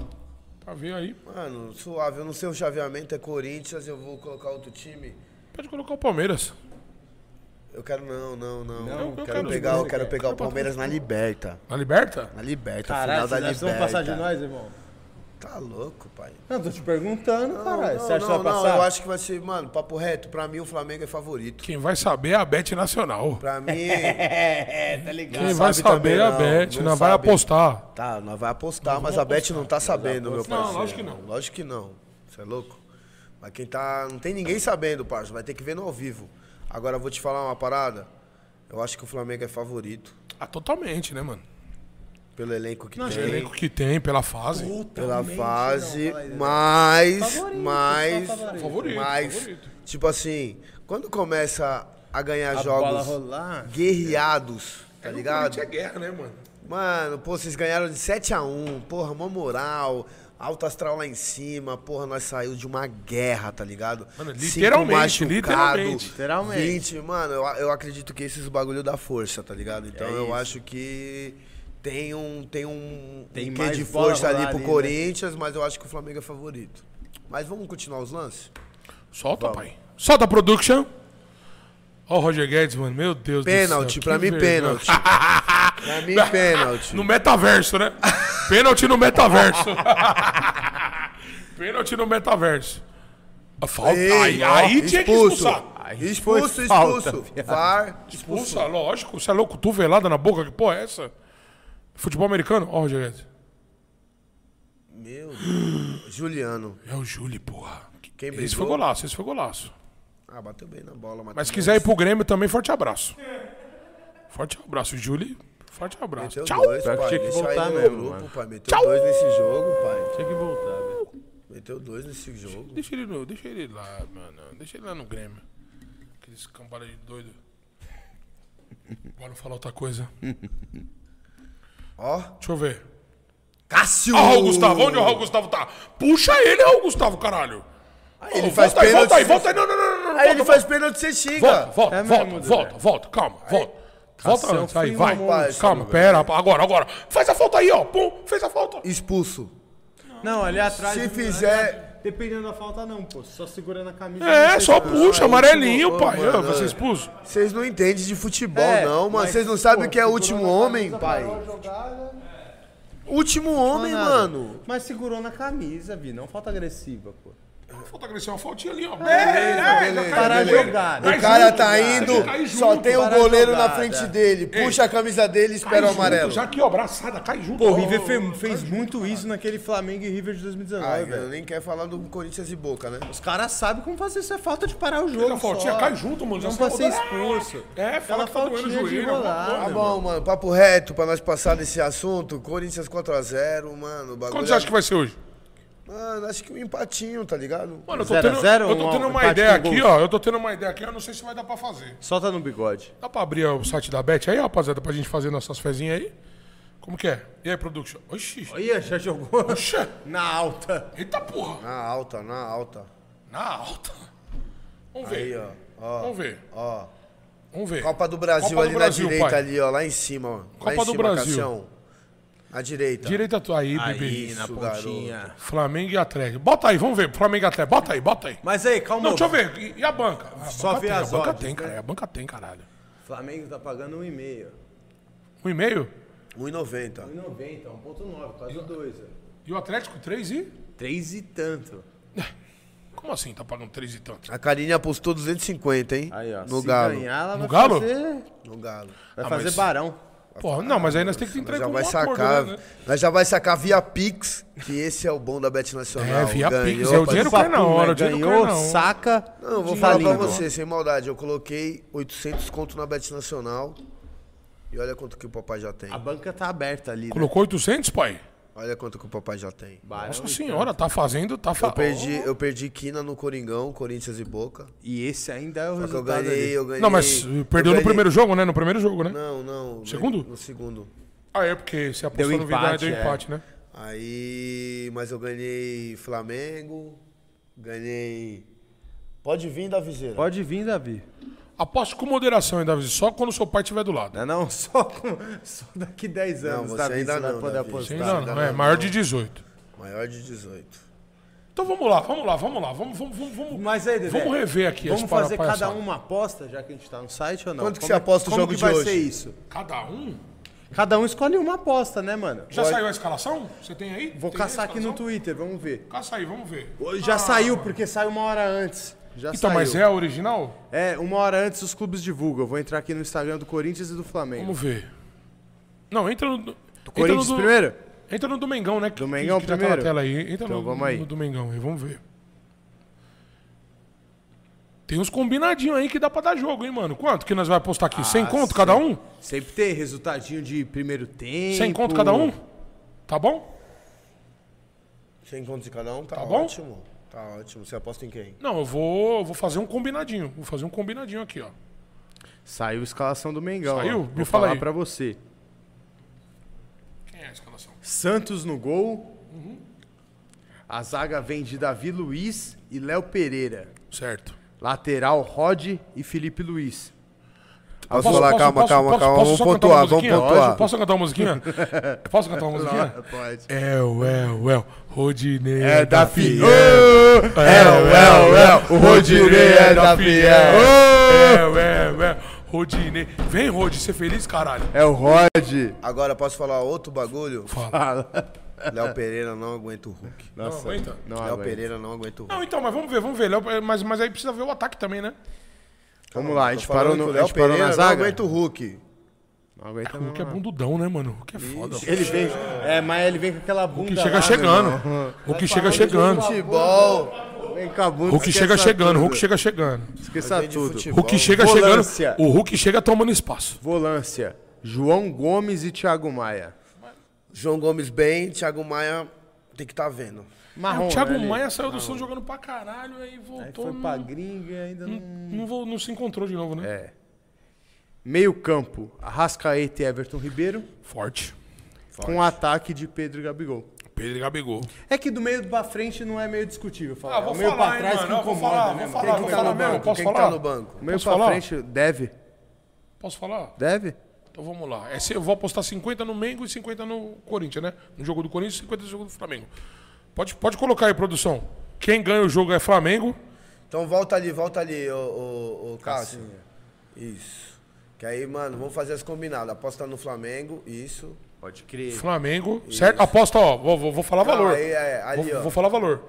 Speaker 2: Pra ver aí.
Speaker 3: Mano, suave, eu não sei o chaveamento, é Corinthians, eu vou colocar outro time.
Speaker 2: Pode colocar o Palmeiras.
Speaker 3: Eu quero não, não, não.
Speaker 2: eu
Speaker 3: quero,
Speaker 2: quero
Speaker 3: pegar,
Speaker 2: os
Speaker 3: eu quero pegar o Palmeiras na liberta.
Speaker 2: Na Liberta?
Speaker 3: Na liberta,
Speaker 1: Caralho,
Speaker 3: final da
Speaker 1: vocês acham que vão
Speaker 3: liberta.
Speaker 1: passar de nós, irmão?
Speaker 3: Tá louco, pai.
Speaker 1: Não, tô te perguntando, caralho. Você acha que
Speaker 3: não,
Speaker 1: vai
Speaker 3: não,
Speaker 1: passar?
Speaker 3: eu acho que vai ser, mano, papo reto, pra mim o Flamengo é favorito.
Speaker 2: Quem vai saber é a Bet Nacional.
Speaker 3: Pra mim,
Speaker 2: Quem vai
Speaker 3: sabe
Speaker 2: saber
Speaker 3: também,
Speaker 2: é a
Speaker 3: não.
Speaker 2: Bet,
Speaker 3: Não
Speaker 2: não vai
Speaker 3: sabe.
Speaker 2: apostar.
Speaker 3: tá, nós vai apostar, mas a Bet não tá sabendo, meu
Speaker 2: apostar.
Speaker 3: parceiro.
Speaker 2: Não, lógico que não.
Speaker 3: Lógico que não, você é louco. Mas quem tá, não tem ninguém sabendo, parça, vai ter que ver no ao vivo. Agora, eu vou te falar uma parada, eu acho que o Flamengo é favorito,
Speaker 2: Ah, totalmente, né, mano?
Speaker 3: pelo elenco que
Speaker 2: O
Speaker 3: tem.
Speaker 2: elenco que tem, pela fase.
Speaker 3: pela fase, mas, mas,
Speaker 2: Favorito,
Speaker 3: mas,
Speaker 2: favorito.
Speaker 3: tipo assim, quando começa a ganhar
Speaker 1: Bola
Speaker 3: jogos
Speaker 1: rolar.
Speaker 3: guerreados, tá ligado?
Speaker 2: É guerra, né, mano?
Speaker 3: Mano, pô, vocês ganharam de 7x1, porra, mó moral, alto astral lá em cima, porra, nós saiu de uma guerra, tá ligado?
Speaker 2: Mano,
Speaker 3: Cinco
Speaker 2: literalmente,
Speaker 3: machucado,
Speaker 2: literalmente.
Speaker 1: Literalmente.
Speaker 3: 20, mano, eu, eu acredito que esses bagulho dá força, tá ligado? Então eu acho que tem um tem um,
Speaker 1: Tem
Speaker 3: um quê
Speaker 1: mais
Speaker 3: de
Speaker 1: bola
Speaker 3: força ali
Speaker 1: rolar
Speaker 3: pro
Speaker 1: ali, né?
Speaker 3: Corinthians, mas eu acho que o Flamengo é favorito. Mas vamos continuar os lances?
Speaker 2: Solta, pai. Solta a production. Ó o Roger Guedes, mano. Meu Deus do
Speaker 3: Pênalti,
Speaker 2: céu.
Speaker 3: pra
Speaker 2: que
Speaker 3: mim
Speaker 2: vergonha.
Speaker 3: pênalti. pra mim pênalti.
Speaker 2: No metaverso, né? Pênalti no metaverso. Pênalti no metaverso. A falta. aí
Speaker 3: Ei, ó, Ah,
Speaker 2: aí tinha que expulsar.
Speaker 3: Expulso,
Speaker 1: foi falta,
Speaker 3: expulso. VAR,
Speaker 2: Expulsa, lógico. Você é louco, tuvelada na boca? Que porra é essa? Futebol americano? Ó, o Roger Guedes.
Speaker 3: Meu Deus. Juliano.
Speaker 2: É o Júlio, porra.
Speaker 3: Quem
Speaker 2: esse foi
Speaker 3: brigou?
Speaker 2: golaço, esse foi golaço.
Speaker 3: Ah, bateu bem na bola,
Speaker 2: Mas se quiser ir pro Grêmio também, forte abraço. Forte abraço, Júlio. Forte abraço.
Speaker 3: Meteu
Speaker 2: Tchau.
Speaker 3: dois,
Speaker 1: Pior que
Speaker 3: pai.
Speaker 1: tinha que
Speaker 3: Deixa aí
Speaker 1: voltar
Speaker 3: no
Speaker 1: mesmo,
Speaker 3: grupo,
Speaker 1: mano.
Speaker 3: pai. Meteu dois nesse jogo, pai.
Speaker 1: Tem que voltar, velho.
Speaker 3: Meteu dois nesse jogo.
Speaker 2: Deixa ele, no- deixa ele lá, mano. Deixa ele lá no Grêmio. Aqueles cambada de doido. Bora não falar outra coisa.
Speaker 3: Ó.
Speaker 2: Deixa eu ver.
Speaker 3: Cássio!
Speaker 2: Ó, o Raul Gustavo, onde o Raul Gustavo tá? Puxa ele, Raul Gustavo, caralho. Ó,
Speaker 3: ele faz
Speaker 2: volta aí,
Speaker 3: pênalti.
Speaker 2: volta aí, volta aí. Não, não, não, não, não.
Speaker 3: Aí
Speaker 2: volta,
Speaker 3: ele faz pênalti,
Speaker 2: tá
Speaker 3: você
Speaker 2: Volta,
Speaker 3: xinga.
Speaker 2: volta,
Speaker 1: É
Speaker 2: volta,
Speaker 1: mesmo,
Speaker 2: volta, volta, calma, volta. Volta
Speaker 1: Cassião,
Speaker 3: é um
Speaker 2: antes, aí,
Speaker 1: filho
Speaker 2: vai.
Speaker 1: do
Speaker 3: amor.
Speaker 2: Calma, pera, rapaz, agora, agora. Faz a falta aí, ó. Pum, fez a falta.
Speaker 3: Expulso.
Speaker 7: Não, ali atrás.
Speaker 3: Se
Speaker 7: ali
Speaker 3: fizer-
Speaker 7: Dependendo da falta, não, pô. Só segurando a camisa.
Speaker 2: É, só puxa,
Speaker 3: Ô,
Speaker 2: amarelinho, pai.
Speaker 3: mano,
Speaker 2: Ô, Vai ser
Speaker 3: é.
Speaker 2: expulso.
Speaker 3: Vocês não entendem de futebol,
Speaker 7: É,
Speaker 3: não, mano.
Speaker 7: mas,
Speaker 3: Vocês não sabem
Speaker 7: pô,
Speaker 3: o que é
Speaker 7: segurou
Speaker 3: último
Speaker 7: na
Speaker 3: homem,
Speaker 7: camisa, tá
Speaker 3: pai.
Speaker 7: parou a jogada.
Speaker 3: Último homem,
Speaker 7: Nada.
Speaker 3: mano.
Speaker 7: Mas segurou na camisa, Vi. Não falta agressiva, pô.
Speaker 2: Falta agressão, uma faltinha ali, ó.
Speaker 7: Para
Speaker 3: beleza.
Speaker 7: jogar.
Speaker 3: O
Speaker 2: Mas
Speaker 3: cara
Speaker 2: junto,
Speaker 3: tá
Speaker 2: cara. Tem que
Speaker 3: indo,
Speaker 2: cair
Speaker 3: só
Speaker 2: junto,
Speaker 3: tem o
Speaker 7: para
Speaker 3: goleiro
Speaker 7: jogada.
Speaker 3: na frente dele. Puxa a camisa dele e espera o amarelo.
Speaker 2: Já aqui, ó, abraçada, cai junto.
Speaker 7: Pô, o
Speaker 2: Ó,
Speaker 7: River fe- fez muito isso naquele Flamengo e River de
Speaker 2: tá,
Speaker 7: 2019,
Speaker 3: Ai,
Speaker 7: velho.
Speaker 3: velho, nem quer falar do Corinthians e Boca, né?
Speaker 7: Os caras sabem como fazer isso. É falta de parar o jogo.
Speaker 2: Aquela faltinha,
Speaker 7: só.
Speaker 2: cai junto, mano.
Speaker 7: Não
Speaker 2: Já
Speaker 7: pra
Speaker 2: saiu
Speaker 7: ser
Speaker 2: rodando.
Speaker 7: expulso.
Speaker 2: É, fala
Speaker 7: Aquela
Speaker 2: que tá doendo o
Speaker 7: faltinha de
Speaker 2: joelho. alguma
Speaker 7: rolar.
Speaker 3: Tá
Speaker 2: coisa, mano.
Speaker 3: bom, mano. Papo reto pra nós passar desse assunto. Corinthians 4x0, mano. o Bagulho é
Speaker 2: Quanto você acha que vai ser hoje?
Speaker 3: Mano, acho que um empatinho, tá ligado?
Speaker 2: Mano, eu tô
Speaker 1: Zero a
Speaker 2: tendo,
Speaker 1: zero,
Speaker 2: eu tô
Speaker 1: um
Speaker 2: tendo
Speaker 1: ao-
Speaker 2: uma
Speaker 1: empate
Speaker 2: ideia
Speaker 1: com
Speaker 2: aqui,
Speaker 1: gols.
Speaker 2: ó. Eu tô tendo uma ideia aqui, eu não sei se vai dar pra fazer.
Speaker 1: Solta no bigode.
Speaker 2: Dá pra abrir o site da Bet aí, rapaziada, pra gente fazer nossas fezinhas aí? Como que é? E aí, production? Oxi.
Speaker 1: Olha, já jogou
Speaker 2: Oxa.
Speaker 1: na alta.
Speaker 2: Eita porra.
Speaker 3: Na alta, na alta.
Speaker 2: Na alta. Vamos ver.
Speaker 3: Aí, ó. Ó,
Speaker 2: Vamos ver.
Speaker 3: ó.
Speaker 2: Vamos ver.
Speaker 3: Copa do Brasil
Speaker 2: Copa do
Speaker 3: ali
Speaker 2: Brasil,
Speaker 3: na direita,
Speaker 2: pai.
Speaker 3: ali, ó. Lá em cima, ó. lá em
Speaker 2: Copa do
Speaker 3: cima,
Speaker 2: Brasil.
Speaker 3: Cassião. Na direita.
Speaker 2: Direita tua aí, bebê.
Speaker 1: Aí, na
Speaker 3: Isso,
Speaker 1: pontinha.
Speaker 2: Flamengo e Atlético. Bota aí, vamos ver. Flamengo e Atlético. Bota aí, bota aí.
Speaker 1: Mas aí, calma.
Speaker 2: Não, deixa eu ver. E- E a banca? Ah, A
Speaker 1: Só
Speaker 2: banca
Speaker 1: ver
Speaker 2: tem,
Speaker 1: as
Speaker 2: A banca
Speaker 1: odds,
Speaker 2: tem,
Speaker 1: né?
Speaker 2: cara. A banca tem, caralho.
Speaker 1: Flamengo tá pagando 1,5.
Speaker 2: Um e meio?
Speaker 3: 1,90.
Speaker 1: 1,90, 1,9, quase 2.
Speaker 2: E o Atlético, três e...
Speaker 1: 3 e tanto.
Speaker 2: Como assim tá pagando três e tanto?
Speaker 3: A Karine apostou 250, hein?
Speaker 1: Aí, ó.
Speaker 3: No
Speaker 1: se
Speaker 3: galo.
Speaker 1: ganhar, ela vai
Speaker 2: No Galo?
Speaker 1: fazer.
Speaker 3: No galo.
Speaker 1: Vai
Speaker 2: Ah,
Speaker 1: fazer
Speaker 2: mas-
Speaker 1: barão.
Speaker 2: Porra, não, mas aí nós temos que entrar
Speaker 3: né? Nós já
Speaker 2: com
Speaker 3: vai
Speaker 2: um acordo,
Speaker 3: sacar.
Speaker 2: né?
Speaker 3: Nós já vai sacar via Pix, que esse é o bom da Bet Nacional.
Speaker 2: É, via
Speaker 3: Ganhou,
Speaker 2: Pix, é o dinheiro
Speaker 3: participou.
Speaker 2: cai na hora, o dinheiro
Speaker 1: Ganhou,
Speaker 2: cai na hora.
Speaker 1: saca.
Speaker 3: Não, eu vou
Speaker 1: tá
Speaker 3: falar pra
Speaker 1: lindo.
Speaker 3: você, sem maldade. Eu coloquei 800 conto na Bet Nacional. E olha quanto que o papai já tem.
Speaker 1: A banca tá aberta ali. Né?
Speaker 2: Colocou 800, pai?
Speaker 3: Olha quanto que o papai já tem.
Speaker 1: Barão
Speaker 2: Nossa
Speaker 1: e
Speaker 2: senhora, tá fazendo, tá
Speaker 3: Eu
Speaker 2: fazendo.
Speaker 3: perdi, eu perdi Quina no Coringão, Corinthians e Boca.
Speaker 1: E esse ainda é o
Speaker 3: Só que eu
Speaker 1: resultado
Speaker 3: ganhei,
Speaker 1: ali.
Speaker 3: eu ganhei.
Speaker 2: Não, mas
Speaker 3: eu
Speaker 2: perdeu no
Speaker 3: ganhei-
Speaker 2: primeiro jogo, né? No primeiro jogo, né?
Speaker 3: Não, não.
Speaker 2: Segundo?
Speaker 3: No segundo.
Speaker 2: Ah, é, porque se apostou
Speaker 1: Deu
Speaker 2: no Vidal,
Speaker 1: empate,
Speaker 2: deu
Speaker 1: é.
Speaker 2: empate, né?
Speaker 3: Aí, mas eu ganhei Flamengo, ganhei. Pode vir da viseira.
Speaker 1: Pode vir, Davi.
Speaker 2: Aposto com moderação, hein, Davi? Só quando seu pai estiver do lado.
Speaker 1: Não, não, só, com- só daqui 10
Speaker 3: é Não,
Speaker 1: anos,
Speaker 3: você
Speaker 1: Davi,
Speaker 3: ainda
Speaker 1: você vai
Speaker 3: não,
Speaker 1: poder
Speaker 3: Davi.
Speaker 1: apostar.
Speaker 2: Você ainda
Speaker 3: ainda
Speaker 2: não, é
Speaker 3: não.
Speaker 2: maior
Speaker 1: então-
Speaker 2: de 18.
Speaker 3: Maior de 18.
Speaker 2: Então vamos lá, vamos lá, vamos lá. Vamos, vamos, vamos, vamos,
Speaker 1: Mas aí, Dedé,
Speaker 2: vamos rever aqui
Speaker 1: Vamos
Speaker 2: as para-
Speaker 1: fazer cada
Speaker 2: palhaçadas.
Speaker 1: um uma aposta, já que a gente tá no site ou não?
Speaker 3: Quanto que
Speaker 1: Como
Speaker 3: você
Speaker 1: é-
Speaker 3: aposta o
Speaker 1: como
Speaker 3: jogo
Speaker 1: que
Speaker 3: de
Speaker 1: vai
Speaker 3: hoje?
Speaker 1: ser isso?
Speaker 2: Cada um?
Speaker 1: Cada um escolhe uma aposta, né, mano?
Speaker 2: Já saiu a escalação? Você tem aí?
Speaker 1: Vou
Speaker 2: Tem
Speaker 1: caçar
Speaker 2: aí a
Speaker 1: aqui no
Speaker 2: escalação?
Speaker 1: Twitter, vamos ver.
Speaker 2: Caça aí, vamos ver.
Speaker 1: Já saiu, porque saiu uma hora antes. Já
Speaker 2: Então,
Speaker 1: saiu.
Speaker 2: mas é a original?
Speaker 1: É, uma hora antes os clubes divulgam. Eu vou entrar aqui no Instagram do Corinthians e do Flamengo.
Speaker 2: Vamos ver. Não, entra no. entra no
Speaker 1: Corinthians
Speaker 2: do-
Speaker 1: primeiro?
Speaker 2: Entra no Domengão, né? que-
Speaker 1: Domengão
Speaker 2: que já Tá
Speaker 1: primeiro?
Speaker 2: na tela aí. Entra
Speaker 1: Então
Speaker 2: no,
Speaker 1: vamos aí.
Speaker 2: no Domengão aí, vamos ver. Tem uns combinadinhos aí que dá pra dar jogo, hein, mano? Quanto que nós vai apostar aqui?
Speaker 1: Ah,
Speaker 2: 100 conto cada um?
Speaker 1: Sempre tem resultadinho de primeiro tempo.
Speaker 2: 100 conto cada um? Tá bom?
Speaker 3: Sem conto de cada um, tá,
Speaker 2: Tá bom?
Speaker 3: ótimo. Tá ótimo. Você aposta em quem?
Speaker 2: Não, eu vou, eu vou fazer um combinadinho. Vou fazer um combinadinho aqui, ó.
Speaker 1: Saiu a escalação do Mengão.
Speaker 2: Saiu?
Speaker 1: ó.
Speaker 2: Me
Speaker 1: Vou
Speaker 2: fala
Speaker 1: falar
Speaker 2: aí.
Speaker 1: pra você.
Speaker 2: Quem é a escalação?
Speaker 1: Santos no gol. Uhum. A zaga vem de Davi Luiz e Léo Pereira.
Speaker 2: Certo.
Speaker 1: Lateral, Rod e Felipe Luiz.
Speaker 3: Posso,
Speaker 2: Posso-
Speaker 3: falar,
Speaker 2: posso-
Speaker 3: calma,
Speaker 2: posso-
Speaker 3: calma,
Speaker 2: posso-
Speaker 3: calma.
Speaker 2: posso
Speaker 3: vamos
Speaker 2: só cantar uma
Speaker 3: pontuar, vamos
Speaker 2: musiquinha?
Speaker 3: pontuar.
Speaker 2: Posso cantar uma musiquinha? Posso cantar uma musiquinha?
Speaker 1: Pode.
Speaker 2: É o, é o, é o Rodinei é da Fiel.
Speaker 3: É o, é o, é o, o Rodinei é da Fiel.
Speaker 2: É o, é o, é o Rodinei. Vem, Rodi, ser feliz, caralho.
Speaker 1: É o Rod.
Speaker 3: Agora posso falar outro bagulho?
Speaker 2: Fala.
Speaker 3: Léo Pereira não aguenta o Hulk.
Speaker 2: Não, aguenta.
Speaker 3: Léo Pereira não aguenta o Hulk.
Speaker 2: Não, então, mas vamos ver, vamos ver. Léo, Mas, mas aí precisa ver o ataque também, né?
Speaker 1: Vamos lá, a gente
Speaker 3: Tô falando
Speaker 1: parou, no,
Speaker 3: que o
Speaker 1: a
Speaker 3: Léo
Speaker 1: gente parou
Speaker 3: Pereira
Speaker 1: na
Speaker 3: não
Speaker 1: zaga.
Speaker 3: aguenta o Hulk.
Speaker 1: Não aguenta
Speaker 2: O Hulk é
Speaker 1: não.
Speaker 2: bundudão, né, mano? O Hulk é foda. O
Speaker 1: Ele vem. É, mas ele vem com aquela bunda.
Speaker 2: Hulk
Speaker 1: lá,
Speaker 2: chega
Speaker 1: meu irmão.
Speaker 2: chegando. O Hulk chega chegando.
Speaker 3: Futebol.
Speaker 1: Vem com a bunda.
Speaker 2: O Hulk chega
Speaker 1: esqueça
Speaker 2: chegando, o
Speaker 1: tudo.
Speaker 2: Hulk chega chegando.
Speaker 3: é
Speaker 1: Esqueça tudo.
Speaker 2: O Hulk chega chegando.
Speaker 1: Volância.
Speaker 2: O Hulk chega tomando espaço.
Speaker 1: Volância. João Gomes e Thiago Maia.
Speaker 3: João Gomes bem, Thiago Maia tem que estar vendo.
Speaker 2: Ah,
Speaker 1: Marrom,
Speaker 2: o Thiago
Speaker 1: né, ele-
Speaker 2: Maia saiu do Santos jogando pra caralho, aí
Speaker 1: Aí
Speaker 2: voltou.
Speaker 1: foi
Speaker 2: não-
Speaker 1: pra gringa e ainda não...
Speaker 2: não, vou- não se encontrou de novo, né?
Speaker 1: É. Meio campo, Arrascaeta e Everton Ribeiro,
Speaker 2: Forte.
Speaker 1: com ataque de Pedro e Gabigol.
Speaker 2: Pedro e Gabigol.
Speaker 1: É que do meio pra frente não é meio discutível falar.
Speaker 2: Ah,
Speaker 1: é
Speaker 2: vou
Speaker 1: o meio
Speaker 2: falar,
Speaker 1: pra
Speaker 2: hein,
Speaker 1: trás
Speaker 2: mano.
Speaker 1: que
Speaker 2: Eu vou
Speaker 1: incomoda,
Speaker 2: falar,
Speaker 1: né,
Speaker 2: vou
Speaker 1: mano?
Speaker 2: falar,
Speaker 1: Quem
Speaker 2: vou
Speaker 1: que
Speaker 2: falar
Speaker 1: no
Speaker 2: mesmo,
Speaker 1: banco?
Speaker 2: posso
Speaker 1: Quem
Speaker 3: Quem
Speaker 2: falar?
Speaker 3: tá no banco?
Speaker 1: Meio
Speaker 2: Posso
Speaker 1: pra
Speaker 2: falar?
Speaker 1: frente, deve.
Speaker 2: Posso falar?
Speaker 1: Deve?
Speaker 2: Então vamos lá. É, se- eu vou apostar 50 no Mengo e 50 no Corinthians, né? No jogo do Corinthians e 50 no jogo do Flamengo. Pode, pode colocar aí, produção. Quem ganha o jogo é Flamengo.
Speaker 3: Então volta ali, volta ali, ô, ô, ô Cássio. Isso. Que aí, mano, vamos fazer as combinadas. Aposta no Flamengo, isso.
Speaker 1: Pode crer.
Speaker 2: Flamengo, certo? Aposta, ó. Vou, vou, vou falar
Speaker 3: Não,
Speaker 2: valor.
Speaker 3: aí, é, ali,
Speaker 2: vou,
Speaker 3: ó.
Speaker 2: vou falar valor.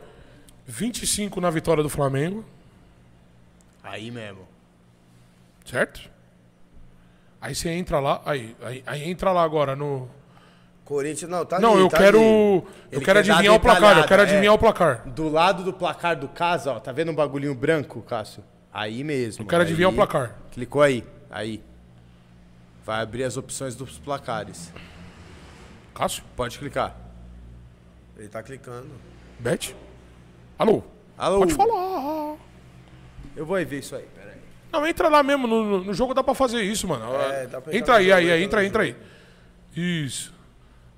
Speaker 2: 25 na vitória do Flamengo,
Speaker 1: Aí mesmo.
Speaker 2: certo? Aí você entra lá, aí, aí, aí entra lá agora no.
Speaker 3: Corinthians, não, tá
Speaker 2: Não,
Speaker 3: ali,
Speaker 2: eu
Speaker 3: tá
Speaker 2: quero.
Speaker 3: ali.
Speaker 2: Eu
Speaker 1: Ele
Speaker 2: quero
Speaker 1: quer dar
Speaker 2: adivinhar o placar. Eu
Speaker 1: detalhada,
Speaker 2: quero
Speaker 1: é.
Speaker 2: adivinhar o placar.
Speaker 1: Do lado do placar do casa, ó, tá vendo um bagulhinho branco, Cássio? Aí mesmo.
Speaker 2: Eu quero
Speaker 1: aí.
Speaker 2: adivinhar o placar.
Speaker 1: Clicou aí, aí. Vai abrir as opções dos placares.
Speaker 2: Cássio?
Speaker 1: Pode clicar.
Speaker 3: Ele tá clicando.
Speaker 2: Bet? Alô?
Speaker 1: Alô?
Speaker 2: Pode falar.
Speaker 1: Eu vou aí ver isso aí, peraí.
Speaker 2: Não, entra lá mesmo. No, no- no jogo dá pra fazer isso, mano.
Speaker 9: É, dá pra entrar
Speaker 2: entra
Speaker 9: no
Speaker 2: aí,
Speaker 9: jogo,
Speaker 2: aí, aí, entra, entra aí. Isso.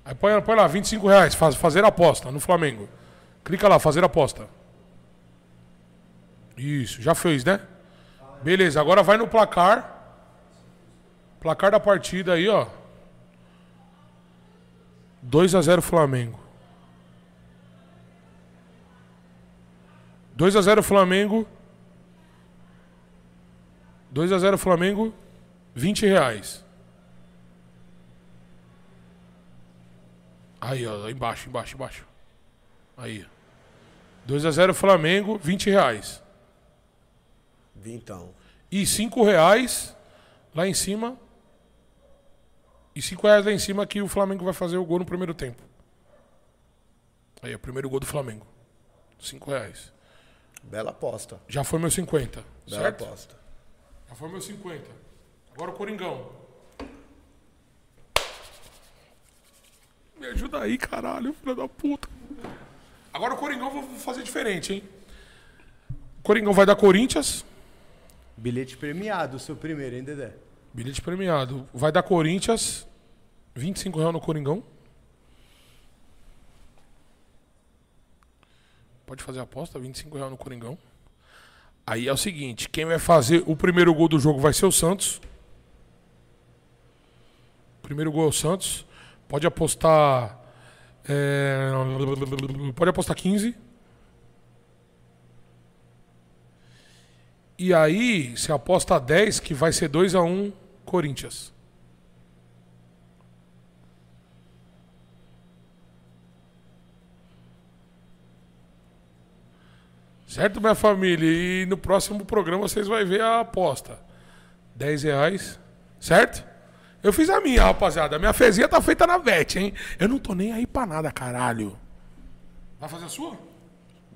Speaker 2: Aí põe, põe lá, 25 reais. Faz, fazer aposta no Flamengo. Clica lá, fazer aposta. Isso, já fez, né? Beleza, agora vai no placar. Placar da partida aí, ó. 2x0 Flamengo. 2x0 Flamengo. 2x0 Flamengo, 20 reais. Aí, ó, lá embaixo, embaixo, embaixo. Aí. 2x0 Flamengo, 20 reais.
Speaker 3: Vintão.
Speaker 2: E 5 reais lá em cima. E 5 reais lá em cima que o Flamengo vai fazer o gol no primeiro tempo. Aí, o primeiro gol do Flamengo. 5 reais.
Speaker 3: Bela aposta.
Speaker 2: Já foi meu 50.
Speaker 3: Bela
Speaker 2: certo?
Speaker 3: aposta.
Speaker 2: Já foi meu 50. Agora o Coringão. Me ajuda aí, caralho, filho da puta. Agora o Coringão vou vou fazer diferente, hein? O Coringão vai dar Corinthians,
Speaker 1: Bilhete premiado, o seu primeiro, hein, Dedé?
Speaker 2: bilhete premiado. Vai dar Corinthians, 25 reais no Coringão. Pode fazer a aposta, 25 reais no Coringão. Aí é o seguinte, quem vai fazer o primeiro gol do jogo vai ser o Santos. Primeiro gol é o Santos. Pode apostar. é, pode apostar 15. E aí, você aposta 10, que vai ser 2 a 1 Corinthians. Certo, minha família? E no próximo programa vocês vão ver a aposta. 10 reais. Certo? Eu fiz a minha, rapaziada. A minha fezinha tá feita na VET, hein? Eu não tô nem aí pra nada, caralho. Vai fazer a sua?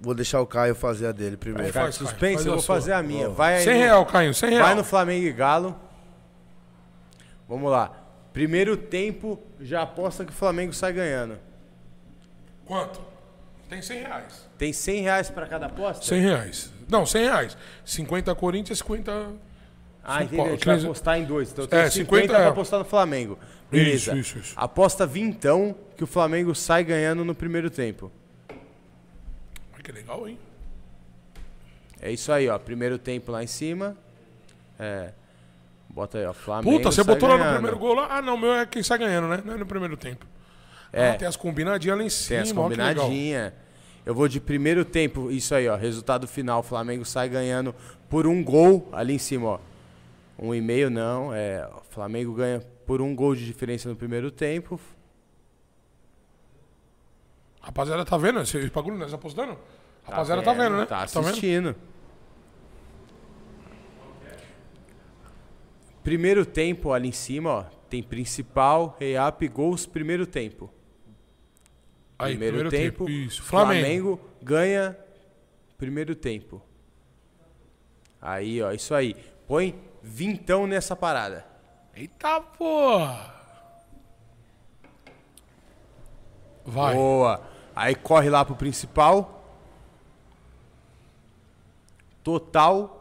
Speaker 3: Vou deixar o Caio fazer a dele primeiro.
Speaker 2: Vai, Caio,
Speaker 1: É, Suspense,
Speaker 2: faz
Speaker 1: eu
Speaker 2: a
Speaker 1: vou
Speaker 2: sua.
Speaker 1: fazer a minha. Vai aí.
Speaker 2: 100
Speaker 1: no-
Speaker 2: real, Caio. 100 real.
Speaker 1: Vai no Flamengo e Galo. Vamos lá. Primeiro tempo, já aposta que o Flamengo sai ganhando.
Speaker 2: Quanto? Tem 100 reais.
Speaker 1: Tem 100 reais pra cada aposta?
Speaker 2: 100 reais. Não, 100 reais. 50 Corinthians, 50...
Speaker 1: Ah,
Speaker 2: Cinco-
Speaker 1: entendi. A gente vai
Speaker 2: quinze-
Speaker 1: apostar em dois. Então tem
Speaker 2: É,
Speaker 1: 50,
Speaker 2: 50 é.
Speaker 1: pra apostar no Flamengo. Beleza.
Speaker 2: Isso, isso, isso.
Speaker 1: Aposta vintão que o Flamengo sai ganhando no primeiro tempo.
Speaker 2: Olha que legal, hein?
Speaker 1: É isso aí, ó. Primeiro tempo lá em cima. É. Bota aí, ó. Flamengo.
Speaker 2: Puta, você
Speaker 1: sai
Speaker 2: botou lá no
Speaker 1: ganhando.
Speaker 2: primeiro gol lá? Ah, não, o meu é quem sai ganhando, né? Não é no primeiro tempo.
Speaker 1: É.
Speaker 2: Ah, tem as combinadinhas lá em
Speaker 1: Tem
Speaker 2: cima,
Speaker 1: as
Speaker 2: olha que legal.
Speaker 1: combinadinhas. Eu vou de primeiro tempo, isso aí, ó. Resultado final, o Flamengo sai ganhando por um gol ali em cima, ó. Um e meio não, é. O Flamengo ganha por um gol de diferença no primeiro tempo.
Speaker 2: Rapaziada, tá vendo esse bagulho? Nós apostando? Rapaziada, tá vendo, né?
Speaker 1: Tá
Speaker 2: vendo?
Speaker 1: assistindo. Primeiro tempo ali em cima, ó. Tem principal, reap, gols, primeiro tempo.
Speaker 2: Aí,
Speaker 1: primeiro, tempo,
Speaker 2: Isso. Flamengo.
Speaker 1: Flamengo. ganha primeiro tempo. Aí, ó, isso aí. Põe vintão nessa parada.
Speaker 2: Eita, pô! Vai.
Speaker 1: Boa. Aí corre lá pro principal. Total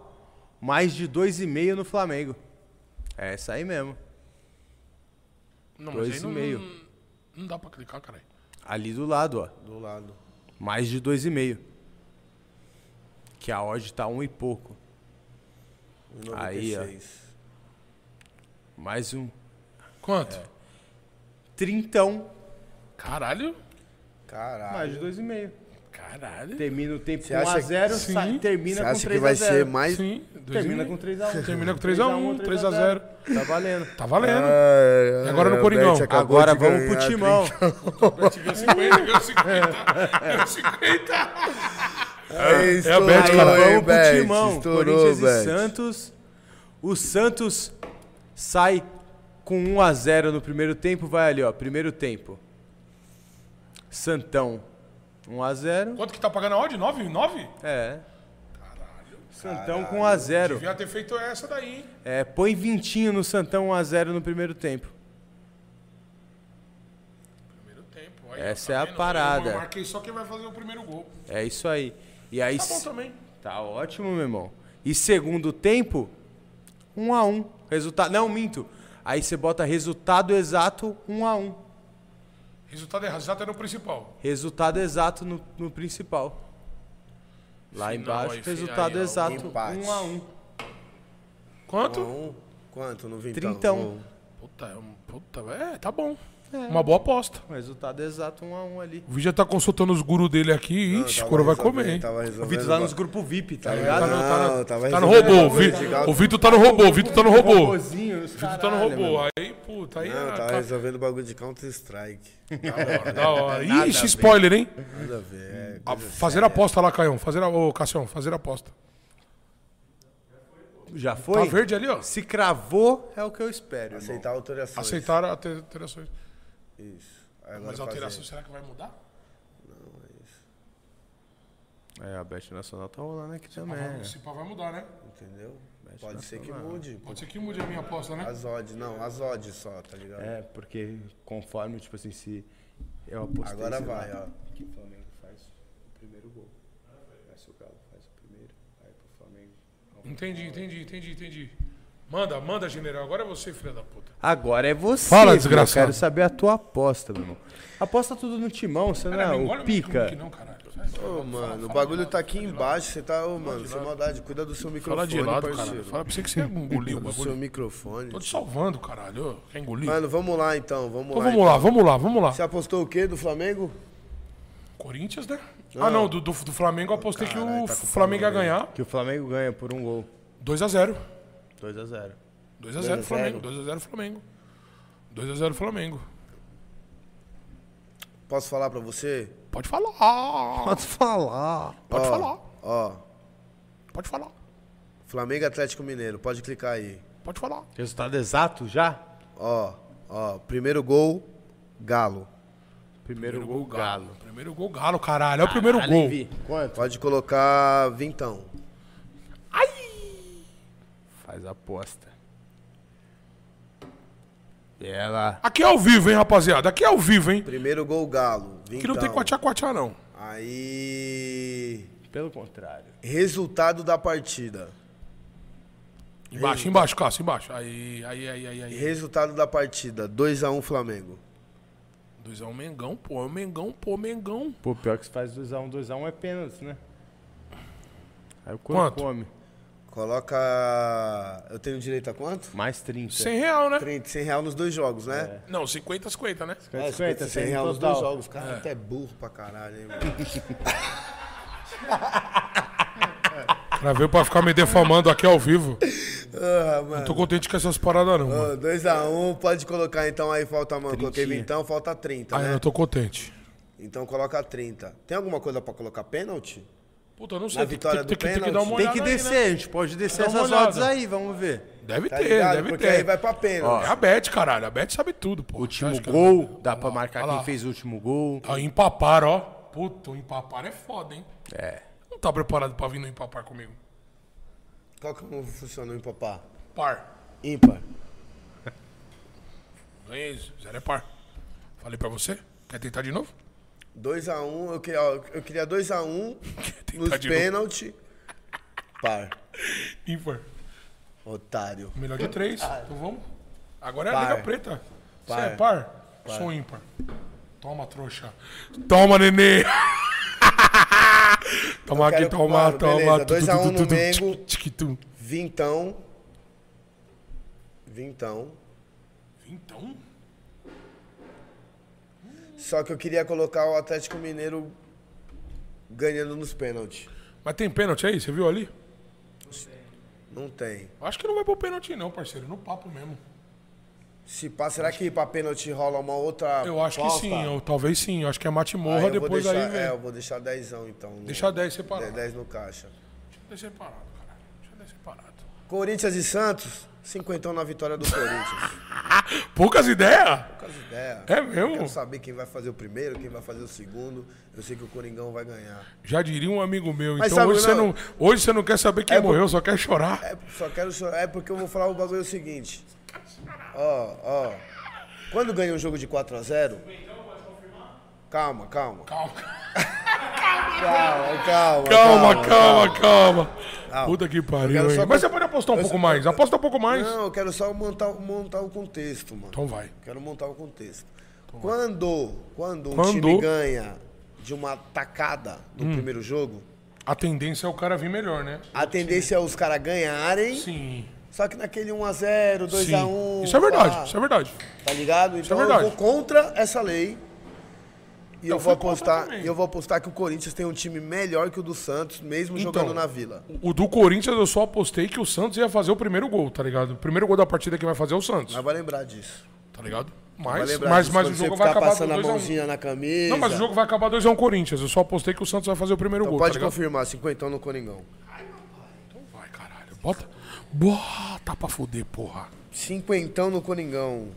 Speaker 1: mais de 2,5 no Flamengo. É essa aí mesmo.
Speaker 2: não, mas aí não-
Speaker 1: 2,5.
Speaker 2: Não dá pra clicar, caralho.
Speaker 1: Ali do lado, ó.
Speaker 3: Do lado.
Speaker 1: Mais de 2,5. Que a odd tá um e pouco. Aí, ó. Mais um.
Speaker 2: Quanto?
Speaker 1: É. Trintão.
Speaker 2: Caralho?
Speaker 3: Caralho.
Speaker 1: Mais de 2,5.
Speaker 2: Caralho.
Speaker 1: Termina o tempo um
Speaker 3: Você
Speaker 1: com
Speaker 3: acha-
Speaker 1: 1x0,
Speaker 2: Sim.
Speaker 3: Você
Speaker 1: termina com 3x0.
Speaker 3: acha que vai ser mais. um?
Speaker 2: Sim. dois
Speaker 1: Termina
Speaker 2: e
Speaker 1: com
Speaker 2: meio.
Speaker 1: 3x1.
Speaker 2: Termina com 3x1, 3x0.
Speaker 1: Tá valendo.
Speaker 2: Tá valendo.
Speaker 1: Ah.
Speaker 3: É,
Speaker 2: E agora no
Speaker 3: é, o
Speaker 2: Coringão.
Speaker 3: Bet acabou
Speaker 1: Agora
Speaker 3: de
Speaker 1: vamos pro
Speaker 3: ganhar,
Speaker 1: Timão.
Speaker 2: Ganhou 50, ganhou 50. Ganhou 50.
Speaker 3: Aí estourou,
Speaker 1: Aí,
Speaker 2: Bet, É, cara.
Speaker 3: hein,
Speaker 1: vamos pro
Speaker 3: Bet?
Speaker 1: Timão.
Speaker 3: Estourou,
Speaker 1: Corinthians e
Speaker 3: Bet.
Speaker 1: Santos. O Santos sai com 1x0 no primeiro tempo. Vai ali, ó. Primeiro tempo. Santão. 1x0.
Speaker 2: Quanto que tá pagando a odd? 9? 9?
Speaker 1: É. Santão com 1x0.
Speaker 2: Devia ter feito essa daí, hein?
Speaker 1: É, põe vintinho um no Santão 1x0 no primeiro tempo.
Speaker 2: Primeiro tempo. Aí
Speaker 1: Essa é
Speaker 2: Tá
Speaker 1: a
Speaker 2: vendo? Eu
Speaker 1: parada.
Speaker 2: marquei só quem vai fazer o primeiro gol.
Speaker 1: É isso aí. E aí.
Speaker 2: Tá bom
Speaker 1: se-
Speaker 2: também.
Speaker 1: Tá ótimo, meu irmão. E segundo tempo, 1 um a 1 um. Resultado. Não, minto. Aí você bota resultado exato 1 um a 1 um.
Speaker 2: Resultado errado, exato era o principal.
Speaker 1: Resultado exato no, no principal. Lá
Speaker 2: Final
Speaker 1: embaixo,
Speaker 2: aí,
Speaker 1: resultado
Speaker 2: aí, ó.
Speaker 1: exato
Speaker 3: Empate.
Speaker 1: 1 um a 1 um.
Speaker 2: Quanto?
Speaker 3: Um, quanto no vinte?
Speaker 1: 31.
Speaker 2: Puta, é um- puta, é, tá bom. Uma boa aposta.
Speaker 1: Resultado exato 1 um a 1 um ali.
Speaker 2: O vídeo já tá consultando os gurus dele aqui. Ixi, o couro vai comer, hein?
Speaker 3: Tava
Speaker 1: O
Speaker 3: resolvendo.
Speaker 1: Vitor lá nos grupos VIP, tá
Speaker 2: Tá
Speaker 1: ligado?
Speaker 2: no, tá no-
Speaker 3: Não, tava
Speaker 2: tá no
Speaker 3: resolvendo
Speaker 2: robô. O,
Speaker 3: o
Speaker 2: Vi-
Speaker 3: Portugal.
Speaker 2: o Vitor tá no robô. O Vitor tá no robô. O
Speaker 1: Robôzinho, os
Speaker 2: Vitor tá no
Speaker 1: caralho,
Speaker 2: robô.
Speaker 1: mano.
Speaker 2: Aí, puta, aí.
Speaker 3: Não,
Speaker 2: ah,
Speaker 3: tava
Speaker 2: tá-
Speaker 3: resolvendo o bagulho de Counter-Strike.
Speaker 2: da hora, da hora. Ixi, spoiler, hein?
Speaker 3: Nada a ver. é,
Speaker 2: A- fazer aposta lá, Caião. Fazer a, ô, Cassião, fazer aposta.
Speaker 1: Já foi?
Speaker 2: Tá verde ali, ó.
Speaker 1: Se cravou, é o que eu espero. irmão.
Speaker 3: Aceitar alterações.
Speaker 2: Aceitaram as alterações.
Speaker 3: Isso. Aí Agora
Speaker 2: Mas a
Speaker 3: fazer.
Speaker 2: alteração, será que vai mudar?
Speaker 1: É, a Bet Nacional tá rolando aqui também. né?
Speaker 2: Se pá, vai mudar, né?
Speaker 3: Entendeu? Pode ser que mude. pô.
Speaker 2: Pode ser que mude a minha aposta, né?
Speaker 3: As odds, não, as odds só, tá ligado?
Speaker 1: É, porque conforme, tipo assim, se eu apostei...
Speaker 3: Agora
Speaker 1: sei
Speaker 3: vai,
Speaker 1: lá,
Speaker 3: ó.
Speaker 1: Que o Flamengo faz o primeiro gol. Aí se o Galo faz o primeiro, aí pro Flamengo...
Speaker 2: Entendi, entendi, entendi, entendi. Manda, manda, general. Agora é você, filha da puta.
Speaker 1: Agora é você,
Speaker 2: Fala,
Speaker 1: meu.
Speaker 2: desgraçado.
Speaker 1: Quero saber a tua aposta, meu irmão. Aposta tudo no timão, você não
Speaker 2: Cara,
Speaker 1: é
Speaker 2: não olha
Speaker 1: o
Speaker 2: o meu
Speaker 1: pica.
Speaker 2: Hulk, não, caralho. Sai, sai.
Speaker 3: Ô, mano, o bagulho tá aqui embaixo, você tá, ô, mano, sem maldade, cuida do seu
Speaker 2: Fala
Speaker 3: microfone,
Speaker 2: de lado, cara.
Speaker 3: parceiro.
Speaker 2: Fala pra você que você engoliu o
Speaker 3: Do seu
Speaker 2: bagulho.
Speaker 3: microfone.
Speaker 2: Tô te salvando, caralho. Ô, Quer engolir?
Speaker 3: Mano, vamos lá então, vamos
Speaker 2: Então
Speaker 3: lá.
Speaker 2: vamos lá, vamos lá, vamos lá.
Speaker 3: Você apostou o quê do Flamengo?
Speaker 2: Corinthians, né? Ah, não, do, do, do Flamengo eu apostei que o
Speaker 3: Caralho, tá com
Speaker 2: Flamengo ia ganhar
Speaker 1: Que o Flamengo ganha por um gol.
Speaker 2: 2x0.
Speaker 1: 2x0.
Speaker 2: 2x0 Flamengo, 2x0 Flamengo. 2x0 Flamengo.
Speaker 3: Posso falar pra você?
Speaker 2: Pode falar.
Speaker 1: Pode falar.
Speaker 2: Pode
Speaker 3: Ó,
Speaker 2: falar. Ah.
Speaker 3: Ó,
Speaker 2: Pode falar.
Speaker 3: Flamengo e Atlético Mineiro, pode clicar aí.
Speaker 2: Pode falar.
Speaker 1: Resultado exato já?
Speaker 3: Ó, ó, primeiro gol, Galo.
Speaker 1: Primeiro, gol, Galo.
Speaker 2: Primeiro gol, Galo, caralho. É o primeiro gol.
Speaker 1: Levi, quanto?
Speaker 3: Pode colocar vintão.
Speaker 1: Faz a aposta. E ela.
Speaker 2: Aqui é ao vivo, hein, rapaziada. Aqui é ao vivo, hein.
Speaker 3: Primeiro gol, Galo, vintão.
Speaker 2: Aqui não tem quatiá-quatiá, não.
Speaker 3: Aí,
Speaker 1: Pelo contrário.
Speaker 3: resultado da partida.
Speaker 2: Embaixo, embaixo, Cássio, embaixo. Aí, aí, aí, aí, aí.
Speaker 3: Resultado da partida, 2x1 Flamengo.
Speaker 2: 2x1 Mengão, pô. É o Mengão, pô, Mengão.
Speaker 1: Pô, pior que se faz 2x1, 2x1 é pênalti, né? Aí o
Speaker 2: Quanto?
Speaker 1: quanto come.
Speaker 3: Coloca. Eu tenho direito a quanto?
Speaker 1: Mais 30.
Speaker 2: 100 real, né?
Speaker 3: 30, 100 real nos dois jogos, né?
Speaker 2: Não, 50, 50, né?
Speaker 3: É,
Speaker 1: 50, 100
Speaker 3: real nos dois
Speaker 1: total.
Speaker 3: jogos.
Speaker 2: É.
Speaker 3: Cara, até burro pra caralho, hein, mano?
Speaker 2: O cara veio pra ficar me defamando aqui ao vivo.
Speaker 3: Ah,
Speaker 2: Não
Speaker 3: mano.
Speaker 2: tô contente com essas paradas, não, mano.
Speaker 3: 2x1, pode colocar então aí, falta, mano. Coloquei vintão, falta 30,
Speaker 2: Aí
Speaker 3: né?
Speaker 2: Ah, eu tô contente.
Speaker 3: Então coloca 30. Tem alguma coisa pra colocar pênalti?
Speaker 2: Puta, eu não sei.
Speaker 3: Na
Speaker 2: Tem, que-
Speaker 3: vitória
Speaker 2: tem, que-
Speaker 3: do
Speaker 2: tem que dar uma
Speaker 1: Tem
Speaker 2: olhada
Speaker 1: que
Speaker 2: aí,
Speaker 1: descer,
Speaker 2: né?
Speaker 1: a gente pode descer
Speaker 2: Dá uma
Speaker 1: essas
Speaker 2: olhada.
Speaker 1: odds aí, vamos ver.
Speaker 2: Deve
Speaker 3: Tá
Speaker 2: ter,
Speaker 3: ligado?
Speaker 2: deve
Speaker 3: Porque
Speaker 2: ter.
Speaker 3: aí vai pra pênalti.
Speaker 2: É a Bet, caralho. A Bet sabe tudo, pô.
Speaker 1: Último
Speaker 2: Acho que-
Speaker 1: gol, dá pra marcar
Speaker 2: olha lá.
Speaker 1: quem fez o último gol.
Speaker 2: Ó, empapar, ó. Puta, o empapar é foda, hein?
Speaker 1: É.
Speaker 2: Não tá preparado pra vir no empapar comigo.
Speaker 3: Qual que não funcionou em papá?
Speaker 2: Par.
Speaker 3: Ímpar.
Speaker 2: Ganhei isso. Zero é par. Falei pra você? Quer tentar de novo?
Speaker 3: 2x1, eu queria, ó, eu queria 2x1
Speaker 2: Quer tentar
Speaker 3: nos
Speaker 2: de novo?
Speaker 3: pênalti. Par.
Speaker 2: Ímpar.
Speaker 3: Otário.
Speaker 2: Melhor de três. Então vamos. Agora é a
Speaker 3: Par.
Speaker 2: Liga Preta. Você
Speaker 3: Par.
Speaker 2: é par? Sou ímpar. Toma, trouxa. Toma, nenê. toma
Speaker 3: quero-
Speaker 2: aqui, toma,
Speaker 3: mano,
Speaker 2: toma.
Speaker 3: beleza,
Speaker 2: Tu, tu,
Speaker 3: 2x1
Speaker 2: tu,
Speaker 3: no
Speaker 2: tu, tu,
Speaker 3: Mengo.
Speaker 2: tchic, tchic, tu.
Speaker 3: Vintão. Vintão.
Speaker 2: Então,
Speaker 3: Só que eu queria colocar o Atlético Mineiro ganhando nos pênaltis.
Speaker 2: mas tem pênalti aí? Você viu ali?
Speaker 3: Não tem.
Speaker 2: Eu Acho que não vai pro pênalti não, parceiro. No papo mesmo.
Speaker 3: Se pá, será que pra pênalti rola uma outra.
Speaker 2: Eu acho
Speaker 3: falta?
Speaker 2: que sim. ou talvez sim. Eu acho que é mate
Speaker 3: Aí
Speaker 2: morra,
Speaker 3: eu vou
Speaker 2: depois
Speaker 3: deixar,
Speaker 2: aí,
Speaker 3: É, eu
Speaker 2: velho.
Speaker 3: vou deixar dezão então. no-
Speaker 2: Deixa 10 separado.
Speaker 3: 10 no caixa.
Speaker 2: Deixa separado, caralho. Deixa 10 separado.
Speaker 3: Corinthians e Santos, cinquentão na vitória do Corinthians.
Speaker 2: Poucas ideias?
Speaker 3: É.
Speaker 2: É mesmo?
Speaker 3: Quero saber quem vai fazer o primeiro, quem vai fazer o segundo. Eu sei que o Coringão vai ganhar.
Speaker 2: Já diria um amigo meu.
Speaker 3: Mas
Speaker 2: então
Speaker 3: sabe,
Speaker 2: hoje, você
Speaker 3: não-
Speaker 2: não, hoje você não quer saber quem
Speaker 3: É,
Speaker 2: morreu, só quer chorar.
Speaker 3: É, só quero chorar. É porque eu vou falar o bagulho seguinte. Ó, ó. Quando ganha um jogo de 4x0. Calma, calma.
Speaker 2: Calma,
Speaker 3: Calma, calma.
Speaker 2: calma, calma, calma. Puta que
Speaker 3: Eu
Speaker 2: pariu,
Speaker 3: quero
Speaker 2: hein?
Speaker 3: só-
Speaker 2: Mas você pode apostar um pouco mais. Aposta um pouco mais.
Speaker 3: Não, eu quero só montar, montar o contexto, mano.
Speaker 2: Então vai. Então
Speaker 3: Quero montar o contexto. Quando, quando um
Speaker 2: Quando? Hum.
Speaker 3: time ganha de uma tacada no primeiro jogo,
Speaker 2: A tendência é o cara vir melhor, né?
Speaker 3: a tendência é os caras ganharem,
Speaker 2: Sim.
Speaker 3: só que naquele 1x0,
Speaker 2: Sim.
Speaker 3: 2x1.
Speaker 2: Isso é verdade, isso é verdade.
Speaker 3: Tá ligado? Então
Speaker 2: verdade.
Speaker 3: eu vou contra essa lei. E
Speaker 2: Eu
Speaker 3: eu, vou
Speaker 2: fui contra
Speaker 3: apostar,
Speaker 2: também.
Speaker 3: eu vou apostar que o Corinthians tem um time melhor que o do Santos, mesmo
Speaker 2: Então.
Speaker 3: jogando na Vila.
Speaker 2: O do Corinthians eu só apostei que o Santos ia fazer o primeiro gol, tá ligado? O primeiro gol da partida que vai fazer é o Santos,
Speaker 3: Mas vai lembrar disso.
Speaker 2: tá ligado?
Speaker 3: Vai
Speaker 2: Mas,
Speaker 3: lembrar
Speaker 2: mas,
Speaker 3: disso
Speaker 2: mas o
Speaker 3: quando você
Speaker 2: jogo
Speaker 3: ficar
Speaker 2: vai acabar
Speaker 3: passando a
Speaker 2: 2x1.
Speaker 3: mãozinha na camisa.
Speaker 2: Não, mas o jogo vai acabar 2x1 Corinthians. Eu só apostei que o Santos vai fazer o primeiro
Speaker 3: Então
Speaker 2: gol.
Speaker 3: pode
Speaker 2: tá ligado?
Speaker 3: confirmar, 50 no Coringão.
Speaker 2: Vai, caralho. Bota. Bota pra fuder, porra.
Speaker 3: Cinquentão no Coringão.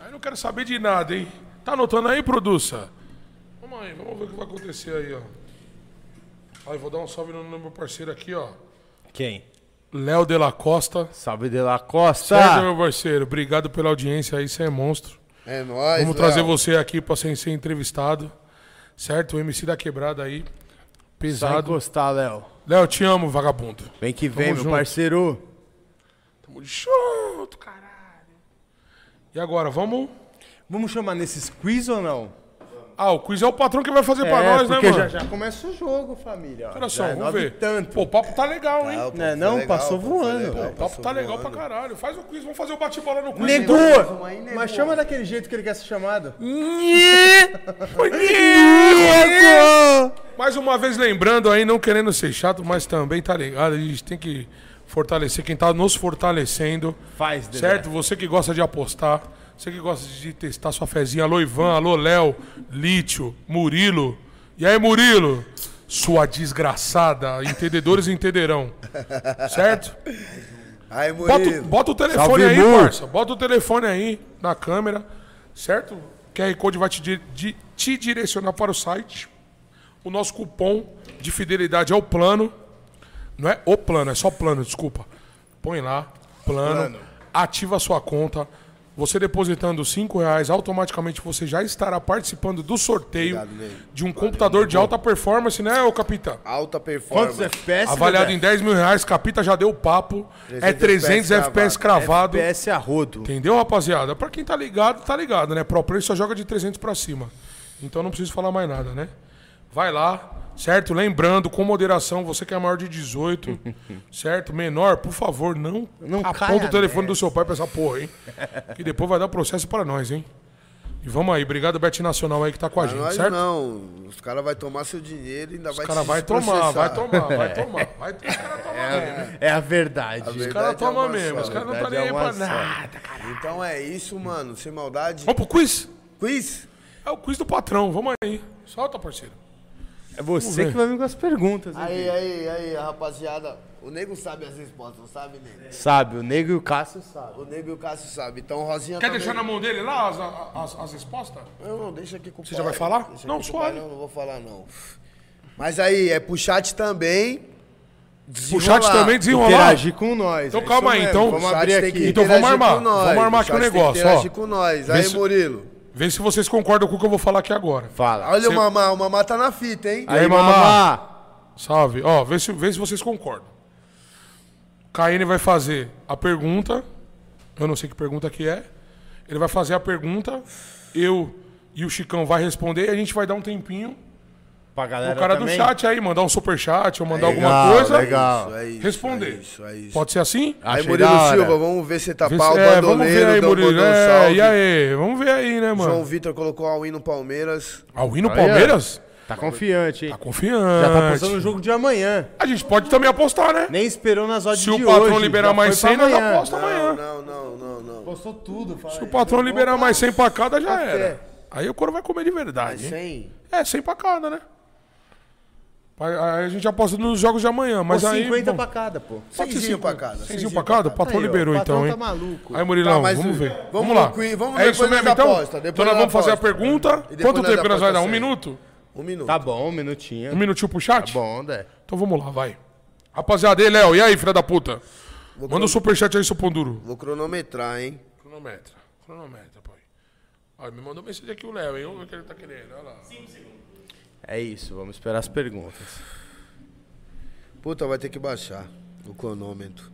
Speaker 2: Aí não quero saber de nada, hein? Tá anotando aí, produça? Vamos aí, vamos ver o que vai acontecer aí, ó. Aí vou dar um salve no no meu parceiro aqui, ó.
Speaker 7: Quem?
Speaker 2: Léo de la Costa.
Speaker 7: Salve de la Costa.
Speaker 1: Tá.
Speaker 2: Sérgio, meu parceiro, obrigado pela audiência aí, você é monstro.
Speaker 3: É nóis,
Speaker 2: Vamos trazer
Speaker 3: Léo.
Speaker 2: você aqui pra ser, ser entrevistado, certo? O MC da Quebrada aí,
Speaker 7: Só
Speaker 2: pesado.
Speaker 7: encostar, Léo.
Speaker 2: Léo, te amo, vagabundo.
Speaker 7: Vem que vem, meu
Speaker 2: junto.
Speaker 7: parceiro.
Speaker 2: Tamo junto, caralho. E agora, vamos...
Speaker 7: Vamos chamar nesse quiz ou não?
Speaker 2: Ah, o quiz é o patrão que vai fazer pra nós, né,
Speaker 7: porque
Speaker 2: mano?
Speaker 7: já, já começa o jogo, família. ó.
Speaker 2: Olha
Speaker 7: Já
Speaker 2: só,
Speaker 7: é
Speaker 2: vamos
Speaker 7: nove
Speaker 2: ver.
Speaker 7: e tanto.
Speaker 2: Pô, o papo tá legal, hein?
Speaker 3: Ah,
Speaker 7: Não é não?
Speaker 3: foi
Speaker 7: Passou
Speaker 3: pô, foi
Speaker 7: voando.
Speaker 3: legal,
Speaker 7: Pô,
Speaker 2: O papo
Speaker 3: passou
Speaker 2: tá legal pra
Speaker 3: voando.
Speaker 2: caralho. Faz o quiz, vamos fazer o bate-bola no quiz.
Speaker 7: Nego!
Speaker 2: hein,
Speaker 7: Mas chama daquele jeito que ele quer ser chamado.
Speaker 2: mano? Mais uma vez lembrando aí, não querendo ser chato, mas também tá ligado. A gente tem que fortalecer quem tá nos fortalecendo.
Speaker 7: Faz, Dedé.
Speaker 2: Certo? Você que gosta de apostar, você que gosta de testar sua fezinha. Alô, Ivan, alô, Léo, Lítio, Murilo. E aí, Murilo? Sua desgraçada. Entendedores entenderão. Certo?
Speaker 3: Aí,
Speaker 2: Bota, o-
Speaker 3: Murilo.
Speaker 2: bota o telefone
Speaker 7: Salve,
Speaker 2: aí,
Speaker 7: Mur.
Speaker 2: parça. Bota o telefone aí na câmera, certo? O QR Code vai te, di- di- te direcionar para o site. O nosso cupom de fidelidade é o plano. Não é o plano, é só plano, desculpa. Põe lá, plano, ativa a sua conta. Você depositando 5 reais, automaticamente você já estará participando do sorteio
Speaker 3: Obrigado, Ney.
Speaker 2: de um computador de alta performance, né, ô capitã?
Speaker 3: Alta performance.
Speaker 7: Quantos
Speaker 1: É
Speaker 7: FPS?
Speaker 2: Avaliado em
Speaker 7: Dedé?
Speaker 2: 10 mil reais, capita já deu o papo. é 300 FPS
Speaker 1: É
Speaker 2: cravado.
Speaker 7: FPS a rodo.
Speaker 2: Entendeu, rapaziada? Pra quem tá ligado, tá ligado, né? Pro Play só joga de 300 pra cima. Então não preciso falar mais nada, né? Vai lá, certo? Lembrando, com moderação, você que é maior de 18, certo? Menor, por favor, não,
Speaker 7: Não caia
Speaker 2: aponta o telefone do seu pai pra essa porra, hein? Que depois vai dar processo pra nós, hein? E vamos aí, obrigado Bet Nacional aí que tá com a
Speaker 3: Pra
Speaker 2: gente,
Speaker 3: nós
Speaker 2: certo?
Speaker 3: não. Os caras vão tomar seu dinheiro e ainda
Speaker 2: Os
Speaker 3: vai
Speaker 2: caras
Speaker 3: te
Speaker 2: vai tomar, vai
Speaker 3: processar.
Speaker 2: tomar, vai tomar, vai tomar. Os caras tomam
Speaker 1: né?
Speaker 2: mesmo.
Speaker 7: É a verdade.
Speaker 2: Os caras
Speaker 3: verdade é
Speaker 2: tomam
Speaker 3: uma
Speaker 2: mesmo,
Speaker 3: só,
Speaker 2: os caras não tá
Speaker 7: verdade
Speaker 2: nem aí
Speaker 7: é uma
Speaker 2: pra
Speaker 7: só.
Speaker 2: nada.
Speaker 3: Então é isso, mano. Sem maldade.
Speaker 2: Vamos pro quiz?
Speaker 3: Quiz.
Speaker 2: É o quiz do patrão, vamos aí. Solta, parceiro.
Speaker 7: É você que vai vir com as perguntas. hein,
Speaker 3: Aí,
Speaker 7: filho?
Speaker 3: aí, aí, rapaziada. O nego sabe as respostas, não sabe, nego?
Speaker 7: Sabe, o Nego e o Cássio sabem.
Speaker 3: O nego e o Cássio sabe. Então, Rosinha
Speaker 2: Quer
Speaker 3: também.
Speaker 2: deixar na mão dele lá as, as, as respostas?
Speaker 3: Não, não, deixa aqui com Você
Speaker 2: já vai falar? Não,
Speaker 3: não,
Speaker 2: suave.
Speaker 3: Não, não vou falar, não. Mas aí, é pro chat também.
Speaker 2: O chat
Speaker 3: desenrolar.
Speaker 2: também desenrolar.
Speaker 7: Interagir com nós.
Speaker 2: Então
Speaker 7: é
Speaker 2: calma aí,
Speaker 7: isso mesmo.
Speaker 2: então.
Speaker 7: Vamos
Speaker 3: O chat
Speaker 7: abrir
Speaker 3: tem que
Speaker 7: aqui.
Speaker 2: Então vamos
Speaker 3: interagir
Speaker 2: armar.
Speaker 3: com nós.
Speaker 2: Vamos armar aqui o
Speaker 3: chat tem que
Speaker 2: negócio,
Speaker 3: interagir
Speaker 2: ó.
Speaker 3: com nós.
Speaker 2: Vê
Speaker 3: Aí,
Speaker 2: se-
Speaker 3: Murilo.
Speaker 2: Vê se vocês concordam com o que eu vou falar aqui agora.
Speaker 7: Fala.
Speaker 3: Olha o mamá, o mamá tá na fita, hein?
Speaker 2: Aí,
Speaker 7: Aí,
Speaker 2: mamá.
Speaker 7: mamá.
Speaker 2: Salve. Ó, vê se, vê se vocês concordam. Caíne vai fazer a pergunta. Eu não sei que pergunta que é. Ele vai fazer a pergunta. Eu e o Chicão vai responder e a gente vai dar um tempinho.
Speaker 7: Pra galera
Speaker 2: O cara
Speaker 7: também.
Speaker 2: do chat aí, mandar um superchat ou mandar
Speaker 7: Legal,
Speaker 2: alguma coisa.
Speaker 7: legal.
Speaker 3: Isso, é isso,
Speaker 2: Responder.
Speaker 3: É isso, é isso.
Speaker 2: Pode ser assim?
Speaker 3: Aí,
Speaker 7: Achei
Speaker 3: Murilo
Speaker 7: da hora.
Speaker 3: Silva, vamos ver se tá
Speaker 2: Vê
Speaker 3: pau,
Speaker 2: se- é,
Speaker 3: bandoleiro,
Speaker 2: vamos ver aí,
Speaker 3: dão-
Speaker 2: Murilo.
Speaker 3: mandou um
Speaker 2: É,
Speaker 3: salve.
Speaker 2: e aí? Vamos ver aí, né, mano?
Speaker 3: João Vitor colocou a win no Palmeiras.
Speaker 2: Ao ir no
Speaker 7: Aí,
Speaker 2: Palmeiras?
Speaker 7: Tá confiante, hein?
Speaker 2: Tá confiante.
Speaker 7: Já tá pensando no jogo de amanhã.
Speaker 2: A gente pode também apostar, né?
Speaker 7: Nem esperou nas odds
Speaker 2: Se
Speaker 7: de hoje.
Speaker 2: o patrão liberar
Speaker 7: já
Speaker 2: mais
Speaker 7: foi
Speaker 2: 100,
Speaker 7: pra
Speaker 2: nós
Speaker 7: amanhã.
Speaker 2: aposta amanhã.
Speaker 3: Não, não, não, não.
Speaker 7: Postou tudo. Fala
Speaker 2: Se o
Speaker 7: aí.
Speaker 2: patrão liberar mais 100 pra cada, já
Speaker 7: Café.
Speaker 2: era. Aí o couro vai comer de verdade. hein?
Speaker 3: Sem.
Speaker 2: É, 100 pra cada, né? Aí aí a gente aposta nos jogos de amanhã, mas
Speaker 7: Ou
Speaker 2: aí.
Speaker 7: 50
Speaker 2: bom,
Speaker 7: pra cada, pô.
Speaker 2: pode ser
Speaker 3: Cenzinho
Speaker 2: 50.
Speaker 3: pra cada.
Speaker 2: Cenzinho pra cada? O patrão
Speaker 7: Aí, ó,
Speaker 2: liberou
Speaker 7: o patrão
Speaker 2: então, hein?
Speaker 7: tá maluco.
Speaker 2: Aí, Murilão,
Speaker 3: Tá, mas
Speaker 2: vamos ver.
Speaker 3: vamos
Speaker 2: Vamos
Speaker 3: no
Speaker 2: lá.
Speaker 3: quiz, vamos
Speaker 2: é
Speaker 3: depois
Speaker 2: isso mesmo,
Speaker 3: nós
Speaker 2: então?
Speaker 3: aposta, depois
Speaker 2: então nós
Speaker 3: nós
Speaker 2: vamos fazer a
Speaker 3: aposta.
Speaker 2: pergunta.
Speaker 3: depois
Speaker 2: Quanto
Speaker 3: nós
Speaker 2: tempo que nós vai
Speaker 3: aposta
Speaker 2: dar? Um
Speaker 3: certo.
Speaker 2: minuto?
Speaker 3: Um minuto.
Speaker 7: Tá bom, um
Speaker 2: Um
Speaker 7: minutinho.
Speaker 2: minutinho pro chat?
Speaker 7: Tá bom, Dé.
Speaker 2: Então vamos lá, vai. Rapaziada, e Léo, e aí, filha da puta? Manda um superchat aí, seu pão duro.
Speaker 3: Vou cronometrar, hein?
Speaker 2: Cronometra, cronometra, pai. Olha, me mandou mensagem aqui o Léo, hein? Olha o que ele tá querendo. Olha lá.
Speaker 7: É isso, vamos esperar as perguntas.
Speaker 3: Puta, vai ter que baixar o cronômetro.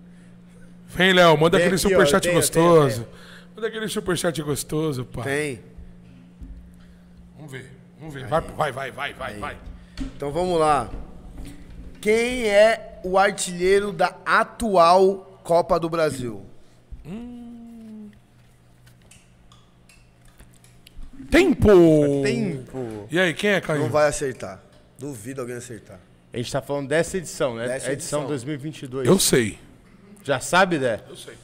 Speaker 2: Vem, Léo, manda
Speaker 1: Tem
Speaker 2: aquele
Speaker 1: aqui, ó,
Speaker 2: superchat
Speaker 1: tem,
Speaker 2: gostoso. Manda aquele superchat gostoso, pá.
Speaker 3: Tem?
Speaker 2: Vamos ver, vamos ver. Vai, vai, vai, vai, vai, vai.
Speaker 3: Então vamos lá. Quem é o artilheiro da atual Copa do Brasil?
Speaker 2: Tempo!
Speaker 1: Tempo.
Speaker 2: E aí, quem é, Caio?
Speaker 3: Não vai acertar. Duvido alguém acertar.
Speaker 7: A gente tá falando dessa edição, né?
Speaker 3: Dessa
Speaker 7: a edição,
Speaker 3: edição.
Speaker 7: 2022.
Speaker 2: Eu sei.
Speaker 7: Já sabe, Dé?
Speaker 2: Eu sei.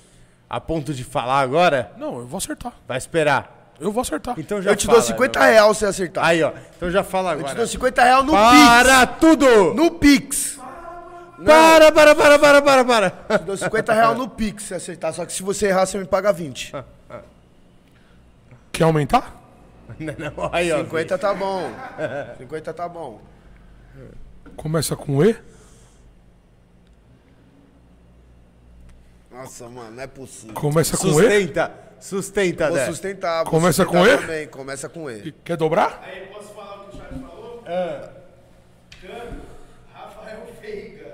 Speaker 7: A ponto de falar agora?
Speaker 2: Não, eu vou acertar.
Speaker 7: Vai esperar.
Speaker 2: Eu vou acertar.
Speaker 7: Então já
Speaker 3: Eu te dou
Speaker 7: fala,
Speaker 3: 50
Speaker 7: né?
Speaker 3: reais se acertar.
Speaker 7: Aí, ó. Então já fala
Speaker 3: Eu te
Speaker 7: agora.
Speaker 3: dou 50 reais no
Speaker 7: Para tudo!
Speaker 3: Pix. No Pix.
Speaker 7: Para, para, para, para, para, para.
Speaker 3: Eu te dou 50 reais no Pix se acertar. Só que se você errar, você me paga 20.
Speaker 2: Quer aumentar?
Speaker 7: Não, não, aí, ó.
Speaker 3: 50 tá bom. 50 tá bom.
Speaker 2: Começa com E?
Speaker 3: Nossa, mano, não é possível.
Speaker 2: Começa com E?
Speaker 7: Sustenta. Sustenta,
Speaker 3: Vou
Speaker 7: Dé.
Speaker 3: sustentar. vou
Speaker 2: Começa
Speaker 3: sustentar
Speaker 2: com E?
Speaker 3: também, Começa com E.
Speaker 2: Quer dobrar?
Speaker 6: Posso falar o que o Charles falou?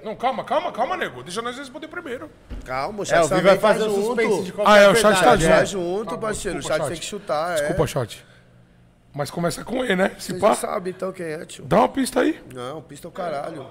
Speaker 2: Não, calma, calma, calma, nego. Deixa nós responder primeiro.
Speaker 3: Calma, o
Speaker 7: É,
Speaker 3: chat
Speaker 7: o Vi
Speaker 3: também
Speaker 7: vai
Speaker 3: faz
Speaker 7: fazer o suspense de
Speaker 3: junto.
Speaker 7: qualquer
Speaker 2: Ah, é, o chat tá
Speaker 7: verdade,
Speaker 2: junto.
Speaker 7: é.
Speaker 3: Faz junto, parceiro. O
Speaker 2: desculpa,
Speaker 3: chat
Speaker 2: chat.
Speaker 3: tem que chutar.
Speaker 2: Desculpa,
Speaker 3: é.
Speaker 2: chat. Mas começa com E, né? Se
Speaker 3: Vocês
Speaker 2: pá,
Speaker 3: não sabem então quem é, tio.
Speaker 2: dá uma pista aí.
Speaker 3: Não, pista é o caralho.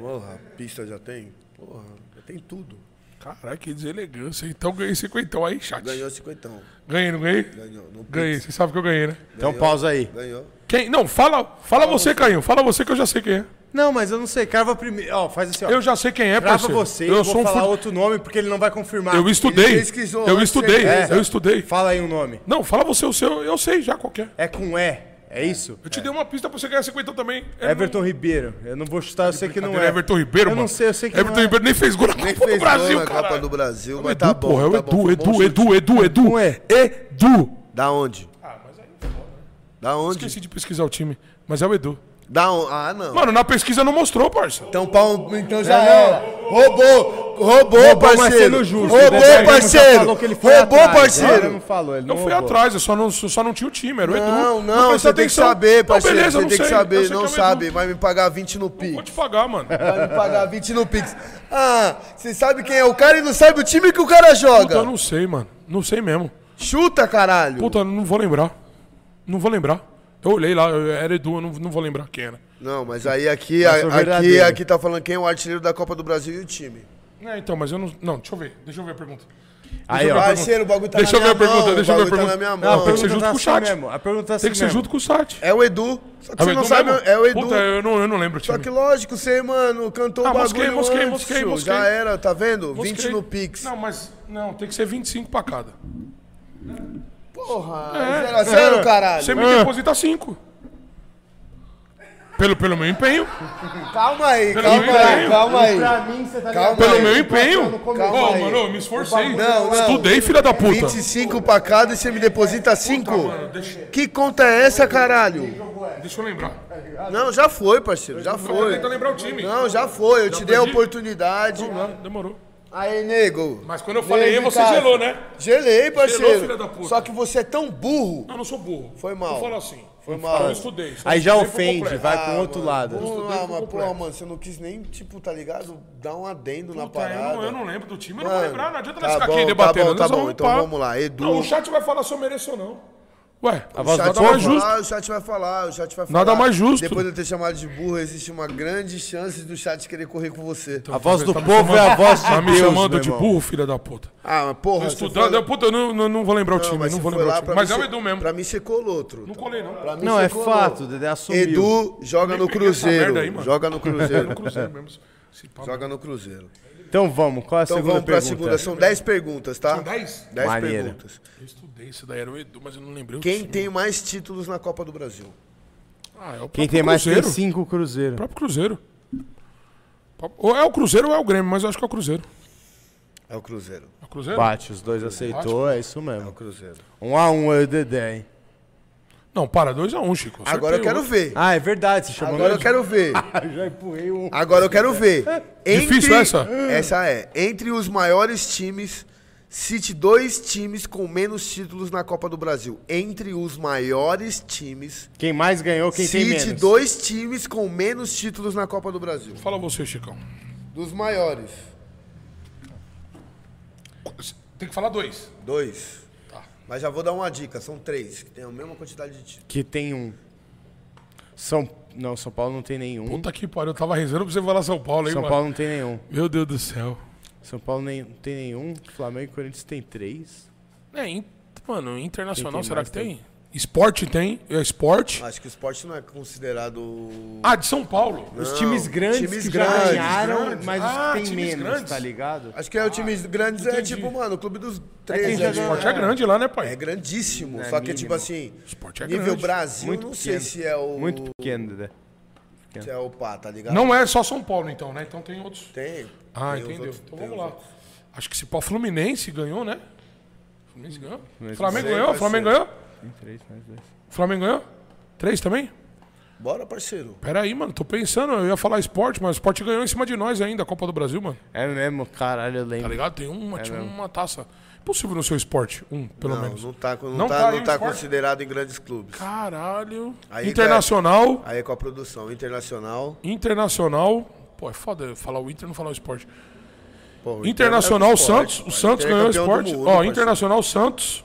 Speaker 3: Porra, a pista já tem? Porra, já tem tudo.
Speaker 2: Caralho, que deselegância. Então ganhei cinquentão aí, chat.
Speaker 3: Ganhou cinquentão.
Speaker 2: Ganhei, não ganhei?
Speaker 3: Ganhou. No Pix.
Speaker 2: Ganhei, você sabe que eu ganhei, né?
Speaker 7: Então pausa aí.
Speaker 3: Ganhou.
Speaker 2: Quem? Não, fala, fala você, Caio. Fala você que eu já sei quem é.
Speaker 7: Não, mas eu não sei. Crava primeiro. Ó, faz assim, ó.
Speaker 2: Eu já sei quem é,
Speaker 7: Crava
Speaker 2: parceiro.
Speaker 7: você.
Speaker 2: eu
Speaker 7: Eu
Speaker 2: sou
Speaker 7: vou
Speaker 2: um
Speaker 7: falar
Speaker 2: fut...
Speaker 7: outro nome porque ele não vai confirmar.
Speaker 2: Eu estudei.
Speaker 3: pesquisou
Speaker 2: Eu
Speaker 3: antes,
Speaker 2: estudei.
Speaker 7: certeza.
Speaker 2: Eu estudei.
Speaker 7: Fala aí um nome.
Speaker 2: Não, fala você o seu. Eu sei já qual que é.
Speaker 7: É com E. É isso?
Speaker 2: Eu te dei uma pista pra você ganhar cinquentão também. É,
Speaker 7: Everton Ribeiro. Eu não vou chutar, eu sei que
Speaker 2: não-
Speaker 7: não
Speaker 2: Cadê
Speaker 7: é.
Speaker 2: Everton Ribeiro,
Speaker 7: Eu
Speaker 2: mano.
Speaker 7: não sei, eu sei que
Speaker 2: Everton
Speaker 7: não é.
Speaker 2: Ribeiro nem fez gol na
Speaker 3: Nem
Speaker 2: né, Copa do
Speaker 3: fez
Speaker 2: Brasil,
Speaker 3: gol na
Speaker 2: cara.
Speaker 3: Copa do Brasil,
Speaker 2: Edu,
Speaker 3: mas tá bom.
Speaker 2: porra, é o
Speaker 3: tá bom,
Speaker 2: Edu,
Speaker 3: foi bom
Speaker 2: Edu, Edu, Edu, Edu,
Speaker 7: Não é.
Speaker 2: Edu.
Speaker 3: chute. Da onde? Da onde?
Speaker 2: Esqueci de pesquisar o time, mas é o Edu.
Speaker 3: Da onde? Ah, não.
Speaker 2: Mano, na pesquisa não mostrou, parça.
Speaker 3: Então, pau, então já era. Roubou, roubou,
Speaker 7: mas
Speaker 3: parceiro.
Speaker 7: sendo justo, né?
Speaker 3: roubou,
Speaker 7: Ele já
Speaker 3: parceiro.
Speaker 7: falou que ele foi
Speaker 3: Roubou,
Speaker 7: atrás.
Speaker 1: né?
Speaker 7: Agora
Speaker 3: parceiro.
Speaker 7: não falou, ele não
Speaker 2: Eu fui
Speaker 7: roubou.
Speaker 2: atrás, eu só não, só não tinha o time, era o Edu.
Speaker 3: Não,
Speaker 2: prestei
Speaker 3: não, você tem que
Speaker 2: atenção.
Speaker 3: saber,
Speaker 2: Então,
Speaker 3: parceiro.
Speaker 2: beleza,
Speaker 3: você
Speaker 2: não
Speaker 3: tem que
Speaker 2: sei. Eu sei
Speaker 3: saber,
Speaker 2: que é o
Speaker 3: não
Speaker 2: Edu.
Speaker 3: sabe. Vai me pagar 20 no Pix.
Speaker 2: Vou te pagar, mano.
Speaker 3: Vai me pagar 20 no Pix. Ah, você sabe quem é o cara e não sabe o time que o cara
Speaker 2: Puta, eu
Speaker 3: joga.
Speaker 2: não sei, mano. Não sei mesmo.
Speaker 3: Chuta, caralho.
Speaker 2: Puta, eu não vou lembrar. Não vou lembrar. Eu olhei lá, eu- era Edu, eu não, não vou lembrar quem era.
Speaker 3: Não, mas aí aqui,
Speaker 7: Mas o
Speaker 3: a- aqui,
Speaker 7: verdadeiro.
Speaker 3: aqui tá falando quem é o artilheiro da Copa do Brasil e o time.
Speaker 2: É, então, mas eu não. Não, deixa eu ver. Deixa eu ver a pergunta.
Speaker 7: Aí, ó.
Speaker 3: Parceiro, o bagulho tá
Speaker 2: deixa eu ver
Speaker 3: na minha
Speaker 2: a pergunta,
Speaker 3: mão,
Speaker 2: deixa eu
Speaker 3: o
Speaker 2: ver a
Speaker 3: bagulho tá
Speaker 2: pergunta.
Speaker 3: na minha
Speaker 2: Não,
Speaker 3: mão.
Speaker 2: tem que ser junto
Speaker 7: tá
Speaker 2: com o
Speaker 7: assim
Speaker 2: chat.
Speaker 7: mesmo, a pergunta tá assim
Speaker 2: Tem que ser
Speaker 7: mesmo.
Speaker 2: junto com o chat.
Speaker 3: É o Edu. Só
Speaker 2: É
Speaker 3: que
Speaker 2: o
Speaker 3: você não
Speaker 2: Edu
Speaker 3: sabe.
Speaker 2: mesmo?
Speaker 3: É o Edu.
Speaker 2: Puta, eu não, eu não lembro o
Speaker 3: Só
Speaker 2: time.
Speaker 3: que lógico, você, mano, cantou
Speaker 2: Ah,
Speaker 3: o bagulho
Speaker 2: mosquei, mosquei,
Speaker 3: antes,
Speaker 2: mosquei,
Speaker 3: tio.
Speaker 2: mosquei.
Speaker 3: Já era, tá vendo?
Speaker 2: Mosquei.
Speaker 3: 20 no Pix.
Speaker 2: Não, mas. Não, tem que ser 25 pra cada. É.
Speaker 3: Porra, 0 a 0 caralho.
Speaker 2: Você me deposita 5. É. Pelo, pelo meu empenho.
Speaker 3: Calma aí,
Speaker 2: Pelo
Speaker 3: calma
Speaker 2: meu
Speaker 3: aí,
Speaker 2: empenho.
Speaker 3: calma aí. Calma
Speaker 2: Pelo
Speaker 3: aí.
Speaker 2: meu empenho. Ô,
Speaker 3: Calma aí.
Speaker 2: mano, eu me esforcei.
Speaker 3: Não, não.
Speaker 2: Estudei, filha da puta.
Speaker 3: 25 pra cada e você me deposita 5? Que conta é essa, caralho?
Speaker 2: Deixa eu lembrar.
Speaker 3: Não, já foi, parceiro, já
Speaker 2: Vou
Speaker 3: foi.
Speaker 2: tentar lembrar o time.
Speaker 3: Não, já foi, eu te dei a
Speaker 2: perdi?
Speaker 3: oportunidade.
Speaker 2: Não, Demorou.
Speaker 3: Aí, nego.
Speaker 2: Mas quando eu falei,
Speaker 3: Nego,
Speaker 2: você
Speaker 3: cara.
Speaker 2: gelou, né?
Speaker 3: Gelei,
Speaker 2: filha da
Speaker 3: parceiro.
Speaker 2: puta.
Speaker 3: Só que você é tão burro.
Speaker 2: Não, eu não sou burro.
Speaker 3: Foi mal.
Speaker 2: Eu falo assim.
Speaker 3: Foi mal. Ah,
Speaker 2: Eu estudei. estudei
Speaker 7: Aí já
Speaker 2: por
Speaker 7: ofende,
Speaker 2: completo.
Speaker 7: vai pro outro lado.
Speaker 3: Pô,
Speaker 2: estudei
Speaker 3: ah,
Speaker 2: por
Speaker 3: mas
Speaker 2: completo.
Speaker 3: porra, mano, você não quis nem, tipo, tá ligado? Dar um adendo na
Speaker 2: Puta, eu,
Speaker 3: parada.
Speaker 2: não, Então, eu não lembro do time, eu não vou
Speaker 3: Mano,
Speaker 2: lembrar. Não adianta
Speaker 3: tá
Speaker 2: nós ficar
Speaker 3: bom,
Speaker 2: aqui
Speaker 3: tá
Speaker 2: debatendo.
Speaker 3: bom, tá
Speaker 2: nós
Speaker 3: bom,
Speaker 2: vamos
Speaker 3: então
Speaker 2: upar.
Speaker 3: vamos lá, Edu.
Speaker 2: Não, o chat vai falar se eu mereço ou não. Ué, a
Speaker 3: O
Speaker 2: voz é
Speaker 3: chat,
Speaker 2: nada
Speaker 3: vai
Speaker 2: tá mais justa.
Speaker 3: falar, o chat vai falar, o chat vai falar.
Speaker 2: Nada mais justo.
Speaker 3: Depois de eu ter chamado de burro, existe uma grande chance do chat querer correr com você.
Speaker 7: A voz do
Speaker 2: Tá me
Speaker 7: povo é a
Speaker 2: chamando-
Speaker 7: voz de
Speaker 2: Tá me
Speaker 7: Deus,
Speaker 2: chamando
Speaker 7: meu
Speaker 2: de
Speaker 7: irmão.
Speaker 2: burro, filha da puta.
Speaker 3: Ah, mas porra, você
Speaker 2: Estudando,
Speaker 3: foi-
Speaker 2: eu- puta, eu não, não, não vou lembrar o time,
Speaker 3: mas
Speaker 2: não
Speaker 3: você
Speaker 2: vou
Speaker 3: foi
Speaker 2: lembrar o
Speaker 3: lá,
Speaker 2: time.
Speaker 3: pra
Speaker 2: Mas
Speaker 3: mim
Speaker 2: é o
Speaker 3: você-
Speaker 2: Edu mesmo.
Speaker 3: Pra mim você colou outro.
Speaker 2: Não colei, não.
Speaker 3: Pra mim
Speaker 7: Não,
Speaker 3: você
Speaker 7: é
Speaker 3: colou.
Speaker 7: fato, Dedé assumiu.
Speaker 3: Edu joga no
Speaker 2: peguei essa merda
Speaker 3: Cruzeiro.
Speaker 2: aí, mano.
Speaker 3: joga no Cruzeiro.
Speaker 2: Cruzeiro mesmo. Se pá,
Speaker 3: joga no Cruzeiro.
Speaker 7: Então vamos, qual é a
Speaker 3: Então
Speaker 7: segunda
Speaker 3: vamos pra
Speaker 7: pergunta?
Speaker 3: segunda. São 10 perguntas, tá?
Speaker 2: São 10?
Speaker 3: 10
Speaker 7: Maneiro.
Speaker 3: perguntas.
Speaker 2: Eu estudei, isso daí era o Edu, mas eu não lembrei o
Speaker 3: Quem
Speaker 2: time.
Speaker 3: tem mais títulos na Copa do Brasil?
Speaker 2: Ah, é
Speaker 7: Quem
Speaker 2: o próprio
Speaker 7: tem mais tem
Speaker 2: Cruzeiro.
Speaker 7: cinco Cruzeiro.
Speaker 2: O próprio Cruzeiro. Ou é o Cruzeiro ou é o Grêmio, mas eu acho que é o Cruzeiro.
Speaker 3: É o Cruzeiro.
Speaker 2: É o Cruzeiro?
Speaker 7: Bate, os dois aceitou, é isso
Speaker 3: É o
Speaker 7: mesmo.
Speaker 3: Cruzeiro.
Speaker 7: Um a um é o Dedé, hein?
Speaker 2: Não, para, 2x1, um, Chico. Acertei um.
Speaker 3: Agora eu quero
Speaker 2: o-
Speaker 3: ver.
Speaker 7: Ah, é verdade, você chamou
Speaker 3: Agora eu quero ver.
Speaker 7: Já empurrei um.
Speaker 3: Agora eu quero ver.
Speaker 2: Difícil essa?
Speaker 3: Essa é. Entre os maiores times Cite dois times com menos títulos na Copa do Brasil. Entre os maiores times,
Speaker 7: Quem mais ganhou, quem tem
Speaker 3: cite
Speaker 7: menos.
Speaker 3: dois times com menos títulos na Copa do Brasil.
Speaker 2: Fala você, Chicão.
Speaker 3: Dos maiores.
Speaker 2: Tem que falar dois.
Speaker 3: Dois. Mas já vou dar uma dica, são três, que tem a mesma quantidade de títulos.
Speaker 7: Que tem um. São... Não, São Paulo não tem nenhum.
Speaker 2: Puta que pariu, eu tava rezando pra você falar São Paulo, hein,
Speaker 7: São
Speaker 2: mano?
Speaker 7: Paulo não tem nenhum.
Speaker 2: Meu Deus do céu.
Speaker 7: São Paulo nem, não tem nenhum. Flamengo e Corinthians tem três.
Speaker 2: É, in- mano, internacional,
Speaker 7: Quem tem
Speaker 2: será
Speaker 7: mais
Speaker 2: que tem? Esporte tem, é esporte.
Speaker 3: Acho que o esporte não é considerado.
Speaker 2: Ah, de São Paulo.
Speaker 7: Os times grandes
Speaker 3: times
Speaker 7: que
Speaker 3: grandes,
Speaker 7: já ganharam,
Speaker 3: grandes.
Speaker 7: mas os
Speaker 2: Ah,
Speaker 7: que tem
Speaker 2: times
Speaker 7: menos,
Speaker 2: grandes.
Speaker 7: tá ligado?
Speaker 3: Acho que é o time grandes é
Speaker 2: entendi.
Speaker 3: tipo, mano, o clube dos
Speaker 7: quem
Speaker 3: três.
Speaker 7: já
Speaker 3: é, tipo,
Speaker 7: ganhou.
Speaker 2: Esporte é grande lá, né, pai?
Speaker 3: é grandíssimo. só que é tipo
Speaker 7: mínimo.
Speaker 3: assim.
Speaker 2: Esporte é
Speaker 3: nível
Speaker 2: grande.
Speaker 3: Brasil,
Speaker 7: Muito
Speaker 3: não sei
Speaker 7: pequeno.
Speaker 3: se é o.
Speaker 7: Muito pequeno, Dedé.
Speaker 3: Se é o pá, tá ligado?
Speaker 2: Não é só São Paulo, então, né? Então tem outros.
Speaker 3: Tem.
Speaker 2: Ah,
Speaker 3: tem os
Speaker 2: entendeu.
Speaker 3: outros-
Speaker 2: então
Speaker 3: tem
Speaker 2: vamos
Speaker 3: os
Speaker 2: lá. Acho que se pau Fluminense ganhou, né? Fluminense ganhou? Flamengo
Speaker 3: ganhou,
Speaker 2: ganhou? Flamengo ganhou?
Speaker 7: Tem três, mais dois.
Speaker 2: Flamengo ganhou? Três também?
Speaker 3: outros. Bora, parceiro.
Speaker 2: Pera aí, mano, tô pensando, eu ia falar esporte, mas o esporte ganhou em cima de nós ainda, a Copa do Brasil, mano.
Speaker 7: É mesmo, caralho, eu
Speaker 2: Tá
Speaker 7: lembro. É
Speaker 2: ligado? Tem uma, tipo, uma taça. Impossível no seu esporte, um, pelo
Speaker 3: Não,
Speaker 2: menos.
Speaker 3: não tá, não
Speaker 2: Não
Speaker 3: tá,
Speaker 2: tá aí
Speaker 3: não
Speaker 2: o
Speaker 3: tá
Speaker 2: esporte?
Speaker 3: considerado em grandes clubes.
Speaker 2: Caralho.
Speaker 3: Aí,
Speaker 2: internacional,
Speaker 3: Aí é com a produção internacional.
Speaker 2: internacional. Pô, é foda eu falar o Inter e não falar o esporte.
Speaker 3: Pô, o Inter
Speaker 2: Internacional
Speaker 3: é esporte,
Speaker 2: Santos, o
Speaker 3: pai.
Speaker 2: Santos
Speaker 3: Inter é
Speaker 2: ganhou o
Speaker 3: campeão do
Speaker 2: esporte.
Speaker 3: mundo,
Speaker 2: Ó,
Speaker 3: parceiro.
Speaker 2: Internacional Santos,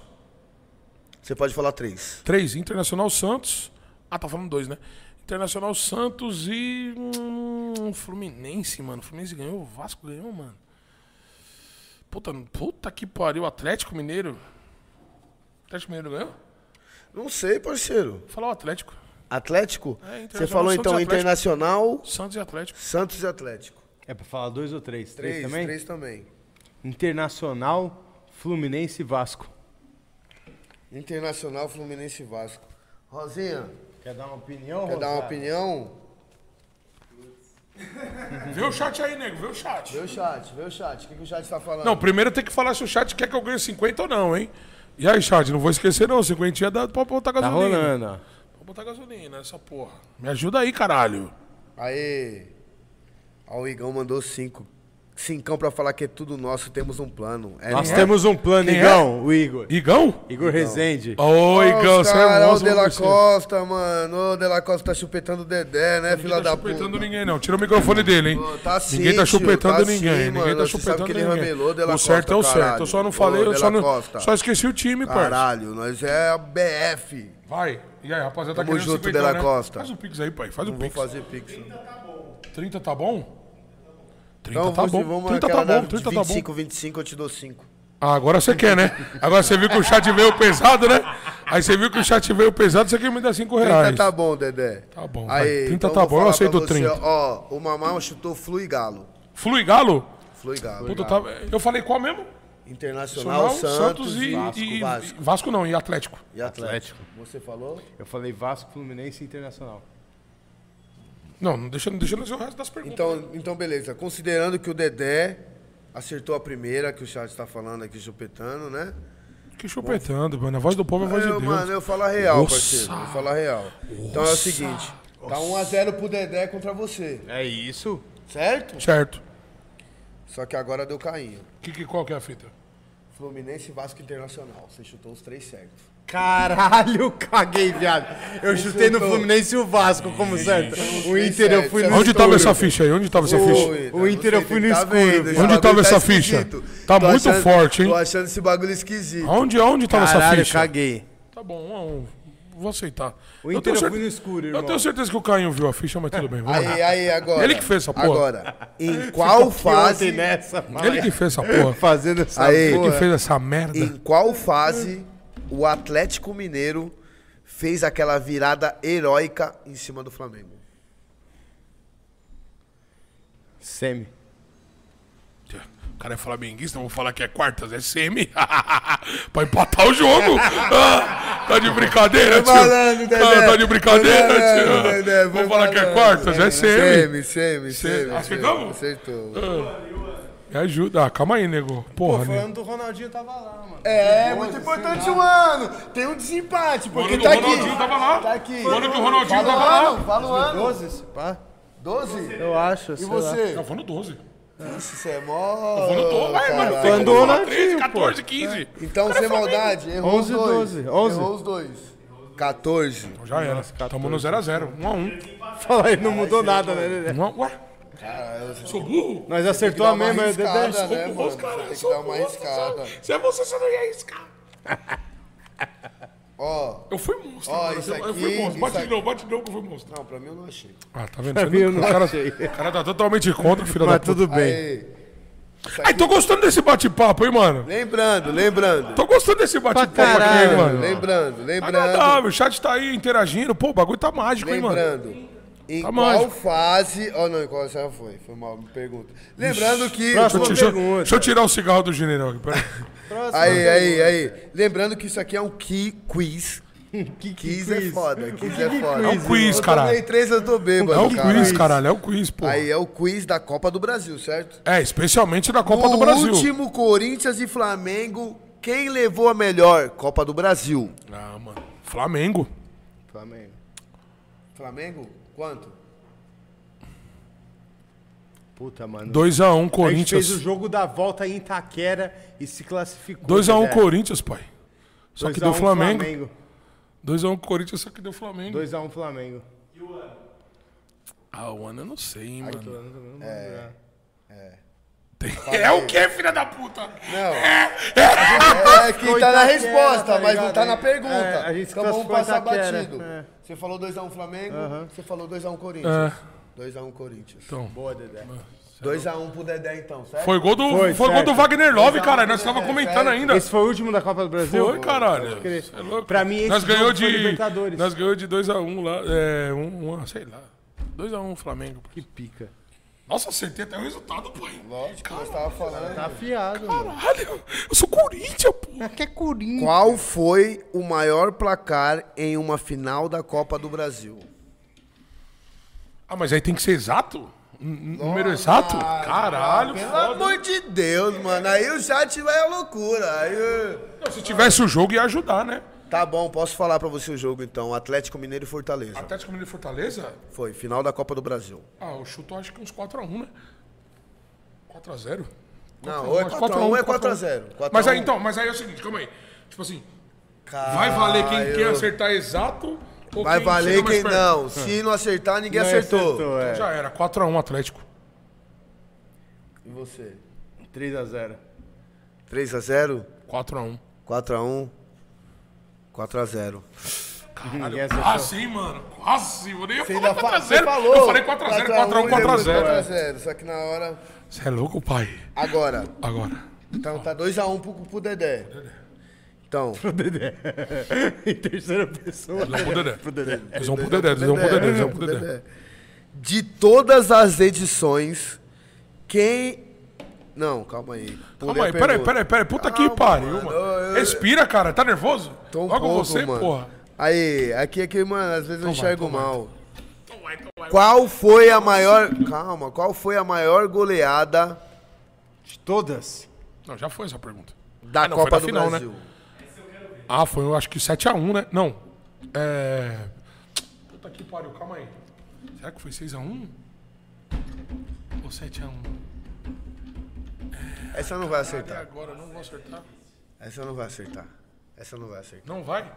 Speaker 3: Você pode falar três.
Speaker 2: três. Internacional Santos. Ah, tá falando dois, né? Internacional Santos e. hum, Fluminense, mano. Fluminense ganhou, o Vasco ganhou, mano. Puta, puta que pariu, Atlético Mineiro. Atlético Mineiro ganhou?
Speaker 3: Não sei, parceiro.
Speaker 2: Falar o Atlético.
Speaker 3: Atlético?
Speaker 2: É, Internacional,
Speaker 3: Você falou
Speaker 2: Santos e
Speaker 3: então
Speaker 2: Atlético.
Speaker 3: internacional,
Speaker 2: Santos e Atlético.
Speaker 3: Santos e Atlético.
Speaker 7: É pra falar dois ou três? Três,
Speaker 3: Três,
Speaker 7: também?
Speaker 3: três também.
Speaker 7: Internacional, Fluminense e Vasco.
Speaker 3: Internacional, Fluminense e Vasco. Rosinha,
Speaker 7: Quer dar uma opinião,
Speaker 3: quer dar uma opinião?
Speaker 2: Vê o chat aí, nego, vê o chat.
Speaker 3: Vê o chat, vê o chat. O que, que o chat tá falando?
Speaker 2: Não, primeiro tem que falar se o chat quer que eu ganhe 50 ou não, hein? E aí, chat, não vou esquecer não, 50 é dado pra botar
Speaker 7: Tá
Speaker 2: gasolina.
Speaker 7: rolando, ó.
Speaker 2: Vou botar gasolina, essa porra. Me ajuda aí, caralho.
Speaker 3: Aê! Ó, o Igão mandou cinco. Cincão pra falar que é tudo nosso, temos um plano. É
Speaker 7: Nós
Speaker 3: nosso.
Speaker 7: temos um plano,
Speaker 2: Quem é?
Speaker 7: Igão, o Igor.
Speaker 2: Igão?
Speaker 7: Igor Rezende.
Speaker 2: Ô, Igão,
Speaker 3: Os
Speaker 2: você
Speaker 3: cara,
Speaker 2: é
Speaker 3: o
Speaker 2: monstro.
Speaker 3: De La
Speaker 2: você.
Speaker 3: Costa, mano. O De La Costa tá chupetando o Dedé, né,
Speaker 2: Ninguém
Speaker 3: filha
Speaker 2: tá
Speaker 3: da puta?
Speaker 2: chupetando ninguém, não. Tira o microfone dele, hein?
Speaker 3: Ô, tá sim,
Speaker 2: ninguém tá
Speaker 3: tio,
Speaker 2: chupetando
Speaker 3: tá sim,
Speaker 2: ninguém. ninguém
Speaker 3: mano.
Speaker 2: tá
Speaker 3: Você sabe
Speaker 2: chupetando
Speaker 3: que ele
Speaker 2: ninguém.
Speaker 3: ramelou, De La
Speaker 2: o certo é o
Speaker 3: Costa,
Speaker 2: certo. Eu só não
Speaker 3: caralho.
Speaker 2: falei,
Speaker 3: Ô,
Speaker 2: eu
Speaker 3: De
Speaker 2: só,
Speaker 3: La
Speaker 2: não,
Speaker 3: Costa.
Speaker 2: só esqueci o time, parça.
Speaker 3: Caralho, nós é a BF.
Speaker 2: Vai. E aí, rapaziada, tá
Speaker 3: Tamo
Speaker 2: querendo
Speaker 3: junto,
Speaker 2: 50,
Speaker 3: De La
Speaker 2: né?
Speaker 3: Costa.
Speaker 2: Faz o pix aí, pai. Faz o
Speaker 3: Não vou
Speaker 2: pix.
Speaker 3: fazer pix.
Speaker 2: 30 tá bom? 30
Speaker 3: Então,
Speaker 2: tá
Speaker 3: vamos,
Speaker 2: bom.
Speaker 3: vamos
Speaker 2: 30 tá
Speaker 3: naquela da
Speaker 2: bom, 30 tá bom.
Speaker 3: 25, 25, eu te dou 5.
Speaker 2: Ah, agora você quer, né? Agora você viu que o chat veio pesado, né? Aí você viu que o chat veio pesado, você quer me dar 5
Speaker 3: 30
Speaker 2: reais.
Speaker 3: tá bom, Dedé.
Speaker 2: É Tá bom, vai.
Speaker 3: Aí,
Speaker 2: 30
Speaker 3: então
Speaker 2: tá
Speaker 3: vou
Speaker 2: bom, eu
Speaker 3: falar
Speaker 2: aceito
Speaker 3: pra você,
Speaker 2: 30.
Speaker 3: Ó, o Mamão chutou Flu e Galo.
Speaker 2: Flu e Galo?
Speaker 3: Flu e Galo.
Speaker 2: Puta, tá... Eu falei qual mesmo?
Speaker 3: Internacional, Santos, e Vasco.
Speaker 2: e-
Speaker 3: Vasco.
Speaker 2: e- Vasco não, e Atlético.
Speaker 3: E Atlético. Você falou?
Speaker 7: Eu falei Vasco, Fluminense e Internacional.
Speaker 2: Não, não deixa, não deixa nós ver o resto das perguntas.
Speaker 3: Então, então, beleza. Considerando que o Dedé acertou a primeira, que o chat tá falando aqui, chupetando, né?
Speaker 7: Então,
Speaker 2: Que chupetando, mano. A voz do povo é a voz
Speaker 3: eu,
Speaker 2: de Deus.
Speaker 3: Mano, eu falo a real,
Speaker 2: Nossa.
Speaker 3: parceiro. Eu falo a real. Então é o seguinte. Tá 1x0 pro Dedé contra você,
Speaker 7: É isso?
Speaker 3: certo?
Speaker 2: Certo.
Speaker 3: Só que agora deu cainho.
Speaker 2: Que, que, qual que é a fita?
Speaker 3: Fluminense e Vasco Internacional. Você chutou os três certos.
Speaker 7: Caralho, caguei, viado. Eu chutei no Fluminense e o Vasco, como certo. O Inter Então, eu fui no
Speaker 2: Onde
Speaker 3: tá
Speaker 7: escuro.
Speaker 2: tava essa ficha aí? Onde tava essa ficha?
Speaker 3: Eita,
Speaker 7: O
Speaker 3: não
Speaker 7: Inter
Speaker 3: sei
Speaker 7: eu fui
Speaker 3: quem
Speaker 7: no
Speaker 3: tá
Speaker 7: escuro.
Speaker 3: vendo, esse
Speaker 2: Onde
Speaker 3: bagulho
Speaker 2: tava essa ficha?
Speaker 3: esquisito.
Speaker 2: Tá muito forte, hein?
Speaker 3: Tô achando esse bagulho esquisito.
Speaker 2: Onde, onde tava essa
Speaker 7: Caralho,
Speaker 2: ficha?
Speaker 7: caguei.
Speaker 2: Tá bom, um a um. Vou aceitar.
Speaker 7: O
Speaker 2: Eu
Speaker 7: Inter
Speaker 2: tenho
Speaker 7: eu
Speaker 2: cer-
Speaker 7: fui no escuro,
Speaker 2: Eu
Speaker 7: irmão.
Speaker 2: tenho certeza que o Caio viu a ficha, mas tudo bem. Vamos lá.
Speaker 3: Aí, aí, agora.
Speaker 2: Ele que fez essa porra.
Speaker 3: Agora, em qual fase...
Speaker 7: nessa,
Speaker 2: Ele que fez essa porra.
Speaker 7: fazendo essa
Speaker 3: Aí.
Speaker 2: Ele que
Speaker 3: porra.
Speaker 2: fez essa merda.
Speaker 3: Em qual fase o Atlético Mineiro fez aquela virada heróica em cima do Flamengo?
Speaker 7: Semi.
Speaker 2: O cara é flamenguista, eu vou falar que é quartas, é semi. pra empatar o jogo. Ah, tá de brincadeira, tio.
Speaker 3: Malandro, Dedé.
Speaker 2: Ah, tá de brincadeira,
Speaker 3: Foi
Speaker 2: tio.
Speaker 3: malandro, Dedé, foi
Speaker 2: Vou falar que é
Speaker 3: malandro.
Speaker 2: quartas, é semi.
Speaker 3: Semi, semi, semi.
Speaker 2: Acertamos?
Speaker 3: semi. Acertou.
Speaker 2: Me ajuda. Ah, calma aí, nego. Porra, nego.
Speaker 7: do Ronaldinho tava lá, mano.
Speaker 3: É, muito importante o ano. Tem um desempate, porque Tá
Speaker 2: Quando o Ronaldinho tava lá. Quando que o Ronaldinho tava lá.
Speaker 3: Fala o ano.
Speaker 7: esse pá.
Speaker 3: 12?
Speaker 7: Eu acho,
Speaker 3: E você?
Speaker 2: Não, foi no 12.
Speaker 3: Ixi, você é mó.
Speaker 2: Quando eu tô, vai, mano.
Speaker 3: Caralho.
Speaker 2: Tem como falar
Speaker 7: Ronaldinho,
Speaker 2: 13,
Speaker 7: pô.
Speaker 2: 14, 15.
Speaker 3: Então, sem maldade, errou
Speaker 7: 11,
Speaker 3: os dois.
Speaker 7: 12, 11.
Speaker 3: Errou os dois. 14.
Speaker 2: Já era. Tamo no 0x0. 1x1.
Speaker 7: Fala aí, não mudou nada, né, Dedé?
Speaker 2: Ué? Sou burro?
Speaker 7: Nós acertou a mesma, Dedé.
Speaker 3: arriscada, né, mano? Tem que dar uma arriscada.
Speaker 2: Se é você, você não ia arriscar.
Speaker 3: Ó,
Speaker 2: Eu fui monstro.
Speaker 3: Ó,
Speaker 2: mano.
Speaker 3: isso
Speaker 2: eu, eu
Speaker 3: aqui,
Speaker 2: fui
Speaker 3: isso
Speaker 2: monstro. Bate de
Speaker 3: aqui.
Speaker 2: novo, bate de novo que eu fui monstro.
Speaker 3: não, pra mim eu não achei.
Speaker 2: Ah, tá
Speaker 1: É, né?
Speaker 2: vendo? Você
Speaker 7: viu?
Speaker 2: não-
Speaker 7: Não
Speaker 2: o, cara,
Speaker 7: achei.
Speaker 2: o cara tá totalmente contra, filho da
Speaker 7: Mas
Speaker 2: puta.
Speaker 7: tudo bem.
Speaker 3: Aí,
Speaker 2: Ai, tô gostando desse bate-papo, hein, mano?
Speaker 3: lembrando, lembrando.
Speaker 2: Tô gostando desse bate-papo
Speaker 7: Pra
Speaker 2: aqui, hein,
Speaker 7: caralho,
Speaker 2: mano.
Speaker 3: Lembrando, lembrando.
Speaker 2: Agradável, o chat tá aí interagindo. Pô, o bagulho tá mágico, hein, mano?
Speaker 3: Lembrando. Em
Speaker 2: Tá
Speaker 3: qual
Speaker 2: mágico.
Speaker 3: fase. Ó, não, em qual já foi? Foi mal, me pergunta. Lembrando que.
Speaker 2: Deixa eu, deixa eu- deixa eu tirar o cigarro do general aqui, peraí.
Speaker 3: Aí, aí, aí. Lembrando que isso aqui é um key quiz. Que quiz é foda, quiz é foda.
Speaker 2: É um quiz,
Speaker 3: Eu tomei
Speaker 2: caralho.
Speaker 3: três, eu tô
Speaker 2: É
Speaker 3: bêbado,
Speaker 2: o
Speaker 3: cara.
Speaker 2: quiz, caralho. É o quiz, pô.
Speaker 3: Aí é o quiz da Copa do Brasil, certo?
Speaker 2: É, especialmente da Copa do
Speaker 3: No
Speaker 2: Brasil.
Speaker 3: último Corinthians e Flamengo, quem levou a melhor? Copa do Brasil.
Speaker 2: Ah, mano. Flamengo.
Speaker 3: Flamengo. Flamengo? Quanto?
Speaker 7: Puta, mano.
Speaker 2: 2x1
Speaker 1: A gente fez o
Speaker 2: Corinthians.
Speaker 1: jogo da volta em Itaquera e se classificou.
Speaker 2: 2x1
Speaker 1: Dedé.
Speaker 2: Corinthians, pai. Só que
Speaker 1: 2 é. a
Speaker 2: deu
Speaker 1: 1
Speaker 2: Flamengo. 2x1 Corinthians, só que deu Flamengo.
Speaker 1: 2x1 Flamengo.
Speaker 2: Ah, o ano eu não sei, hein, mano.
Speaker 1: né?
Speaker 2: É. É. É o que, filha da puta?
Speaker 1: Né?
Speaker 3: É que tá na
Speaker 1: Itaquera,
Speaker 3: resposta,
Speaker 1: Ah, tá
Speaker 3: mas não
Speaker 1: ligado?
Speaker 3: tá na
Speaker 1: É,
Speaker 3: pergunta.
Speaker 1: a gente se
Speaker 3: então vamos
Speaker 1: classificou em
Speaker 3: passar
Speaker 1: Itaquera,
Speaker 3: batido.
Speaker 1: é.
Speaker 3: Você falou 2x1 Flamengo, você falou 2x1 Corinthians.
Speaker 2: É.
Speaker 3: 2x1 Corinthians.
Speaker 2: Então.
Speaker 3: Boa, Dedé. 2x1 pro Dedé, então, certo?
Speaker 2: Foi gol do, foi,
Speaker 1: Foi,
Speaker 2: gol do
Speaker 1: certo. é,
Speaker 2: Wagner Love, cara. Nós tava comentando
Speaker 3: certo.
Speaker 2: ainda.
Speaker 1: Esse foi o último da Copa do Brasil?
Speaker 2: Foi, caralho.
Speaker 1: Pode crer.
Speaker 2: Cê é louco.
Speaker 1: Pra mim, esse
Speaker 2: nós ganhou
Speaker 1: jogo foi
Speaker 2: de
Speaker 1: Libertadores.
Speaker 2: Nós ganhou de 2x1 lá. É, 1 um, um, a- sei lá. 2x1 um, Flamengo.
Speaker 1: Que pica.
Speaker 2: Nossa, acertei até o resultado, pai.
Speaker 3: Lógico, nós tava falando.
Speaker 1: Tá afiado, mano.
Speaker 2: Caralho, eu sou Corinthians, pô.
Speaker 1: Que é Corinthians.
Speaker 3: Qual foi o maior placar em uma final da Copa do Brasil?
Speaker 2: Ah, mas aí tem que ser exato? N- n- Número exato?
Speaker 1: Ah,
Speaker 2: Caralho,
Speaker 3: Pelo
Speaker 2: foda.
Speaker 3: amor de Deus, mano. Aí o chat vai à loucura. Aí, eh,
Speaker 2: Se tivesse o jogo, ia ajudar, né?
Speaker 3: Tá bom, posso falar pra você o jogo então. Atlético Mineiro e Fortaleza.
Speaker 2: Atlético Mineiro e Fortaleza?
Speaker 3: Foi, final da Copa do Brasil.
Speaker 2: Ah, eu chuto acho que uns 4x1, né? 4x0. um,
Speaker 3: Não, ou é 4x1 ou é 4x0. 4 a 1.
Speaker 2: Mas aí, então, mas aí é o seguinte, calma aí. Tipo assim, vai valer quem, quem
Speaker 3: Caralho.
Speaker 2: acertar exato ou
Speaker 3: Ah, Vai
Speaker 2: quem é
Speaker 3: valer
Speaker 2: chega mais
Speaker 3: quem
Speaker 2: perto? Então
Speaker 3: não. Se não acertar, ninguém acertou.
Speaker 7: é.
Speaker 2: Já era, 4x1 Atlético.
Speaker 3: E você?
Speaker 7: 3x0.
Speaker 3: 3x0,
Speaker 2: 4x1.
Speaker 3: 4x1,
Speaker 7: Ninguém acertou.
Speaker 2: Quase, hein, Ah,
Speaker 3: 4x0. um.
Speaker 2: mano. Quase. Eu nem ia
Speaker 3: Você
Speaker 2: falar
Speaker 3: ainda fa-
Speaker 2: 4x0.
Speaker 3: você falou. um,
Speaker 2: Eu falei 4x0, 4x1, 4x0.
Speaker 3: 4x0, só que na hora...
Speaker 2: Você é louco, pai?
Speaker 3: Agora,
Speaker 2: Agora.
Speaker 3: então tá 2x1 pro, pro Dedé. Então,
Speaker 1: em terceira pessoa.
Speaker 2: Eles vão pro Dedé. Eles vão pro Dedé, eles vão pro Dedé, eles vão pro Dedé.
Speaker 3: de todas as edições, quem... Não, calma aí.
Speaker 2: Calma aí, peraí, peraí, peraí. Puta que
Speaker 3: Calma,
Speaker 2: pariu,
Speaker 3: mano. Eu-
Speaker 2: mano.
Speaker 3: eu-
Speaker 2: Respira, cara. Tá nervoso?
Speaker 3: Tô um
Speaker 2: Logo
Speaker 3: pouco,
Speaker 2: você,
Speaker 3: mano.
Speaker 2: porra.
Speaker 3: Aí, aqui é que, mano, às vezes eu enxergo mal.
Speaker 2: Então vai, então vai.
Speaker 3: Qual foi a maior... Calma, qual foi a maior goleada
Speaker 1: De todas.
Speaker 2: Não, já foi essa pergunta.
Speaker 3: da
Speaker 2: Ah, não, foi
Speaker 3: Copa
Speaker 2: na
Speaker 3: do
Speaker 2: final, né?
Speaker 3: Brasil?
Speaker 2: Ah, foi, eu acho que 7x1, né? Não. É. Puta que pariu, calma aí. Será que foi 6x1? Ou 7x1?
Speaker 3: Essa não vai
Speaker 2: Até
Speaker 3: acertar.
Speaker 2: agora, eu não vou acertar.
Speaker 3: Essa não vai acertar. Essa não vai acertar.
Speaker 2: Não vai?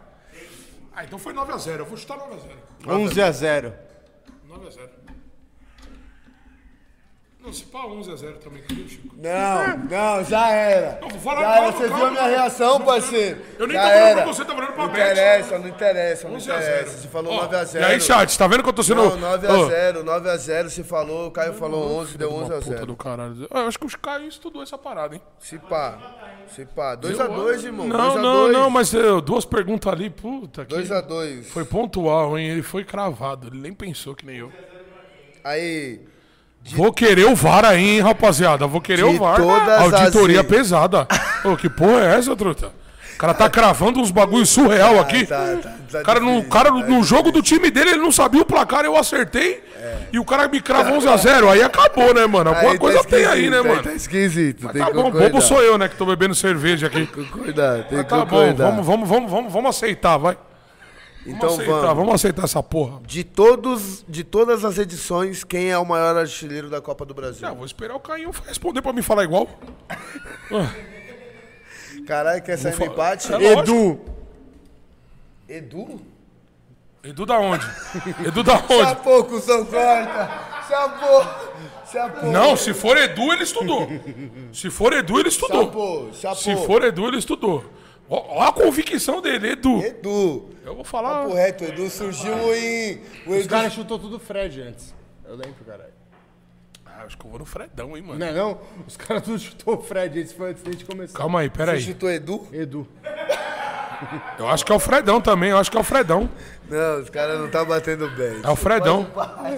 Speaker 2: Ah, então foi 9x0. Eu vou chutar 9x0.
Speaker 7: 11x0.
Speaker 2: 9x0. Não, se pá 11x0 também, que Chico.
Speaker 3: Não, não, já era.
Speaker 2: Não, vou falar
Speaker 3: já
Speaker 2: calma,
Speaker 3: era. Você
Speaker 2: calma,
Speaker 3: viu a minha
Speaker 2: calma.
Speaker 3: reação,
Speaker 2: Não,
Speaker 3: parceiro?
Speaker 2: eu nem
Speaker 3: já
Speaker 2: tô falando pra
Speaker 3: era.
Speaker 2: você, tô falando pra
Speaker 3: Não
Speaker 2: Beth.
Speaker 3: interessa, não interessa, não
Speaker 2: 11 a
Speaker 3: interessa.
Speaker 2: 0.
Speaker 3: É, Você falou
Speaker 2: Ó,
Speaker 3: 9x0.
Speaker 2: E aí, chat, tá vendo que eu tô sendo.
Speaker 3: Não, 9x0,
Speaker 2: Ô,
Speaker 3: 9x0, você falou, o Caio falou 11, deu
Speaker 2: uma puta do
Speaker 3: 11x0.
Speaker 2: caralho. Ah, Eu acho que os Caio estudou essa parada, hein?
Speaker 3: Se pá, se pá. 2x2, irmão.
Speaker 2: Não,
Speaker 3: 2 Um a
Speaker 2: não,
Speaker 3: 2.
Speaker 2: não, mas eh, duas perguntas ali, puta que.
Speaker 3: 2x2.
Speaker 2: Foi pontual, hein? Ele foi cravado, ele nem pensou que nem eu.
Speaker 3: Aí,
Speaker 2: Vou querer o VAR aí, hein, rapaziada? Vou querer
Speaker 3: De
Speaker 2: o VAR.
Speaker 3: todas
Speaker 2: Auditoria
Speaker 3: as-
Speaker 2: pesada. Ô, que porra é essa, truta? O cara tá cravando uns bagulho surreal aqui.
Speaker 3: tá, tá, tá
Speaker 2: O cara, no,
Speaker 3: difícil,
Speaker 2: cara
Speaker 3: tá
Speaker 2: no- no jogo do time dele, ele não sabia o placar, eu acertei. E o cara me crava 11x0. Aí acabou, né, mano? Alguma
Speaker 3: É. aí
Speaker 2: coisa tem aí,
Speaker 3: esquisito,
Speaker 2: né, mano?
Speaker 3: Tá esquisito, tem
Speaker 2: Tá
Speaker 3: que
Speaker 2: bom,
Speaker 3: concordar.
Speaker 2: bobo sou eu, né, que tô bebendo cerveja aqui.
Speaker 3: Concordar, tem que
Speaker 2: Tá bom,
Speaker 3: concordar.
Speaker 2: vamos, vamos, vamos, vamos, vamos aceitar, vai.
Speaker 3: Então
Speaker 2: aceitar,
Speaker 3: vamos.
Speaker 2: vamos aceitar essa porra.
Speaker 3: De, todos, de todas as edições, quem é o maior artilheiro da Copa do Brasil?
Speaker 2: Não, Ah, vou esperar o Caio responder pra me falar igual.
Speaker 3: Caralho, quer sair no empate?
Speaker 2: É lógico.
Speaker 3: Edu?
Speaker 2: Edu da onde? Edu da onde?
Speaker 3: Chapou, cuzão, corta! Chapou! Chapou!
Speaker 2: Não, se for Edu, ele estudou. Se for Edu, ele estudou.
Speaker 3: Chapou, chapou!
Speaker 2: Se for Edu, ele estudou. Ó, ó a convicção dele, Edu.
Speaker 3: Edu! tá
Speaker 2: Eu vou falar.
Speaker 3: Correto, o Edu surgiu em. O
Speaker 1: Os
Speaker 3: Edu.
Speaker 1: caras chutou tudo Fred antes. Eu lembro, caralho.
Speaker 2: Ah, acho que eu vou no Fredão, hein, mano.
Speaker 1: Não é não? Os caras tudo chutou o Fred antes, foi antes da gente começar.
Speaker 2: Calma aí, pera aí.
Speaker 3: Chutou Edu?
Speaker 1: Edu.
Speaker 2: Eu acho que é o Fredão também, eu acho que é o Fredão.
Speaker 3: Não, os caras não tá batendo bem.
Speaker 2: É o Fredão.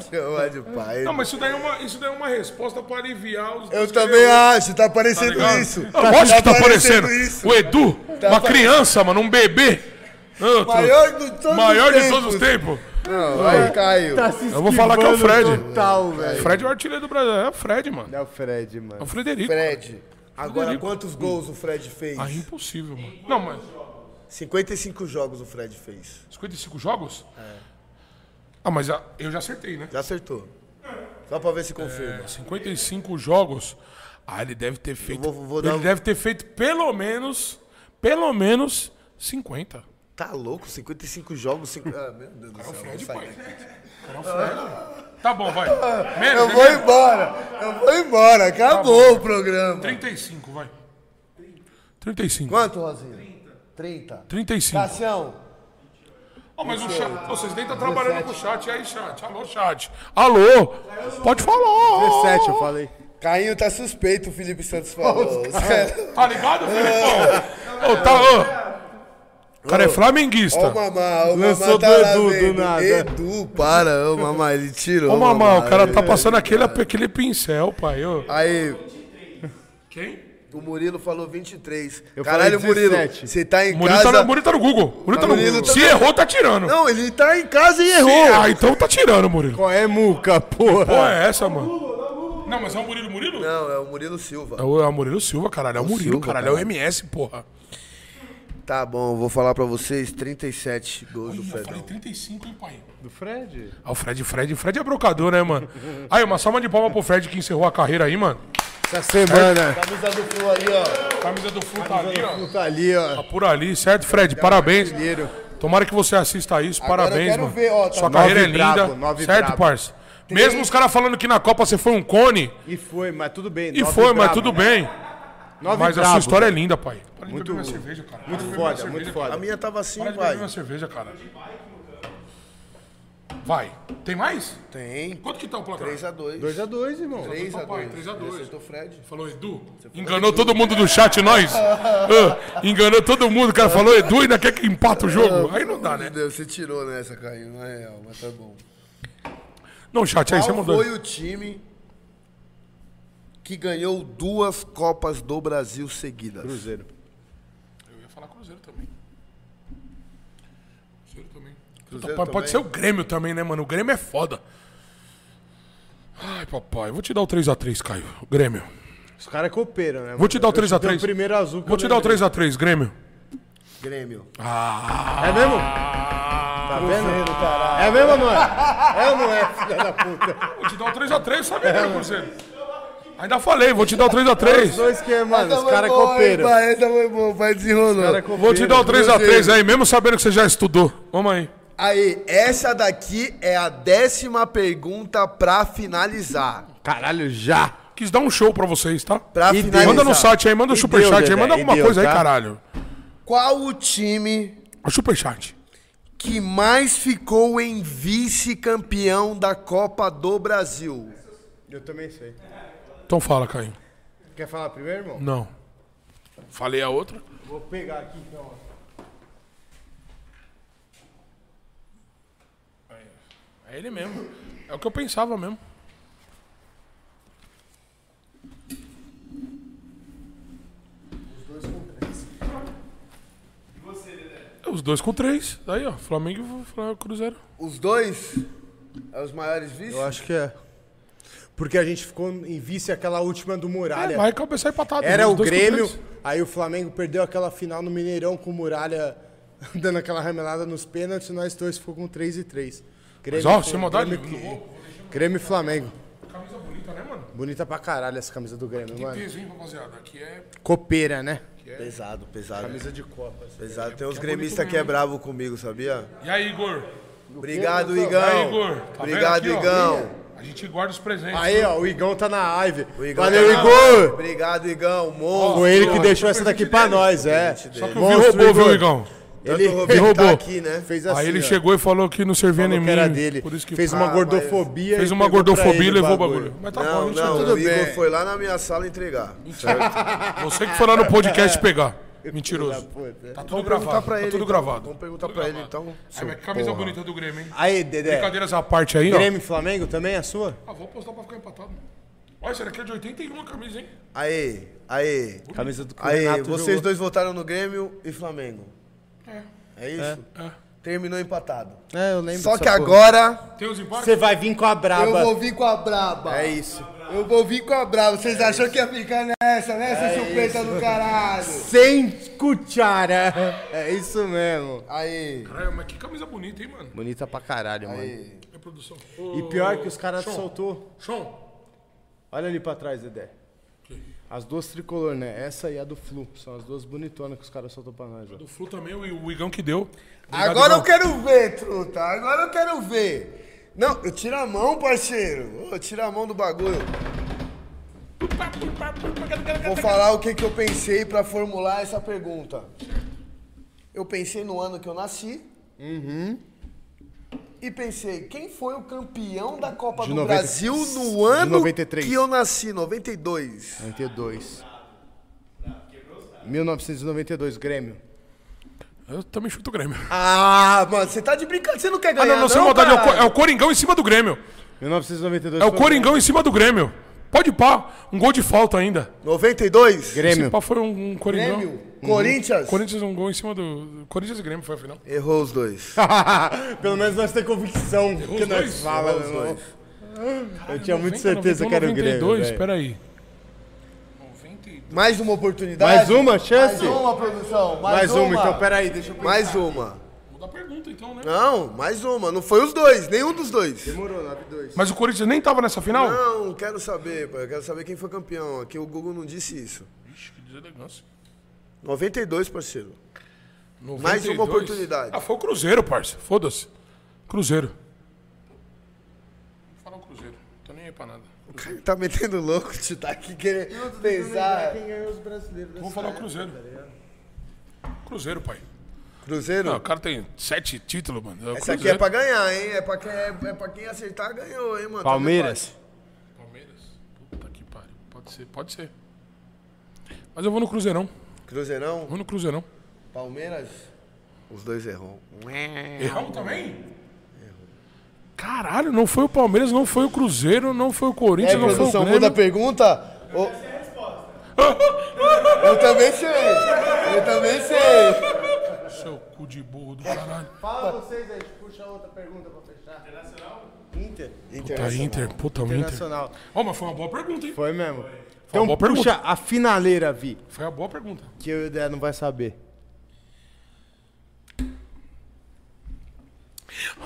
Speaker 3: Chama de pai.
Speaker 2: Não, mas isso daí é uma, isso daí é uma resposta pra aliviar os.
Speaker 3: Eu também acho, tá aparecendo
Speaker 2: ligado?
Speaker 3: isso.
Speaker 2: Ah, Lógico que tá aparecendo.
Speaker 3: isso.
Speaker 2: O Edu, uma
Speaker 3: apare-
Speaker 2: criança, mano, um bebê. Outro.
Speaker 3: Maior de todos os
Speaker 2: Maior de
Speaker 3: tempos.
Speaker 2: todos os tempos. né?
Speaker 3: Não, aí caiu.
Speaker 2: Eu vou falar que é o Fred.
Speaker 1: Total, velho.
Speaker 2: Fred é o artilheiro do Brasil. É o Fred, mano.
Speaker 1: É o Fred,
Speaker 2: É o
Speaker 1: mano.
Speaker 2: Frederico.
Speaker 3: Fred. Agora,
Speaker 2: Rodrigo.
Speaker 3: quantos gols o Fred fez?
Speaker 2: Ah, impossível, mano. Não, mas
Speaker 3: 55 jogos o Fred fez.
Speaker 2: 55 jogos?
Speaker 3: É.
Speaker 2: Ah, mas ah, eu já acertei, né?
Speaker 3: Já acertou. Só pra ver se confirma.
Speaker 2: 55 jogos. Ah, ele deve ter feito.
Speaker 3: vou- vou dar
Speaker 2: ele
Speaker 3: um-
Speaker 2: deve ter feito pelo menos. Pelo menos 50.
Speaker 3: Tá louco? 55 jogos? cinco- Ah, meu Deus do céu.
Speaker 2: Fred,
Speaker 3: sai
Speaker 2: pai.
Speaker 3: daqui.
Speaker 2: Tá bom, vai. Menos,
Speaker 3: Eu
Speaker 2: né?
Speaker 3: vou embora. Eu vou embora.
Speaker 2: Tá
Speaker 3: Acabou o programa.
Speaker 2: 35, vai. 35.
Speaker 3: Quanto, Rosinho? 30.
Speaker 2: 35.
Speaker 3: Cassião,
Speaker 2: Ó, mas o chat. Ô, Vocês nem tá trabalhando com o chat. E aí, chat? Alô, chat. Alô? Pode falar.
Speaker 1: 17, eu falei.
Speaker 3: Cainho tá suspeito, o Felipe Santos falou. Os caras-
Speaker 2: Tá ligado, Filipão? Ô, tá. Ô. O cara é flamenguista.
Speaker 3: Ó o Mamá, ó o Mamá
Speaker 1: Lançou
Speaker 3: tá
Speaker 1: do
Speaker 3: lá
Speaker 1: Edu, do
Speaker 3: vendo.
Speaker 1: nada.
Speaker 3: Edu, para, ô É. Mamá, ele tirou.
Speaker 2: Ô, mamão, o cara
Speaker 3: ele-
Speaker 2: tá passando aquele, aquele pincel, pai. Ô.
Speaker 3: Aí,
Speaker 2: Quem?
Speaker 3: o Murilo falou 23.
Speaker 1: Eu
Speaker 3: Caralho,
Speaker 1: falei
Speaker 3: Murilo,
Speaker 1: 17.
Speaker 3: você tá em
Speaker 2: Murilo tá,
Speaker 3: casa...
Speaker 2: no, Murilo tá no Google. Murilo tá no
Speaker 3: Murilo
Speaker 2: Google.
Speaker 3: tá
Speaker 2: Se
Speaker 3: no-
Speaker 2: errou, tá tirando.
Speaker 3: Não, é. ele tá em casa e
Speaker 2: Se-
Speaker 3: errou.
Speaker 2: Ah, então tá tirando, Murilo.
Speaker 1: Qual é, Muca, porra?
Speaker 2: Qual é essa, mano? Não, mas é o Murilo Murilo?
Speaker 3: Não, é o Murilo Silva.
Speaker 2: É o, é o Murilo Silva, caralho. É o Murilo,
Speaker 3: Silva,
Speaker 2: caralho. É o
Speaker 3: caralho.
Speaker 2: MS, porra.
Speaker 3: Tá bom, vou falar pra vocês, 37 gols do
Speaker 2: Ih, Eu falei
Speaker 3: Fredão.
Speaker 2: 35, hein, pai?
Speaker 1: Do Fred?
Speaker 2: Ah, o Fred, Fred, Fred é brocador, né, mano? Aí, uma salva de palmas pro Fred que encerrou a carreira aí, mano.
Speaker 1: Essa semana.
Speaker 3: Camisa do Flu aí, ó.
Speaker 2: Camisa do Flu tá ali, ó.
Speaker 1: Tá ali, ó.
Speaker 2: Tá por ali, certo, Fred? Parabéns.
Speaker 1: um Artilheiro.
Speaker 2: Tomara que você assista isso, parabéns,
Speaker 3: eu quero
Speaker 2: mano.
Speaker 3: ver, ó, tá
Speaker 2: Sua
Speaker 3: nove
Speaker 2: carreira é
Speaker 1: brabo,
Speaker 2: linda,
Speaker 1: nove
Speaker 2: certo,
Speaker 1: brabo.
Speaker 2: parça? Mesmo os caras falando que na Copa você foi um cone,
Speaker 1: E foi, mas tudo bem. né?
Speaker 2: e foi, mas tudo bem.
Speaker 1: Nove
Speaker 2: mas a sua
Speaker 1: brabo,
Speaker 2: história
Speaker 1: velho.
Speaker 2: é linda, pai. Para de
Speaker 1: Muito-
Speaker 2: beber minha cerveja, cara. Para de beber minha
Speaker 1: Foda,
Speaker 2: cerveja,
Speaker 1: muito
Speaker 2: cara.
Speaker 3: A
Speaker 1: foda.
Speaker 3: minha tava assim,
Speaker 2: Para de beber
Speaker 3: pai.
Speaker 2: minha cerveja, cara. Vai. Tem mais?
Speaker 3: Tem.
Speaker 2: Quanto que tá o placar?
Speaker 3: 3x2.
Speaker 1: 2x2, irmão.
Speaker 3: 3x2.
Speaker 2: Três a dois.
Speaker 3: Acertou o Fred.
Speaker 2: Falou Edu? Enganou todo mundo do chat, nós? Ah, enganou todo mundo, cara. Falou Edu e ainda quer que empata o jogo. Aí não dá,
Speaker 3: Meu
Speaker 2: né?
Speaker 3: Deus, você tirou nessa, Caio. Não é real, mas tá bom.
Speaker 2: Não, chat, aí você
Speaker 3: Qual
Speaker 2: mandou.
Speaker 3: foi o time que ganhou duas Copas do Brasil seguidas?
Speaker 1: Cruzeiro.
Speaker 2: Eu ia falar Cruzeiro também. Cruzeiro também.
Speaker 3: Cruzeiro
Speaker 2: Papai, Pode
Speaker 3: também?
Speaker 2: ser o Grêmio também, né, mano? O Grêmio é foda. Ai, papai, vou te dar o 3x3, Caio. Grêmio.
Speaker 1: Os caras cooperam, né? mano?
Speaker 2: Vou te dar o
Speaker 1: Eu dei
Speaker 2: 3x3.
Speaker 1: O primeiro azul que
Speaker 2: Vou
Speaker 1: eu
Speaker 2: te dar o
Speaker 1: lembrei.
Speaker 2: 3x3, Grêmio.
Speaker 3: Grêmio.
Speaker 1: É mesmo?
Speaker 2: Ah,
Speaker 1: Tá vendo? É mesmo, ou não é? É ou não é, filha da puta?
Speaker 2: Vou te dar o 3x3, sabe, né, Cruzeiro? Ainda falei, vou te dar o 3x3.
Speaker 1: Dois que, mano, É os
Speaker 3: Essa foi
Speaker 2: é
Speaker 1: caras é
Speaker 3: boa, hein,
Speaker 1: cooperam.
Speaker 3: pai? Essa foi boa, pai desenrolou.
Speaker 1: Os caras cooperam.
Speaker 2: Vou te dar o 3x3 aí, mesmo sabendo que você já estudou. Vamos aí.
Speaker 3: Aí, essa daqui é a décima pergunta pra finalizar.
Speaker 1: Caralho, já.
Speaker 2: Quis dar um show pra vocês, tá?
Speaker 3: Pra
Speaker 1: E
Speaker 3: finalizar.
Speaker 2: Manda no site aí, manda o
Speaker 1: E
Speaker 2: superchat
Speaker 1: deu,
Speaker 2: aí,
Speaker 1: Dedé, e
Speaker 2: manda alguma
Speaker 1: deu,
Speaker 2: coisa aí,
Speaker 1: tá?
Speaker 2: caralho.
Speaker 3: Qual o time
Speaker 2: O superchat.
Speaker 3: que mais ficou em vice-campeão da Copa do Brasil?
Speaker 1: Eu também sei.
Speaker 2: Então fala, Caio.
Speaker 1: Quer falar primeiro, irmão?
Speaker 2: Não. Falei a outra.
Speaker 1: Vou pegar aqui então.
Speaker 2: É ele mesmo. É o que eu pensava mesmo. É, Os dois com três. Aí, ó. Flamengo e Fla- Cruzeiro.
Speaker 3: Os dois? É os maiores vice?
Speaker 1: Eu acho que é. Porque a gente ficou em vice aquela última do Muralha.
Speaker 2: É, vai cabeçar empatado.
Speaker 1: Era
Speaker 2: Os
Speaker 1: o
Speaker 2: dois com
Speaker 1: Grêmio,
Speaker 2: três.
Speaker 1: aí o Flamengo perdeu aquela final no Mineirão com o Muralha dando aquela ramelada nos pênaltis, nós dois ficou com 3 e 3. Grêmio,
Speaker 2: ó,
Speaker 1: e
Speaker 2: sem
Speaker 1: Fla-
Speaker 2: maldade,
Speaker 1: Grêmio,
Speaker 2: não vou-
Speaker 1: e- Grêmio e Flamengo.
Speaker 2: Camisa bonita, né, mano?
Speaker 1: Bonita pra caralho essa camisa do Grêmio, mano.
Speaker 2: Peso, hein, rapaziada? Aqui é.
Speaker 1: Copeira, né?
Speaker 3: Pesado, pesado.
Speaker 1: Camisa de Copa.
Speaker 3: Pesado. Tem uns gremistas que é bravo comigo, sabia?
Speaker 2: E aí, Igor?
Speaker 3: Obrigado,
Speaker 2: Aí,
Speaker 3: Igão.
Speaker 2: Igor. Tá vendo
Speaker 3: Obrigado,
Speaker 2: aqui, ó?
Speaker 3: Igão.
Speaker 2: A gente guarda os presentes.
Speaker 1: Aí, ó, o Igão tá na live. Valeu,
Speaker 3: O tá-
Speaker 1: Igor!
Speaker 3: Obrigado, Igão. Monstro.
Speaker 1: Foi ele
Speaker 2: Ó,
Speaker 1: que
Speaker 2: ó,
Speaker 1: deixou
Speaker 2: foi
Speaker 1: essa daqui
Speaker 2: presente
Speaker 1: pra
Speaker 2: dele.
Speaker 1: nós, é.
Speaker 2: Só que o Vinho
Speaker 1: Monstro,
Speaker 2: roubou, viu, Igão?
Speaker 3: Tanto o Robinho
Speaker 2: roubou.
Speaker 3: Tá aqui, né?
Speaker 1: Fez assim,
Speaker 2: Aí ele
Speaker 1: ó.
Speaker 2: chegou e falou que não servia
Speaker 1: Falou
Speaker 2: nem
Speaker 1: que era
Speaker 2: mim,
Speaker 1: dele.
Speaker 2: Por isso que tá,
Speaker 1: Fez uma
Speaker 3: Ah,
Speaker 1: gordofobia.
Speaker 2: Fez
Speaker 1: e
Speaker 2: uma
Speaker 1: pegou pra
Speaker 2: gordofobia e
Speaker 1: ele o
Speaker 2: levou o bagulho. Mas tá bom, a
Speaker 3: Não,
Speaker 2: gente
Speaker 3: não,
Speaker 1: tudo
Speaker 3: o Igor
Speaker 1: bem.
Speaker 3: foi lá na minha sala entregar.
Speaker 2: Você que foi lá no podcast pegar. Mentiroso.
Speaker 1: Filho da puta.
Speaker 2: Tá tudo gravado. Tá tudo
Speaker 3: então.
Speaker 2: gravado.
Speaker 3: Vamos
Speaker 1: Tá
Speaker 3: perguntar pra ele, então.
Speaker 2: Aí, mas que camisa bonita do Grêmio, hein?
Speaker 1: Aí, Dedé.
Speaker 2: Brincadeiras à parte aí, ó.
Speaker 1: Grêmio e Flamengo também, a sua?
Speaker 2: Ah, vou postar pra ficar empatado. Olha, essa daqui é de 81 a camisa, hein?
Speaker 3: Aí, aí.
Speaker 1: Camisa do
Speaker 3: Aí,
Speaker 1: Renato
Speaker 3: vocês
Speaker 1: jogou.
Speaker 3: dois votaram no Grêmio e Flamengo. É. isso? Terminou empatado.
Speaker 1: É, eu lembro
Speaker 3: Só
Speaker 1: dessa
Speaker 3: que
Speaker 1: porra.
Speaker 3: agora
Speaker 2: Tem os empates?
Speaker 1: Você vai vir com a
Speaker 3: eu
Speaker 1: braba.
Speaker 3: vou vir com a braba.
Speaker 1: É isso.
Speaker 3: Eu vou vir com a braba.
Speaker 1: É
Speaker 3: Vocês acharam que ia ficar nessa, né? Essa surpresa do caralho.
Speaker 1: Sem cuchara. É isso mesmo.
Speaker 3: Aí.
Speaker 2: Caralho, mas que camisa bonita, hein, mano?
Speaker 1: Bonita pra caralho, mano.
Speaker 2: É produção.
Speaker 1: E pior que os caras soltou.
Speaker 2: Chão,
Speaker 1: Olha ali pra trás, Dedé. As duas tricolor, né? Essa e a do Flu. São as duas bonitonas que os caras soltou pra nós. ó.
Speaker 2: do Flu também, o o Igão que deu. Obrigado,
Speaker 3: Agora eu
Speaker 2: Igão.
Speaker 3: quero ver, truta. Agora eu quero ver. Não, eu tiro a mão, parceiro. Ô, tira a mão do bagulho. Vou falar o que, que eu pensei pra formular essa pergunta. Eu pensei no ano que eu nasci. E pensei, quem foi o campeão da Copa
Speaker 1: De
Speaker 3: do
Speaker 1: 90
Speaker 3: Brasil no ano
Speaker 1: 93.
Speaker 3: que eu nasci? 92.
Speaker 1: É. 92. 1992, Grêmio.
Speaker 2: Eu também chuto o Grêmio.
Speaker 3: Ah, mano, você tá de brincadeira. Você não quer
Speaker 2: Ah,
Speaker 3: ganhar,
Speaker 2: não, não, sem maldade. É o, Co-
Speaker 3: caralho?
Speaker 2: é o Coringão em cima do Grêmio.
Speaker 1: 1992.
Speaker 2: É o
Speaker 1: foi
Speaker 2: Coringão em cima do Grêmio. Pode pá. Um gol de falta ainda.
Speaker 3: 92?
Speaker 2: Esse
Speaker 1: Grêmio.
Speaker 2: pá foi um, um Coringão.
Speaker 3: Grêmio. Corinthians?
Speaker 2: Corinthians um gol em cima do... Corinthians e Grêmio foi a final.
Speaker 3: Errou os dois.
Speaker 1: Ah. Pelo menos nós temos convicção do que
Speaker 2: os
Speaker 1: nós
Speaker 2: dois?
Speaker 1: fala, meu irmão. Eu tinha muita
Speaker 2: 90,
Speaker 1: certeza que era o
Speaker 2: 92,
Speaker 1: Grêmio. velho.
Speaker 2: peraí.
Speaker 3: Mais uma oportunidade.
Speaker 1: Mais uma chance?
Speaker 3: Mais uma, produção. Mais,
Speaker 1: Mais uma, então peraí, deixa eu pensar.
Speaker 3: Mais uma.
Speaker 2: Vou dar pergunta então, né?
Speaker 3: Não, mais uma. Não foi os dois, nenhum dos dois.
Speaker 1: Demorou, 9-2.
Speaker 2: Mas o Corinthians nem tava nessa final?
Speaker 3: Não, não quero saber, pai. Eu quero saber quem foi campeão. Aqui o Google não disse isso.
Speaker 2: Ixi, que deselegância.
Speaker 3: 92, parceiro. Mais
Speaker 2: 92.
Speaker 3: uma oportunidade.
Speaker 2: Ah, foi o Cruzeiro, parça. Foda-se. Cruzeiro. Vou falar o Cruzeiro. Tô nem aí pra nada.
Speaker 3: O cara tá metendo louco de tá aqui querendo pensar.
Speaker 2: Vou falar o Cruzeiro. Cruzeiro, pai.
Speaker 3: Cruzeiro?
Speaker 2: Não, o cara tem sete títulos, mano. É o
Speaker 3: Essa aqui
Speaker 2: Cruzeiro.
Speaker 3: é pra ganhar, hein? É pra quem, é, é pra quem acertar, ganhou, hein, mano?
Speaker 1: Palmeiras.
Speaker 2: Palmeiras. Puta que pariu. Pode ser, pode ser. Mas eu vou no Cruzeirão.
Speaker 3: Cruzeirão,
Speaker 2: Vou no Cruzeirão.
Speaker 3: Palmeiras. Os dois errou.
Speaker 2: Erramos também? Caralho, não foi o Palmeiras, não foi o Cruzeiro, não foi o Corinthians,
Speaker 3: É,
Speaker 2: não foi o
Speaker 3: produção,
Speaker 2: Grêmio.
Speaker 3: muda a pergunta? Ô- Eu também sei. Eu também sei.
Speaker 2: Seu cu de burro do caralho.
Speaker 1: Fala vocês aí, puxa outra pergunta pra fechar. Internacional?
Speaker 2: Tá Inter, puta o Inter.
Speaker 1: Internacional.
Speaker 2: Ó, mas foi uma boa pergunta, hein?
Speaker 1: Foi mesmo.
Speaker 2: Foi
Speaker 1: Então
Speaker 2: uma boa
Speaker 1: puxa a finaleira, Vi,
Speaker 2: Foi uma boa pergunta.
Speaker 1: que o Dedé não vai saber.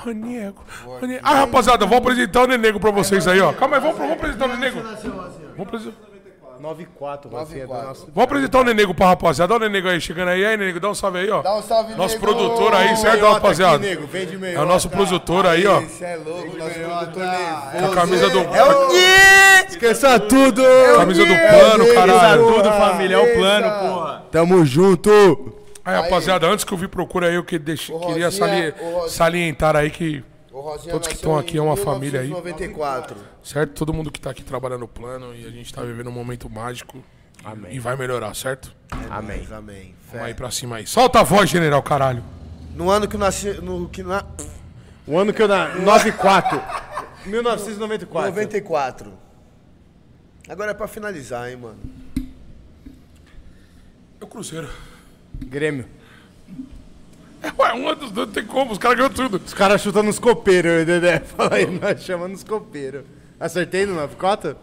Speaker 2: Ô, Nego. ô, Nego. Ah, rapaziada, eu vou apresentar o Nenego pra vocês aí, ó. Calma aí, vamos, vamos apresentar o Nenego. Vamos apresen-
Speaker 1: 9-4, Rocinha, do nosso...
Speaker 2: Vamos apresentar o Nenego pra rapaziada. Olha o Nenego aí chegando aí. Aí, Nenego, dá um salve aí, ó.
Speaker 3: Dá um salve,
Speaker 2: Nosso
Speaker 3: Nego.
Speaker 2: produtor aí, certo,
Speaker 1: Meiota
Speaker 2: rapaziada?
Speaker 1: aqui, nego, vem de
Speaker 2: é
Speaker 1: meiota.
Speaker 2: o nosso produtor aí, ó.
Speaker 3: Você tá? é louco, nosso produtor
Speaker 2: Com a camisa do,
Speaker 1: É o quê? Esqueça tudo!
Speaker 3: É
Speaker 2: camisa do pano, caralho.
Speaker 1: tudo, família, é o plano, porra. Tamo junto!
Speaker 2: Aí, rapaziada, antes que eu vi procura aí, eu que deixe- queria
Speaker 3: Rosinha,
Speaker 2: sali-
Speaker 3: ô, Rosinha.
Speaker 2: salientar aí que,
Speaker 3: Todos
Speaker 2: que estão aqui é uma família aí.
Speaker 3: 94.
Speaker 2: certo? Todo mundo que tá aqui trabalhando no plano e a gente tá vivendo um momento mágico. Amém. E vai melhorar, certo?
Speaker 3: Amém. Amém.
Speaker 2: Vamos aí pra cima aí. Solta a voz, general, caralho.
Speaker 3: No ano que eu nasci. No que na...
Speaker 1: O ano que eu nasci... 9-4. 1994.
Speaker 3: 94. Agora é pra finalizar, hein, mano.
Speaker 2: É o Cruzeiro.
Speaker 1: Grêmio.
Speaker 2: É, ué, um dos dois não tem como, os caras ganham tudo.
Speaker 1: Os caras chutando os copeiros, Dedé. Fala aí, nós chamando os copeiros. Acertei no 9-4?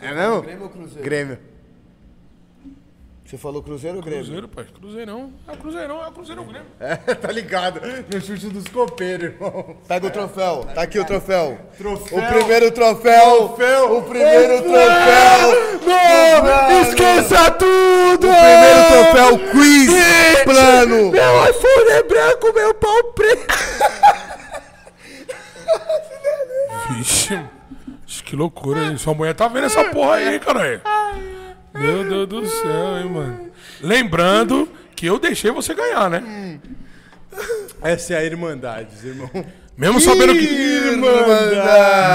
Speaker 1: É não? Grêmio ou Cruzeiro? Grêmio.
Speaker 3: Você falou Cruzeiro ou Grêmio?
Speaker 2: Cruzeiro, pai. Cruzeirão. É o Cruzeirão, é o Cruzeiro Grêmio.
Speaker 1: tá ligado? No chute dos copeiros, irmão.
Speaker 3: Pega o troféu. Tá aqui o troféu.
Speaker 1: Troféu.
Speaker 3: O primeiro troféu. O primeiro troféu. Não, esqueça tudo. O primeiro troféu quiz plano.
Speaker 1: Meu iPhone é branco, meu pau preto.
Speaker 2: Vixe, Vixe, que loucura, hein? Sua mulher tá vendo essa porra aí, caralho. Meu Deus do céu, hein, mano. Lembrando que eu deixei você ganhar, né?
Speaker 1: Essa é a Irmandades, irmão.
Speaker 2: Mesmo sabendo que.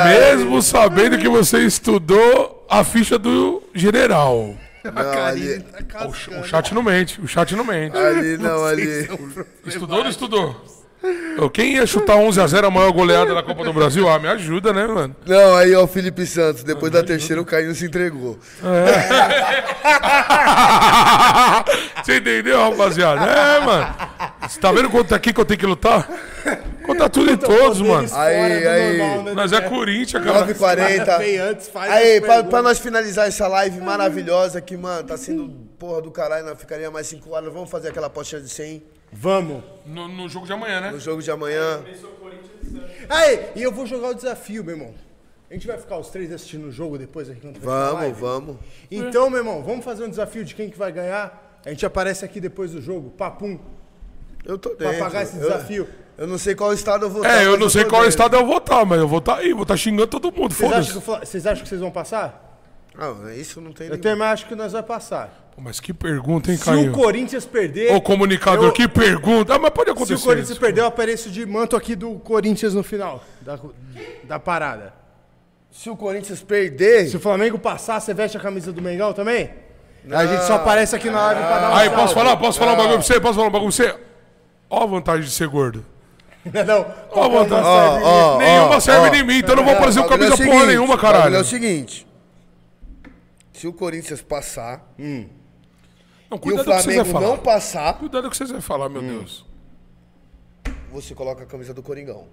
Speaker 2: Mesmo sabendo que você estudou a ficha do general.
Speaker 3: Não, ali,
Speaker 2: O, ch- o chat não mente, o chat não mente.
Speaker 3: ali não, ali.
Speaker 2: Estudou ou não estudou? Ô, Quem ia chutar 11x0 a maior goleada da Copa do Brasil? Ah, me ajuda, né, mano?
Speaker 3: Não, aí ó, o Felipe Santos. Depois da terceira o Caio se entregou.
Speaker 2: Você entendeu, rapaziada? É, mano. Você tá vendo quanto tá aqui que eu tenho que lutar? Conta tudo e todos, mano.
Speaker 3: Aí, aí.
Speaker 2: Nós é Corinthians, cara.
Speaker 3: 9h40.
Speaker 1: Vem antes, faz
Speaker 3: Aí,
Speaker 1: as
Speaker 3: pra,
Speaker 1: perguntas.
Speaker 3: pra nós finalizar essa live maravilhosa que, mano, tá sendo porra do caralho, nós ficaria mais 5 horas. Vamos fazer aquela apostinha de 100
Speaker 1: Vamos.
Speaker 2: No, no jogo de amanhã, né?
Speaker 3: no jogo de amanhã.
Speaker 1: Aí, e eu vou jogar o desafio, meu irmão. A gente vai ficar os três assistindo o jogo depois aqui quando fechar a
Speaker 3: Vamos,
Speaker 1: live?
Speaker 3: vamos.
Speaker 1: Então, meu irmão, vamos fazer um desafio de quem que vai ganhar? A gente aparece aqui depois do jogo, papum,
Speaker 3: Eu tô dentro.
Speaker 1: pra pagar esse
Speaker 3: Eu-
Speaker 1: desafio.
Speaker 3: Eu, não sei qual estado eu vou estar,
Speaker 2: É, eu
Speaker 3: mas
Speaker 2: não sei
Speaker 3: tô
Speaker 2: qual
Speaker 3: dentro.
Speaker 2: estado eu vou estar, mas eu vou estar aí, vou estar xingando todo mundo,
Speaker 1: Vocês acham, que,
Speaker 2: foda-se.
Speaker 1: o Fla- vocês acham que vocês vão passar?
Speaker 3: Ah, isso não tem
Speaker 1: Eu
Speaker 3: ninguém.
Speaker 1: também acho que nós vamos passar.
Speaker 2: Pô, Mas que pergunta, hein,
Speaker 1: Se o
Speaker 2: Caio?
Speaker 1: Corinthians perder.
Speaker 2: Ô, comunicador,
Speaker 1: eu-
Speaker 2: que pergunta. Ah, mas pode
Speaker 1: Se
Speaker 2: acontecer
Speaker 1: o Corinthians
Speaker 2: isso. né?
Speaker 1: perder, eu apareço de manto aqui do Corinthians no final da, da parada.
Speaker 3: Se o Corinthians perder,
Speaker 1: Se o Flamengo passar, você veste a camisa do Mengão também? A gente só aparece aqui na live pra dar uma
Speaker 2: Aí, posso
Speaker 1: salva.
Speaker 2: falar? Posso falar um bagulho pra você? Posso falar um bagulho pra você? Ó a vantagem de ser gordo.
Speaker 1: Não,
Speaker 2: Ó a vantagem.
Speaker 3: ó, ó,
Speaker 2: nenhuma
Speaker 3: ó,
Speaker 2: serve
Speaker 3: ó.
Speaker 2: em mim, então eu não vou aparecer com
Speaker 3: bagulho
Speaker 2: camisa
Speaker 3: é o
Speaker 2: porra
Speaker 3: seguinte,
Speaker 2: nenhuma,
Speaker 3: bagulho
Speaker 2: caralho.
Speaker 3: É o seguinte. Se o Corinthians passar
Speaker 2: Não,
Speaker 3: e o
Speaker 2: cuidado com o que vocês vão
Speaker 3: Flamengo
Speaker 2: falar.
Speaker 3: não passar,
Speaker 2: Cuidado com o que vocês vão falar, meu Deus.
Speaker 3: você coloca a camisa do Coringão.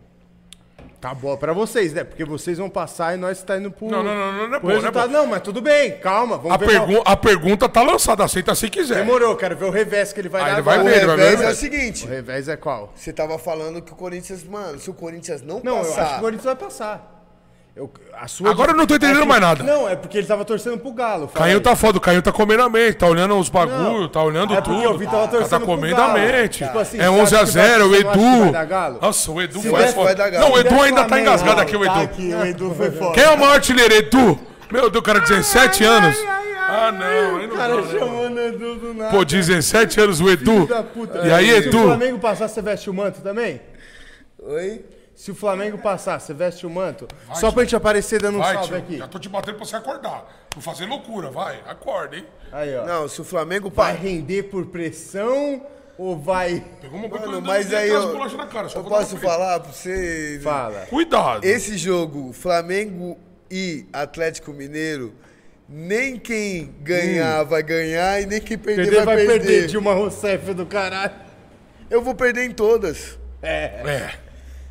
Speaker 1: Tá bom pra vocês, né? Porque vocês vão passar e nós tá indo pro.
Speaker 2: Não, não, não, não, não é
Speaker 1: pro
Speaker 2: bom, não é
Speaker 1: resultado.
Speaker 2: bom.
Speaker 1: Não, mas tudo bem, calma. Vamos
Speaker 2: A,
Speaker 1: ver. qual-
Speaker 2: pergu- a pergunta tá lançada, aceita se quiser.
Speaker 1: Demorou, quero ver o revés que ele vai
Speaker 2: Aí
Speaker 1: dar.
Speaker 2: Ah, ele vai
Speaker 3: O
Speaker 1: agora.
Speaker 2: ver, né? ele vai ver.
Speaker 3: revés é o
Speaker 2: velho.
Speaker 1: O
Speaker 3: seguinte.
Speaker 1: revés é qual?
Speaker 3: Você tava falando que o Corinthians, mano, se o Corinthians não,
Speaker 1: Não, eu acho que
Speaker 3: passar.
Speaker 1: o Corinthians vai passar. Eu, a sua
Speaker 2: Agora eu não tô entendendo mais nada.
Speaker 1: Não, é porque ele tava torcendo pro Galo. fala
Speaker 2: Caio
Speaker 1: aí.
Speaker 2: tá foda, o Caio tá comendo a mente, tá olhando os bagulho,
Speaker 1: Não.
Speaker 2: tá olhando
Speaker 1: É
Speaker 2: tudo.
Speaker 1: porque o Vitor tava torcendo
Speaker 2: tá
Speaker 1: pro
Speaker 2: comendo a
Speaker 1: Galo.
Speaker 2: mente.
Speaker 1: Tipo assim,
Speaker 2: é
Speaker 1: você
Speaker 2: 11 a
Speaker 1: acha que vai-
Speaker 2: 0 o
Speaker 1: você não acha que vai dar
Speaker 2: Edu.
Speaker 1: Galo?
Speaker 2: Nossa, o Edu
Speaker 3: Se
Speaker 2: foi
Speaker 3: der, vai
Speaker 2: foda.
Speaker 3: dar Galo.
Speaker 2: Não, o
Speaker 3: Se
Speaker 2: Edu
Speaker 1: der
Speaker 2: ainda tá
Speaker 1: Flamengo,
Speaker 2: engasgado aqui,
Speaker 1: tá
Speaker 2: o Edu.
Speaker 1: aqui, o Edu foi fora.
Speaker 2: Quem é o maior artilheiro, Edu? Meu Deus, o cara, 17 anos. Ah, não, aí não dá, né?
Speaker 1: chamando o Edu do nada.
Speaker 2: Pô, 17 anos o Edu.
Speaker 1: Filho da puta.
Speaker 2: E aí,
Speaker 1: Se o
Speaker 2: Edu?
Speaker 1: Flamengo passar, você veste o manto também?
Speaker 3: Oi?
Speaker 1: Se o Flamengo passar, você veste o manto? Só pra gente aparecer dando um
Speaker 2: Vai,
Speaker 1: salve
Speaker 2: tio,
Speaker 1: aqui.
Speaker 2: já tô te batendo pra você acordar. Vou fazer loucura, vai. Acorda, hein?
Speaker 1: Aí, ó.
Speaker 3: Não, se o Flamengo
Speaker 1: Vai
Speaker 3: passar.
Speaker 1: render por pressão ou vai.
Speaker 2: Pegou uma boca
Speaker 3: Mano,
Speaker 2: andando
Speaker 3: mas
Speaker 2: e
Speaker 3: aí
Speaker 2: traz
Speaker 3: eu,
Speaker 2: bolacha na cara, só
Speaker 3: eu
Speaker 2: vou dar
Speaker 3: posso
Speaker 2: um-
Speaker 3: falar pra vocês.
Speaker 1: Fala.
Speaker 2: Cuidado.
Speaker 3: Esse jogo, Flamengo e Atlético Mineiro, nem quem ganhar vai ganhar e nem quem perder,
Speaker 1: Perder
Speaker 3: vai,
Speaker 1: vai
Speaker 3: perder.
Speaker 1: perder, Dilma Rousseff do caralho.
Speaker 3: Eu vou perder em todas.
Speaker 2: É.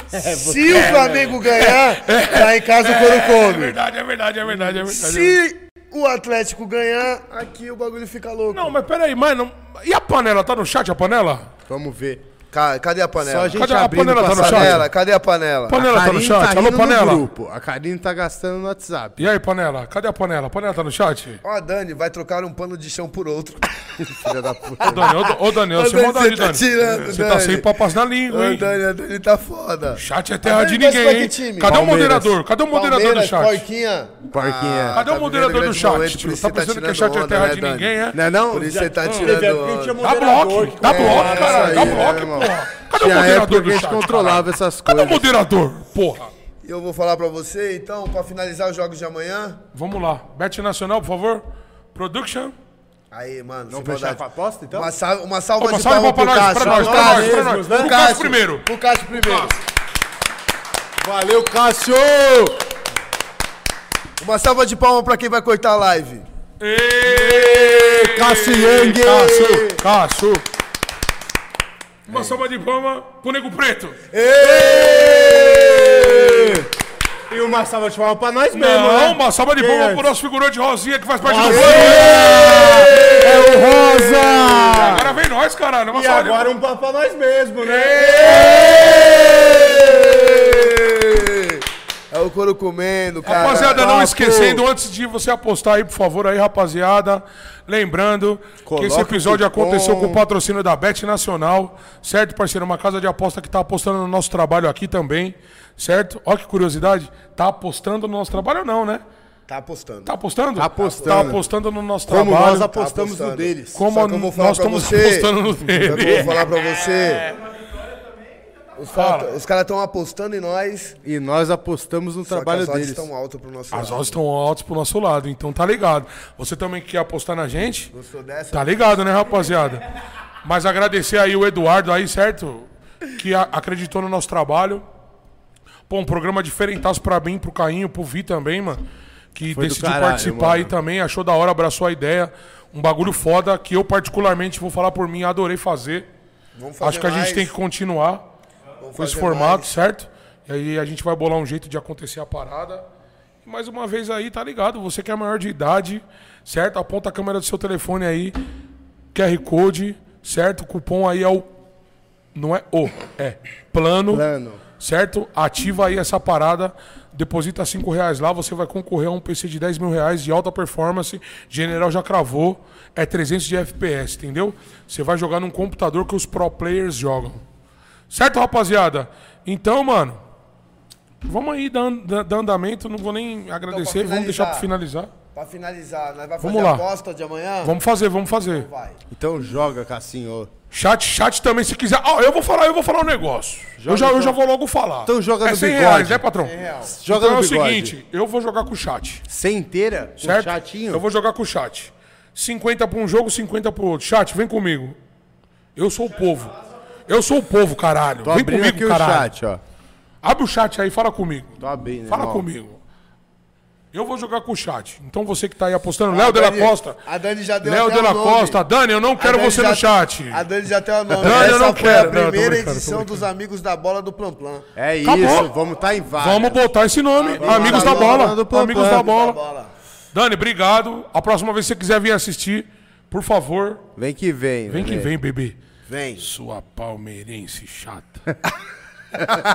Speaker 3: Se o Flamengo ganhar, tá em casa o couro
Speaker 2: É
Speaker 3: come.
Speaker 2: verdade, é verdade, é verdade, é verdade.
Speaker 3: Se o Atlético ganhar, aqui o bagulho fica louco.
Speaker 2: Não, mas peraí, mano. E a panela? Tá no chat a panela?
Speaker 1: Vamos ver.
Speaker 3: Ca- cadê a panela?
Speaker 1: Só a gente
Speaker 2: Cadê a
Speaker 1: abrindo
Speaker 2: panela? Tá no
Speaker 1: passar-
Speaker 2: chat?
Speaker 3: Panela, cadê a panela?
Speaker 2: Panela tá no
Speaker 1: Karine
Speaker 2: chat?
Speaker 1: tá
Speaker 2: Alô,
Speaker 1: rindo
Speaker 2: panela?
Speaker 1: No grupo. A Karine tá gastando no WhatsApp.
Speaker 2: E aí, panela? Cadê a panela? A panela tá no chat?
Speaker 3: Ó, Dani, vai trocar um pano de chão por outro.
Speaker 1: Filha da
Speaker 2: Ô,
Speaker 1: puta.
Speaker 2: Dani, ô, ô, Daniel,
Speaker 3: Ô,
Speaker 2: sem maldade,
Speaker 3: você tá
Speaker 2: Dani.
Speaker 3: tirando,
Speaker 2: Você tá
Speaker 3: Dani.
Speaker 2: sem papas na língua,
Speaker 3: Ô,
Speaker 2: hein?
Speaker 3: Dani, a Dani tá foda.
Speaker 2: Chat é terra
Speaker 3: Mas
Speaker 2: de
Speaker 3: ele torce pra
Speaker 2: ninguém,
Speaker 3: que
Speaker 2: hein?
Speaker 3: time?
Speaker 2: Cadê o
Speaker 3: Palmeiras.
Speaker 2: moderador? Cadê o moderador do
Speaker 3: Palmeiras,
Speaker 2: chat? Ah,
Speaker 3: Porquinha.
Speaker 1: Porquinha.
Speaker 2: Cadê
Speaker 3: tá
Speaker 2: o
Speaker 3: vendo
Speaker 2: moderador do
Speaker 3: grande momento,
Speaker 2: chat,
Speaker 3: por
Speaker 2: tio?
Speaker 3: isso
Speaker 2: Tá
Speaker 3: você
Speaker 2: pensando que
Speaker 3: tirando
Speaker 2: chat é
Speaker 3: onda,
Speaker 2: terra
Speaker 3: né,
Speaker 2: de
Speaker 3: Dani?
Speaker 2: ninguém, é?
Speaker 1: Não é não?
Speaker 3: Por isso você tá
Speaker 1: Deve-
Speaker 3: tirando
Speaker 1: Deve, tinha
Speaker 3: onda.
Speaker 2: Dá bloco,
Speaker 1: moderador.
Speaker 2: dá bloco,
Speaker 3: isso
Speaker 2: caralho, dá
Speaker 3: aí, né,
Speaker 2: bloco, porra.
Speaker 3: irmão?
Speaker 2: Cadê o
Speaker 1: Tinha
Speaker 2: moderador
Speaker 1: época que
Speaker 2: do
Speaker 1: a
Speaker 2: chat?
Speaker 1: gente controlava
Speaker 2: caralho?
Speaker 1: essas
Speaker 2: Cadê o
Speaker 1: coisas.
Speaker 2: moderador, porra?
Speaker 3: E eu vou falar pra você, então, pra finalizar os jogos de amanhã.
Speaker 2: Vamos lá. Bet Nacional, por favor. Production.
Speaker 3: Aí, mano,
Speaker 1: Vamos
Speaker 3: sem
Speaker 1: fechar
Speaker 3: maldade.
Speaker 1: com a aposta, então?
Speaker 3: Uma, sal- uma salva
Speaker 2: Uma
Speaker 3: de
Speaker 2: salva
Speaker 3: palmas
Speaker 2: pra
Speaker 3: pro
Speaker 2: nós,
Speaker 3: Cássio.
Speaker 2: pra nós,
Speaker 3: Pro
Speaker 2: pra nós,
Speaker 3: Cássio,
Speaker 2: pra nós.
Speaker 3: pro
Speaker 2: Pro Cássio primeiro.
Speaker 3: Pro Cássio primeiro.
Speaker 1: Valeu, Cássio!
Speaker 3: Uma salva de palmas pra quem vai cortar a live.
Speaker 2: Ê,
Speaker 1: Cássio Yang!
Speaker 2: Cássio, Cássio. Uma salva de palma pro Nego Preto.
Speaker 1: E uma salva de palmas pra nós mesmo, né?
Speaker 2: Não, uma salva de
Speaker 1: Quem
Speaker 2: palmas
Speaker 1: é?
Speaker 2: pro nosso figurante Rosinha que faz parte do
Speaker 1: É Rosa!
Speaker 2: Agora vem nós, caralho. Uma
Speaker 1: E
Speaker 2: salva de
Speaker 1: agora um papo pra nós mesmo, né?
Speaker 3: É o couro comendo, cara. tá
Speaker 2: Rapaziada, não
Speaker 3: Papo.
Speaker 2: esquecendo, antes de você apostar aí, por favor, aí, rapaziada. Lembrando que esse episódio aconteceu com o patrocínio da Bet Nacional, certo, parceiro? Uma casa de aposta que tá apostando no nosso trabalho aqui também, certo? Olha que curiosidade, tá apostando no nosso trabalho ou não, né?
Speaker 3: Tá apostando.
Speaker 2: Tá apostando? Tá
Speaker 1: apostando.
Speaker 2: Tá apostando no nosso
Speaker 1: Como
Speaker 2: trabalho.
Speaker 1: nós apostamos
Speaker 3: Tá
Speaker 1: no
Speaker 3: apostando.
Speaker 1: deles.
Speaker 2: Como
Speaker 3: Só que eu vou falar
Speaker 2: nós
Speaker 3: pra
Speaker 2: estamos
Speaker 3: você.
Speaker 2: apostando no
Speaker 3: Eu é vou
Speaker 2: dele.
Speaker 3: falar pra você. Os, cara- os caras estão apostando em nós,
Speaker 1: E nós apostamos no
Speaker 3: só que as
Speaker 1: trabalho
Speaker 3: odds
Speaker 1: deles.
Speaker 3: estão altas pro nosso
Speaker 2: As
Speaker 3: lado.
Speaker 2: odds estão altas pro nosso lado, então tá ligado. Você também quer apostar na gente?
Speaker 3: Gostou dessa?
Speaker 2: Tá ligado, né, rapaziada? Mas agradecer aí o Eduardo aí, certo? Que a- acreditou no nosso trabalho. Pô, um programa diferentaço pra mim, pro Cainho, pro Vi também, mano. Que
Speaker 7: do
Speaker 2: decidiu
Speaker 7: caralho,
Speaker 2: participar aí também, achou da hora, abraçou a ideia. Um bagulho foda que eu particularmente vou falar por mim, adorei fazer.
Speaker 3: Vamos fazer
Speaker 2: Acho que a gente
Speaker 3: mais,
Speaker 2: tem que continuar
Speaker 3: vamos
Speaker 2: com esse
Speaker 3: fazer
Speaker 2: formato,
Speaker 3: mais.
Speaker 2: certo? E aí a gente vai bolar um jeito de acontecer a parada. E mais uma vez aí, tá ligado? Você que é maior de idade, certo? Aponta a câmera do seu telefone aí, QR Code, certo? O cupom aí é o. Não é o, é plano.
Speaker 1: Plano.
Speaker 2: Certo? Ativa aí essa parada. Deposita 5 reais lá, você vai concorrer a um PC de 10 mil reais de alta performance. General já cravou. É 300 de FPS, entendeu? Você vai jogar num computador que os pro players jogam. Certo, rapaziada? Então, mano, vamos aí dar, dar- dar andamento. Não vou nem agradecer, vamos
Speaker 3: finalizar.
Speaker 2: deixar pra finalizar.
Speaker 3: Pra finalizar, nós vamos
Speaker 2: Vamos
Speaker 3: fazer
Speaker 2: lá.
Speaker 3: a aposta de amanhã?
Speaker 2: Vamos fazer, vamos fazer.
Speaker 3: Vai.
Speaker 1: Então joga, Cassinho. ô.
Speaker 2: Chat, chat também, se quiser. Ó, eu vou falar, eu vou falar um negócio. eu, já, eu já vou logo falar.
Speaker 1: Então joga
Speaker 2: é
Speaker 1: no
Speaker 2: 100
Speaker 1: bigode.
Speaker 2: reais, né, patrão?
Speaker 1: Joga
Speaker 2: então
Speaker 1: no
Speaker 2: é
Speaker 1: bigode.
Speaker 2: o seguinte, eu vou jogar com o chat,
Speaker 1: Sem inteira? Com
Speaker 2: certo?
Speaker 1: chatinho?
Speaker 2: Eu vou jogar com o chat. 50 pra um jogo, 50 pro outro. Chat, vem comigo. Eu sou o povo. Eu sou o povo, caralho.
Speaker 1: Tô
Speaker 2: vem
Speaker 1: abrindo aqui
Speaker 2: comigo,
Speaker 1: o
Speaker 2: caralho.
Speaker 1: chat, ó.
Speaker 2: Abre o chat aí, fala comigo.
Speaker 1: Tô abrindo,
Speaker 2: Fala
Speaker 1: irmão.
Speaker 2: comigo. Eu vou jogar com o chat. Então você que tá aí apostando,
Speaker 1: Ah,
Speaker 2: Léo Della
Speaker 3: Dani-
Speaker 2: Costa.
Speaker 3: a Dani já deu
Speaker 2: Léo
Speaker 3: até
Speaker 2: Della
Speaker 3: o nome.
Speaker 2: Costa. Dani, eu não
Speaker 3: A
Speaker 2: quero
Speaker 3: Dani
Speaker 2: você no
Speaker 3: já-
Speaker 1: tá-
Speaker 2: chat.
Speaker 1: Ah,
Speaker 3: A Dani já tem o
Speaker 2: Não,
Speaker 3: nome.
Speaker 2: eu
Speaker 3: Essa
Speaker 2: não
Speaker 3: foi
Speaker 2: quero. Não,
Speaker 3: a
Speaker 2: tô
Speaker 3: primeira
Speaker 2: brincando, tô
Speaker 3: edição dos Amigos da Bola do Plan Plan.
Speaker 1: É isso,
Speaker 2: Acabou.
Speaker 1: vamos tá em vaga.
Speaker 2: Vamos botar esse nome. Amigos da
Speaker 1: Tá
Speaker 2: bola.
Speaker 1: falando pro
Speaker 2: Amigos da
Speaker 1: Antônio.
Speaker 2: bola. Dani, obrigado. A próxima vez que você quiser vir assistir, por favor,
Speaker 1: Vem que vem.
Speaker 2: vem que
Speaker 1: né?
Speaker 2: vem, bebê.
Speaker 3: Vem.
Speaker 2: Sua palmeirense chata.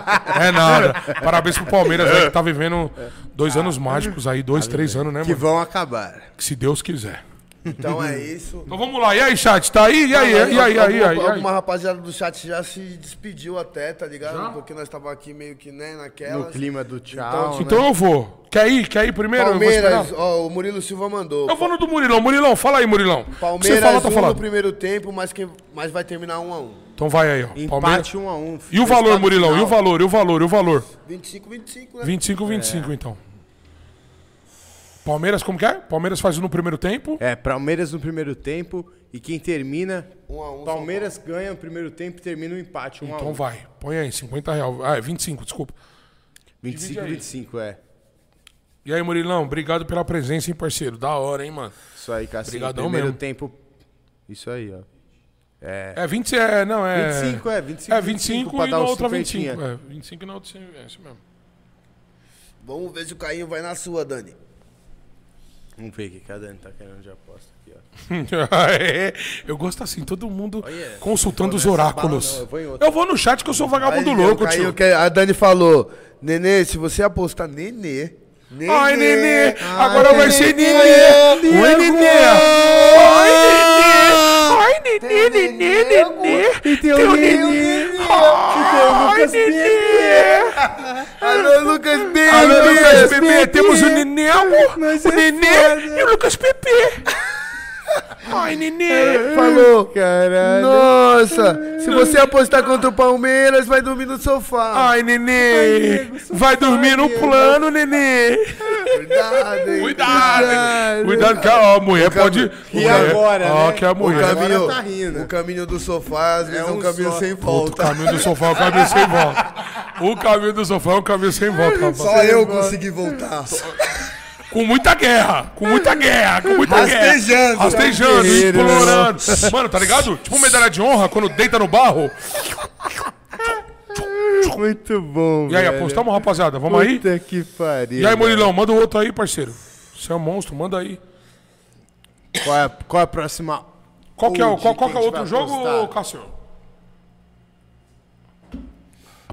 Speaker 2: é nada. Parabéns pro Palmeiras aí que tá vivendo dois anos mágicos aí, dois, três anos, né,
Speaker 1: Tá Que
Speaker 2: mano?
Speaker 1: vão acabar.
Speaker 2: Que se Deus quiser.
Speaker 3: Então é isso.
Speaker 2: Então vamos lá. E aí, chat? Tá aí? E aí? E aí? E aí? E aí?
Speaker 3: alguma,
Speaker 2: E aí?
Speaker 3: alguma rapaziada do chat já se despediu até, tá ligado? Porque nós tava aqui meio que, né, naquela.
Speaker 1: No clima do tchau. né?
Speaker 2: Então eu vou. Quer ir? Quer ir primeiro? Eu vou
Speaker 3: Palmeiras,
Speaker 2: esperar.
Speaker 3: ó, o Murilo Silva mandou.
Speaker 2: Eu vou no do Murilão. Murilão, fala aí, Murilão. O que
Speaker 3: Palmeiras
Speaker 2: você fala, tá
Speaker 3: um no
Speaker 2: falando.
Speaker 3: primeiro tempo, mas, quem, mas vai terminar 1 a 1
Speaker 2: Então vai aí, ó. Palmeiras.
Speaker 1: Empate 1 um a 1 um,
Speaker 2: E o valor, Murilão? E o valor? E o valor? E o valor?
Speaker 3: 25 25, né?
Speaker 2: 25, 25,
Speaker 1: É.
Speaker 2: então. Palmeiras, como que é? Palmeiras faz um no primeiro tempo.
Speaker 1: É, Palmeiras no primeiro tempo e quem termina...
Speaker 3: Um a um, São
Speaker 1: Palmeiras ganha no primeiro tempo e termina o empate 1 um a
Speaker 2: Então
Speaker 1: 1. Um.
Speaker 2: vai. Põe aí, 50 reais. Ah, é 25, desculpa.
Speaker 1: 25
Speaker 2: Divide aí.
Speaker 1: 25, é.
Speaker 2: E aí, Murilão, obrigado pela presença, hein, parceiro? Da hora, hein, mano?
Speaker 1: Isso aí, Cassinho.
Speaker 2: Obrigadão
Speaker 1: primeiro
Speaker 2: mesmo.
Speaker 1: tempo... Isso aí, ó.
Speaker 2: É 20, é, não, é...
Speaker 1: 25, é, 25,
Speaker 2: É 25
Speaker 1: pra
Speaker 2: e
Speaker 1: dar
Speaker 2: na
Speaker 1: um
Speaker 2: outra
Speaker 1: 50.
Speaker 2: 25. É, 25 e na outra, é isso mesmo.
Speaker 3: Vamos ver se o Caio vai na sua, Dani.
Speaker 1: Vamos ver o que que a Dani tá querendo de aposta aqui, ó.
Speaker 2: É, eu gosto assim, todo mundo
Speaker 1: yeah.
Speaker 2: consultando os
Speaker 1: nessa bala,
Speaker 2: oráculos.
Speaker 1: não, eu
Speaker 2: eu,
Speaker 1: vou em
Speaker 2: vou
Speaker 1: outra.
Speaker 2: no chat que eu sou vagabundo
Speaker 3: Aí,
Speaker 2: Tá louco,
Speaker 3: o Caio
Speaker 2: tio.
Speaker 3: quer- a Dani falou, Nenê, se você apostar Nenê... Nenê.
Speaker 2: Ai, nenê!
Speaker 3: Ai,
Speaker 2: Agora vai ser nenê! Oi, nenê! Ai, nenê!
Speaker 3: Ah!
Speaker 2: Ai, nenê, nenê, nenê! E teu
Speaker 3: um
Speaker 2: nenê! Ai, nenê!
Speaker 3: Alô, Lucas Bem!
Speaker 2: Alô, Lucas Pepe! é Temos
Speaker 3: um
Speaker 2: o nenê, amor! O nenê e o Lucas Pepe! Ai, nenê!
Speaker 3: Falou! Nossa! Se você apostar contra o Palmeiras, vai dormir no sofá.
Speaker 2: Ai, nenê! Vai dormir no plano, nenê!
Speaker 3: Cuidado, hein?
Speaker 2: Cuidado! Cuidado que a ó, a mulher pode...
Speaker 1: E
Speaker 2: mulher-
Speaker 1: agora,
Speaker 2: Ó,
Speaker 1: né?
Speaker 2: que a
Speaker 3: O
Speaker 2: mulher...
Speaker 3: caminho,
Speaker 1: tá rindo.
Speaker 3: o caminho do sofá, às vezes, é um,
Speaker 1: um
Speaker 3: caminho
Speaker 1: só.
Speaker 3: sem
Speaker 2: Puta, o
Speaker 3: volta.
Speaker 2: caminho do sofá é o caminho sem volta. O caminho do sofá é o caminho sem volta, rapaz.
Speaker 3: Só eu consegui voltar.
Speaker 2: Com muita guerra, com muita guerra, com muita
Speaker 3: Rastejando.
Speaker 2: guerra. Rastejando,
Speaker 3: Guerreiro,
Speaker 2: explorando. Mano, tá ligado? Tipo medalha de honra, quando deita no barro.
Speaker 10: Muito bom,
Speaker 2: E aí,
Speaker 10: velho.
Speaker 2: apostamos, rapaziada? Vamos aí?
Speaker 10: Puta que pariu.
Speaker 2: E aí,
Speaker 10: velho.
Speaker 2: Murilão, manda o outro aí, parceiro. Você é um monstro, manda aí.
Speaker 1: Qual é, qual é a próxima?
Speaker 2: Qual que é o
Speaker 1: Onde
Speaker 2: qual, qual que é o
Speaker 1: que a
Speaker 2: outro
Speaker 1: gente vai
Speaker 2: jogo,
Speaker 1: apostar?
Speaker 2: Cássio?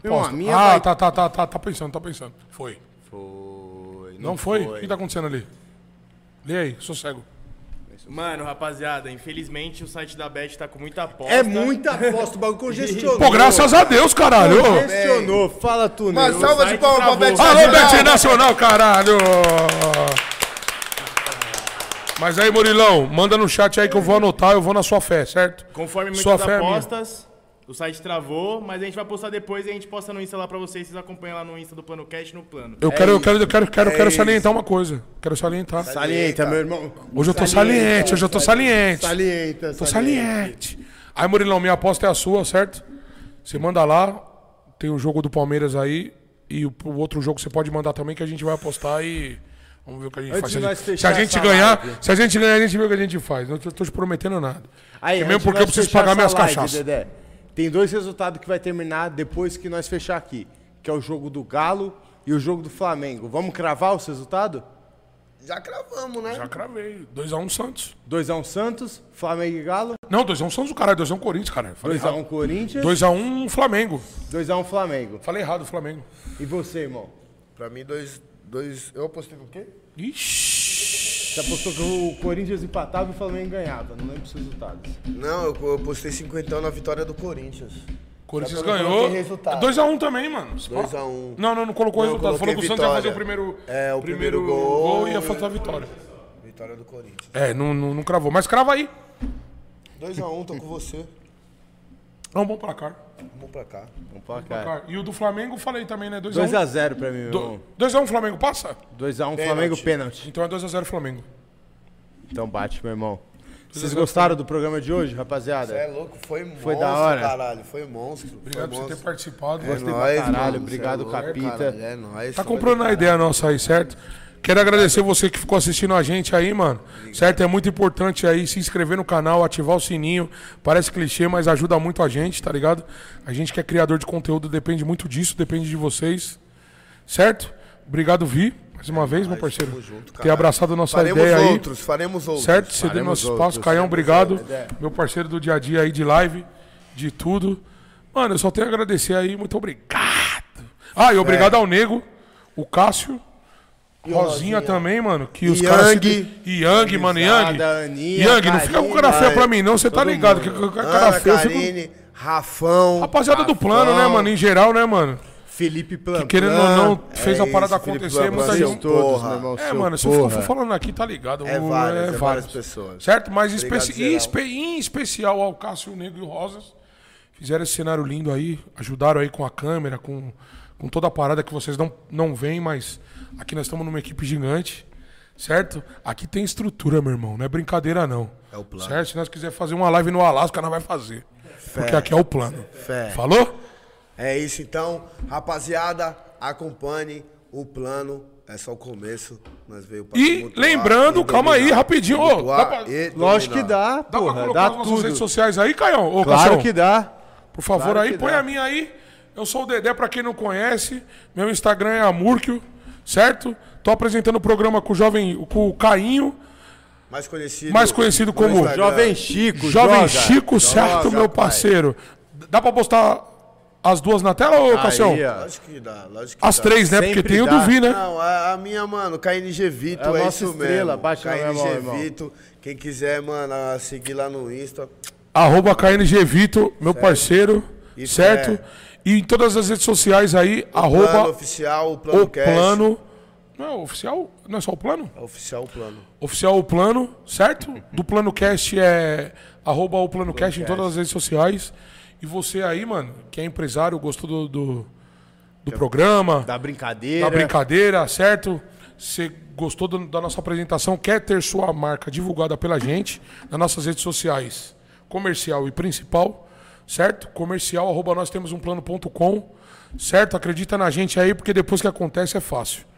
Speaker 1: Irmão, a
Speaker 2: Aposta.
Speaker 1: minha
Speaker 2: ah,
Speaker 1: vai-
Speaker 2: tá, tá, tá, tá, tá pensando, tá pensando. Foi.
Speaker 7: Foi.
Speaker 2: Não, foi? O que tá acontecendo ali? Lê aí, sou cego.
Speaker 11: Mano, rapaziada, infelizmente o site da Bet tá com muita aposta.
Speaker 1: É muita aposta, o bagulho congestionou.
Speaker 2: Pô, graças a Deus, caralho. Ô.
Speaker 1: Congestionou, fala tu, né?
Speaker 3: Uma salva de
Speaker 11: site
Speaker 3: palmas pra
Speaker 11: travou.
Speaker 3: Bet
Speaker 2: Alô, Bet
Speaker 3: Nacional.
Speaker 2: Nacional, caralho. Mas aí, Murilão, manda no chat aí que eu vou anotar, eu vou na sua fé, certo?
Speaker 11: Conforme muitas
Speaker 2: Sua fé é minha.
Speaker 11: apostas, o site travou, mas a gente vai postar depois e a gente posta no Insta lá pra vocês. Vocês acompanham lá no Insta do Plano Cash no plano.
Speaker 2: Eu quero, eu quero, eu quero, quero, quero salientar uma coisa. Quero salientar.
Speaker 1: Salienta, meu irmão.
Speaker 2: Hoje eu tô saliente, hoje eu tô saliente.
Speaker 1: Salienta,
Speaker 2: Tô saliente. Aí, Murilão, minha aposta é a sua, certo? Você manda lá, tem o jogo do Palmeiras aí e o, o outro jogo você pode mandar também que a gente vai apostar e vamos ver o que a gente
Speaker 1: Antes
Speaker 2: faz.
Speaker 1: de
Speaker 2: Se a
Speaker 1: nós
Speaker 2: gente- se
Speaker 1: fechar
Speaker 2: a gente
Speaker 1: essa
Speaker 2: ganhar,
Speaker 1: live.
Speaker 2: se a gente ganhar, a gente vê o que a gente faz. Não tô, tô te prometendo nada. E mesmo
Speaker 1: antes
Speaker 2: porque
Speaker 1: de
Speaker 2: eu
Speaker 1: nós
Speaker 2: preciso
Speaker 1: fechar
Speaker 2: pagar
Speaker 1: essa
Speaker 2: minhas
Speaker 1: live,
Speaker 2: cachaças.
Speaker 1: Dedé, tem dois resultados que vai terminar depois que nós fechar aqui, que é o jogo do Galo e o jogo do Flamengo. Vamos cravar os resultados?
Speaker 3: Já cravamos, né?
Speaker 2: Já cravei. 2x1 Santos.
Speaker 1: 2x1 Santos, Flamengo e Galo,
Speaker 2: Não, 2x1 Santos, caralho. 2x1 Corinthians, caralho.
Speaker 1: 2x1 Corinthians,
Speaker 2: 2x1 Flamengo.
Speaker 1: 2x1 Flamengo.
Speaker 2: Falei errado, Flamengo.
Speaker 1: E você, irmão?
Speaker 3: Pra mim, dois... dois... Eu apostei com o quê?
Speaker 2: Ixi.
Speaker 1: Você apostou que o Corinthians empatava e o Flamengo ganhava. Não lembro os resultados.
Speaker 3: Não, eu, eu apostei 50 na vitória do Corinthians.
Speaker 2: Corinthians
Speaker 3: Só que eu não
Speaker 2: ganhou.
Speaker 3: coloquei Tá resultado.
Speaker 2: 2x1 também, mano.
Speaker 3: 2x1. Um.
Speaker 2: Não, não, não colocou
Speaker 3: Não, eu
Speaker 2: resultado. Falou que o
Speaker 3: coloquei
Speaker 2: Santos ia fazer o
Speaker 3: vitória.
Speaker 2: primeiro,
Speaker 3: É, o primeiro gol.
Speaker 2: e ia fazer a vitória.
Speaker 3: Vitória do Corinthians.
Speaker 2: É, não, não, não cravou. Mas crava aí.
Speaker 3: 2x1, um, tô com você.
Speaker 2: É um bom placar. Tá.
Speaker 3: Vamos pra cá.
Speaker 1: Vamos pra cá.
Speaker 2: E o do Flamengo, falei também, né? 2x1.
Speaker 1: 2x0 pra mim, meu irmão.
Speaker 2: 2x1 Flamengo passa?
Speaker 1: 2x1 Flamengo, pênalti.
Speaker 2: Então é 2x0 Flamengo.
Speaker 1: Então bate, meu irmão. Vocês gostaram do programa de hoje, rapaziada?
Speaker 3: É louco, foi monstro,
Speaker 1: da hora.
Speaker 3: caralho. Foi monstro.
Speaker 2: Obrigado por
Speaker 3: foi
Speaker 2: você
Speaker 3: monstro.
Speaker 2: ter participado.
Speaker 3: É
Speaker 2: Gostei.
Speaker 3: nóis,
Speaker 1: caralho,
Speaker 3: mano, cê
Speaker 1: obrigado,
Speaker 3: é louco,
Speaker 1: Capita.
Speaker 3: caralho, É nóis.
Speaker 2: Tá
Speaker 3: tamo
Speaker 2: comprando a ideia nossa aí, certo? Quero agradecer você que ficou assistindo a gente aí, mano. Certo? É muito importante aí se inscrever no canal, ativar o sininho. Parece clichê, mas ajuda muito a gente, tá ligado? A gente que é criador de conteúdo depende muito disso, depende de vocês. Certo? Obrigado, Vi, mais uma vez, meu parceiro. ter
Speaker 3: caralho.
Speaker 2: abraçado a nossa
Speaker 3: Faremos
Speaker 2: ideia aí.
Speaker 3: outros, faremos outros.
Speaker 2: Certo? Cedendo nosso espaço. Caião, obrigado.
Speaker 3: né?
Speaker 2: Meu parceiro do dia a dia aí de live, de tudo. Mano, eu só tenho a agradecer aí. Muito obrigado. Ah, e obrigado ao Nego, o Cássio, Rosinha também, mano. Que os caras. se-
Speaker 3: Yang.
Speaker 2: E Yang, mano. Yang.
Speaker 1: Aninha,
Speaker 2: Yang, não fica com cara feia pra mim, não. Você tá ligado. Que que- que cara
Speaker 3: Ana
Speaker 2: feia. eu fico-
Speaker 3: Karine, Rafão.
Speaker 2: Rapaziada do plano, né, mano? Em geral, né, mano?
Speaker 1: Felipe Plan.
Speaker 2: Querendo ou não, fez
Speaker 3: é
Speaker 2: a parada
Speaker 3: isso, Felipe
Speaker 2: acontecer. Muita
Speaker 3: Labrão,
Speaker 2: gente.
Speaker 3: seu porra.
Speaker 2: É, mano, se eu for- for falando aqui, tá ligado.
Speaker 3: É várias, é várias pessoas.
Speaker 2: Certo? Mas espe-
Speaker 3: Obrigado,
Speaker 2: em,
Speaker 3: geral.
Speaker 2: espe- em especial ao Cássio Negro e o Rosas. Fizeram esse cenário lindo aí, ajudaram aí com a câmera, com, com toda a parada que vocês não, não veem, mas aqui nós estamos numa equipe gigante, certo? Aqui tem estrutura, meu irmão, não é brincadeira não. É o plano. Certo? Se nós quiser fazer uma live no Alasca, nós vai fazer. Porque aqui é o plano.
Speaker 3: Fé.
Speaker 2: Falou?
Speaker 3: É isso então, rapaziada, acompanhe o plano. É só o começo. Nós veio pra
Speaker 2: E
Speaker 3: tumultuar,
Speaker 2: lembrando,
Speaker 3: e
Speaker 2: calma aí,
Speaker 3: dominar.
Speaker 2: rapidinho, ô,
Speaker 3: Tumultuar
Speaker 2: dá pra-
Speaker 3: e
Speaker 1: Lógico que
Speaker 3: dominar.
Speaker 1: dá,
Speaker 2: Dá pra
Speaker 1: porra,
Speaker 2: colocar
Speaker 1: dá
Speaker 2: as nossas redes
Speaker 1: tudo.
Speaker 2: sociais aí, Caião? Ô,
Speaker 1: Claro
Speaker 2: Cassião.
Speaker 1: que dá.
Speaker 2: Por favor,
Speaker 1: Claro
Speaker 2: aí
Speaker 1: que
Speaker 2: põe
Speaker 1: dá.
Speaker 2: a minha aí. Eu sou o Dedé, pra quem não conhece. Meu Instagram é Amurkio, certo? Tô apresentando o programa com o jovem, com o Cainho,
Speaker 3: Mais conhecido,
Speaker 2: mais conhecido
Speaker 3: no
Speaker 2: como
Speaker 3: Instagram.
Speaker 1: Jovem Chico,
Speaker 2: Jovem
Speaker 1: joga.
Speaker 2: Chico, certo, meu
Speaker 3: pai.
Speaker 2: parceiro? Dá pra postar as duas na tela, ô, Cassião?
Speaker 1: Aí, ó.
Speaker 3: Lógico que dá, lógico que
Speaker 2: As
Speaker 3: dá.
Speaker 2: três, né? Porque
Speaker 1: Sempre
Speaker 2: tem o
Speaker 1: dá.
Speaker 2: do Vi, né?
Speaker 3: Não, a, a minha, mano, KNG Vito,
Speaker 1: É a
Speaker 3: é,
Speaker 1: nossa
Speaker 3: isso
Speaker 1: estrela,
Speaker 3: mesmo.
Speaker 1: bate na minha mão,
Speaker 3: KNG
Speaker 1: irmão.
Speaker 3: Vito, quem quiser, mano, a seguir lá no Insta.
Speaker 2: Arroba KNG Vitor, meu parceiro,
Speaker 3: Isso
Speaker 2: certo?
Speaker 3: é.
Speaker 2: E em todas as redes sociais aí,
Speaker 3: Plano
Speaker 2: arroba
Speaker 3: oficial, o plano
Speaker 2: o
Speaker 3: cast.
Speaker 2: plano. Não é oficial? Não é só o plano?
Speaker 3: É Oficial o plano.
Speaker 2: Oficial o plano, certo? Do plano cast é arroba o plano cast em todas as redes sociais. E você aí, mano, que é empresário, gostou do, do, do programa,
Speaker 1: Da brincadeira.
Speaker 2: da brincadeira, certo? Você gostou do- da nossa apresentação, quer ter sua marca divulgada pela gente nas nossas redes sociais, comercial e principal, certo? Comercial, arroba nós temos um plano.com, certo? Acredita na gente aí, porque depois que acontece é fácil.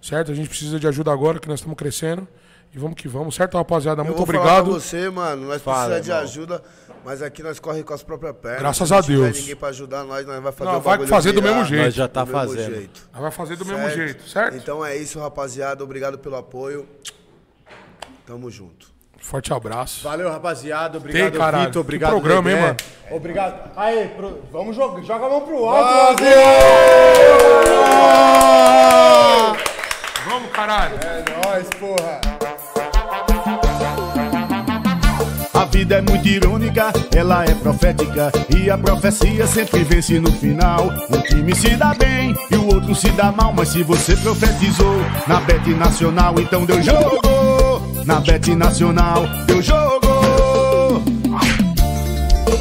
Speaker 2: certo? A gente precisa de ajuda agora, que nós estamos crescendo. E vamos que vamos, certo, rapaziada? Muito
Speaker 3: vou falar
Speaker 2: obrigado.
Speaker 3: pra você, mano. Nós
Speaker 2: Fala,
Speaker 3: precisamos de
Speaker 2: irmão.
Speaker 3: ajuda, mas aqui nós corremos com as próprias pernas.
Speaker 2: Graças
Speaker 3: Se não
Speaker 2: a Deus.
Speaker 3: tiver ninguém pra ajudar nós, nós vai fazer
Speaker 2: Não,
Speaker 3: o
Speaker 2: vai
Speaker 3: bagulho
Speaker 2: fazer do
Speaker 3: virar.
Speaker 2: mesmo jeito. Nós
Speaker 7: já tá
Speaker 3: Do mesmo
Speaker 7: fazendo.
Speaker 3: jeito.
Speaker 2: Nós vai fazer do mesmo jeito, certo?
Speaker 3: Então é isso, rapaziada. Obrigado pelo apoio. Tamo junto.
Speaker 2: Forte abraço.
Speaker 1: Valeu, rapaziada. Obrigado,
Speaker 2: Tem, caralho.
Speaker 1: Vitor.
Speaker 2: Que
Speaker 1: Obrigado,
Speaker 2: programa, hein,
Speaker 1: Dedé.
Speaker 2: mano?
Speaker 1: Obrigado. Aê, pro- vamos jogar. Joga a mão pro alto, Brasil!
Speaker 2: Vamos, caralho.
Speaker 1: É nóis, porra.
Speaker 4: A vida é muito irônica, ela é profética e a profecia sempre vence no final. Um time se dá bem e o outro se dá mal, mas se você profetizou na Bet Nacional, então deu jogo. Na Bet Nacional, deu jogo.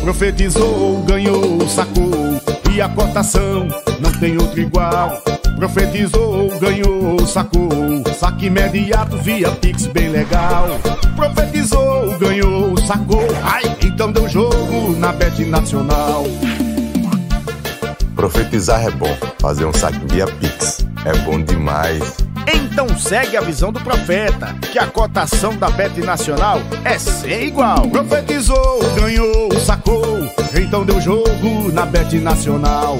Speaker 4: Profetizou, ganhou, sacou e a cotação não tem outro igual. Profetizou, ganhou, sacou, saque imediato via Pix bem legal. Profetizou, ganhou, sacou, ai, então deu jogo na Bet Nacional.
Speaker 12: Profetizar é bom, fazer um saque via Pix é bom demais.
Speaker 4: Então segue a visão do profeta, que a cotação da Bet Nacional é sem igual. Profetizou, ganhou, sacou, então deu jogo na Bet Nacional.